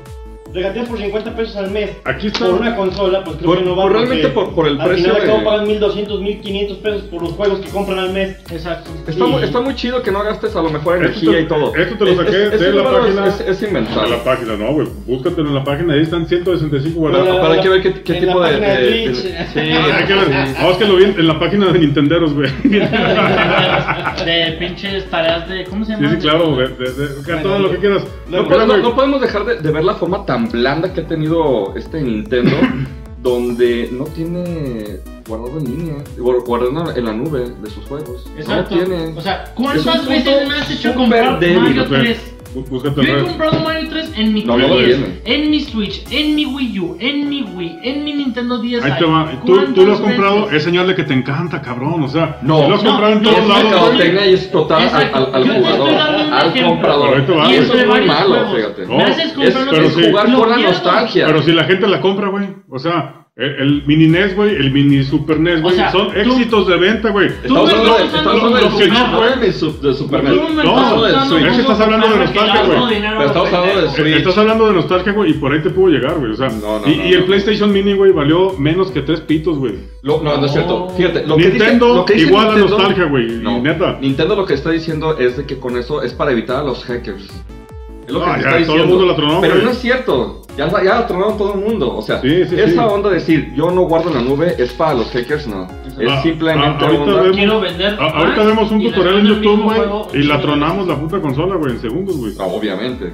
[SPEAKER 7] Regatean por 50 pesos al mes.
[SPEAKER 4] Aquí está.
[SPEAKER 7] Por una consola, pues creo
[SPEAKER 2] Por-
[SPEAKER 7] que no va
[SPEAKER 2] por
[SPEAKER 7] porque
[SPEAKER 2] realmente por- por el
[SPEAKER 7] al
[SPEAKER 2] precio
[SPEAKER 7] final
[SPEAKER 2] de-
[SPEAKER 7] acabo pagan 1200, 1500 pesos por los juegos que compran al mes.
[SPEAKER 6] Exacto.
[SPEAKER 2] Está, muy, está muy chido que no gastes a lo mejor
[SPEAKER 4] Esto
[SPEAKER 2] energía
[SPEAKER 4] te-
[SPEAKER 2] y todo.
[SPEAKER 4] esto te lo
[SPEAKER 2] Es-
[SPEAKER 4] saqué
[SPEAKER 2] es-
[SPEAKER 4] de
[SPEAKER 2] ese
[SPEAKER 4] la
[SPEAKER 2] número es-
[SPEAKER 4] página.
[SPEAKER 2] Es, es
[SPEAKER 4] En la
[SPEAKER 2] inventado.
[SPEAKER 4] página, no, güey. Búscatelo en la página. Ahí están 165
[SPEAKER 2] Para,
[SPEAKER 4] guardados.
[SPEAKER 7] Pero-
[SPEAKER 2] para que ver qué, qué
[SPEAKER 7] en
[SPEAKER 2] tipo
[SPEAKER 7] la
[SPEAKER 2] de.
[SPEAKER 7] página de
[SPEAKER 2] de-
[SPEAKER 7] Twitch.
[SPEAKER 2] de-
[SPEAKER 4] Ah, hay que ver.
[SPEAKER 2] sí.
[SPEAKER 4] Ah, es que lo vi en, en la página de Nintenderos, güey. sí,
[SPEAKER 6] de pinches tareas de. ¿Cómo se llama?
[SPEAKER 4] sí,
[SPEAKER 6] De-
[SPEAKER 4] claro, güey. De- de- de- todo lo que quieras.
[SPEAKER 2] No,
[SPEAKER 4] pero,
[SPEAKER 2] pero no-
[SPEAKER 4] güey,
[SPEAKER 2] no podemos dejar de, de ver la forma tan blanda que ha tenido este Nintendo, donde no tiene guardado en línea, guar- guardado en la nube de sus juegos.
[SPEAKER 6] Exacto.
[SPEAKER 2] No tiene.
[SPEAKER 6] O sea,
[SPEAKER 2] Es
[SPEAKER 6] ¿cuántas
[SPEAKER 2] un
[SPEAKER 6] veces
[SPEAKER 2] punto
[SPEAKER 6] me has hecho
[SPEAKER 2] súper
[SPEAKER 6] comprar
[SPEAKER 2] débil,
[SPEAKER 4] o
[SPEAKER 6] Mario
[SPEAKER 4] sea,
[SPEAKER 6] 3?
[SPEAKER 4] bú- Búscate
[SPEAKER 6] Yo
[SPEAKER 4] en
[SPEAKER 6] he
[SPEAKER 4] red.
[SPEAKER 6] comprado Mario 3 en mi
[SPEAKER 2] No,
[SPEAKER 4] no lo
[SPEAKER 6] Play,
[SPEAKER 2] tiene.
[SPEAKER 6] en mi Switch, en mi Wii U, en mi Wii, en mi Nintendo 10.
[SPEAKER 4] Ahí te va. Tú, tú lo has comprado. Es señal de que te encanta, cabrón. O sea,
[SPEAKER 2] No.
[SPEAKER 4] lo has
[SPEAKER 6] No,
[SPEAKER 4] comprado en
[SPEAKER 6] no,
[SPEAKER 4] todos
[SPEAKER 2] es
[SPEAKER 6] no,
[SPEAKER 4] lados, güey.
[SPEAKER 2] mercadotecnia y es total al,
[SPEAKER 6] Exacto.
[SPEAKER 2] al- al
[SPEAKER 6] Yo te estoy
[SPEAKER 2] jugador,
[SPEAKER 6] dando un
[SPEAKER 2] al
[SPEAKER 6] ejemplo.
[SPEAKER 2] comprador.
[SPEAKER 4] Pero ahí te va,
[SPEAKER 2] Y eso
[SPEAKER 4] güey. Y
[SPEAKER 2] es
[SPEAKER 6] entre
[SPEAKER 2] muy
[SPEAKER 6] varios
[SPEAKER 2] malo,
[SPEAKER 6] juegos.
[SPEAKER 2] fíjate.
[SPEAKER 4] No,
[SPEAKER 6] me haces comprar
[SPEAKER 2] Es,
[SPEAKER 6] lo
[SPEAKER 4] pero
[SPEAKER 2] es
[SPEAKER 6] que-
[SPEAKER 4] sí.
[SPEAKER 2] jugar
[SPEAKER 6] lo
[SPEAKER 2] por la
[SPEAKER 6] quiero.
[SPEAKER 2] nostalgia.
[SPEAKER 4] Pero si la gente la compra, güey. O sea, El, el mini NES, güey, el mini Super NES, güey,
[SPEAKER 6] sea,
[SPEAKER 4] son
[SPEAKER 6] tú-
[SPEAKER 4] éxitos de venta, güey.
[SPEAKER 2] Estamos
[SPEAKER 6] me
[SPEAKER 2] hablando de,
[SPEAKER 6] estás
[SPEAKER 2] estamos hablando del
[SPEAKER 4] usando
[SPEAKER 2] Super
[SPEAKER 4] lo
[SPEAKER 2] Nintendo y su- de Super
[SPEAKER 4] Tú
[SPEAKER 2] NES.
[SPEAKER 4] me
[SPEAKER 2] Estamos
[SPEAKER 4] estás
[SPEAKER 2] hablando del
[SPEAKER 4] usando
[SPEAKER 2] Switch.
[SPEAKER 4] Es que estás hablando de nostalgia, güey.
[SPEAKER 2] Pero estamos hablando del
[SPEAKER 4] Eh,
[SPEAKER 2] Switch.
[SPEAKER 4] Estás hablando de nostalgia, güey, y por ahí te pudo llegar, güey. O sea,
[SPEAKER 2] No, no,
[SPEAKER 4] y,
[SPEAKER 2] no,
[SPEAKER 4] y el
[SPEAKER 2] no.
[SPEAKER 4] PlayStation Mini, güey, valió menos que tres pitos, güey.
[SPEAKER 2] Lo- no, no es cierto. Fíjate, lo que dice,
[SPEAKER 4] Nintendo
[SPEAKER 2] lo que dice
[SPEAKER 4] igual a
[SPEAKER 2] Nintendo-
[SPEAKER 4] nostalgia, güey, y
[SPEAKER 2] No,
[SPEAKER 4] neta.
[SPEAKER 2] Nintendo lo que está diciendo es de que con eso es para evitar a los hackers. Es lo que
[SPEAKER 4] Ah,
[SPEAKER 2] se está
[SPEAKER 4] ya, todo el
[SPEAKER 2] diciendo.
[SPEAKER 4] mundo la tronó,
[SPEAKER 2] Pero
[SPEAKER 4] güey.
[SPEAKER 2] no es cierto. Ya, la- ya la tronaron todo el mundo. O sea,
[SPEAKER 4] Sí, sí,
[SPEAKER 2] esa
[SPEAKER 4] sí.
[SPEAKER 2] onda de decir yo no guardo en la nube es para los hackers, no. Es
[SPEAKER 4] Ah,
[SPEAKER 2] simplemente
[SPEAKER 4] ah, ahorita
[SPEAKER 2] onda.
[SPEAKER 4] vemos-
[SPEAKER 6] Quiero vender.
[SPEAKER 4] A- ahorita
[SPEAKER 6] más
[SPEAKER 4] vemos un
[SPEAKER 6] Ah, y les
[SPEAKER 4] tutorial en
[SPEAKER 6] vendo el
[SPEAKER 4] YouTube,
[SPEAKER 6] mismo
[SPEAKER 4] güey,
[SPEAKER 6] juego.
[SPEAKER 4] y la tronamos la puta consola, güey, en segundos, güey.
[SPEAKER 2] No, obviamente.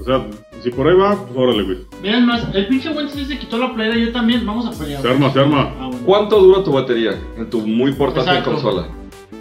[SPEAKER 4] O sea, si por ahí va, pues órale, güey.
[SPEAKER 6] Miren más, el pinche Wences se quitó la playera, yo también. Vamos a pelear.
[SPEAKER 4] Se arma, se arma.
[SPEAKER 6] Ah, bueno.
[SPEAKER 2] ¿Cuánto dura tu batería en tu muy portátil
[SPEAKER 6] Exacto.
[SPEAKER 2] consola?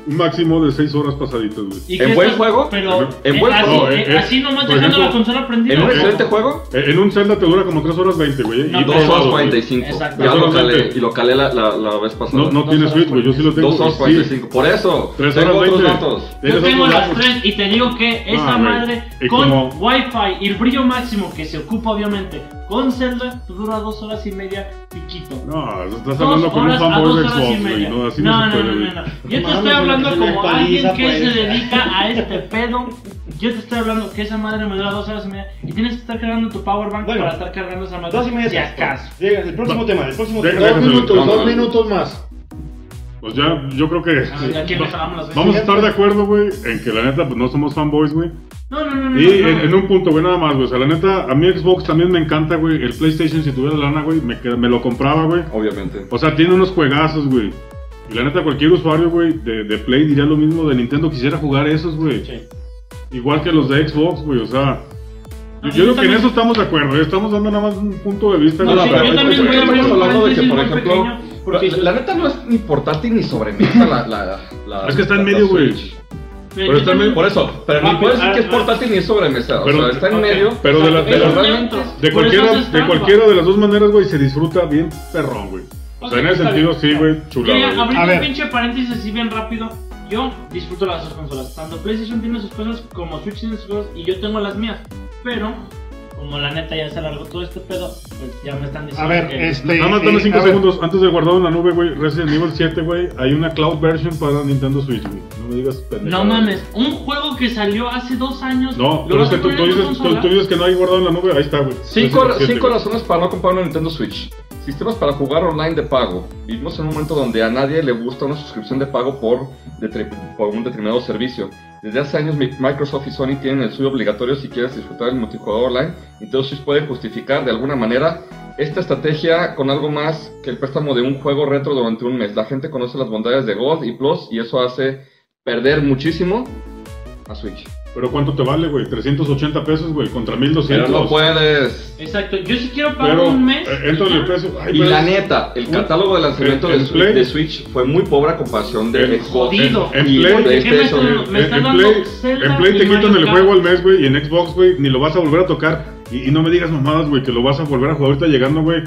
[SPEAKER 4] Un máximo de seis horas pasaditas, güey.
[SPEAKER 6] ¿Y
[SPEAKER 2] ¿En
[SPEAKER 6] qué
[SPEAKER 2] buen juego?
[SPEAKER 6] Pero
[SPEAKER 2] En
[SPEAKER 6] eh,
[SPEAKER 2] buen
[SPEAKER 6] así,
[SPEAKER 4] juego,
[SPEAKER 6] eh,
[SPEAKER 4] eh, eh.
[SPEAKER 6] así nomás
[SPEAKER 4] Por
[SPEAKER 6] dejando la
[SPEAKER 4] ejemplo,
[SPEAKER 6] consola prendida.
[SPEAKER 2] En un
[SPEAKER 6] güey.
[SPEAKER 2] excelente juego,
[SPEAKER 4] Eh, En un Zelda te dura como tres horas 20, güey. eh, Y
[SPEAKER 6] No,
[SPEAKER 2] dos
[SPEAKER 4] todo,
[SPEAKER 2] horas
[SPEAKER 4] güey.
[SPEAKER 2] 45.
[SPEAKER 6] Exacto.
[SPEAKER 2] Ya lo
[SPEAKER 4] Exactamente.
[SPEAKER 2] calé, y lo calé la, la, la vez pasada.
[SPEAKER 4] No, no tiene
[SPEAKER 6] horas
[SPEAKER 4] Switch, güey. Yo sí lo tengo.
[SPEAKER 2] Dos horas
[SPEAKER 4] güey, sí.
[SPEAKER 2] 45. Por eso.
[SPEAKER 4] Tres
[SPEAKER 2] tengo
[SPEAKER 4] horas
[SPEAKER 2] otros
[SPEAKER 4] 20.
[SPEAKER 2] datos.
[SPEAKER 4] Tienes
[SPEAKER 6] Yo tengo
[SPEAKER 4] otros
[SPEAKER 6] las
[SPEAKER 4] datos.
[SPEAKER 6] tres y te digo que esa
[SPEAKER 4] güey.
[SPEAKER 6] madre
[SPEAKER 4] Y
[SPEAKER 6] con
[SPEAKER 4] como-
[SPEAKER 6] Wi-Fi y el brillo máximo que se ocupa obviamente con Zelda dura dos horas y media piquito.
[SPEAKER 4] No, estás
[SPEAKER 6] Dos
[SPEAKER 4] hablando con un
[SPEAKER 6] horas a
[SPEAKER 4] fanboy
[SPEAKER 6] dos
[SPEAKER 4] de
[SPEAKER 6] horas y
[SPEAKER 4] Xbox, güey.
[SPEAKER 6] media.
[SPEAKER 4] No, así
[SPEAKER 6] no,
[SPEAKER 4] no, se
[SPEAKER 6] no,
[SPEAKER 4] puede,
[SPEAKER 6] no,
[SPEAKER 4] güey.
[SPEAKER 6] no, no. Yo te
[SPEAKER 7] Mames,
[SPEAKER 6] estoy hablando
[SPEAKER 7] güey, que se
[SPEAKER 6] como
[SPEAKER 7] me
[SPEAKER 6] alguien
[SPEAKER 7] paliza,
[SPEAKER 6] que
[SPEAKER 7] pues.
[SPEAKER 6] se dedica a este pedo. Yo te estoy hablando que esa madre me dura dos horas y media y tienes que estar cargando tu power bank
[SPEAKER 7] Bueno,
[SPEAKER 6] para estar cargando esa madre.
[SPEAKER 7] Dos y media.
[SPEAKER 6] Si acaso.
[SPEAKER 7] Llega, El próximo tema, el próximo
[SPEAKER 4] Deja-
[SPEAKER 7] tema.
[SPEAKER 4] déjame-
[SPEAKER 1] Dos minutos,
[SPEAKER 2] No, no,
[SPEAKER 1] dos
[SPEAKER 2] no.
[SPEAKER 1] minutos más.
[SPEAKER 4] Pues ya, yo creo que.
[SPEAKER 6] Ah, ya que nos amamos, güey.
[SPEAKER 4] Vamos a estar de acuerdo, güey, en que la neta, pues no somos fanboys, güey.
[SPEAKER 6] No, no, no, no.
[SPEAKER 4] Y
[SPEAKER 6] Mm, no,
[SPEAKER 4] en, en un punto, güey, nada más, güey. O sea, la neta, a mí Xbox también me encanta, güey. El PlayStation, si tuviera lana, güey, me, qued- me lo compraba, güey.
[SPEAKER 2] Obviamente.
[SPEAKER 4] O sea, tiene unos juegazos, güey. Y la neta, cualquier usuario, güey, de, de Play diría lo mismo de Nintendo. Quisiera jugar esos, güey.
[SPEAKER 7] Sí.
[SPEAKER 4] Igual que los de Xbox, güey. O sea,
[SPEAKER 6] No,
[SPEAKER 4] yo creo que en
[SPEAKER 6] también-
[SPEAKER 4] eso estamos de acuerdo. güey. Estamos dando nada más un punto de vista.
[SPEAKER 6] No,
[SPEAKER 4] güey,
[SPEAKER 6] sí,
[SPEAKER 4] para-
[SPEAKER 6] yo también voy a abrir
[SPEAKER 2] estamos
[SPEAKER 6] un
[SPEAKER 2] hablando de que, por
[SPEAKER 6] paréntesis muy
[SPEAKER 2] ejemplo,
[SPEAKER 6] pequeño, porque-
[SPEAKER 2] la, la neta no es ni portátil ni sobremesa la, la, la-
[SPEAKER 4] Es que está en
[SPEAKER 2] la- la
[SPEAKER 4] medio, güey.
[SPEAKER 2] Switch.
[SPEAKER 6] Pero
[SPEAKER 2] Pero está
[SPEAKER 6] yo
[SPEAKER 2] en
[SPEAKER 6] también-
[SPEAKER 2] medio, por eso. Pero
[SPEAKER 6] Ah,
[SPEAKER 2] ni puedes decir
[SPEAKER 6] ah,
[SPEAKER 2] que es
[SPEAKER 6] ah.
[SPEAKER 2] portátil ni es sobremesa. O
[SPEAKER 4] Pero-
[SPEAKER 2] sea, está en
[SPEAKER 6] ok.
[SPEAKER 2] medio.
[SPEAKER 4] Pero de, la- de
[SPEAKER 6] Pero
[SPEAKER 4] las-
[SPEAKER 6] realmente-
[SPEAKER 4] de
[SPEAKER 6] por eso
[SPEAKER 4] cualquiera,
[SPEAKER 6] haces
[SPEAKER 4] de
[SPEAKER 6] trampa.
[SPEAKER 4] cualquiera de las dos maneras, güey, se disfruta bien perrón, güey. O sea, en ese
[SPEAKER 6] Está
[SPEAKER 4] sentido,
[SPEAKER 6] bien.
[SPEAKER 4] sí, güey,
[SPEAKER 6] Yo ya
[SPEAKER 4] chulado.
[SPEAKER 1] A
[SPEAKER 6] abriendo
[SPEAKER 1] ver.
[SPEAKER 6] un pinche paréntesis así bien rápido. Yo disfruto las dos consolas. Tanto PlayStation tiene sus cosas como Switch tiene sus cosas y yo tengo las mías. Pero, como la neta ya se alargó todo este pedo, pues ya me están
[SPEAKER 1] A
[SPEAKER 6] diciendo
[SPEAKER 1] ver,
[SPEAKER 6] que-
[SPEAKER 1] este.
[SPEAKER 4] Nada más
[SPEAKER 1] eh,
[SPEAKER 4] dame 5
[SPEAKER 1] a ver,
[SPEAKER 4] segundos. Antes de guardado en la nube, güey, Resident Evil 7, güey, hay una cloud version para Nintendo Switch, güey. No me digas
[SPEAKER 6] No
[SPEAKER 4] pendejada.
[SPEAKER 6] mames, un juego que salió hace dos años.
[SPEAKER 4] No,
[SPEAKER 6] ¿lo
[SPEAKER 4] pero es
[SPEAKER 6] vas
[SPEAKER 4] que
[SPEAKER 6] a
[SPEAKER 4] tú,
[SPEAKER 6] poner
[SPEAKER 4] tú
[SPEAKER 6] en tu
[SPEAKER 4] dices, tú,
[SPEAKER 6] consola?
[SPEAKER 4] tú dices que no hay guardado en la nube. Ahí está, güey.
[SPEAKER 2] Cinco,
[SPEAKER 4] Resident Evil 7,
[SPEAKER 2] cinco
[SPEAKER 4] güey.
[SPEAKER 2] razones para no comprar una Nintendo Switch. Sistemas para jugar online de pago. Vivimos en un momento donde a nadie le gusta una suscripción de pago por, detri- por un determinado servicio. Desde hace años mi- Microsoft y Sony tienen el suyo obligatorio si quieres disfrutar del multijugador online. Entonces pueden justificar de alguna manera esta estrategia con algo más que el préstamo de un juego retro durante un mes. La gente conoce las bondades de Gold y Plus y eso hace perder muchísimo a Switch.
[SPEAKER 4] Pero ¿cuánto te vale, güey? 380 pesos, güey, contra 1200.
[SPEAKER 2] Pero no puedes...
[SPEAKER 6] Exacto, yo si quiero pagar
[SPEAKER 4] Pero,
[SPEAKER 6] un mes.
[SPEAKER 4] eh, entra en el precio. Ay,
[SPEAKER 2] Y
[SPEAKER 4] pero-
[SPEAKER 2] la neta, el catálogo de lanzamiento
[SPEAKER 4] en- en
[SPEAKER 2] de, Switch-
[SPEAKER 4] Play-
[SPEAKER 2] de Switch fue muy pobre a comparación de
[SPEAKER 4] En-
[SPEAKER 2] Xbox
[SPEAKER 6] Jodido.
[SPEAKER 4] en
[SPEAKER 2] y este
[SPEAKER 4] Play- ¿Por qué
[SPEAKER 6] me
[SPEAKER 2] PlayStation.
[SPEAKER 6] están-
[SPEAKER 4] En,
[SPEAKER 6] me están
[SPEAKER 4] en
[SPEAKER 6] Pues dando
[SPEAKER 4] Play,
[SPEAKER 6] Zelda
[SPEAKER 4] en Play
[SPEAKER 6] y
[SPEAKER 4] te quitan
[SPEAKER 6] Mario
[SPEAKER 4] el
[SPEAKER 6] Kart.
[SPEAKER 4] juego al mes, güey, y en Xbox, güey, ni lo vas a volver a tocar. Y, y no me digas mamadas, güey, que lo vas a volver a jugar ahorita llegando, güey,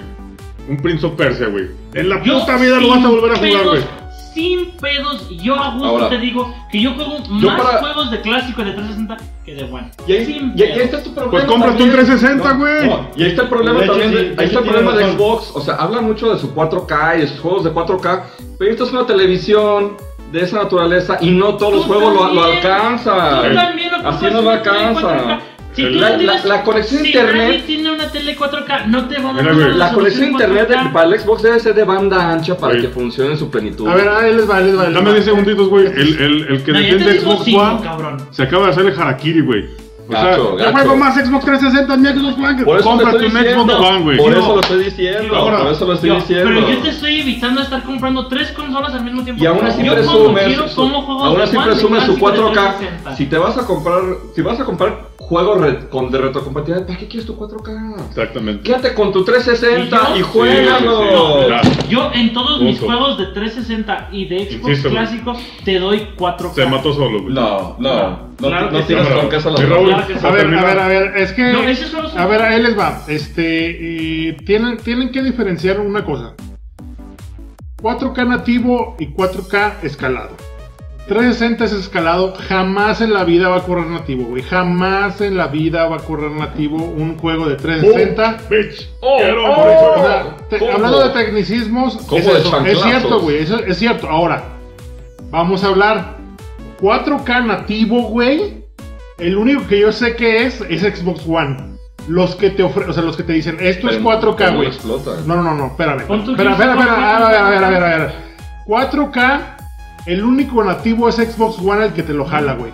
[SPEAKER 4] un Prince of Persia, güey. En la
[SPEAKER 6] Yo
[SPEAKER 4] puta vida lo
[SPEAKER 6] sin
[SPEAKER 4] vas a volver a jugar,
[SPEAKER 6] pedos,
[SPEAKER 4] güey.
[SPEAKER 6] Sin pedos, yo a gusto
[SPEAKER 2] Ahora.
[SPEAKER 6] te digo que yo juego
[SPEAKER 2] Yo
[SPEAKER 6] más
[SPEAKER 2] para-
[SPEAKER 6] juegos de clásico de 360 que de One.
[SPEAKER 2] Y ahí,
[SPEAKER 6] Sin
[SPEAKER 2] y ahí- y ahí
[SPEAKER 6] pedos.
[SPEAKER 2] está tu problema.
[SPEAKER 4] Pues cómprate un
[SPEAKER 2] también.
[SPEAKER 4] 360, güey.
[SPEAKER 2] No, y ahí está el problema
[SPEAKER 7] De hecho,
[SPEAKER 2] también. de-
[SPEAKER 7] sí, de
[SPEAKER 2] ahí
[SPEAKER 7] hecho
[SPEAKER 2] está el
[SPEAKER 7] tiene
[SPEAKER 2] problema de
[SPEAKER 7] razón.
[SPEAKER 2] Xbox. O sea, habla mucho de su 4K y de sus juegos de 4K. Pero esto es una televisión de esa naturaleza y no todos los
[SPEAKER 6] Tú
[SPEAKER 2] juegos lo, lo
[SPEAKER 6] también, Tú
[SPEAKER 2] alcanzan.
[SPEAKER 6] también ocupas
[SPEAKER 2] Así no lo
[SPEAKER 6] una tele 4K.
[SPEAKER 2] alcanza.
[SPEAKER 6] Si tú
[SPEAKER 4] El-
[SPEAKER 6] no
[SPEAKER 2] La, la-
[SPEAKER 6] tienes-
[SPEAKER 2] la conexión a
[SPEAKER 6] si nadie
[SPEAKER 2] internet.
[SPEAKER 6] tiene una tele 4K, no te va a dar
[SPEAKER 4] Mira,
[SPEAKER 6] una
[SPEAKER 4] güey.
[SPEAKER 2] La conexión a
[SPEAKER 6] resolución
[SPEAKER 2] internet de-
[SPEAKER 6] 4K.
[SPEAKER 2] para el Xbox debe ser de banda ancha para
[SPEAKER 4] Güey.
[SPEAKER 2] que funcione en su plenitud.
[SPEAKER 1] A ver, Ah, ahí les va, ahí les va. ahí les
[SPEAKER 4] Dame
[SPEAKER 1] va.
[SPEAKER 4] 10 segunditos, güey. El, el, el que
[SPEAKER 6] No, ya te
[SPEAKER 4] defiende
[SPEAKER 6] digo
[SPEAKER 4] Xbox
[SPEAKER 6] cinco,
[SPEAKER 4] One
[SPEAKER 6] cabrón.
[SPEAKER 4] se acaba de hacer el harakiri, güey. O sea,
[SPEAKER 2] Gacho,
[SPEAKER 4] yo
[SPEAKER 2] gacho.
[SPEAKER 4] juego más Xbox 360 en mi Xbox One.
[SPEAKER 2] Por eso
[SPEAKER 4] Cómprate
[SPEAKER 2] te
[SPEAKER 4] un
[SPEAKER 2] estoy diciendo,
[SPEAKER 4] Xbox One, güey.
[SPEAKER 2] Por
[SPEAKER 4] No.
[SPEAKER 2] eso lo estoy diciendo.
[SPEAKER 4] Ahora,
[SPEAKER 2] por eso lo estoy
[SPEAKER 6] Yo-
[SPEAKER 2] diciendo.
[SPEAKER 6] Pero yo te estoy evitando estar comprando tres consolas al mismo tiempo.
[SPEAKER 2] Y aún así
[SPEAKER 6] Yo como
[SPEAKER 2] presume
[SPEAKER 6] quiero,
[SPEAKER 2] su,
[SPEAKER 6] como juegos
[SPEAKER 2] aún
[SPEAKER 6] de
[SPEAKER 2] así
[SPEAKER 6] One, de
[SPEAKER 2] presume su
[SPEAKER 6] clásico de
[SPEAKER 2] 4K.
[SPEAKER 6] 360.
[SPEAKER 2] Si te vas a comprar, si vas a comprar juegos re- con de retrocompatibilidad, ¿para qué quieres tu 4K?
[SPEAKER 4] Exactamente.
[SPEAKER 2] Quédate con tu 360
[SPEAKER 6] ¿Y yo?
[SPEAKER 2] y,
[SPEAKER 4] Sí,
[SPEAKER 2] juégalo.
[SPEAKER 4] sí, mira,
[SPEAKER 6] Yo en todos mis
[SPEAKER 4] Punto.
[SPEAKER 6] juegos de 360 y de Xbox
[SPEAKER 4] Insisto, güey.
[SPEAKER 6] clásico te doy 4K.
[SPEAKER 4] Se mató solo, güey.
[SPEAKER 2] no, no, no,
[SPEAKER 6] Claro
[SPEAKER 2] no
[SPEAKER 6] que
[SPEAKER 2] tienes
[SPEAKER 4] sí.
[SPEAKER 2] con qué hacer las
[SPEAKER 4] Y Raúl,
[SPEAKER 2] cosas.
[SPEAKER 6] que sí.
[SPEAKER 1] A ver,
[SPEAKER 4] terminar.
[SPEAKER 1] a ver, a ver, es que.
[SPEAKER 6] No, esos son los-
[SPEAKER 1] A ver, ahí les va. Este, eh, tienen, tienen que diferenciar una cosa: 4K nativo y 4K escalado. 360 es escalado, jamás en la vida va a correr nativo, güey. Jamás en la vida va a correr nativo un juego de 360.
[SPEAKER 4] Bitch.
[SPEAKER 2] Oh,
[SPEAKER 4] quiero
[SPEAKER 2] oh.
[SPEAKER 4] por eso.
[SPEAKER 1] O sea, te-
[SPEAKER 2] ¿Cómo?
[SPEAKER 1] hablando de tecnicismos,
[SPEAKER 2] ¿Cómo
[SPEAKER 1] es,
[SPEAKER 2] de
[SPEAKER 1] eso, es
[SPEAKER 2] chanclazos?
[SPEAKER 1] cierto, güey, eso es cierto. Ahora, vamos a hablar 4K nativo, güey. El único que yo sé que es es Xbox One. Los que te ofrecen, o sea, los que te dicen, esto
[SPEAKER 2] Pero
[SPEAKER 1] es 4K,
[SPEAKER 2] no
[SPEAKER 1] güey.
[SPEAKER 2] explota.
[SPEAKER 1] No, no, no, no, espérame.
[SPEAKER 6] Pon tu
[SPEAKER 1] Espera,
[SPEAKER 6] quince,
[SPEAKER 1] espera,
[SPEAKER 6] no,
[SPEAKER 1] espera.
[SPEAKER 6] no,
[SPEAKER 1] A ver,
[SPEAKER 6] no,
[SPEAKER 1] a ver,
[SPEAKER 6] no.
[SPEAKER 1] a ver, a ver. 4K, el único nativo es Xbox One el que te lo jala, güey.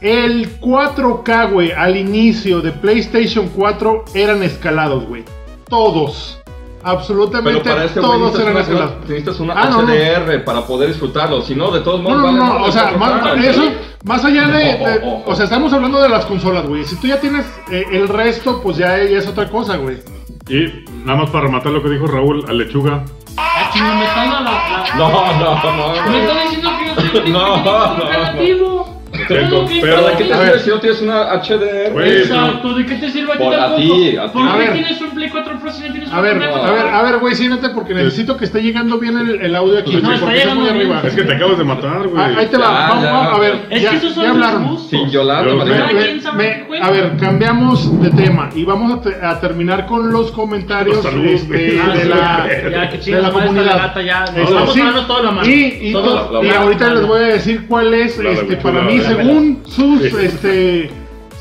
[SPEAKER 1] El 4K, güey, al inicio de PlayStation 4 eran escalados, güey. Todos. Absolutamente
[SPEAKER 2] Pero para este güey
[SPEAKER 1] todos eran
[SPEAKER 2] necesitas una,
[SPEAKER 1] escalados.
[SPEAKER 2] una- necesitas una
[SPEAKER 1] Ah, no, no.
[SPEAKER 2] HDR para poder disfrutarlo. Si no, de todos
[SPEAKER 1] No,
[SPEAKER 2] modos
[SPEAKER 1] no,
[SPEAKER 2] vale
[SPEAKER 1] no,
[SPEAKER 2] más
[SPEAKER 1] o sea,
[SPEAKER 2] el
[SPEAKER 1] más,
[SPEAKER 2] 4K,
[SPEAKER 1] eso,
[SPEAKER 2] güey.
[SPEAKER 1] más allá de,
[SPEAKER 2] Oh,
[SPEAKER 1] de-
[SPEAKER 2] oh, oh.
[SPEAKER 1] O sea, estamos hablando de las consolas, güey. Si tú ya tienes eh, el resto, pues ya, ya es otra cosa, güey.
[SPEAKER 4] Y nada más para rematar lo que dijo Raúl, a lechuga.
[SPEAKER 10] Ah, chingo, me está dando la- la-
[SPEAKER 2] No, no, no.
[SPEAKER 10] Me
[SPEAKER 1] Ah.
[SPEAKER 10] está diciendo que yo soy un tipo
[SPEAKER 2] No,
[SPEAKER 10] que tiene
[SPEAKER 2] no,
[SPEAKER 10] que ser
[SPEAKER 2] no.
[SPEAKER 10] nativo.
[SPEAKER 4] Pero, pero,
[SPEAKER 2] ¿Para qué te
[SPEAKER 4] a
[SPEAKER 2] sirve
[SPEAKER 4] ver,
[SPEAKER 2] si no tienes una HDR?
[SPEAKER 4] Güey,
[SPEAKER 10] Exacto, ¿de qué te sirve a ti
[SPEAKER 2] Por a
[SPEAKER 10] tampoco?
[SPEAKER 2] ti, a ti.
[SPEAKER 10] ¿Por
[SPEAKER 1] A
[SPEAKER 10] qué
[SPEAKER 1] ver.
[SPEAKER 10] tienes un Play 4 Pro si no tienes
[SPEAKER 1] A
[SPEAKER 10] un
[SPEAKER 1] ver,
[SPEAKER 10] Play
[SPEAKER 1] a ver, a ver, güey, siéntate porque necesito que esté llegando bien el, el audio aquí.
[SPEAKER 4] No,
[SPEAKER 1] güey,
[SPEAKER 4] está
[SPEAKER 1] porque
[SPEAKER 6] llegando
[SPEAKER 1] muy
[SPEAKER 6] bien.
[SPEAKER 1] arriba.
[SPEAKER 4] es que te acabas de matar, güey.
[SPEAKER 1] Ah, ahí te
[SPEAKER 2] Ya,
[SPEAKER 1] va, vamos,
[SPEAKER 2] ya.
[SPEAKER 1] vamos, a ver.
[SPEAKER 6] Es
[SPEAKER 1] ya,
[SPEAKER 6] que esos son
[SPEAKER 1] ya
[SPEAKER 6] los
[SPEAKER 1] hablaron.
[SPEAKER 6] gustos.
[SPEAKER 2] Sin Yolanda,
[SPEAKER 4] Yo-
[SPEAKER 2] María.
[SPEAKER 1] Me-
[SPEAKER 10] quién sabe
[SPEAKER 1] me-
[SPEAKER 10] qué juego.
[SPEAKER 1] a ver, cambiamos de tema y vamos a, te- a terminar con los comentarios
[SPEAKER 4] Los saludos,
[SPEAKER 1] este,
[SPEAKER 4] güey.
[SPEAKER 6] Ah,
[SPEAKER 1] de
[SPEAKER 6] sí,
[SPEAKER 1] la,
[SPEAKER 6] ya, que
[SPEAKER 1] de
[SPEAKER 6] chingas,
[SPEAKER 1] la
[SPEAKER 6] madre, está
[SPEAKER 1] comunidad.
[SPEAKER 6] la gata ya. Nos
[SPEAKER 1] Este,
[SPEAKER 6] vamos
[SPEAKER 1] sí.
[SPEAKER 6] a darnos toda la mano.
[SPEAKER 1] Y, y
[SPEAKER 6] Toda
[SPEAKER 1] to-
[SPEAKER 2] la- la
[SPEAKER 1] y
[SPEAKER 2] mano.
[SPEAKER 1] ahorita les voy a decir cuál es,
[SPEAKER 4] La
[SPEAKER 1] este,
[SPEAKER 4] verdad,
[SPEAKER 1] para
[SPEAKER 4] la
[SPEAKER 1] mí,
[SPEAKER 4] verdad.
[SPEAKER 1] según sus,
[SPEAKER 4] Sí.
[SPEAKER 1] este,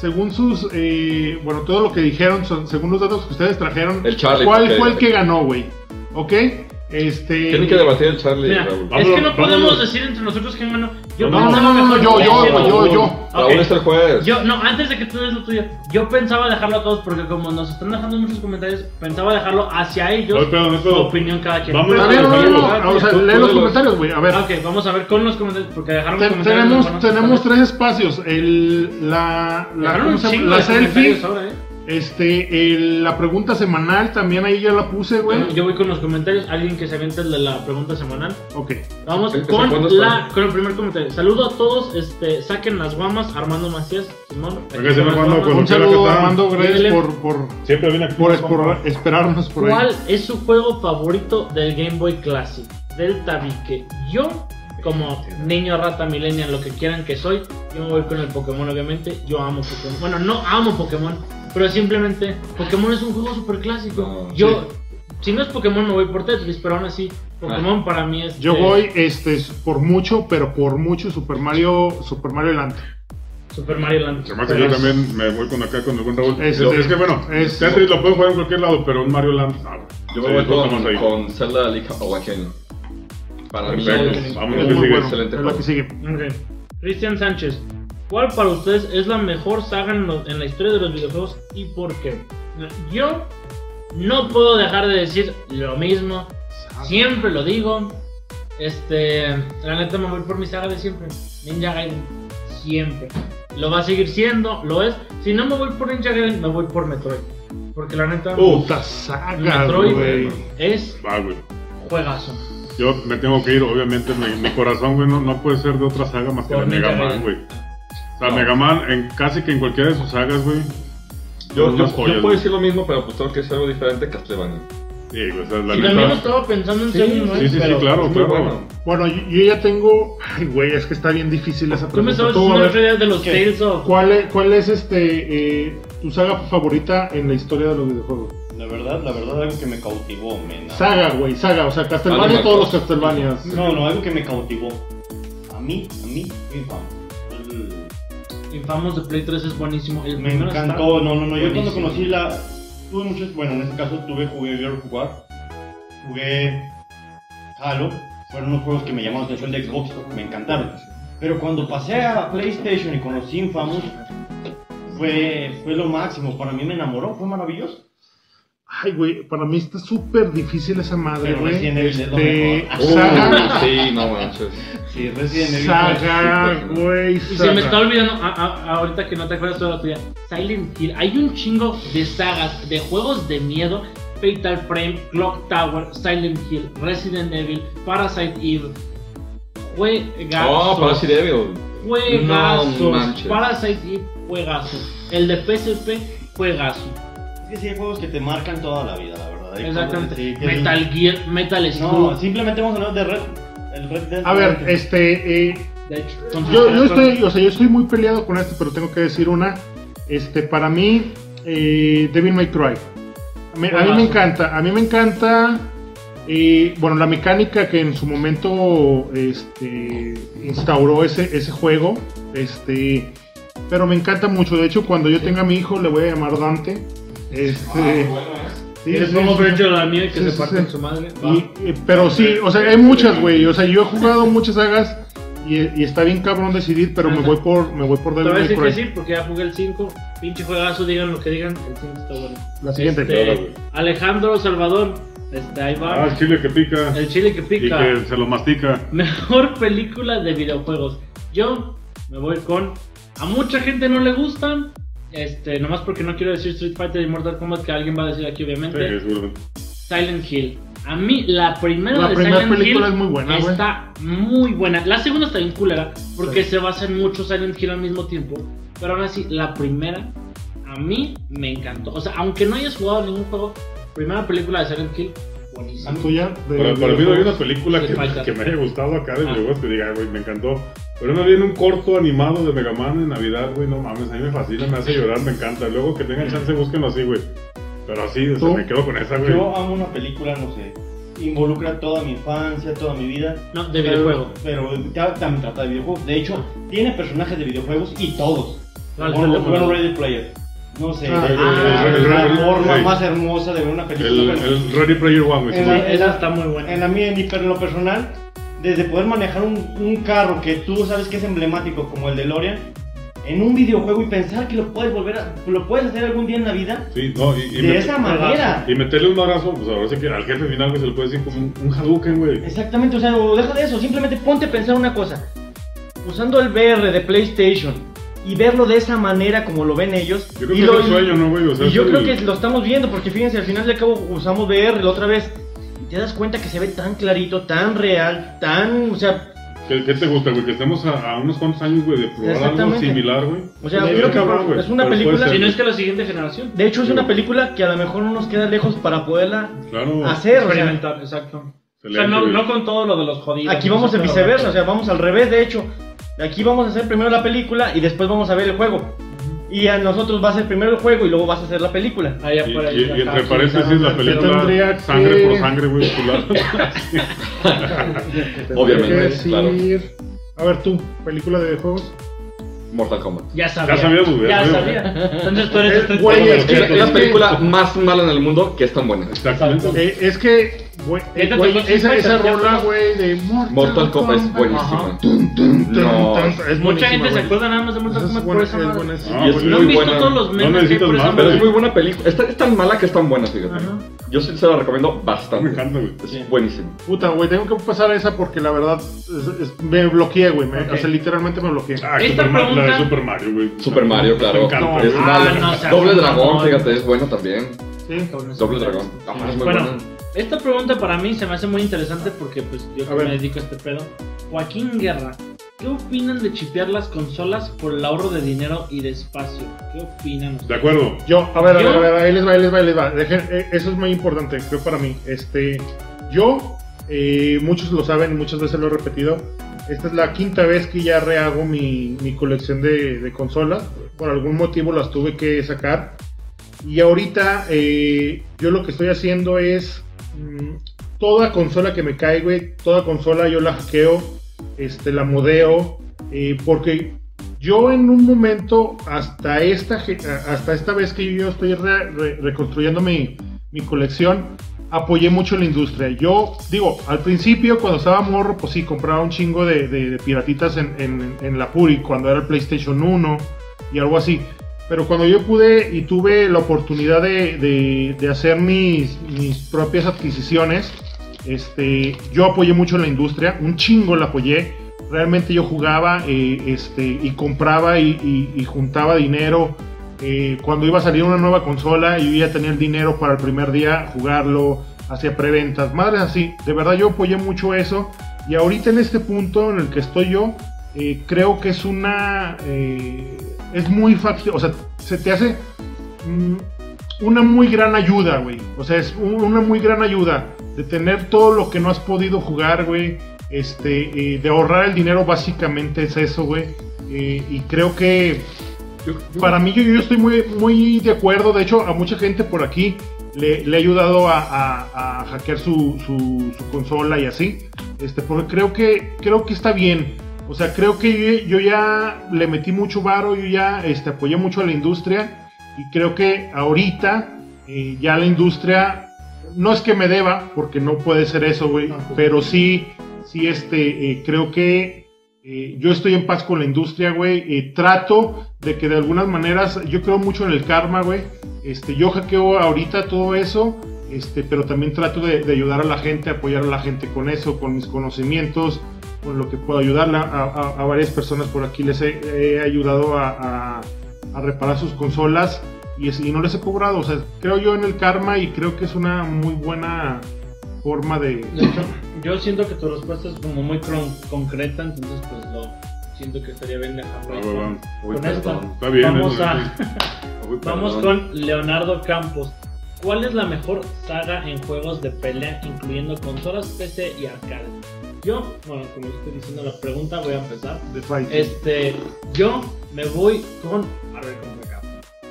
[SPEAKER 1] según sus, eh, bueno, todo lo que dijeron, son- según los datos que ustedes trajeron,
[SPEAKER 2] El Charlie,
[SPEAKER 1] ¿cuál
[SPEAKER 2] porque-
[SPEAKER 1] fue el que ganó, güey? ¿Ok? Este,
[SPEAKER 2] Tienen que debatir el Charlie.
[SPEAKER 6] Mira,
[SPEAKER 2] Raúl.
[SPEAKER 6] es que no
[SPEAKER 4] Vámonos, vámonos.
[SPEAKER 6] podemos decir entre nosotros quién ganó. Yo
[SPEAKER 1] No, no,
[SPEAKER 6] pensaba
[SPEAKER 1] no, no, no,
[SPEAKER 6] mejor-
[SPEAKER 1] yo, yo,
[SPEAKER 6] Sí,
[SPEAKER 1] yo, yo, yo.
[SPEAKER 2] Raúl
[SPEAKER 6] Ok.
[SPEAKER 2] es el juez.
[SPEAKER 6] Yo, no, antes de que tú des lo tuyo, yo pensaba dejarlo a todos porque como nos están dejando muchos comentarios, pensaba dejarlo hacia ellos
[SPEAKER 4] No hay pedo, no hay pedo.
[SPEAKER 6] su opinión cada quien.
[SPEAKER 4] Vamos
[SPEAKER 1] A ver, no, no, no, o sea,
[SPEAKER 4] Tú- tú
[SPEAKER 1] lee
[SPEAKER 4] de
[SPEAKER 1] los
[SPEAKER 4] los-
[SPEAKER 1] comentarios, güey, a ver.
[SPEAKER 6] Ah, ok, vamos a ver con los comentarios, porque dejaron
[SPEAKER 1] Te-
[SPEAKER 6] los comentarios.
[SPEAKER 1] tenemos
[SPEAKER 6] bueno,
[SPEAKER 1] tenemos
[SPEAKER 6] ¿sabes?
[SPEAKER 1] tres espacios. El, la la,
[SPEAKER 6] Dejaron
[SPEAKER 1] ¿cómo
[SPEAKER 6] un
[SPEAKER 1] se llama?
[SPEAKER 6] chingo
[SPEAKER 1] La
[SPEAKER 6] de
[SPEAKER 1] selfie,
[SPEAKER 6] comentarios ahora, ¿eh?
[SPEAKER 1] este, el- la pregunta semanal, también ahí ya la puse, güey.
[SPEAKER 6] Bueno, yo voy con los comentarios, alguien que se avienta el de la pregunta semanal.
[SPEAKER 1] Ok.
[SPEAKER 6] Vamos
[SPEAKER 2] ¿Qué- qué- cuándo
[SPEAKER 6] con,
[SPEAKER 2] está?
[SPEAKER 6] la, con el primer comentario. Saludo a todos, este, saquen las guamas, Armando Macías, Simón. aquí
[SPEAKER 4] Venga,
[SPEAKER 6] están
[SPEAKER 4] Armando,
[SPEAKER 6] las guamas.
[SPEAKER 4] con-
[SPEAKER 1] Un
[SPEAKER 4] Conociera que
[SPEAKER 1] saludo,
[SPEAKER 4] está.
[SPEAKER 1] Armando, gracias
[SPEAKER 6] Dile.
[SPEAKER 1] por, por,
[SPEAKER 4] Siempre viene aquí.
[SPEAKER 1] por espor- esperarnos por ahí.
[SPEAKER 6] ¿Cuál es su juego favorito del Game Boy Classic? Del tabique. Yo, como
[SPEAKER 1] Este,
[SPEAKER 6] niño rata millennial, lo que quieran que soy, yo me voy con el Pokémon, obviamente. Yo amo Pokémon. Bueno, no amo Pokémon, pero simplemente Pokémon es un juego súper clásico.
[SPEAKER 2] No,
[SPEAKER 6] yo, si no es Pokémon, me voy por Tetris, pero aún así, Pokémon para mí es.
[SPEAKER 1] Ah. Yo voy este por mucho, pero por mucho Super Mario, Super Mario Land.
[SPEAKER 6] Super Mario Land.
[SPEAKER 4] Además que yo también me voy con acá con el buen Raúl.
[SPEAKER 1] Es-
[SPEAKER 4] Es, es que bueno,
[SPEAKER 1] es-
[SPEAKER 4] Tetris lo pueden jugar en cualquier lado, pero un Mario Land. no, güey.
[SPEAKER 2] Yo
[SPEAKER 4] Sí,
[SPEAKER 2] me voy
[SPEAKER 4] lo estamos
[SPEAKER 2] con,
[SPEAKER 4] ahí.
[SPEAKER 2] con Zelda Link Awakening. Para mí
[SPEAKER 4] Perfecto,
[SPEAKER 2] es-
[SPEAKER 4] vamos,
[SPEAKER 2] es
[SPEAKER 1] Es muy
[SPEAKER 4] que sigue,
[SPEAKER 1] bueno.
[SPEAKER 2] excelente
[SPEAKER 1] Es lo que
[SPEAKER 2] juego.
[SPEAKER 1] sigue.
[SPEAKER 6] Ok. Cristian Sánchez, ¿cuál para ustedes es la mejor saga en, lo- en la historia de los videojuegos y por qué? Yo no puedo dejar de decir lo mismo, siempre lo digo. Este, la neta me voy por mi saga de siempre, Ninja Gaiden, siempre. Lo va a seguir siendo, lo es. Si no me voy por Ninja Gaiden, me voy por Metroid, porque la neta
[SPEAKER 1] Puta saga,
[SPEAKER 6] Metroid
[SPEAKER 1] Uh, güey.
[SPEAKER 6] es
[SPEAKER 4] Va, güey.
[SPEAKER 6] juegazo.
[SPEAKER 4] Yo me tengo que ir, obviamente. Mi, mi corazón, güey, no, no puede ser de otra saga más que
[SPEAKER 6] Por
[SPEAKER 4] de Mega
[SPEAKER 6] Mega
[SPEAKER 4] Man,
[SPEAKER 6] Man.
[SPEAKER 4] güey. O sea,
[SPEAKER 2] No.
[SPEAKER 4] Mega Man, en, casi que en cualquiera de sus sagas, güey.
[SPEAKER 2] Yo,
[SPEAKER 4] son
[SPEAKER 2] yo,
[SPEAKER 4] unas joyas,
[SPEAKER 2] yo puedo
[SPEAKER 4] güey.
[SPEAKER 2] decir lo mismo, pero pues tengo que es algo diferente Castlevania.
[SPEAKER 4] Sí, güey, o sea, la
[SPEAKER 6] Y también lo
[SPEAKER 4] neta.
[SPEAKER 6] estaba pensando en
[SPEAKER 2] Sí,
[SPEAKER 6] Sony, ¿no?
[SPEAKER 4] Sí, sí, sí,
[SPEAKER 6] Pero-
[SPEAKER 4] claro,
[SPEAKER 2] Es muy
[SPEAKER 4] claro.
[SPEAKER 2] bueno.
[SPEAKER 1] Bueno, yo, yo ya tengo. Ay, güey, es que está bien difícil esa
[SPEAKER 6] Tú me
[SPEAKER 1] pregunta.
[SPEAKER 6] estabas
[SPEAKER 1] Tú, a
[SPEAKER 6] haciendo
[SPEAKER 1] ver,
[SPEAKER 6] el otro día de los Tales of
[SPEAKER 1] ¿Cuál es, cuál es este eh, tu saga favorita en la historia de los videojuegos?
[SPEAKER 7] La verdad, la verdad, algo que me cautivó, men.
[SPEAKER 1] Saga, güey, saga. O sea, Castlevania,
[SPEAKER 2] Animal
[SPEAKER 1] todos los
[SPEAKER 2] Crossing.
[SPEAKER 1] Castlevanias.
[SPEAKER 7] No, no, algo que me cautivó. A mí, a mí, infamo. El-
[SPEAKER 6] Infamous de Play 3 es buenísimo. El
[SPEAKER 7] Me
[SPEAKER 6] primero está-
[SPEAKER 7] encantó, no, no, no. Yo cuando
[SPEAKER 6] buenísimo.
[SPEAKER 7] conocí la. Tuve muchos. Bueno, en este caso tuve, jugué Gear jugar. Jugué. Halo. Fueron unos juegos que me llamaron la atención de Xbox. Me encantaron. Pero cuando pasé a PlayStation y conocí Infamous, fue, fue lo máximo. Para mí me enamoró, fue maravilloso.
[SPEAKER 1] Ay, güey, para mí está súper difícil esa madre,
[SPEAKER 7] Pero
[SPEAKER 1] güey.
[SPEAKER 7] Resident Evil es lo
[SPEAKER 1] Este,
[SPEAKER 7] mejor.
[SPEAKER 1] saga,
[SPEAKER 2] Uh, sí, no manches.
[SPEAKER 7] Sí, Resident
[SPEAKER 2] Oh.
[SPEAKER 7] Evil.
[SPEAKER 1] saga, güey.
[SPEAKER 6] Y se
[SPEAKER 1] saga.
[SPEAKER 6] me está olvidando, a- a- ahorita que no te acuerdas toda la tuya, Silent Hill. Hay un chingo de sagas, de juegos de miedo. Fatal Frame, Clock Tower, Silent Hill, Resident Evil, Parasite Eve.
[SPEAKER 2] Oh,
[SPEAKER 6] Juegazos.
[SPEAKER 2] Parasite Evil.
[SPEAKER 6] Juegazos.
[SPEAKER 2] No manches.
[SPEAKER 6] Parasite Eve, juegazos. El de PSP, juegazo.
[SPEAKER 7] Es que sí hay juegos que te marcan toda la vida, la verdad. Hay
[SPEAKER 6] Exactamente.
[SPEAKER 7] cosas que sí, que-
[SPEAKER 6] Metal Gear, Metal Slug.
[SPEAKER 7] No, simplemente vamos a hablar de Red. El Red Dead.
[SPEAKER 1] A ver, este, eh,
[SPEAKER 3] De hecho, con sus
[SPEAKER 1] Yo, yo
[SPEAKER 3] caracteres-
[SPEAKER 1] estoy, o sea, yo estoy muy peleado con esto, pero tengo que decir una. Este, para mí, eh, Devil May Cry. A mí, a mí me encanta, a mí me encanta. eh, bueno, la mecánica que en su momento este, instauró ese, ese juego. Este, pero me encanta mucho. De hecho, cuando yo tenga a mi hijo, le voy a llamar Dante.
[SPEAKER 6] Ah,
[SPEAKER 1] Este, sí,
[SPEAKER 6] Les
[SPEAKER 1] sí,
[SPEAKER 6] vamos
[SPEAKER 1] sí.
[SPEAKER 6] a hecho la nieve que
[SPEAKER 1] Sí,
[SPEAKER 6] se
[SPEAKER 1] sí,
[SPEAKER 6] parte
[SPEAKER 1] sí.
[SPEAKER 6] en su madre. Va.
[SPEAKER 1] Y- eh, pero sí, o sea, hay muchas, güey. O sea, yo he jugado muchas sagas y, y está bien cabrón decidir, pero me voy por, me voy por
[SPEAKER 6] Te
[SPEAKER 1] Devil
[SPEAKER 6] voy a
[SPEAKER 1] May
[SPEAKER 6] decir que
[SPEAKER 1] Cry.
[SPEAKER 6] sí, porque ya jugué el 5. Pinche juegazo, digan lo que digan. El 5 está bueno.
[SPEAKER 1] La siguiente.
[SPEAKER 6] Este,
[SPEAKER 4] Claro, güey.
[SPEAKER 6] Alejandro Salvador. Este, ahí va.
[SPEAKER 4] Ah, el chile que pica.
[SPEAKER 6] el chile que
[SPEAKER 4] Y
[SPEAKER 6] pica.
[SPEAKER 4] que se lo mastica.
[SPEAKER 6] Mejor película de videojuegos. Yo me voy con. A mucha gente no le gustan. Este, nomás porque no quiero decir Street Fighter y Mortal Kombat, que alguien va a decir aquí,
[SPEAKER 4] Sí,
[SPEAKER 6] obviamente.
[SPEAKER 4] seguramente.
[SPEAKER 6] Silent Hill. A mí, la primera
[SPEAKER 1] La
[SPEAKER 6] de
[SPEAKER 1] primera
[SPEAKER 6] Silent
[SPEAKER 1] película
[SPEAKER 6] Hill
[SPEAKER 1] es muy buena, güey.
[SPEAKER 6] está muy buena. La segunda está bien culera, porque
[SPEAKER 1] Sí.
[SPEAKER 6] se basa en muchos Silent Hill al mismo tiempo. Pero ahora sí, la primera, a mí me encantó. O sea, aunque no hayas jugado ningún juego, primera película de Silent Hill, buenísima.
[SPEAKER 1] ¿La tuya? De-
[SPEAKER 4] Para, para mí no hay una película
[SPEAKER 6] Sí, falta.
[SPEAKER 4] que, que me haya gustado acá de
[SPEAKER 6] Ah.
[SPEAKER 4] videojuegos que diga, güey, me encantó. Pero no viene un corto animado de Mega Man en Navidad, güey, no mames, a mí me fascina, me hace llorar, me encanta. Luego que tengan chance, búsquenlo así, güey. Pero así, o sea,
[SPEAKER 1] ¿Tú?
[SPEAKER 4] me quedo con esa, güey.
[SPEAKER 7] Yo amo una película, no sé, involucra toda mi infancia, toda mi vida.
[SPEAKER 6] No, de videojuego.
[SPEAKER 7] Pero ta- también trata de videojuegos. De hecho, tiene personajes de videojuegos y todos.
[SPEAKER 6] ¿Cuál
[SPEAKER 7] Bueno,
[SPEAKER 6] es Ah, el
[SPEAKER 7] bueno,
[SPEAKER 6] de-
[SPEAKER 7] Ready Player. No sé,
[SPEAKER 1] Ah,
[SPEAKER 7] es
[SPEAKER 6] ah,
[SPEAKER 7] la- es la
[SPEAKER 4] el- el-
[SPEAKER 7] forma
[SPEAKER 4] el-
[SPEAKER 7] más hermosa de ver una
[SPEAKER 4] El,
[SPEAKER 7] película.
[SPEAKER 4] el Ready Player One, güey.
[SPEAKER 7] En
[SPEAKER 4] sí,
[SPEAKER 7] la-
[SPEAKER 4] güey.
[SPEAKER 7] en
[SPEAKER 6] Esa
[SPEAKER 7] la-
[SPEAKER 6] está muy buena.
[SPEAKER 7] En la mía, ni pero en lo personal, desde poder manejar un, un carro que tú sabes que es emblemático como el de Lorian, en un videojuego y pensar que lo puedes volver a, lo puedes hacer algún día en la vida
[SPEAKER 4] Sí, no, y, y
[SPEAKER 7] de
[SPEAKER 4] me-
[SPEAKER 7] esa manera.
[SPEAKER 4] y meterle un abrazo, pues ahora sí que al jefe final, güey, se le puede decir como un, un Hadouken, güey.
[SPEAKER 7] Exactamente, o sea, o deja de eso, simplemente ponte a pensar una cosa. Usando el VR de PlayStation y verlo de esa manera como lo ven ellos.
[SPEAKER 4] Yo creo
[SPEAKER 7] y
[SPEAKER 4] que
[SPEAKER 7] lo-
[SPEAKER 4] es el sueño, ¿no, güey? O sea,
[SPEAKER 7] y yo
[SPEAKER 4] es
[SPEAKER 7] creo
[SPEAKER 4] el-
[SPEAKER 7] que lo estamos viendo, porque fíjense, al final de cabo usamos VR la otra vez. Y te das cuenta que se ve tan clarito, tan real, tan. O sea,
[SPEAKER 4] ¿Qué, qué te gusta, güey? Que estemos a, a unos cuantos años, güey, de probar algo
[SPEAKER 7] Exactamente.
[SPEAKER 4] similar, güey.
[SPEAKER 7] o sea
[SPEAKER 4] Sí,
[SPEAKER 7] yo creo que
[SPEAKER 4] cabrón, güey.
[SPEAKER 7] es una
[SPEAKER 4] Pero
[SPEAKER 7] película.
[SPEAKER 4] puede
[SPEAKER 6] Si
[SPEAKER 4] ser,
[SPEAKER 6] no es que la siguiente generación.
[SPEAKER 7] De hecho, es una película que a lo mejor no nos queda lejos para poderla
[SPEAKER 4] Claro.
[SPEAKER 7] hacer. o sea,
[SPEAKER 6] Experimentar, exacto. O sea,
[SPEAKER 4] Excelente,
[SPEAKER 6] no,
[SPEAKER 4] güey.
[SPEAKER 6] no con todo lo de los jodidos.
[SPEAKER 7] aquí vamos en viceversa, o sea, vamos al revés. De hecho, aquí vamos a hacer primero la película y después vamos a ver el juego. Y a nosotros va a ser primero el juego y luego vas a hacer la película.
[SPEAKER 6] Allá
[SPEAKER 4] Y,
[SPEAKER 6] por ahí.
[SPEAKER 4] y- y entre
[SPEAKER 6] acá,
[SPEAKER 4] paréntesis, la
[SPEAKER 1] Yo
[SPEAKER 4] película
[SPEAKER 1] tendría
[SPEAKER 4] Sangre
[SPEAKER 1] que-
[SPEAKER 4] por Sangre, güey, titular.
[SPEAKER 1] Tendría
[SPEAKER 2] Obviamente,
[SPEAKER 1] que decir-
[SPEAKER 2] claro.
[SPEAKER 1] A ver, tú, película de videojuegos.
[SPEAKER 2] Mortal Kombat.
[SPEAKER 6] Ya sabía.
[SPEAKER 4] Ya sabíamos, güey,
[SPEAKER 6] Ya
[SPEAKER 4] güey.
[SPEAKER 6] sabía. Entonces tú eres
[SPEAKER 1] Eh,
[SPEAKER 6] este Street
[SPEAKER 1] güey,
[SPEAKER 6] Fighter.
[SPEAKER 1] es que-
[SPEAKER 2] Es la
[SPEAKER 1] que-
[SPEAKER 2] película más mala en el mundo que es tan buena.
[SPEAKER 4] Exactamente.
[SPEAKER 1] Eh, es que, güey, eh,
[SPEAKER 6] Esta
[SPEAKER 1] güey,
[SPEAKER 6] tocó Street
[SPEAKER 1] esa,
[SPEAKER 6] Fighter,
[SPEAKER 1] esa
[SPEAKER 6] ya
[SPEAKER 1] rola, güey, de Mortal,
[SPEAKER 2] Mortal Kombat es
[SPEAKER 1] Ajá.
[SPEAKER 2] buenísima.
[SPEAKER 1] Tun, tun,
[SPEAKER 2] No.
[SPEAKER 1] tun, es
[SPEAKER 6] Mucha
[SPEAKER 1] buenísima,
[SPEAKER 6] gente se
[SPEAKER 1] güey.
[SPEAKER 6] acuerda nada más de Mortal
[SPEAKER 1] Esa
[SPEAKER 6] Kombat
[SPEAKER 1] es
[SPEAKER 6] por
[SPEAKER 1] buena,
[SPEAKER 6] esa
[SPEAKER 1] es
[SPEAKER 6] madre.
[SPEAKER 1] buenísima.
[SPEAKER 4] No,
[SPEAKER 2] Y es
[SPEAKER 4] güey,
[SPEAKER 6] ¿No
[SPEAKER 2] muy
[SPEAKER 6] han visto
[SPEAKER 2] buena.
[SPEAKER 6] todos los
[SPEAKER 4] No
[SPEAKER 6] memes que hay
[SPEAKER 4] necesitas
[SPEAKER 6] por esa
[SPEAKER 4] más,
[SPEAKER 2] Pero es
[SPEAKER 6] madre?
[SPEAKER 2] muy buena película. Está, es tan mala que es tan buena, fíjate.
[SPEAKER 6] Ajá.
[SPEAKER 2] Yo sí se la recomiendo
[SPEAKER 4] Me
[SPEAKER 2] bastante.
[SPEAKER 4] encanta, güey.
[SPEAKER 2] Es buenísimo.
[SPEAKER 1] Puta, güey, tengo que pasar a esa porque la verdad es- es- me bloqueé, güey. me-
[SPEAKER 6] Ok.
[SPEAKER 1] O sea, literalmente me bloqueé.
[SPEAKER 4] Ah,
[SPEAKER 6] Esta
[SPEAKER 4] Super Ma-
[SPEAKER 6] pregunta-
[SPEAKER 4] La de Super Mario, güey.
[SPEAKER 2] Super Mario,
[SPEAKER 4] Me
[SPEAKER 2] claro.
[SPEAKER 4] encanta.
[SPEAKER 2] Es
[SPEAKER 6] Ah,
[SPEAKER 2] mala.
[SPEAKER 6] no seas
[SPEAKER 2] Doble Dragón,
[SPEAKER 6] mamón.
[SPEAKER 2] fíjate, es buena también.
[SPEAKER 1] Sí.
[SPEAKER 2] Doble Dragón. Ah, es muy
[SPEAKER 6] Bueno,
[SPEAKER 2] buena.
[SPEAKER 6] esta pregunta para mí se me hace muy interesante porque pues yo
[SPEAKER 1] A
[SPEAKER 6] que
[SPEAKER 1] ver.
[SPEAKER 6] me dedico a este pedo. Joaquín Guerra, ¿qué opinan de chipear las consolas por el ahorro de dinero y de espacio? ¿Qué opinan
[SPEAKER 4] De
[SPEAKER 6] ustedes?
[SPEAKER 4] acuerdo. Ah,
[SPEAKER 1] Yo, a ver, a ver,
[SPEAKER 6] ¿Yo?
[SPEAKER 1] a ver, ahí les va, ahí les va, ahí les va. Dejen- eh, eso es muy importante, creo, para mí. Este, yo, eh, muchos lo saben, muchas veces lo he repetido. Esta es la quinta vez que ya rehago mi, mi colección de, de consolas. Por algún motivo las tuve que sacar. Y ahorita, eh, yo lo que estoy haciendo es. mm, toda consola que me cae, güey, toda consola yo la hackeo, este, la modeo, eh, porque yo en un momento, hasta esta, ge- a- hasta esta vez que yo estoy re- re- reconstruyendo mi, mi colección, apoyé mucho la industria. Yo, digo, al principio cuando estaba morro, pues sí, compraba un chingo de, de- de piratitas en, en- en la Puri, cuando era el PlayStation 1 y algo así. Pero cuando yo pude y tuve la oportunidad de, de- de hacer mis, mis propias adquisiciones, este, yo apoyé mucho la industria, un chingo la apoyé. Realmente yo jugaba eh, este, y compraba y, y- y juntaba dinero. Eh, cuando iba a salir una nueva consola, yo ya tenía el dinero para el primer día jugarlo, hacía preventas, madres así. De verdad yo apoyé mucho eso. Y ahorita en este punto en el que estoy yo, eh, creo que es una... eh, es muy fácil, o sea, se te hace mm, una muy gran ayuda, güey. O sea, es un- una muy gran ayuda de tener todo lo que no has podido jugar, güey. Este, eh, de ahorrar el dinero básicamente es eso, güey. Eh, y creo que
[SPEAKER 2] Yo- yo-
[SPEAKER 1] para mí yo, yo estoy muy, muy de acuerdo. De hecho, a mucha gente por aquí le, le ha ayudado a, a- a hackear su, su- su consola y así. Este, porque creo que, creo que está bien. O sea, creo que yo, yo ya le metí mucho varo, yo ya este, apoyé mucho a la industria. Y creo que ahorita eh, ya la industria no es que me deba, porque no puede ser eso, güey. Pero sí, sí, este, eh, creo que eh, yo estoy en paz con la industria, güey. eh, trato de que de algunas maneras, yo creo mucho en el karma, güey. Este, yo hackeo ahorita todo eso, este, pero también trato de, de ayudar a la gente, apoyar a la gente con eso, con mis conocimientos, con lo que puedo ayudarla. A, a- a varias personas por aquí les he, he ayudado a, a- a reparar sus consolas y, es- y no les he cobrado. O sea, creo yo en el karma y creo que es una muy buena forma de...
[SPEAKER 6] De hecho, yo siento que tu respuesta es como muy cron- concreta, entonces pues lo siento que estaría bien
[SPEAKER 1] Ah,
[SPEAKER 6] dejarlo. ahí.
[SPEAKER 4] Va, va, va.
[SPEAKER 2] Uy,
[SPEAKER 6] con esto.
[SPEAKER 2] perdón.
[SPEAKER 4] Está bien.
[SPEAKER 6] Vamos
[SPEAKER 4] ¿eh?
[SPEAKER 6] a-
[SPEAKER 2] Uy,
[SPEAKER 6] Vamos
[SPEAKER 2] perdón.
[SPEAKER 6] con Leonardo Campos. ¿Cuál es la mejor saga en juegos de pelea, incluyendo consolas, PC y arcade? Yo, bueno, como estoy diciendo la pregunta, voy a empezar.
[SPEAKER 1] de fight.
[SPEAKER 6] Este, yo me voy con Marvel contra Capcom.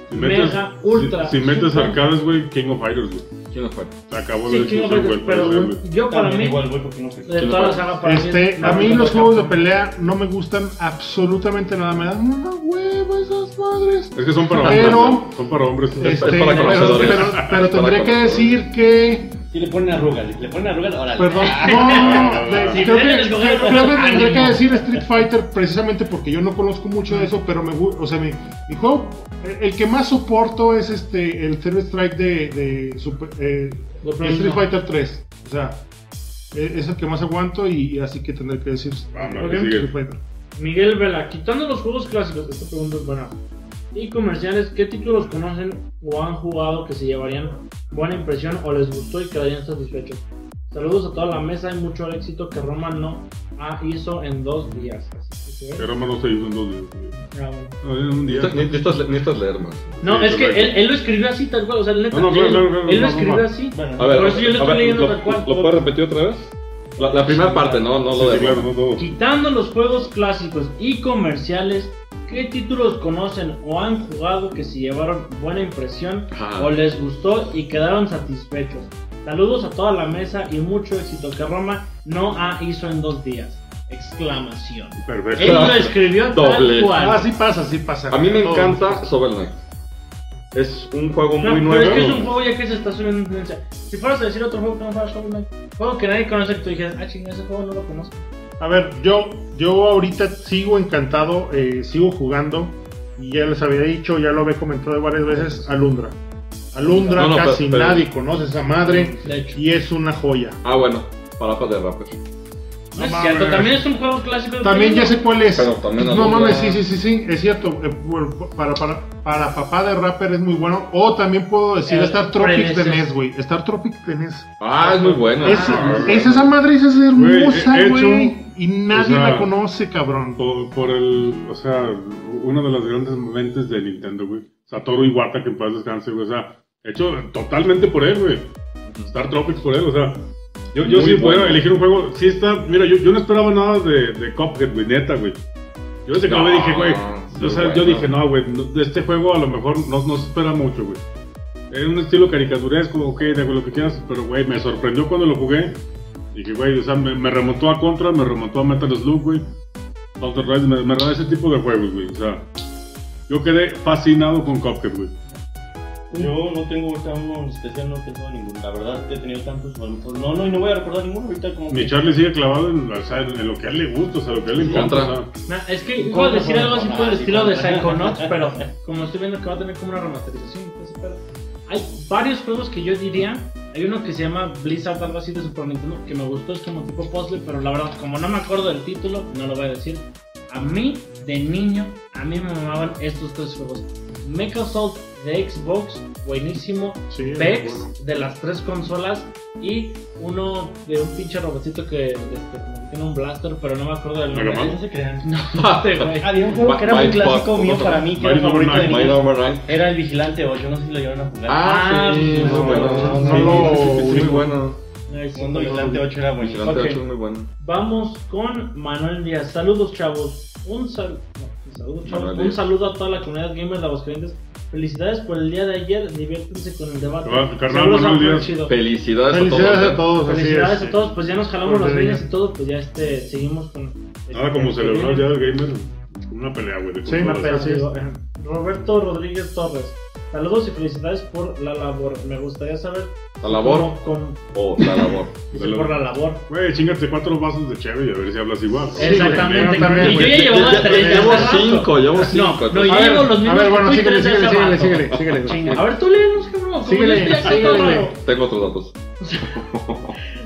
[SPEAKER 4] Si
[SPEAKER 6] Mega,
[SPEAKER 4] metes,
[SPEAKER 6] ultra,
[SPEAKER 4] si, si metes
[SPEAKER 6] super.
[SPEAKER 4] arcades, güey, King of Fighters, güey.
[SPEAKER 2] ¿Quién nos fue?
[SPEAKER 4] Se acabó
[SPEAKER 6] Sí,
[SPEAKER 4] la
[SPEAKER 6] King of
[SPEAKER 4] discusión,
[SPEAKER 6] Fighters,
[SPEAKER 4] güey,
[SPEAKER 6] pero
[SPEAKER 4] puede ser, güey.
[SPEAKER 6] yo para
[SPEAKER 7] También
[SPEAKER 6] mí,
[SPEAKER 7] igual, güey, porque no sé.
[SPEAKER 6] de toda la saga, para mí
[SPEAKER 1] Este,
[SPEAKER 6] es
[SPEAKER 1] a mí
[SPEAKER 6] Marvel
[SPEAKER 1] los
[SPEAKER 6] contra
[SPEAKER 1] juegos de
[SPEAKER 6] Capcom.
[SPEAKER 1] pelea no me gustan absolutamente nada. Me dan una hueva esas madres.
[SPEAKER 4] Es que son para
[SPEAKER 1] Pero-
[SPEAKER 4] hombres. güey. Son para hombres.
[SPEAKER 1] Este,
[SPEAKER 2] para
[SPEAKER 1] pero,
[SPEAKER 2] conocedores.
[SPEAKER 1] pero-
[SPEAKER 2] Es
[SPEAKER 1] pero
[SPEAKER 2] para
[SPEAKER 1] tendría que
[SPEAKER 2] conocedores.
[SPEAKER 1] decir que.
[SPEAKER 7] Si le ponen arrugas, le ponen arrugas, órale.
[SPEAKER 1] Perdón. No, no, no, de-
[SPEAKER 6] Si
[SPEAKER 1] creo que,
[SPEAKER 6] quieren escoger,
[SPEAKER 1] creo que tendría
[SPEAKER 6] ánimo.
[SPEAKER 1] que decir Street Fighter precisamente porque yo no conozco mucho de eso, pero me gu- O sea, mi, mi juego. el- El que más soporto es este el Third Strike de, de Super- eh,
[SPEAKER 6] Lo primero.
[SPEAKER 1] Street Fighter 3. O sea, e- es el que más aguanto y y así que tendré que decir
[SPEAKER 2] Ah,
[SPEAKER 4] Vamos,
[SPEAKER 1] ¿ok?
[SPEAKER 4] que sigue.
[SPEAKER 1] Street Fighter.
[SPEAKER 6] Miguel Vela, quitando los juegos clásicos, esta pregunta es buena. Y comerciales, ¿qué títulos conocen o han jugado que se llevarían buena impresión o les gustó y quedarían satisfechos? Saludos a toda la mesa y mucho éxito que Roma no ha- hizo en dos días. Así que se ve.
[SPEAKER 4] Pero hermano se hizo en dos días. güey.
[SPEAKER 6] Ah, bueno.
[SPEAKER 4] No, en un día.
[SPEAKER 2] Necesitas, necesitas- necesitas leer más.
[SPEAKER 6] No,
[SPEAKER 4] Sí,
[SPEAKER 6] es que
[SPEAKER 4] correcto.
[SPEAKER 6] él, él lo escribió así tal cual, o sea, neta,
[SPEAKER 4] No, no, claro,
[SPEAKER 6] él,
[SPEAKER 4] claro, claro,
[SPEAKER 6] él lo
[SPEAKER 4] no, no,
[SPEAKER 6] escribió
[SPEAKER 4] no.
[SPEAKER 6] así.
[SPEAKER 7] Bueno,
[SPEAKER 2] A ver,
[SPEAKER 6] Por eso yo lo
[SPEAKER 2] a
[SPEAKER 6] estoy
[SPEAKER 2] ver,
[SPEAKER 6] leyendo
[SPEAKER 2] ¿lo-
[SPEAKER 6] tal cual.
[SPEAKER 2] ¿Lo puedes repetir otra vez? La, la primera parte, no, no
[SPEAKER 4] Sí,
[SPEAKER 2] lo
[SPEAKER 4] sí,
[SPEAKER 2] de
[SPEAKER 4] claro, no todo.
[SPEAKER 6] Quitando los juegos clásicos y comerciales, ¿qué títulos conocen o han jugado que se llevaron buena impresión
[SPEAKER 2] Ajá.
[SPEAKER 6] o les gustó y quedaron satisfechos? Saludos a toda la mesa y mucho éxito que Roma no ha hizo en dos días. Exclamación.
[SPEAKER 4] Perfecto.
[SPEAKER 6] Él lo escribió
[SPEAKER 2] Doble.
[SPEAKER 6] tal cual.
[SPEAKER 1] Ah, sí pasa, sí pasa.
[SPEAKER 2] A mí me
[SPEAKER 1] Todo.
[SPEAKER 2] encanta Sober Knight. Es un juego
[SPEAKER 6] No,
[SPEAKER 2] muy
[SPEAKER 6] pero es
[SPEAKER 2] nuevo.
[SPEAKER 6] que es un juego ya que se está subiendo en influencia. Si fueras a decir otro juego que no fuera Shovel Knight, juego que nadie conoce que tú dijeras, ah, chinga, ese juego no lo conozco.
[SPEAKER 1] A ver, yo, yo ahorita sigo encantado, eh, sigo jugando. Y ya les había dicho, ya lo había comentado varias veces, Alundra. Alundra
[SPEAKER 2] No, no,
[SPEAKER 1] casi
[SPEAKER 2] pero- pero-
[SPEAKER 1] nadie conoce esa madre
[SPEAKER 6] De hecho.
[SPEAKER 1] y es una joya.
[SPEAKER 2] Ah, bueno, para de Rapper.
[SPEAKER 6] No es
[SPEAKER 1] No
[SPEAKER 6] cierto,
[SPEAKER 1] mames.
[SPEAKER 6] también es un juego clásico. de
[SPEAKER 1] También ya
[SPEAKER 6] Nintendo.
[SPEAKER 1] sé cuál es.
[SPEAKER 2] Pero también
[SPEAKER 1] no
[SPEAKER 2] Alundra-
[SPEAKER 1] mames, sí, sí, sí, sí, es cierto. eh, por- para, para, para papá de rapper es muy bueno. O también puedo decir
[SPEAKER 6] El
[SPEAKER 1] Star Tropics de
[SPEAKER 6] predecesor.
[SPEAKER 1] NES, güey. Star Tropics de NES.
[SPEAKER 2] Ah, es muy bueno.
[SPEAKER 1] es,
[SPEAKER 2] Ah,
[SPEAKER 1] es esa madre, esa es hermosa,
[SPEAKER 4] Güey, he-
[SPEAKER 1] güey.
[SPEAKER 4] hecho-
[SPEAKER 1] Y nadie
[SPEAKER 4] o sea,
[SPEAKER 1] la conoce, cabrón.
[SPEAKER 4] Por, por el, o sea, uno de los grandes mentes de Nintendo, güey. Satoru Iwata, que en paz descanse, güey. O sea, hecho totalmente por él, güey. Star Tropics por él, o sea. Yo, yo
[SPEAKER 2] Muy
[SPEAKER 4] sí puedo
[SPEAKER 2] bueno.
[SPEAKER 4] elegir un juego. Sí está, mira, yo, yo no esperaba nada de, de Cuphead, güey, neta, güey. Yo desde que lo
[SPEAKER 2] No,
[SPEAKER 4] vi dije, güey.
[SPEAKER 2] sí,
[SPEAKER 4] o sea,
[SPEAKER 2] bueno.
[SPEAKER 4] yo dije, no, güey, no- de este juego a lo mejor no, no se espera mucho, güey. Es un estilo caricaturesco, ok, de lo que quieras, pero, güey, me sorprendió cuando lo jugué. Dije, güey, o sea, me, me remontó a Contra, me remontó a Metal Slug, güey. Outer Rise, me, me remontó a ese tipo de juegos, güey. O sea, yo quedé fascinado con Cuphead, güey.
[SPEAKER 7] Yo no tengo ahorita uno en especial, no he pensado en ninguno. La verdad, que he tenido tantos, a lo mejor- No, no, y no voy a recordar ninguno ahorita como.
[SPEAKER 4] Mi
[SPEAKER 7] que-
[SPEAKER 4] Charlie sigue clavado en, o sea, en lo que a él le gusta, o sea, lo que a él le encanta.
[SPEAKER 2] Contra.
[SPEAKER 4] o sea.
[SPEAKER 6] Nah, es que iba a decir algo así por el estilo de Psychonauts, pero como estoy viendo que va a tener como una remasterización, entonces, pero hay varios juegos que yo diría. Hay uno que se llama Blizzard, algo así de Super Nintendo, que me gustó, es como tipo puzzle, pero la verdad, como no me acuerdo del título, no lo voy a decir. A mí, de niño, a mí me mamaban estos tres juegos. Mecha Assault de Xbox, buenísimo.
[SPEAKER 1] Sí, es
[SPEAKER 6] Pex
[SPEAKER 1] bueno.
[SPEAKER 6] de las tres consolas y uno de un pinche robotito que este, como que tiene un blaster, pero no me acuerdo del
[SPEAKER 4] Mega
[SPEAKER 6] nombre.
[SPEAKER 4] Man.
[SPEAKER 7] No se crean.
[SPEAKER 6] No, te güey.
[SPEAKER 7] Había un juego que era muy
[SPEAKER 2] Mind Fuck.
[SPEAKER 7] clásico mío para mí, que era
[SPEAKER 4] Mind
[SPEAKER 7] favorito de
[SPEAKER 4] Number
[SPEAKER 2] My
[SPEAKER 7] niños.
[SPEAKER 2] Number Nine.
[SPEAKER 7] Era el Vigilante 8, no sé si lo llegaron a jugar.
[SPEAKER 2] Ah,
[SPEAKER 6] Ah,
[SPEAKER 2] sí,
[SPEAKER 6] no,
[SPEAKER 2] muy bueno.
[SPEAKER 1] no, no,
[SPEAKER 2] Sí,
[SPEAKER 1] no.
[SPEAKER 2] sí, sí, muy bueno.
[SPEAKER 6] Eh, Ay, sí,
[SPEAKER 7] Mundo
[SPEAKER 6] perdón.
[SPEAKER 7] Vigilante 8 era
[SPEAKER 2] Vigilante
[SPEAKER 7] buenísimo.
[SPEAKER 6] Ok.
[SPEAKER 2] 8 es muy bueno.
[SPEAKER 6] Vamos con Manuel Díaz. Saludos, chavos. Un, sal- no, un saludo, chavos.
[SPEAKER 2] Manuel
[SPEAKER 6] Un
[SPEAKER 2] Díaz.
[SPEAKER 6] saludo a toda la comunidad gamer de Aguascalientes. Felicidades por el día de ayer. Diviértanse con el debate.
[SPEAKER 4] Carnal,
[SPEAKER 6] Saludos a
[SPEAKER 4] Manuel
[SPEAKER 6] Manuel
[SPEAKER 4] Díaz.
[SPEAKER 6] Chido.
[SPEAKER 2] Felicidades,
[SPEAKER 1] Felicidades
[SPEAKER 2] a
[SPEAKER 1] a
[SPEAKER 2] todos. ¿eh?
[SPEAKER 1] todos. ¿eh? así
[SPEAKER 6] Felicidades
[SPEAKER 1] es.
[SPEAKER 6] a todos. Pues ya nos jalamos las
[SPEAKER 1] Pues,
[SPEAKER 6] venas
[SPEAKER 1] eh.
[SPEAKER 6] y todo. Pues ya este, seguimos con.
[SPEAKER 4] Nada Ah, como
[SPEAKER 6] este,
[SPEAKER 4] celebrar
[SPEAKER 6] viene.
[SPEAKER 4] el Día del Gamer con una pelea, güey. de
[SPEAKER 1] Sí, una
[SPEAKER 4] consolas.
[SPEAKER 1] pelea. Así es.
[SPEAKER 6] Ajá. Roberto Rodríguez Torres. Saludos y felicidades por la labor. Me gustaría saber
[SPEAKER 2] ¿La labor
[SPEAKER 6] cómo- cómo-
[SPEAKER 2] o la labor?
[SPEAKER 6] dice,
[SPEAKER 4] La labor.
[SPEAKER 6] por la labor.
[SPEAKER 4] Güey, chingate cuatro vasos de chévere y a ver si hablas igual.
[SPEAKER 1] Sí, Exactamente.
[SPEAKER 6] Yo también,
[SPEAKER 11] y yo
[SPEAKER 1] güey.
[SPEAKER 11] ya
[SPEAKER 1] Yo-
[SPEAKER 11] llevaba
[SPEAKER 1] yo-
[SPEAKER 11] tres.
[SPEAKER 1] yo
[SPEAKER 11] ya
[SPEAKER 2] Llevo
[SPEAKER 11] hace rato.
[SPEAKER 2] 5, llevo 5.
[SPEAKER 11] No, no,
[SPEAKER 1] A
[SPEAKER 11] yo
[SPEAKER 1] ver,
[SPEAKER 11] llevo los
[SPEAKER 1] a
[SPEAKER 11] mismos.
[SPEAKER 1] ver, bueno,
[SPEAKER 11] tweets
[SPEAKER 1] síguele,
[SPEAKER 11] desde
[SPEAKER 1] síguele,
[SPEAKER 11] hace
[SPEAKER 1] síguele,
[SPEAKER 11] rato.
[SPEAKER 1] síguele, síguele.
[SPEAKER 11] A ver, tú léenos, cabrón. como
[SPEAKER 1] Síguele,
[SPEAKER 11] yo estoy acá,
[SPEAKER 1] síguele,
[SPEAKER 11] cabrón.
[SPEAKER 1] güey.
[SPEAKER 2] Tengo otros datos.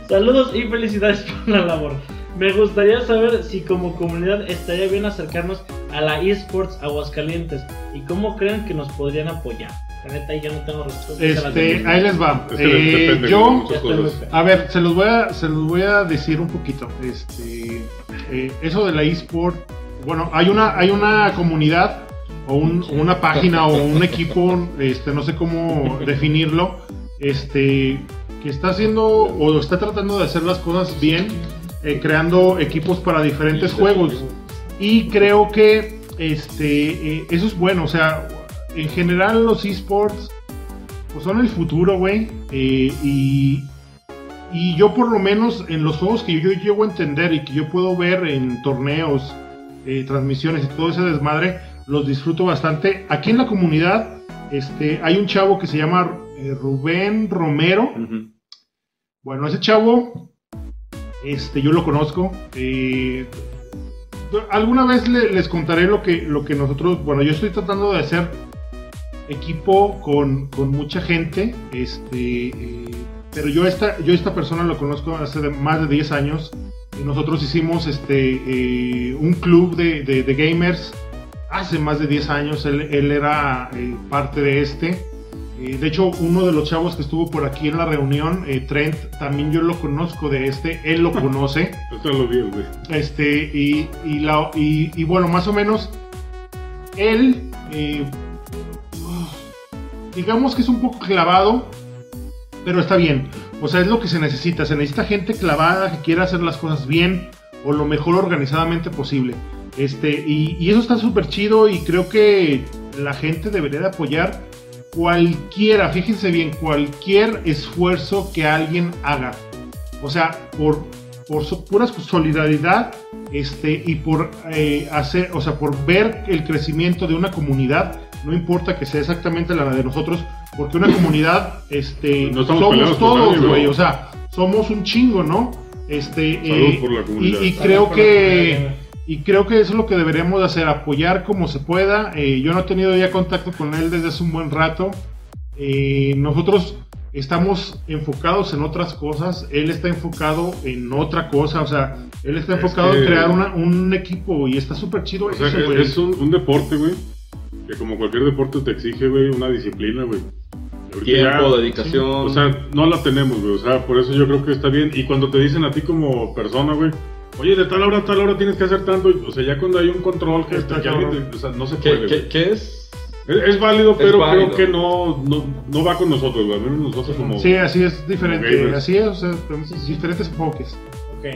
[SPEAKER 6] Saludos y felicidades por la labor. Me gustaría saber si como comunidad estaría bien acercarnos a la eSports Aguascalientes y cómo creen que nos podrían apoyar. La neta, ahí ya no tengo respuesta. a la
[SPEAKER 1] Este,
[SPEAKER 6] pregunta.
[SPEAKER 1] ahí les va.
[SPEAKER 4] Es que de-
[SPEAKER 1] Eh,
[SPEAKER 4] depende este de
[SPEAKER 1] yo, este.
[SPEAKER 4] muchas
[SPEAKER 6] Ya estoy
[SPEAKER 4] cosas.
[SPEAKER 6] muy
[SPEAKER 1] a ver, se los voy a, se los voy a decir un poquito. Este, eh, eso de la eSport, bueno, hay una, hay una comunidad o un- o una página o un equipo, este, no sé cómo definirlo, este, que está haciendo o está tratando de hacer las cosas bien, eh, creando equipos para diferentes juegos. Y creo que este, eh, eso es bueno. O sea, en general los esports pues, son el futuro, güey. eh, y, y yo por lo menos en los juegos que yo llego a entender y que yo puedo ver en torneos, eh, transmisiones y todo ese desmadre, los disfruto bastante. Aquí en la comunidad este, hay un chavo que se llama eh, Rubén Romero.
[SPEAKER 2] Ujú.
[SPEAKER 1] Bueno, ese chavo, este, yo lo conozco. eh, alguna vez le- les contaré lo que, lo que nosotros, bueno, yo estoy tratando de hacer equipo con, con mucha gente, este, eh, pero yo esta, yo esta persona lo conozco hace de- más de 10 años. y Nosotros hicimos este, eh, un club de, de- de gamers hace más de 10 años, él, él era eh, parte de este. Eh, de hecho, uno de los chavos que estuvo por aquí en la reunión, eh, Trent, también yo lo conozco de este, él lo conoce.
[SPEAKER 4] Esto lo vi, güey.
[SPEAKER 1] Este, y, y, la, y, y bueno, más o menos, él, eh, uf, digamos que es un poco clavado, pero está bien. O sea, es lo que se necesita. Se necesita gente clavada que quiera hacer las cosas bien o lo mejor organizadamente posible. Este, y, y eso está súper chido y creo que la gente debería de apoyar cualquiera, fíjense bien, cualquier esfuerzo que alguien haga. O sea, por, por so- pura solidaridad este, y por eh, hacer, o sea, por ver el crecimiento de una comunidad, no importa que sea exactamente la de nosotros, porque una comunidad, este,
[SPEAKER 4] No estamos
[SPEAKER 1] somos
[SPEAKER 4] peleados con nadie,
[SPEAKER 1] todos,
[SPEAKER 4] güey.
[SPEAKER 1] güey, o sea, somos un chingo, ¿no? Este,
[SPEAKER 4] Salud
[SPEAKER 1] eh,
[SPEAKER 4] por la
[SPEAKER 1] y,
[SPEAKER 4] comunidad.
[SPEAKER 1] y
[SPEAKER 12] Salud
[SPEAKER 1] creo
[SPEAKER 12] por la
[SPEAKER 1] que
[SPEAKER 12] comunidad.
[SPEAKER 1] y creo que eso es lo que deberíamos de hacer, apoyar como se pueda. Eh, yo no he tenido ya contacto con él desde hace un buen rato. Eh, nosotros estamos enfocados en otras cosas, él está enfocado en otra cosa, o sea, él está
[SPEAKER 4] Es
[SPEAKER 1] enfocado
[SPEAKER 4] que-
[SPEAKER 1] en crear una- un equipo y está súper chido
[SPEAKER 4] O sea,
[SPEAKER 1] eso,
[SPEAKER 4] es-
[SPEAKER 1] güey.
[SPEAKER 4] es un, un deporte, güey, que como cualquier deporte te exige, güey, una disciplina, güey. Ahorita
[SPEAKER 2] Tiempo,
[SPEAKER 4] ya-
[SPEAKER 2] dedicación.
[SPEAKER 4] O sea, no la tenemos, güey. O sea, por eso yo creo que está bien. Y cuando te dicen a ti como persona, güey, oye, de tal hora a tal hora tienes que hacer tanto. O sea, ya cuando hay un control que,
[SPEAKER 1] Está
[SPEAKER 4] que alguien
[SPEAKER 1] cabrón.
[SPEAKER 4] te- o sea, no se puede.
[SPEAKER 2] ¿Qué,
[SPEAKER 4] güey.
[SPEAKER 2] qué, qué es?
[SPEAKER 4] Es, es válido, pero
[SPEAKER 2] válido.
[SPEAKER 4] creo que no, no, no va con nosotros, güey. Al menos nosotros como.
[SPEAKER 1] Sí, así es
[SPEAKER 4] como
[SPEAKER 1] diferente,
[SPEAKER 4] gamers.
[SPEAKER 1] así es, o sea, tenemos diferentes enfoques.
[SPEAKER 6] Ok,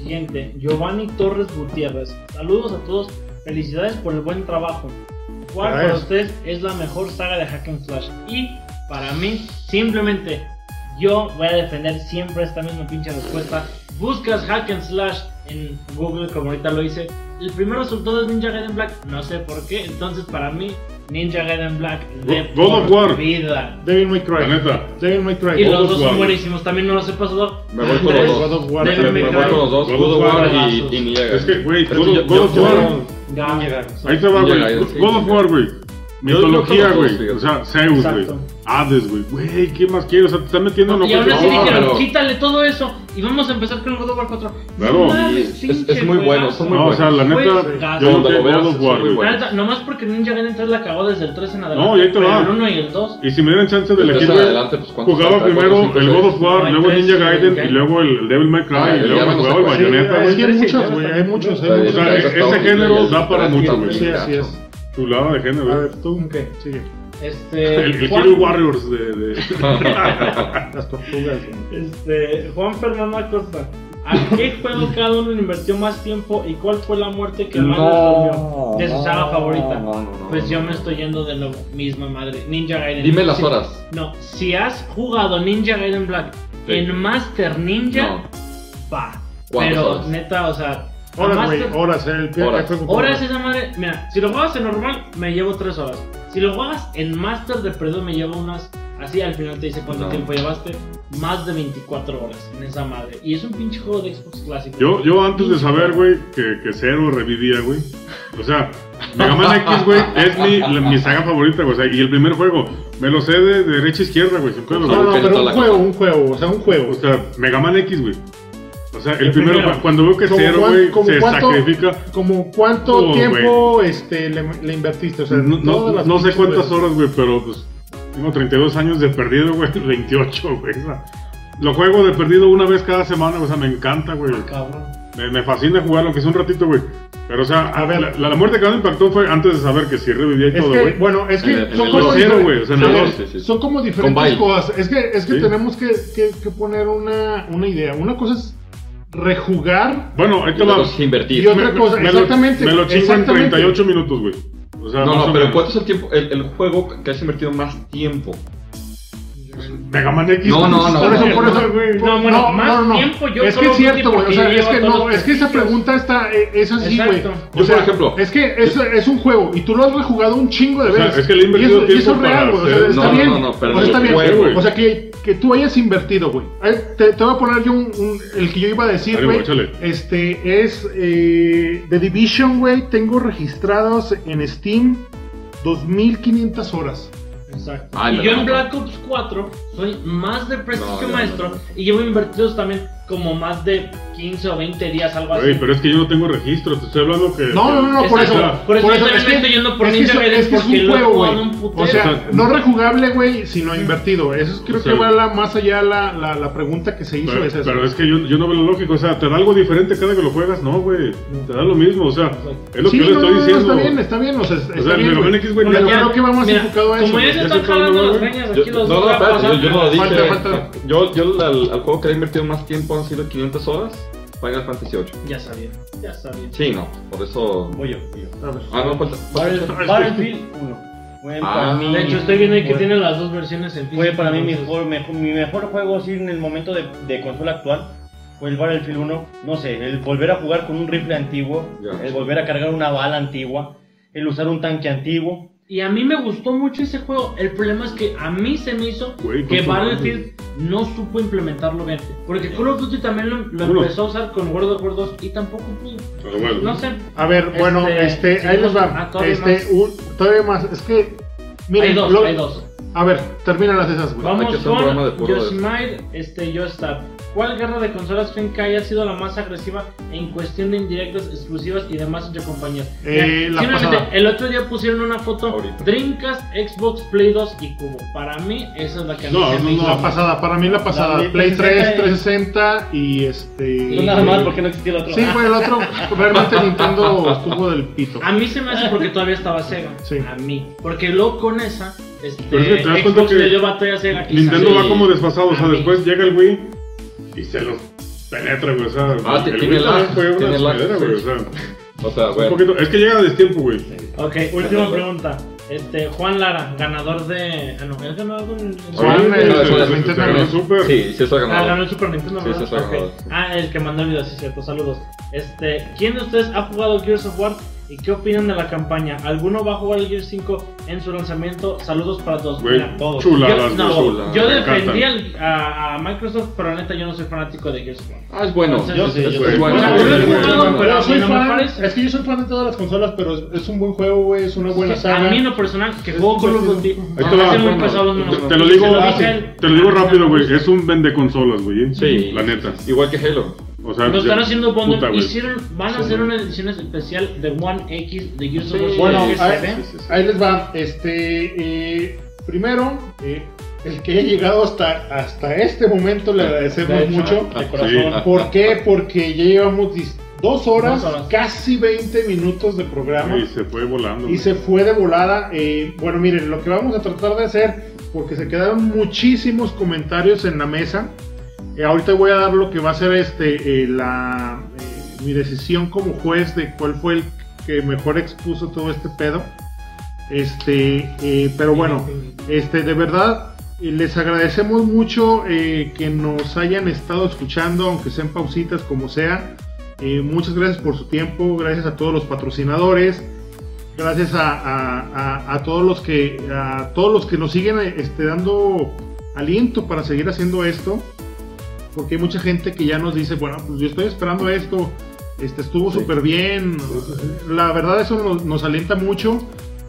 [SPEAKER 6] siguiente. Giovanni Torres Gutiérrez. Saludos a todos. Felicidades por el buen trabajo. ¿Cuál
[SPEAKER 1] Para
[SPEAKER 6] para
[SPEAKER 1] eso.
[SPEAKER 6] ustedes es la mejor saga de Hack and Slash? Y para mí, simplemente, yo voy a defender siempre esta misma pinche respuesta. Buscas Hack and Slash en Google, como ahorita lo hice. El primer resultado es Ninja Gaiden Black. No sé por qué. Entonces, para mí, Ninja Gaiden Black de
[SPEAKER 4] God of
[SPEAKER 6] por
[SPEAKER 4] War.
[SPEAKER 6] vida.
[SPEAKER 1] Devil May
[SPEAKER 4] La
[SPEAKER 1] Cry.
[SPEAKER 4] neta.
[SPEAKER 1] Devil May
[SPEAKER 6] Y
[SPEAKER 1] Cry.
[SPEAKER 4] God
[SPEAKER 6] los
[SPEAKER 4] of
[SPEAKER 6] dos
[SPEAKER 4] War.
[SPEAKER 6] son buenísimos. También no los he pasado.
[SPEAKER 2] Me voy con los
[SPEAKER 6] Tres.
[SPEAKER 1] God
[SPEAKER 2] dos.
[SPEAKER 1] of War.
[SPEAKER 6] Devil
[SPEAKER 2] Me,
[SPEAKER 6] May
[SPEAKER 2] me voy
[SPEAKER 6] Cry.
[SPEAKER 2] con los dos,
[SPEAKER 4] God of
[SPEAKER 2] God of War
[SPEAKER 6] War.
[SPEAKER 2] y, y Niyega.
[SPEAKER 4] Es que, güey,
[SPEAKER 2] Pero
[SPEAKER 4] God
[SPEAKER 2] yo-
[SPEAKER 4] of- God
[SPEAKER 2] yo-
[SPEAKER 4] of
[SPEAKER 2] yo-
[SPEAKER 4] War.
[SPEAKER 6] Ga-
[SPEAKER 4] Ahí te va,
[SPEAKER 2] Ninja
[SPEAKER 4] güey.
[SPEAKER 2] Gaiden, sí,
[SPEAKER 4] God of
[SPEAKER 2] Ninja
[SPEAKER 4] War, güey.
[SPEAKER 2] Yo- yo
[SPEAKER 4] Mitología,
[SPEAKER 2] creo que
[SPEAKER 4] güey.
[SPEAKER 2] todos,
[SPEAKER 4] O sea, Zeus, güey.
[SPEAKER 6] Exacto.
[SPEAKER 4] Hades, güey. Güey, ¿qué más quieres? O sea, te están metiendo en
[SPEAKER 6] y aún así
[SPEAKER 2] no,
[SPEAKER 6] dijeron,
[SPEAKER 2] pero-
[SPEAKER 6] quítale todo eso y vamos a empezar con el God of War 4.
[SPEAKER 4] Claro.
[SPEAKER 6] No mames,
[SPEAKER 2] Sí, es-
[SPEAKER 6] pinche
[SPEAKER 2] es muy bueno,
[SPEAKER 6] juegazo.
[SPEAKER 2] son muy
[SPEAKER 4] No, o sea, la
[SPEAKER 6] Güey,
[SPEAKER 4] neta.
[SPEAKER 6] sí.
[SPEAKER 4] Yo creo que
[SPEAKER 2] Cuando lo
[SPEAKER 4] God
[SPEAKER 2] veas,
[SPEAKER 4] of War,
[SPEAKER 2] es muy
[SPEAKER 4] güey.
[SPEAKER 2] bueno.
[SPEAKER 6] La neta, nomás porque Ninja Gaiden 3 la cagó desde el 3 en adelante.
[SPEAKER 4] No, y ahí te
[SPEAKER 6] pero
[SPEAKER 4] va.
[SPEAKER 6] El 1 y el 2.
[SPEAKER 4] Y si me dan chance de
[SPEAKER 2] Entonces,
[SPEAKER 4] elegir,
[SPEAKER 2] adelante,
[SPEAKER 4] güey,
[SPEAKER 2] pues, ¿cuántos
[SPEAKER 4] jugaba
[SPEAKER 2] hay? ¿Cuántos,
[SPEAKER 4] primero
[SPEAKER 2] cinco,
[SPEAKER 4] el God
[SPEAKER 2] seis?
[SPEAKER 4] of War,
[SPEAKER 6] No,
[SPEAKER 4] luego
[SPEAKER 6] hay
[SPEAKER 4] Ninja
[SPEAKER 6] tres,
[SPEAKER 4] Gaiden
[SPEAKER 6] hay
[SPEAKER 4] y luego el, el Devil May Cry
[SPEAKER 2] Ah,
[SPEAKER 4] y
[SPEAKER 2] ya
[SPEAKER 4] luego
[SPEAKER 2] vamos
[SPEAKER 4] me
[SPEAKER 2] a
[SPEAKER 4] jugaba
[SPEAKER 2] separar.
[SPEAKER 4] el Bayonetta,
[SPEAKER 1] es
[SPEAKER 4] güey.
[SPEAKER 1] que hay
[SPEAKER 6] Sí,
[SPEAKER 1] muchos,
[SPEAKER 6] ya
[SPEAKER 1] güey, hay
[SPEAKER 6] está.
[SPEAKER 1] muchos, hay
[SPEAKER 2] Está bien,
[SPEAKER 4] O
[SPEAKER 1] muchos.
[SPEAKER 4] sea,
[SPEAKER 2] ya está
[SPEAKER 4] ese
[SPEAKER 2] todo,
[SPEAKER 4] género
[SPEAKER 2] ya está
[SPEAKER 4] da para
[SPEAKER 2] todo,
[SPEAKER 4] mucho,
[SPEAKER 2] ya
[SPEAKER 4] güey.
[SPEAKER 1] Sí,
[SPEAKER 2] está.
[SPEAKER 1] así es.
[SPEAKER 4] Chulada de género,
[SPEAKER 1] A
[SPEAKER 4] güey.
[SPEAKER 1] ver, tú, ¿qué? Sigue.
[SPEAKER 6] Este,
[SPEAKER 4] El, el
[SPEAKER 6] Juan-
[SPEAKER 4] Hero Warriors de. de-
[SPEAKER 1] Las tortugas. güey.
[SPEAKER 6] Este, Juan Fernando Acosta. ¿A qué juego cada uno le invirtió más tiempo y cuál fue la muerte que más les dolió de su saga favorita?
[SPEAKER 2] no, no, no,
[SPEAKER 6] pues yo
[SPEAKER 2] no.
[SPEAKER 6] me estoy yendo de lo misma madre. Ninja Gaiden.
[SPEAKER 2] Dime las
[SPEAKER 6] Sí.
[SPEAKER 2] horas.
[SPEAKER 6] No, si has jugado Ninja Gaiden Black
[SPEAKER 2] Sí.
[SPEAKER 6] en Master Ninja,
[SPEAKER 2] No.
[SPEAKER 6] va.
[SPEAKER 2] ¿Cuántas
[SPEAKER 6] Pero
[SPEAKER 2] horas?
[SPEAKER 6] neta, o sea, a
[SPEAKER 1] Horas, güey,
[SPEAKER 6] Master-
[SPEAKER 1] horas, eh, el pie
[SPEAKER 2] Horas.
[SPEAKER 1] que fue como-
[SPEAKER 6] horas esa madre. Mira, si lo juegas en normal, me llevo 3 horas. Si lo juegas en Master de Perdón, me llevo unas. Así al final te dice cuánto
[SPEAKER 2] No.
[SPEAKER 6] tiempo llevaste. Más de 24 horas en esa madre. Y es un pinche juego de Xbox clásico.
[SPEAKER 4] Yo, yo antes de saber, güey, que, que Zero revivía, güey. O sea, Mega Man X, güey, es mi, la- mi saga favorita, güey. O sea, y el primer juego, me lo sé de, derecha a izquierda, güey, sin pedo,
[SPEAKER 1] No,
[SPEAKER 4] güey.
[SPEAKER 1] no,
[SPEAKER 2] Pero
[SPEAKER 1] pero
[SPEAKER 2] la
[SPEAKER 1] un juego,
[SPEAKER 2] cosa.
[SPEAKER 1] un juego, o sea, un juego.
[SPEAKER 4] O sea, Mega Man X, güey. O sea, el,
[SPEAKER 6] El
[SPEAKER 4] primero,
[SPEAKER 6] primero.
[SPEAKER 4] cu- cuando veo que
[SPEAKER 1] ¿Como
[SPEAKER 4] Zero,
[SPEAKER 1] cuán-
[SPEAKER 4] güey,
[SPEAKER 1] como
[SPEAKER 4] se
[SPEAKER 1] cuánto-
[SPEAKER 4] sacrifica.
[SPEAKER 1] ¿Como cuánto
[SPEAKER 4] Oh,
[SPEAKER 1] tiempo este, le, le invertiste? O sea,
[SPEAKER 4] No,
[SPEAKER 1] todas
[SPEAKER 4] no,
[SPEAKER 1] las
[SPEAKER 4] no sé
[SPEAKER 1] pinches
[SPEAKER 4] cuántas
[SPEAKER 1] veces.
[SPEAKER 4] horas, güey, pero pues tengo 32 años de perdido, güey, 28, güey. o sea, lo juego de perdido una vez cada semana, o sea, me encanta, güey.
[SPEAKER 1] Ah,
[SPEAKER 6] Cabrón.
[SPEAKER 4] Me, me fascina jugar lo que es un ratito, güey. Pero, o sea,
[SPEAKER 1] A ver.
[SPEAKER 4] la, la muerte que más me impactó fue antes de saber que sí revivía
[SPEAKER 1] Es
[SPEAKER 4] y todo,
[SPEAKER 1] que,
[SPEAKER 4] güey.
[SPEAKER 1] bueno, es que
[SPEAKER 2] En el- en
[SPEAKER 1] son
[SPEAKER 2] el
[SPEAKER 1] como
[SPEAKER 2] dos.
[SPEAKER 1] diferentes-
[SPEAKER 4] Cero, güey, o sea, en
[SPEAKER 1] son-
[SPEAKER 4] el
[SPEAKER 2] dos. Sí, sí, sí.
[SPEAKER 1] Son como
[SPEAKER 2] Con
[SPEAKER 1] diferentes
[SPEAKER 2] baile.
[SPEAKER 1] cosas. Es que, es que
[SPEAKER 4] Sí.
[SPEAKER 1] tenemos que, que- que poner una, una idea. Una cosa es rejugar
[SPEAKER 4] Bueno, ahí
[SPEAKER 2] Y
[SPEAKER 4] te
[SPEAKER 2] luego
[SPEAKER 4] va.
[SPEAKER 2] sí invertir.
[SPEAKER 1] y otra cosa,
[SPEAKER 4] me lo-
[SPEAKER 1] exactamente.
[SPEAKER 4] Me lo chingo en
[SPEAKER 1] exactamente.
[SPEAKER 4] 38 minutos, güey. O sea,
[SPEAKER 2] No,
[SPEAKER 4] más
[SPEAKER 2] no,
[SPEAKER 4] o
[SPEAKER 2] pero
[SPEAKER 4] menos.
[SPEAKER 2] ¿cuánto es el tiempo? El, el juego que has invertido más tiempo.
[SPEAKER 4] Mega Man X.
[SPEAKER 2] No, no, no,
[SPEAKER 1] Por eso,
[SPEAKER 2] no,
[SPEAKER 1] por
[SPEAKER 2] no.
[SPEAKER 1] eso, güey.
[SPEAKER 6] No, bueno, más tiempo yo
[SPEAKER 1] Es que
[SPEAKER 6] solo
[SPEAKER 1] es cierto,
[SPEAKER 6] porque
[SPEAKER 1] güey. O sea,
[SPEAKER 6] llevo
[SPEAKER 1] es que
[SPEAKER 6] a todos
[SPEAKER 1] no,
[SPEAKER 6] los
[SPEAKER 1] es que esa
[SPEAKER 6] sitios.
[SPEAKER 1] pregunta está, eh, es así, güey.
[SPEAKER 6] Exacto.
[SPEAKER 1] O
[SPEAKER 2] Yo, por
[SPEAKER 1] sea,
[SPEAKER 2] ejemplo,
[SPEAKER 1] Es que es, es un juego y tú lo has rejugado un chingo de
[SPEAKER 4] O sea,
[SPEAKER 1] veces.
[SPEAKER 4] es que le he invertido
[SPEAKER 1] y eso, y eso es
[SPEAKER 4] tiempo para
[SPEAKER 1] real, güey. O sea,
[SPEAKER 4] hacer-
[SPEAKER 1] está
[SPEAKER 2] No, no,
[SPEAKER 1] bien.
[SPEAKER 2] no, no, pero
[SPEAKER 1] o sea, está
[SPEAKER 2] el
[SPEAKER 1] bien.
[SPEAKER 2] juego,
[SPEAKER 1] o sea, que, que tú hayas invertido, güey. A ver, Te, te voy a poner yo un, un- el que yo iba a decir,
[SPEAKER 4] Dale,
[SPEAKER 1] güey.
[SPEAKER 4] güey, échale.
[SPEAKER 1] Este es eh, The Division, güey. Tengo registrados en Steam 2500 horas.
[SPEAKER 6] Exacto.
[SPEAKER 2] Ay,
[SPEAKER 6] y
[SPEAKER 2] me
[SPEAKER 6] yo
[SPEAKER 2] la
[SPEAKER 6] en
[SPEAKER 2] mato.
[SPEAKER 6] Black Ops 4 soy más de prestigio
[SPEAKER 2] No, no,
[SPEAKER 6] maestro
[SPEAKER 2] no, no.
[SPEAKER 6] y llevo invertidos también como más de 15 o 20 días, algo así.
[SPEAKER 4] Güey, pero es que yo no tengo registros. Te estoy hablando que.
[SPEAKER 1] No, no, no, no, por eso.
[SPEAKER 6] Exacto. Por eso yo
[SPEAKER 1] es
[SPEAKER 6] también
[SPEAKER 1] que-
[SPEAKER 6] estoy yendo por
[SPEAKER 1] es que
[SPEAKER 6] Ninja
[SPEAKER 1] eso-
[SPEAKER 6] Gaiden
[SPEAKER 1] es que es
[SPEAKER 6] porque
[SPEAKER 1] un
[SPEAKER 6] lo he
[SPEAKER 1] juego, güey.
[SPEAKER 6] jugado un putero.
[SPEAKER 1] O sea, no rejugable, güey, sino invertido. Eso es- creo
[SPEAKER 4] O sea,
[SPEAKER 1] que va la- más allá la, la, la pregunta que se hizo.
[SPEAKER 4] Pero,
[SPEAKER 1] es esa.
[SPEAKER 4] pero es que yo, yo no veo lo lógico, o sea, te da algo diferente cada que lo juegas, no, güey. Te da lo mismo, o sea, es lo
[SPEAKER 1] Sí,
[SPEAKER 4] que yo le
[SPEAKER 1] no,
[SPEAKER 4] estoy
[SPEAKER 1] no, no,
[SPEAKER 4] diciendo.
[SPEAKER 1] está bien, está bien. O sea, está
[SPEAKER 4] O sea, el
[SPEAKER 1] bien,
[SPEAKER 4] Mega Man
[SPEAKER 1] güey.
[SPEAKER 4] X, güey,
[SPEAKER 1] Pero
[SPEAKER 4] no-
[SPEAKER 1] creo que va más
[SPEAKER 6] Mira,
[SPEAKER 1] enfocado a eso.
[SPEAKER 6] Como
[SPEAKER 1] güey.
[SPEAKER 6] ya se
[SPEAKER 4] Ya
[SPEAKER 6] están
[SPEAKER 4] se fue
[SPEAKER 6] jalando
[SPEAKER 4] uno,
[SPEAKER 6] las
[SPEAKER 4] güey.
[SPEAKER 6] reñas
[SPEAKER 2] Yo-
[SPEAKER 6] aquí
[SPEAKER 2] no,
[SPEAKER 6] los
[SPEAKER 2] no,
[SPEAKER 6] dos
[SPEAKER 2] espérate, yo,
[SPEAKER 6] rapaces.
[SPEAKER 2] yo no lo dije.
[SPEAKER 1] Falta, falta.
[SPEAKER 2] Yo, yo al, al juego que le he invertido más tiempo han sido 500 horas, Final Fantasy VIII.
[SPEAKER 6] Ya sabía, ya sabía.
[SPEAKER 2] Sí, no, por eso...
[SPEAKER 5] Voy yo, voy yo.
[SPEAKER 1] A ver.
[SPEAKER 2] Ah, no, falta...
[SPEAKER 5] Battle- Battlefield 1. Fue
[SPEAKER 2] Ah,
[SPEAKER 5] para mí.
[SPEAKER 6] De hecho, estoy viendo ahí que
[SPEAKER 5] fue-
[SPEAKER 6] tiene las dos versiones en físico.
[SPEAKER 5] Fue para mí mi
[SPEAKER 6] entonces-
[SPEAKER 5] mejor, mejor- mi mejor juego así en el momento de, de consola actual. Fue el Battlefield 1. No sé, el volver a jugar con un rifle antiguo.
[SPEAKER 2] Ya.
[SPEAKER 5] El volver a cargar una bala antigua. El usar un tanque antiguo.
[SPEAKER 6] Y a mí me gustó mucho ese juego. El problema es que a mí se me hizo
[SPEAKER 4] Güey,
[SPEAKER 6] que
[SPEAKER 4] con su
[SPEAKER 6] Battlefield no supo implementarlo bien. Porque Call of Duty también lo, lo
[SPEAKER 4] Uno.
[SPEAKER 6] empezó a usar con World of War 2 y tampoco pudo.
[SPEAKER 4] Pero bueno,
[SPEAKER 6] No sé.
[SPEAKER 1] A ver, bueno,
[SPEAKER 6] Este,
[SPEAKER 1] este, ahí les
[SPEAKER 6] ah,
[SPEAKER 1] va.
[SPEAKER 6] todavía
[SPEAKER 1] Este,
[SPEAKER 6] más.
[SPEAKER 1] un- todavía más. Es que. Miren,
[SPEAKER 6] hay dos,
[SPEAKER 1] lo-
[SPEAKER 6] hay dos.
[SPEAKER 1] A ver, terminan las esas, güey.
[SPEAKER 2] hay
[SPEAKER 6] Vamos
[SPEAKER 2] que hacer un programa de
[SPEAKER 6] con
[SPEAKER 2] puro de eso.
[SPEAKER 6] Yoshimide, este, Yostar. ¿Cuál guerra de consolas creen que haya sido la más agresiva en cuestión de indirectas, exclusivas y demás entre compañías?
[SPEAKER 1] Eh,
[SPEAKER 6] Mira,
[SPEAKER 1] la
[SPEAKER 6] simplemente,
[SPEAKER 1] pasada.
[SPEAKER 6] el otro día pusieron una foto
[SPEAKER 2] Ahorita.
[SPEAKER 6] Dreamcast, Xbox, Play 2 y Cubo. Para mí, esa es la que a mí
[SPEAKER 4] No,
[SPEAKER 6] se me
[SPEAKER 4] no,
[SPEAKER 6] hizo
[SPEAKER 1] La pasada, para mí la pasada.
[SPEAKER 5] La
[SPEAKER 1] Play 3,
[SPEAKER 5] 360
[SPEAKER 1] 360 y este.
[SPEAKER 5] No nada más porque no existía el otro. Ah,
[SPEAKER 1] Sí, fue el otro. Realmente Nintendo estuvo del pito.
[SPEAKER 6] A mí se me hace porque todavía estaba Sega.
[SPEAKER 1] Sí.
[SPEAKER 6] A mí. Porque luego con esa, este,
[SPEAKER 4] Pero es que te das cuenta
[SPEAKER 6] Xbox
[SPEAKER 4] que
[SPEAKER 6] le dio batalla a Sega. quizás.
[SPEAKER 4] Nintendo
[SPEAKER 2] sí.
[SPEAKER 4] va como desfasado, o sea,
[SPEAKER 1] Ah,
[SPEAKER 6] A mí.
[SPEAKER 4] después llega el Wii y se los penetra, güey, o sea,
[SPEAKER 2] Ah,
[SPEAKER 4] el
[SPEAKER 2] tiene
[SPEAKER 4] Wii
[SPEAKER 2] lag,
[SPEAKER 4] también fue
[SPEAKER 2] tiene
[SPEAKER 4] una
[SPEAKER 2] lag,
[SPEAKER 4] chingadera,
[SPEAKER 2] sí.
[SPEAKER 4] güey, o sea,
[SPEAKER 2] O sea,
[SPEAKER 4] un
[SPEAKER 2] bueno.
[SPEAKER 4] poquito, es que llega a destiempo, güey.
[SPEAKER 6] Ok, última pregunta. Este, Juan Lara, ganador de. Ah, no, él ganó algo en. en-
[SPEAKER 1] Juan,
[SPEAKER 4] Sí,
[SPEAKER 1] el-
[SPEAKER 4] güey,
[SPEAKER 1] el-
[SPEAKER 4] se-
[SPEAKER 1] el-
[SPEAKER 4] se-
[SPEAKER 1] el-
[SPEAKER 4] se
[SPEAKER 1] el-
[SPEAKER 4] ganó
[SPEAKER 1] el-
[SPEAKER 4] súper.
[SPEAKER 2] Sí, sí, eso ha
[SPEAKER 6] Ah, ganó
[SPEAKER 2] ganado.
[SPEAKER 6] el Super Nintendo,
[SPEAKER 2] Sí,
[SPEAKER 6] ¿verdad?
[SPEAKER 2] sí, sí,
[SPEAKER 6] Ok.
[SPEAKER 2] ganador, sí.
[SPEAKER 6] Ah, el que mandó el video, sí, cierto. Saludos. Este, ¿quién de ustedes ha jugado Gears of War y qué opinan de la campaña? ¿Alguno va a jugar el Gears 5 en su lanzamiento? Saludos para todos.
[SPEAKER 4] Güey,
[SPEAKER 6] Mira,
[SPEAKER 5] todos.
[SPEAKER 4] chuladas,
[SPEAKER 6] yo, no,
[SPEAKER 4] güey.
[SPEAKER 2] chula,
[SPEAKER 6] yo
[SPEAKER 4] me
[SPEAKER 6] defendí
[SPEAKER 4] encantan.
[SPEAKER 6] al- a, a Microsoft, pero neta yo no soy fanático de Gears of War.
[SPEAKER 2] Ah, es bueno.
[SPEAKER 6] Yo sí,
[SPEAKER 2] es
[SPEAKER 5] yo sí.
[SPEAKER 2] bueno.
[SPEAKER 6] Bueno,
[SPEAKER 2] es
[SPEAKER 6] yo lo he
[SPEAKER 2] bueno,
[SPEAKER 6] jugado,
[SPEAKER 2] es bueno.
[SPEAKER 6] pero-
[SPEAKER 1] Yo
[SPEAKER 6] a mí
[SPEAKER 1] soy
[SPEAKER 6] no me
[SPEAKER 1] fan,
[SPEAKER 6] parece.
[SPEAKER 1] es que yo soy fan de todas las consolas, pero es, es un buen juego, güey, es una buena
[SPEAKER 6] Es que
[SPEAKER 1] saga.
[SPEAKER 6] A mí en lo personal, que
[SPEAKER 1] Es
[SPEAKER 6] juego con los
[SPEAKER 1] divertido.
[SPEAKER 6] botis,
[SPEAKER 4] Ahí te va.
[SPEAKER 6] hacen muy
[SPEAKER 2] Bueno,
[SPEAKER 6] pesados los
[SPEAKER 4] Te,
[SPEAKER 6] monos.
[SPEAKER 4] te lo
[SPEAKER 6] Y
[SPEAKER 4] digo,
[SPEAKER 6] se
[SPEAKER 1] ah,
[SPEAKER 6] dije
[SPEAKER 1] sí,
[SPEAKER 6] a él.
[SPEAKER 4] te lo digo rápido, güey, es un vende consolas, güey, ¿eh?
[SPEAKER 2] Sí.
[SPEAKER 4] la neta.
[SPEAKER 2] Igual que Halo.
[SPEAKER 4] O sea,
[SPEAKER 6] Lo
[SPEAKER 4] ya-
[SPEAKER 6] están haciendo bundle.
[SPEAKER 4] puta, güey.
[SPEAKER 6] Hicieron, van a hacer una edición especial de One X de Gears of
[SPEAKER 2] Sí.
[SPEAKER 6] War.
[SPEAKER 1] Bueno,
[SPEAKER 6] Que se
[SPEAKER 1] ahí,
[SPEAKER 6] ve.
[SPEAKER 4] sí, sí.
[SPEAKER 1] ahí les va. Este, eh, primero, eh, el que haya llegado hasta, hasta este momento le agradecemos
[SPEAKER 5] De hecho,
[SPEAKER 2] Ah,
[SPEAKER 1] mucho.
[SPEAKER 5] De
[SPEAKER 4] Sí.
[SPEAKER 5] corazón.
[SPEAKER 1] ¿Por qué? Porque ya llevamos dis- Dos horas,
[SPEAKER 6] Dos horas.
[SPEAKER 1] casi 20 minutos de programa.
[SPEAKER 4] Y se fue volando.
[SPEAKER 1] y se fue de volada. Eh, bueno, miren, lo que vamos a tratar de hacer, porque se quedaron muchísimos comentarios en la mesa. eh, ahorita voy a dar lo que va a ser este, eh, la, eh, mi decisión como juez de cuál fue el que mejor expuso todo este pedo. Este, eh, pero bueno, este, de verdad, eh, les agradecemos mucho eh, que nos hayan estado escuchando, aunque sean pausitas, como sea. Eh, muchas gracias por su tiempo, gracias a todos los patrocinadores, gracias a, a- a- a todos los que a todos los que nos siguen eh, este, dando aliento para seguir haciendo esto porque hay mucha gente que ya nos dice bueno pues yo estoy esperando esto este estuvo súper bien la verdad eso nos, nos alienta mucho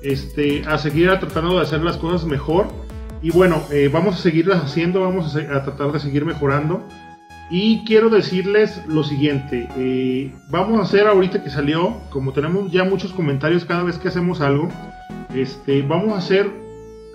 [SPEAKER 1] este a seguir tratando de hacer las cosas mejor y bueno eh, vamos a seguirlas haciendo vamos a, se- a tratar de seguir mejorando y quiero decirles lo siguiente, eh, vamos a hacer ahorita que salió, como tenemos ya muchos comentarios cada vez que hacemos algo, este, vamos a hacer,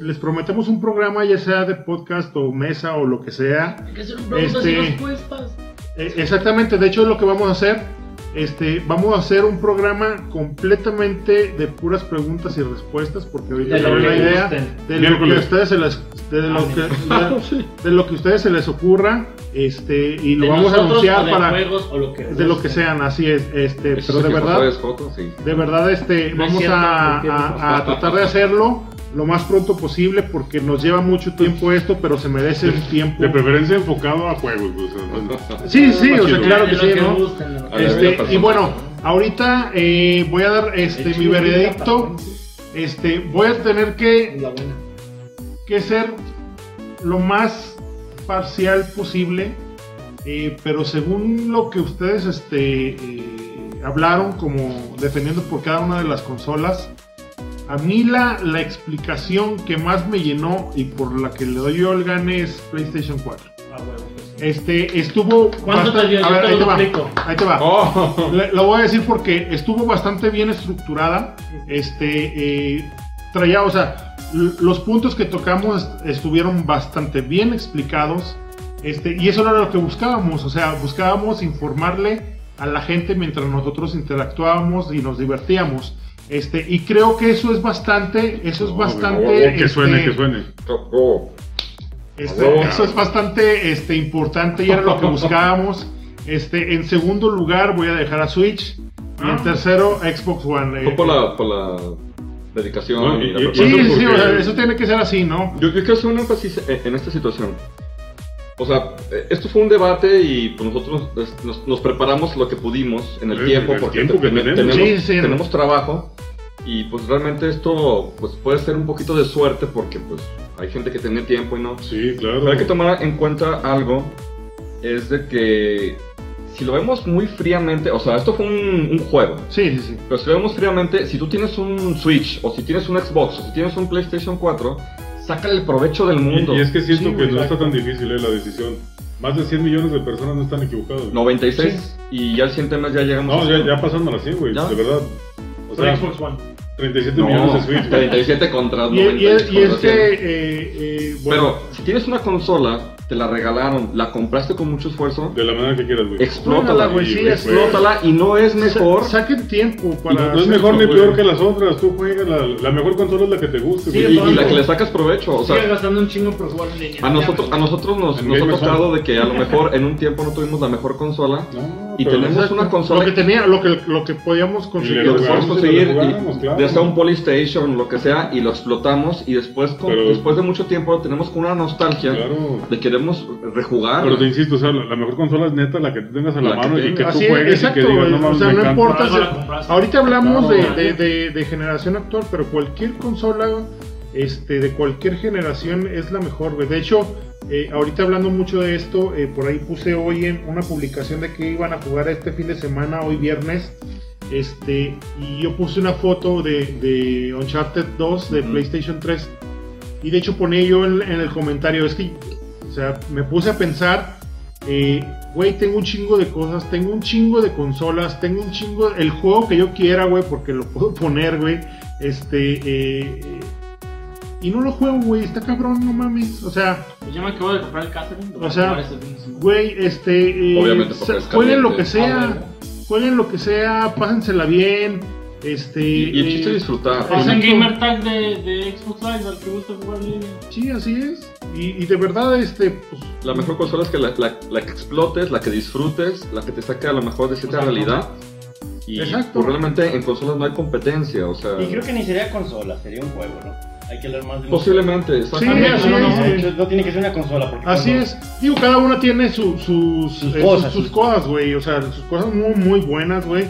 [SPEAKER 1] les prometemos un programa ya sea de podcast o mesa o lo que sea,
[SPEAKER 6] Hay que hacer un preguntas y
[SPEAKER 1] Este-
[SPEAKER 6] respuestas.
[SPEAKER 1] eh, Exactamente, de hecho es lo que vamos a hacer. Este, vamos a hacer un programa completamente de puras preguntas y respuestas, porque ahorita
[SPEAKER 6] De
[SPEAKER 1] la
[SPEAKER 6] lo que
[SPEAKER 1] idea
[SPEAKER 6] gusten. Ah,
[SPEAKER 1] de lo, que
[SPEAKER 4] Miércoles.
[SPEAKER 1] ustedes se les, de, lo que, de, de lo que a ustedes se les ocurra, este, y lo
[SPEAKER 6] De
[SPEAKER 1] vamos a
[SPEAKER 6] nosotros o
[SPEAKER 1] anunciar
[SPEAKER 6] de
[SPEAKER 1] para
[SPEAKER 6] juegos o lo que
[SPEAKER 1] de lo que
[SPEAKER 6] gusten.
[SPEAKER 1] sean, así es, este,
[SPEAKER 2] Eso
[SPEAKER 1] pero
[SPEAKER 2] sí
[SPEAKER 1] de
[SPEAKER 2] que pues,
[SPEAKER 1] verdad,
[SPEAKER 2] fue Scott, sí.
[SPEAKER 1] de verdad, este,
[SPEAKER 3] No es
[SPEAKER 1] vamos
[SPEAKER 3] cierto,
[SPEAKER 1] a,
[SPEAKER 3] no tiene
[SPEAKER 1] a-
[SPEAKER 2] razón.
[SPEAKER 1] a tratar de hacerlo lo más pronto posible, porque nos lleva mucho tiempo esto, pero se merece el tiempo.
[SPEAKER 4] De preferencia enfocado a juegos. pues, o sea,
[SPEAKER 1] Sí, sí, o sea,
[SPEAKER 4] De
[SPEAKER 1] claro que
[SPEAKER 6] De
[SPEAKER 1] sí,
[SPEAKER 6] lo
[SPEAKER 1] ¿no?
[SPEAKER 6] gusten, ¿no?
[SPEAKER 2] A ver,
[SPEAKER 1] Este,
[SPEAKER 2] la persona.
[SPEAKER 1] y bueno, ahorita eh, voy a dar este mi veredicto. Este, voy a tener que,
[SPEAKER 6] La buena.
[SPEAKER 1] que ser lo más parcial posible. eh, pero según lo que ustedes este, eh, hablaron, como defendiendo por cada una de las consolas, a mí la, la explicación que más me llenó y por la que le doy yo el gane es PlayStation 4.
[SPEAKER 6] Ah, huevo, pues.
[SPEAKER 1] Este, estuvo.
[SPEAKER 6] ¿Cuánto
[SPEAKER 1] bastante-
[SPEAKER 6] te dio?
[SPEAKER 1] A
[SPEAKER 6] Yo
[SPEAKER 1] ver,
[SPEAKER 6] te
[SPEAKER 1] ahí
[SPEAKER 6] lo
[SPEAKER 1] te va.
[SPEAKER 6] duplico.
[SPEAKER 1] Ahí te va.
[SPEAKER 2] Oh.
[SPEAKER 1] Le- Lo voy a decir porque estuvo bastante bien estructurada. Este eh, traía, o sea, l- los puntos que tocamos est- estuvieron bastante bien explicados. Este, y eso era lo que buscábamos. O sea, buscábamos informarle a la gente mientras nosotros interactuábamos y nos divertíamos. Este, y creo que eso es bastante, eso es
[SPEAKER 4] no,
[SPEAKER 1] bastante.
[SPEAKER 4] güey, Que suene,
[SPEAKER 1] este,
[SPEAKER 4] que suene.
[SPEAKER 2] Oh, oh.
[SPEAKER 1] este,
[SPEAKER 2] Huevo.
[SPEAKER 1] eso es bastante este, importante y era lo que buscábamos. Este, en segundo lugar voy a dejar a Switch. Y en tercero, Xbox One. eh.
[SPEAKER 2] Fue por Ah. la, por la dedicación
[SPEAKER 4] No, y-
[SPEAKER 2] y la
[SPEAKER 4] y-
[SPEAKER 1] Sí,
[SPEAKER 2] preparación.
[SPEAKER 1] sí, sí,
[SPEAKER 4] porque-
[SPEAKER 1] o sea, eso tiene que ser así, ¿no?
[SPEAKER 2] Yo, yo quiero hacer un énfasis en, en esta situación. O sea, eh, esto fue un debate y pues, nosotros nos- nos, nos preparamos lo que pudimos en el
[SPEAKER 1] Eh,
[SPEAKER 4] Sí,
[SPEAKER 2] tiempo
[SPEAKER 4] el
[SPEAKER 2] porque
[SPEAKER 4] tiempo que
[SPEAKER 2] te- te-
[SPEAKER 4] tenemos.
[SPEAKER 2] tenemos,
[SPEAKER 1] Sí, sí,
[SPEAKER 2] tenemos trabajo y pues realmente esto pues puede ser un poquito de suerte porque pues hay gente que tenía tiempo y no.
[SPEAKER 4] Sí, claro.
[SPEAKER 2] Pero hay que tomar en cuenta algo, es de que si lo vemos muy fríamente, o sea, esto fue un, un juego,
[SPEAKER 1] Sí, sí, sí.
[SPEAKER 2] pero si lo vemos fríamente, si tú tienes un Switch, o si tienes un Xbox, o si tienes un PlayStation 4, sácale el provecho del mundo.
[SPEAKER 4] Y, y es que siento
[SPEAKER 1] Sí,
[SPEAKER 4] que no
[SPEAKER 1] exacto.
[SPEAKER 4] está tan difícil eh, la decisión. Más de 100 millones de personas no están equivocados.
[SPEAKER 2] 96 y ya el siguiente mes ya llegamos.
[SPEAKER 4] No, ya, ya pasándola así, güey.
[SPEAKER 2] ¿Ya?
[SPEAKER 4] De verdad. O sea,
[SPEAKER 6] Xbox One.
[SPEAKER 4] 37
[SPEAKER 2] No,
[SPEAKER 4] millones de Switch. güey.
[SPEAKER 2] 37 contra
[SPEAKER 1] Y, y-
[SPEAKER 2] 96.
[SPEAKER 1] y es, y es
[SPEAKER 2] contra
[SPEAKER 1] que,
[SPEAKER 2] 100.
[SPEAKER 1] eh, eh, bueno,
[SPEAKER 2] Pero si tienes una consola, te la regalaron, la compraste con mucho esfuerzo,
[SPEAKER 4] De la manera que quieras, güey.
[SPEAKER 2] explótala,
[SPEAKER 1] Juégala, güey, sí,
[SPEAKER 4] güey,
[SPEAKER 2] explótala y no es mejor.
[SPEAKER 1] sa- saquen tiempo para.
[SPEAKER 4] No, no es
[SPEAKER 1] hacer
[SPEAKER 4] mejor ni
[SPEAKER 1] eso,
[SPEAKER 4] peor
[SPEAKER 1] güey.
[SPEAKER 4] que las otras. Tú juegas la, la mejor consola es la que te guste,
[SPEAKER 6] Sí,
[SPEAKER 2] Y,
[SPEAKER 4] güey.
[SPEAKER 2] y la que le sacas provecho, o sea,
[SPEAKER 6] Sigue gastando un chingo por jugar en línea.
[SPEAKER 2] A nosotros, a nosotros nos,
[SPEAKER 4] En
[SPEAKER 2] nos ha
[SPEAKER 4] Game
[SPEAKER 2] tocado
[SPEAKER 4] Pass.
[SPEAKER 2] de que a lo mejor en un tiempo no tuvimos la mejor consola
[SPEAKER 4] No,
[SPEAKER 2] y
[SPEAKER 4] pero
[SPEAKER 2] tenemos
[SPEAKER 4] exacto.
[SPEAKER 2] una
[SPEAKER 1] Lo
[SPEAKER 2] consola
[SPEAKER 1] que
[SPEAKER 2] que
[SPEAKER 1] tenía, lo que, lo que podíamos conseguir.
[SPEAKER 4] le
[SPEAKER 2] lo que podemos
[SPEAKER 4] jugamos,
[SPEAKER 2] conseguir,
[SPEAKER 4] lo jugamos,
[SPEAKER 2] y-
[SPEAKER 4] claro.
[SPEAKER 2] ya sea un Polystation, lo que sea, y lo explotamos y después, con-
[SPEAKER 4] Pero-
[SPEAKER 2] después de mucho tiempo tenemos como una nostalgia
[SPEAKER 4] Claro.
[SPEAKER 2] de queremos rejugar.
[SPEAKER 4] Pero te insisto, o sea, la, la mejor consola es neta la que tú tengas a la,
[SPEAKER 2] Ah. La que
[SPEAKER 4] mano y que
[SPEAKER 2] tengas.
[SPEAKER 4] tú
[SPEAKER 1] Así es,
[SPEAKER 4] juegues
[SPEAKER 1] exacto,
[SPEAKER 4] y que digas,
[SPEAKER 1] güey,
[SPEAKER 4] no
[SPEAKER 1] o
[SPEAKER 4] mames,
[SPEAKER 1] sea,
[SPEAKER 4] me
[SPEAKER 1] no
[SPEAKER 4] encanta.
[SPEAKER 1] importa.
[SPEAKER 6] Algo la compraste.
[SPEAKER 1] Ahorita hablamos
[SPEAKER 4] Claro.
[SPEAKER 1] de, de- de- de generación actual, pero cualquier consola este, de cualquier generación es la mejor. güey. De hecho, eh, ahorita hablando mucho de esto, eh, por ahí puse hoy en una publicación de que iban a jugar este fin de semana, hoy viernes. Este, y yo puse una foto de, de Uncharted 2 de
[SPEAKER 2] Ujú.
[SPEAKER 1] PlayStation 3. Y de hecho ponía yo en, en el comentario, es que, o sea, me puse a pensar, eh, güey, tengo un chingo de cosas, tengo un chingo de consolas, tengo un chingo, el juego que yo quiera, güey, porque lo puedo poner, güey, este, eh, eh, y no lo juego, güey, está cabrón, no mames, o sea,
[SPEAKER 6] Pues yo me acabo de comprar el Catherine.
[SPEAKER 1] O sea, güey, este, eh,
[SPEAKER 2] Obviamente porque
[SPEAKER 1] sa-
[SPEAKER 2] es
[SPEAKER 1] jueguen
[SPEAKER 2] caliente. Ah,
[SPEAKER 1] lo que sea, jueguen lo que sea, pásensela bien. Este,
[SPEAKER 2] Y el chiste
[SPEAKER 1] eh,
[SPEAKER 2] es disfrutar.
[SPEAKER 1] Ah,
[SPEAKER 6] Es el
[SPEAKER 1] Exacto.
[SPEAKER 6] gamer tag de, de Xbox Live al que gusta jugar en línea.
[SPEAKER 1] sí, así es. Y, y de verdad, este, pues,
[SPEAKER 2] La mejor consola es que la, la- la que explotes, la que disfrutes, la que te saque a lo mejor de cierta realidad. Y
[SPEAKER 1] Exacto.
[SPEAKER 2] pues, realmente en consolas no hay competencia, o sea.
[SPEAKER 7] Y creo que ni sería consola, sería un juego, ¿no? Hay que hablar más de un
[SPEAKER 2] Posiblemente, exactamente.
[SPEAKER 1] Sí, así
[SPEAKER 7] no, no, no,
[SPEAKER 1] es.
[SPEAKER 7] no, no tiene que ser una consola. Porque
[SPEAKER 1] Así
[SPEAKER 7] cuando-
[SPEAKER 1] es. Digo, cada uno tiene su- sus,
[SPEAKER 7] Sus
[SPEAKER 1] eh, sus-
[SPEAKER 7] cosas, sus-
[SPEAKER 1] sus cosas, güey. O sea, sus cosas muy, muy buenas, güey.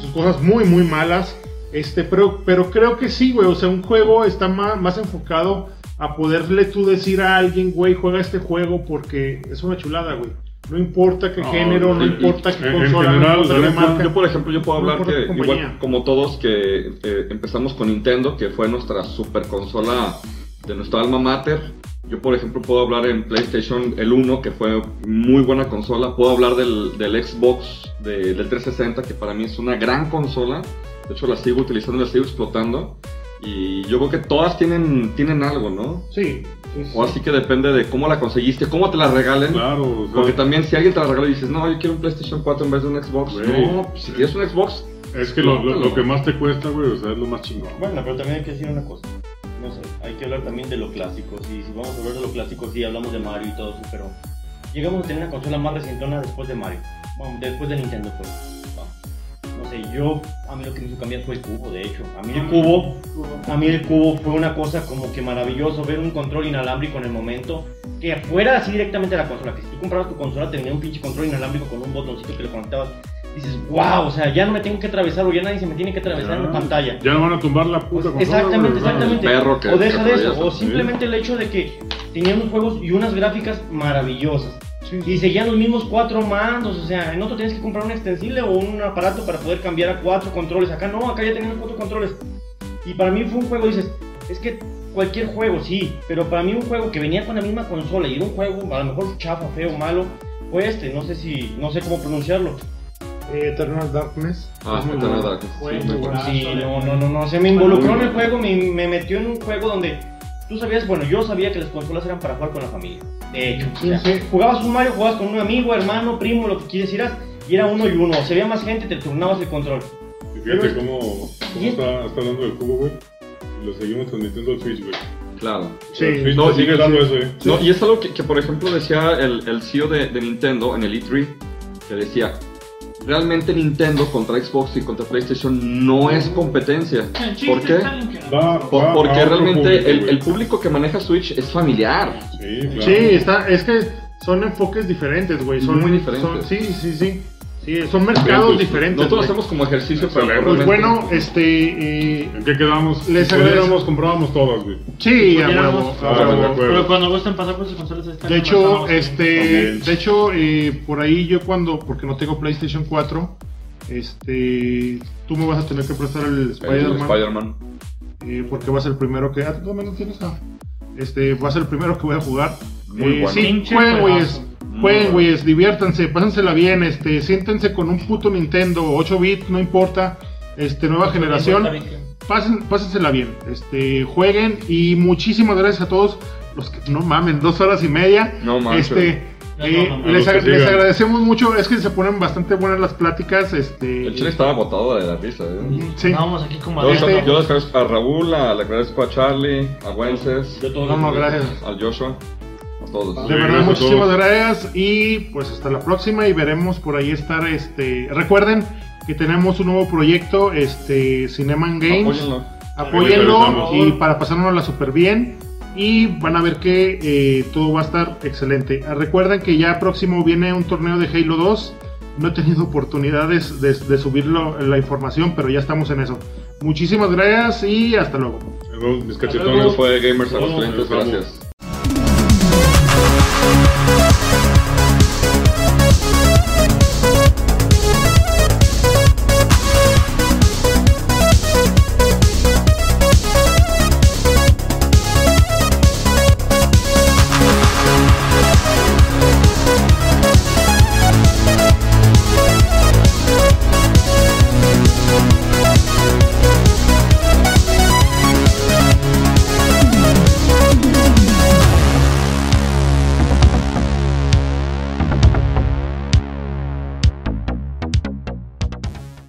[SPEAKER 1] Sus cosas muy, muy malas. Este, pero, pero creo que sí, güey. O sea, un juego está más, más enfocado a poderle tú decir a alguien, güey, juega este juego porque es una chulada, güey. No importa qué
[SPEAKER 4] No,
[SPEAKER 1] género, no
[SPEAKER 2] y- y-
[SPEAKER 1] importa qué
[SPEAKER 4] en
[SPEAKER 1] consola,
[SPEAKER 4] general,
[SPEAKER 1] no importa
[SPEAKER 4] la
[SPEAKER 1] qué
[SPEAKER 4] neta,
[SPEAKER 1] marca.
[SPEAKER 2] Yo, por ejemplo, yo puedo
[SPEAKER 1] No
[SPEAKER 2] hablar
[SPEAKER 1] importa
[SPEAKER 2] que,
[SPEAKER 1] tu compañía.
[SPEAKER 2] igual como todos, que eh, empezamos con Nintendo, que fue nuestra super consola de nuestra alma mater. Yo, por ejemplo, puedo hablar en PlayStation el 1, que fue muy buena consola. Puedo hablar del, del Xbox de- del 360, que para mí es una gran consola. De hecho, la sigo utilizando, la sigo explotando. Y yo creo que todas tienen, tienen algo, ¿no?
[SPEAKER 1] Sí. sí, sí.
[SPEAKER 2] O así que depende de cómo la conseguiste, cómo te la regalen.
[SPEAKER 4] Claro, o sea,
[SPEAKER 2] Porque también si alguien te la regala y dices, no, yo quiero un PlayStation 4 en vez de un Xbox.
[SPEAKER 4] Güey.
[SPEAKER 2] No, pues, si quieres un Xbox,
[SPEAKER 4] es que lo, lo- lo que más te cuesta, güey, o sea, es lo más chingón.
[SPEAKER 7] Bueno, pero también hay que decir una cosa. No sé, hay que hablar también de lo clásico. Sí, si vamos a hablar de lo clásico, sí, hablamos de Mario y todo eso, pero llegamos a tener una consola más recientona después de Mario. Vamos, después de Nintendo, pues. Vamos. No sé, yo, a mí lo que me hizo cambiar fue el cubo, de hecho. A mí el cubo, a mí el cubo fue una cosa como que maravilloso, ver un control inalámbrico en el momento, que fuera así directamente a la consola, que si tú comprabas tu consola te venía un pinche control inalámbrico con un botoncito que le conectabas. Dices, wow, o sea, ya no me tengo que atravesar o ya nadie se me tiene que atravesar en la pantalla. Pues,
[SPEAKER 4] Ya no van a tumbar la puta consola,
[SPEAKER 7] Exactamente,
[SPEAKER 4] güey, ¿verdad?
[SPEAKER 7] exactamente.
[SPEAKER 2] El perro que-
[SPEAKER 7] o deja
[SPEAKER 2] que
[SPEAKER 7] de eso,
[SPEAKER 2] atraviesa,
[SPEAKER 7] o simplemente el hecho de que tenían unos juegos y unas gráficas maravillosas. Y seguían los mismos cuatro mandos, o sea, en otro tienes que comprar un extensible o un aparato para poder cambiar a cuatro controles. Acá no, acá ya tenían cuatro controles. Y para mí fue un juego, dices, es que cualquier juego, sí, pero para mí un juego que venía con la misma consola y era un juego a lo mejor chafa, feo, malo, fue este, no sé si, no sé cómo pronunciarlo.
[SPEAKER 1] Eh, Eternal Darkness.
[SPEAKER 2] Ah,
[SPEAKER 1] Es muy
[SPEAKER 2] Eternal
[SPEAKER 1] bueno.
[SPEAKER 2] Darkness,
[SPEAKER 1] Fue
[SPEAKER 2] sí,
[SPEAKER 1] muy
[SPEAKER 2] me
[SPEAKER 1] bueno.
[SPEAKER 6] acuerdo.
[SPEAKER 7] Sí,
[SPEAKER 6] Ah,
[SPEAKER 7] no,
[SPEAKER 6] sobre-
[SPEAKER 7] no, no, no, se me involucró en
[SPEAKER 2] Muy
[SPEAKER 7] el juego, me, me metió en un juego donde tú sabías, bueno, yo sabía que las consolas eran para jugar con la familia. De hecho, o sea,
[SPEAKER 1] Sí, sí.
[SPEAKER 7] jugabas un Mario, jugabas con un amigo, hermano, primo, lo que quieres irás, y era uno y uno. Se veía más gente, te turnabas el control.
[SPEAKER 4] Y Fíjate cómo, cómo
[SPEAKER 7] Y es-
[SPEAKER 4] está, está dando el cubo, güey. Y Lo seguimos transmitiendo al Switch, güey.
[SPEAKER 2] claro.
[SPEAKER 4] El
[SPEAKER 1] Sí.
[SPEAKER 4] Switch
[SPEAKER 2] No,
[SPEAKER 4] te sigue
[SPEAKER 2] sí,
[SPEAKER 4] dando
[SPEAKER 2] sí.
[SPEAKER 4] eso, eh.
[SPEAKER 2] No, y es algo que, que, por ejemplo, decía el, el CEO de, de Nintendo en el E3, que decía, realmente Nintendo contra Xbox y contra PlayStation no es competencia. ¿Por qué?
[SPEAKER 4] Va-
[SPEAKER 2] Por-
[SPEAKER 4] va a
[SPEAKER 2] porque
[SPEAKER 4] otro
[SPEAKER 2] realmente el,
[SPEAKER 4] Ah, güey.
[SPEAKER 2] el público que maneja Switch es familiar.
[SPEAKER 4] Sí, claro.
[SPEAKER 1] Sí, está, es que son enfoques diferentes, güey. Son
[SPEAKER 2] Muy diferentes. pues,
[SPEAKER 1] son- sí, sí, sí, sí. Son mercados diferentes.
[SPEAKER 2] Nosotros
[SPEAKER 1] güey.
[SPEAKER 2] hacemos como ejercicio, pero
[SPEAKER 1] Pues
[SPEAKER 2] realmente-
[SPEAKER 1] bueno, este. eh,
[SPEAKER 4] ¿En qué quedamos?
[SPEAKER 1] Les
[SPEAKER 4] si
[SPEAKER 1] agradezco.
[SPEAKER 4] pudiéramos, comprábamos todas, güey.
[SPEAKER 1] sí, a
[SPEAKER 6] pudiéramos-
[SPEAKER 1] huevo, a
[SPEAKER 4] Ah,
[SPEAKER 1] huevo.
[SPEAKER 4] de acuerdo.
[SPEAKER 6] Pero cuando gusten pasar por sus consolas está
[SPEAKER 1] De hecho,
[SPEAKER 6] conversamos.
[SPEAKER 1] este,
[SPEAKER 4] También.
[SPEAKER 1] de hecho, eh, por ahí yo cuando, porque no tengo PlayStation 4, este, tú me vas a tener que prestar el
[SPEAKER 2] El Spider-Man.
[SPEAKER 1] Spider-Man, eh, porque va a ser el primero que, ah, tú también lo tienes, ah. este, va a ser el primero que voy a jugar.
[SPEAKER 2] Muy
[SPEAKER 1] Eh,
[SPEAKER 2] bueno. Mm.
[SPEAKER 1] Sí,
[SPEAKER 6] Pinche
[SPEAKER 1] jueguen,
[SPEAKER 6] juegazo.
[SPEAKER 1] güeyes,
[SPEAKER 2] Muy
[SPEAKER 1] jueguen,
[SPEAKER 2] bueno.
[SPEAKER 1] güeyes, diviértanse, pásensela bien, este, siéntense con un puto Nintendo, 8 bits, no importa, este, nueva generación pasen, pásensela bien, este, jueguen y muchísimas gracias a todos los que no mamen, dos horas y media.
[SPEAKER 2] No manches.
[SPEAKER 1] Este,
[SPEAKER 6] No,
[SPEAKER 1] eh,
[SPEAKER 6] no, no,
[SPEAKER 4] no.
[SPEAKER 1] les,
[SPEAKER 4] A los que
[SPEAKER 1] les
[SPEAKER 4] sigan.
[SPEAKER 1] agradecemos mucho, es que se ponen bastante buenas las pláticas, este,
[SPEAKER 2] El chile estaba botado de la risa. ¿eh?
[SPEAKER 1] sí.
[SPEAKER 6] Vamos aquí como
[SPEAKER 2] Yo,
[SPEAKER 1] Este-
[SPEAKER 2] les- yo les agradezco a Raúl, a, le agradezco a Charlie, a Wences,
[SPEAKER 7] Yo todo
[SPEAKER 1] No, no, gracias.
[SPEAKER 2] al Joshua, a todos.
[SPEAKER 1] De
[SPEAKER 4] Sí,
[SPEAKER 1] verdad,
[SPEAKER 4] gracias a
[SPEAKER 1] muchísimas
[SPEAKER 4] todos.
[SPEAKER 1] gracias y pues hasta la próxima y veremos por ahí estar, este, recuerden que tenemos un nuevo proyecto, este, Cineman Games.
[SPEAKER 2] Apóyenlo.
[SPEAKER 1] apóyenlo
[SPEAKER 4] Regresamos.
[SPEAKER 1] y para pasárnosla súper bien y van a ver que eh, todo va a estar excelente. Ah, Recuerden que ya próximo viene un torneo de Halo 2. No he tenido oportunidades de, de subir lo- la información, pero ya estamos en eso. Muchísimas gracias y hasta luego.
[SPEAKER 4] Nos vemos, mis
[SPEAKER 2] Esto
[SPEAKER 4] cachetones.
[SPEAKER 2] fue Gamers a los
[SPEAKER 4] Nos vemos.
[SPEAKER 2] Gracias.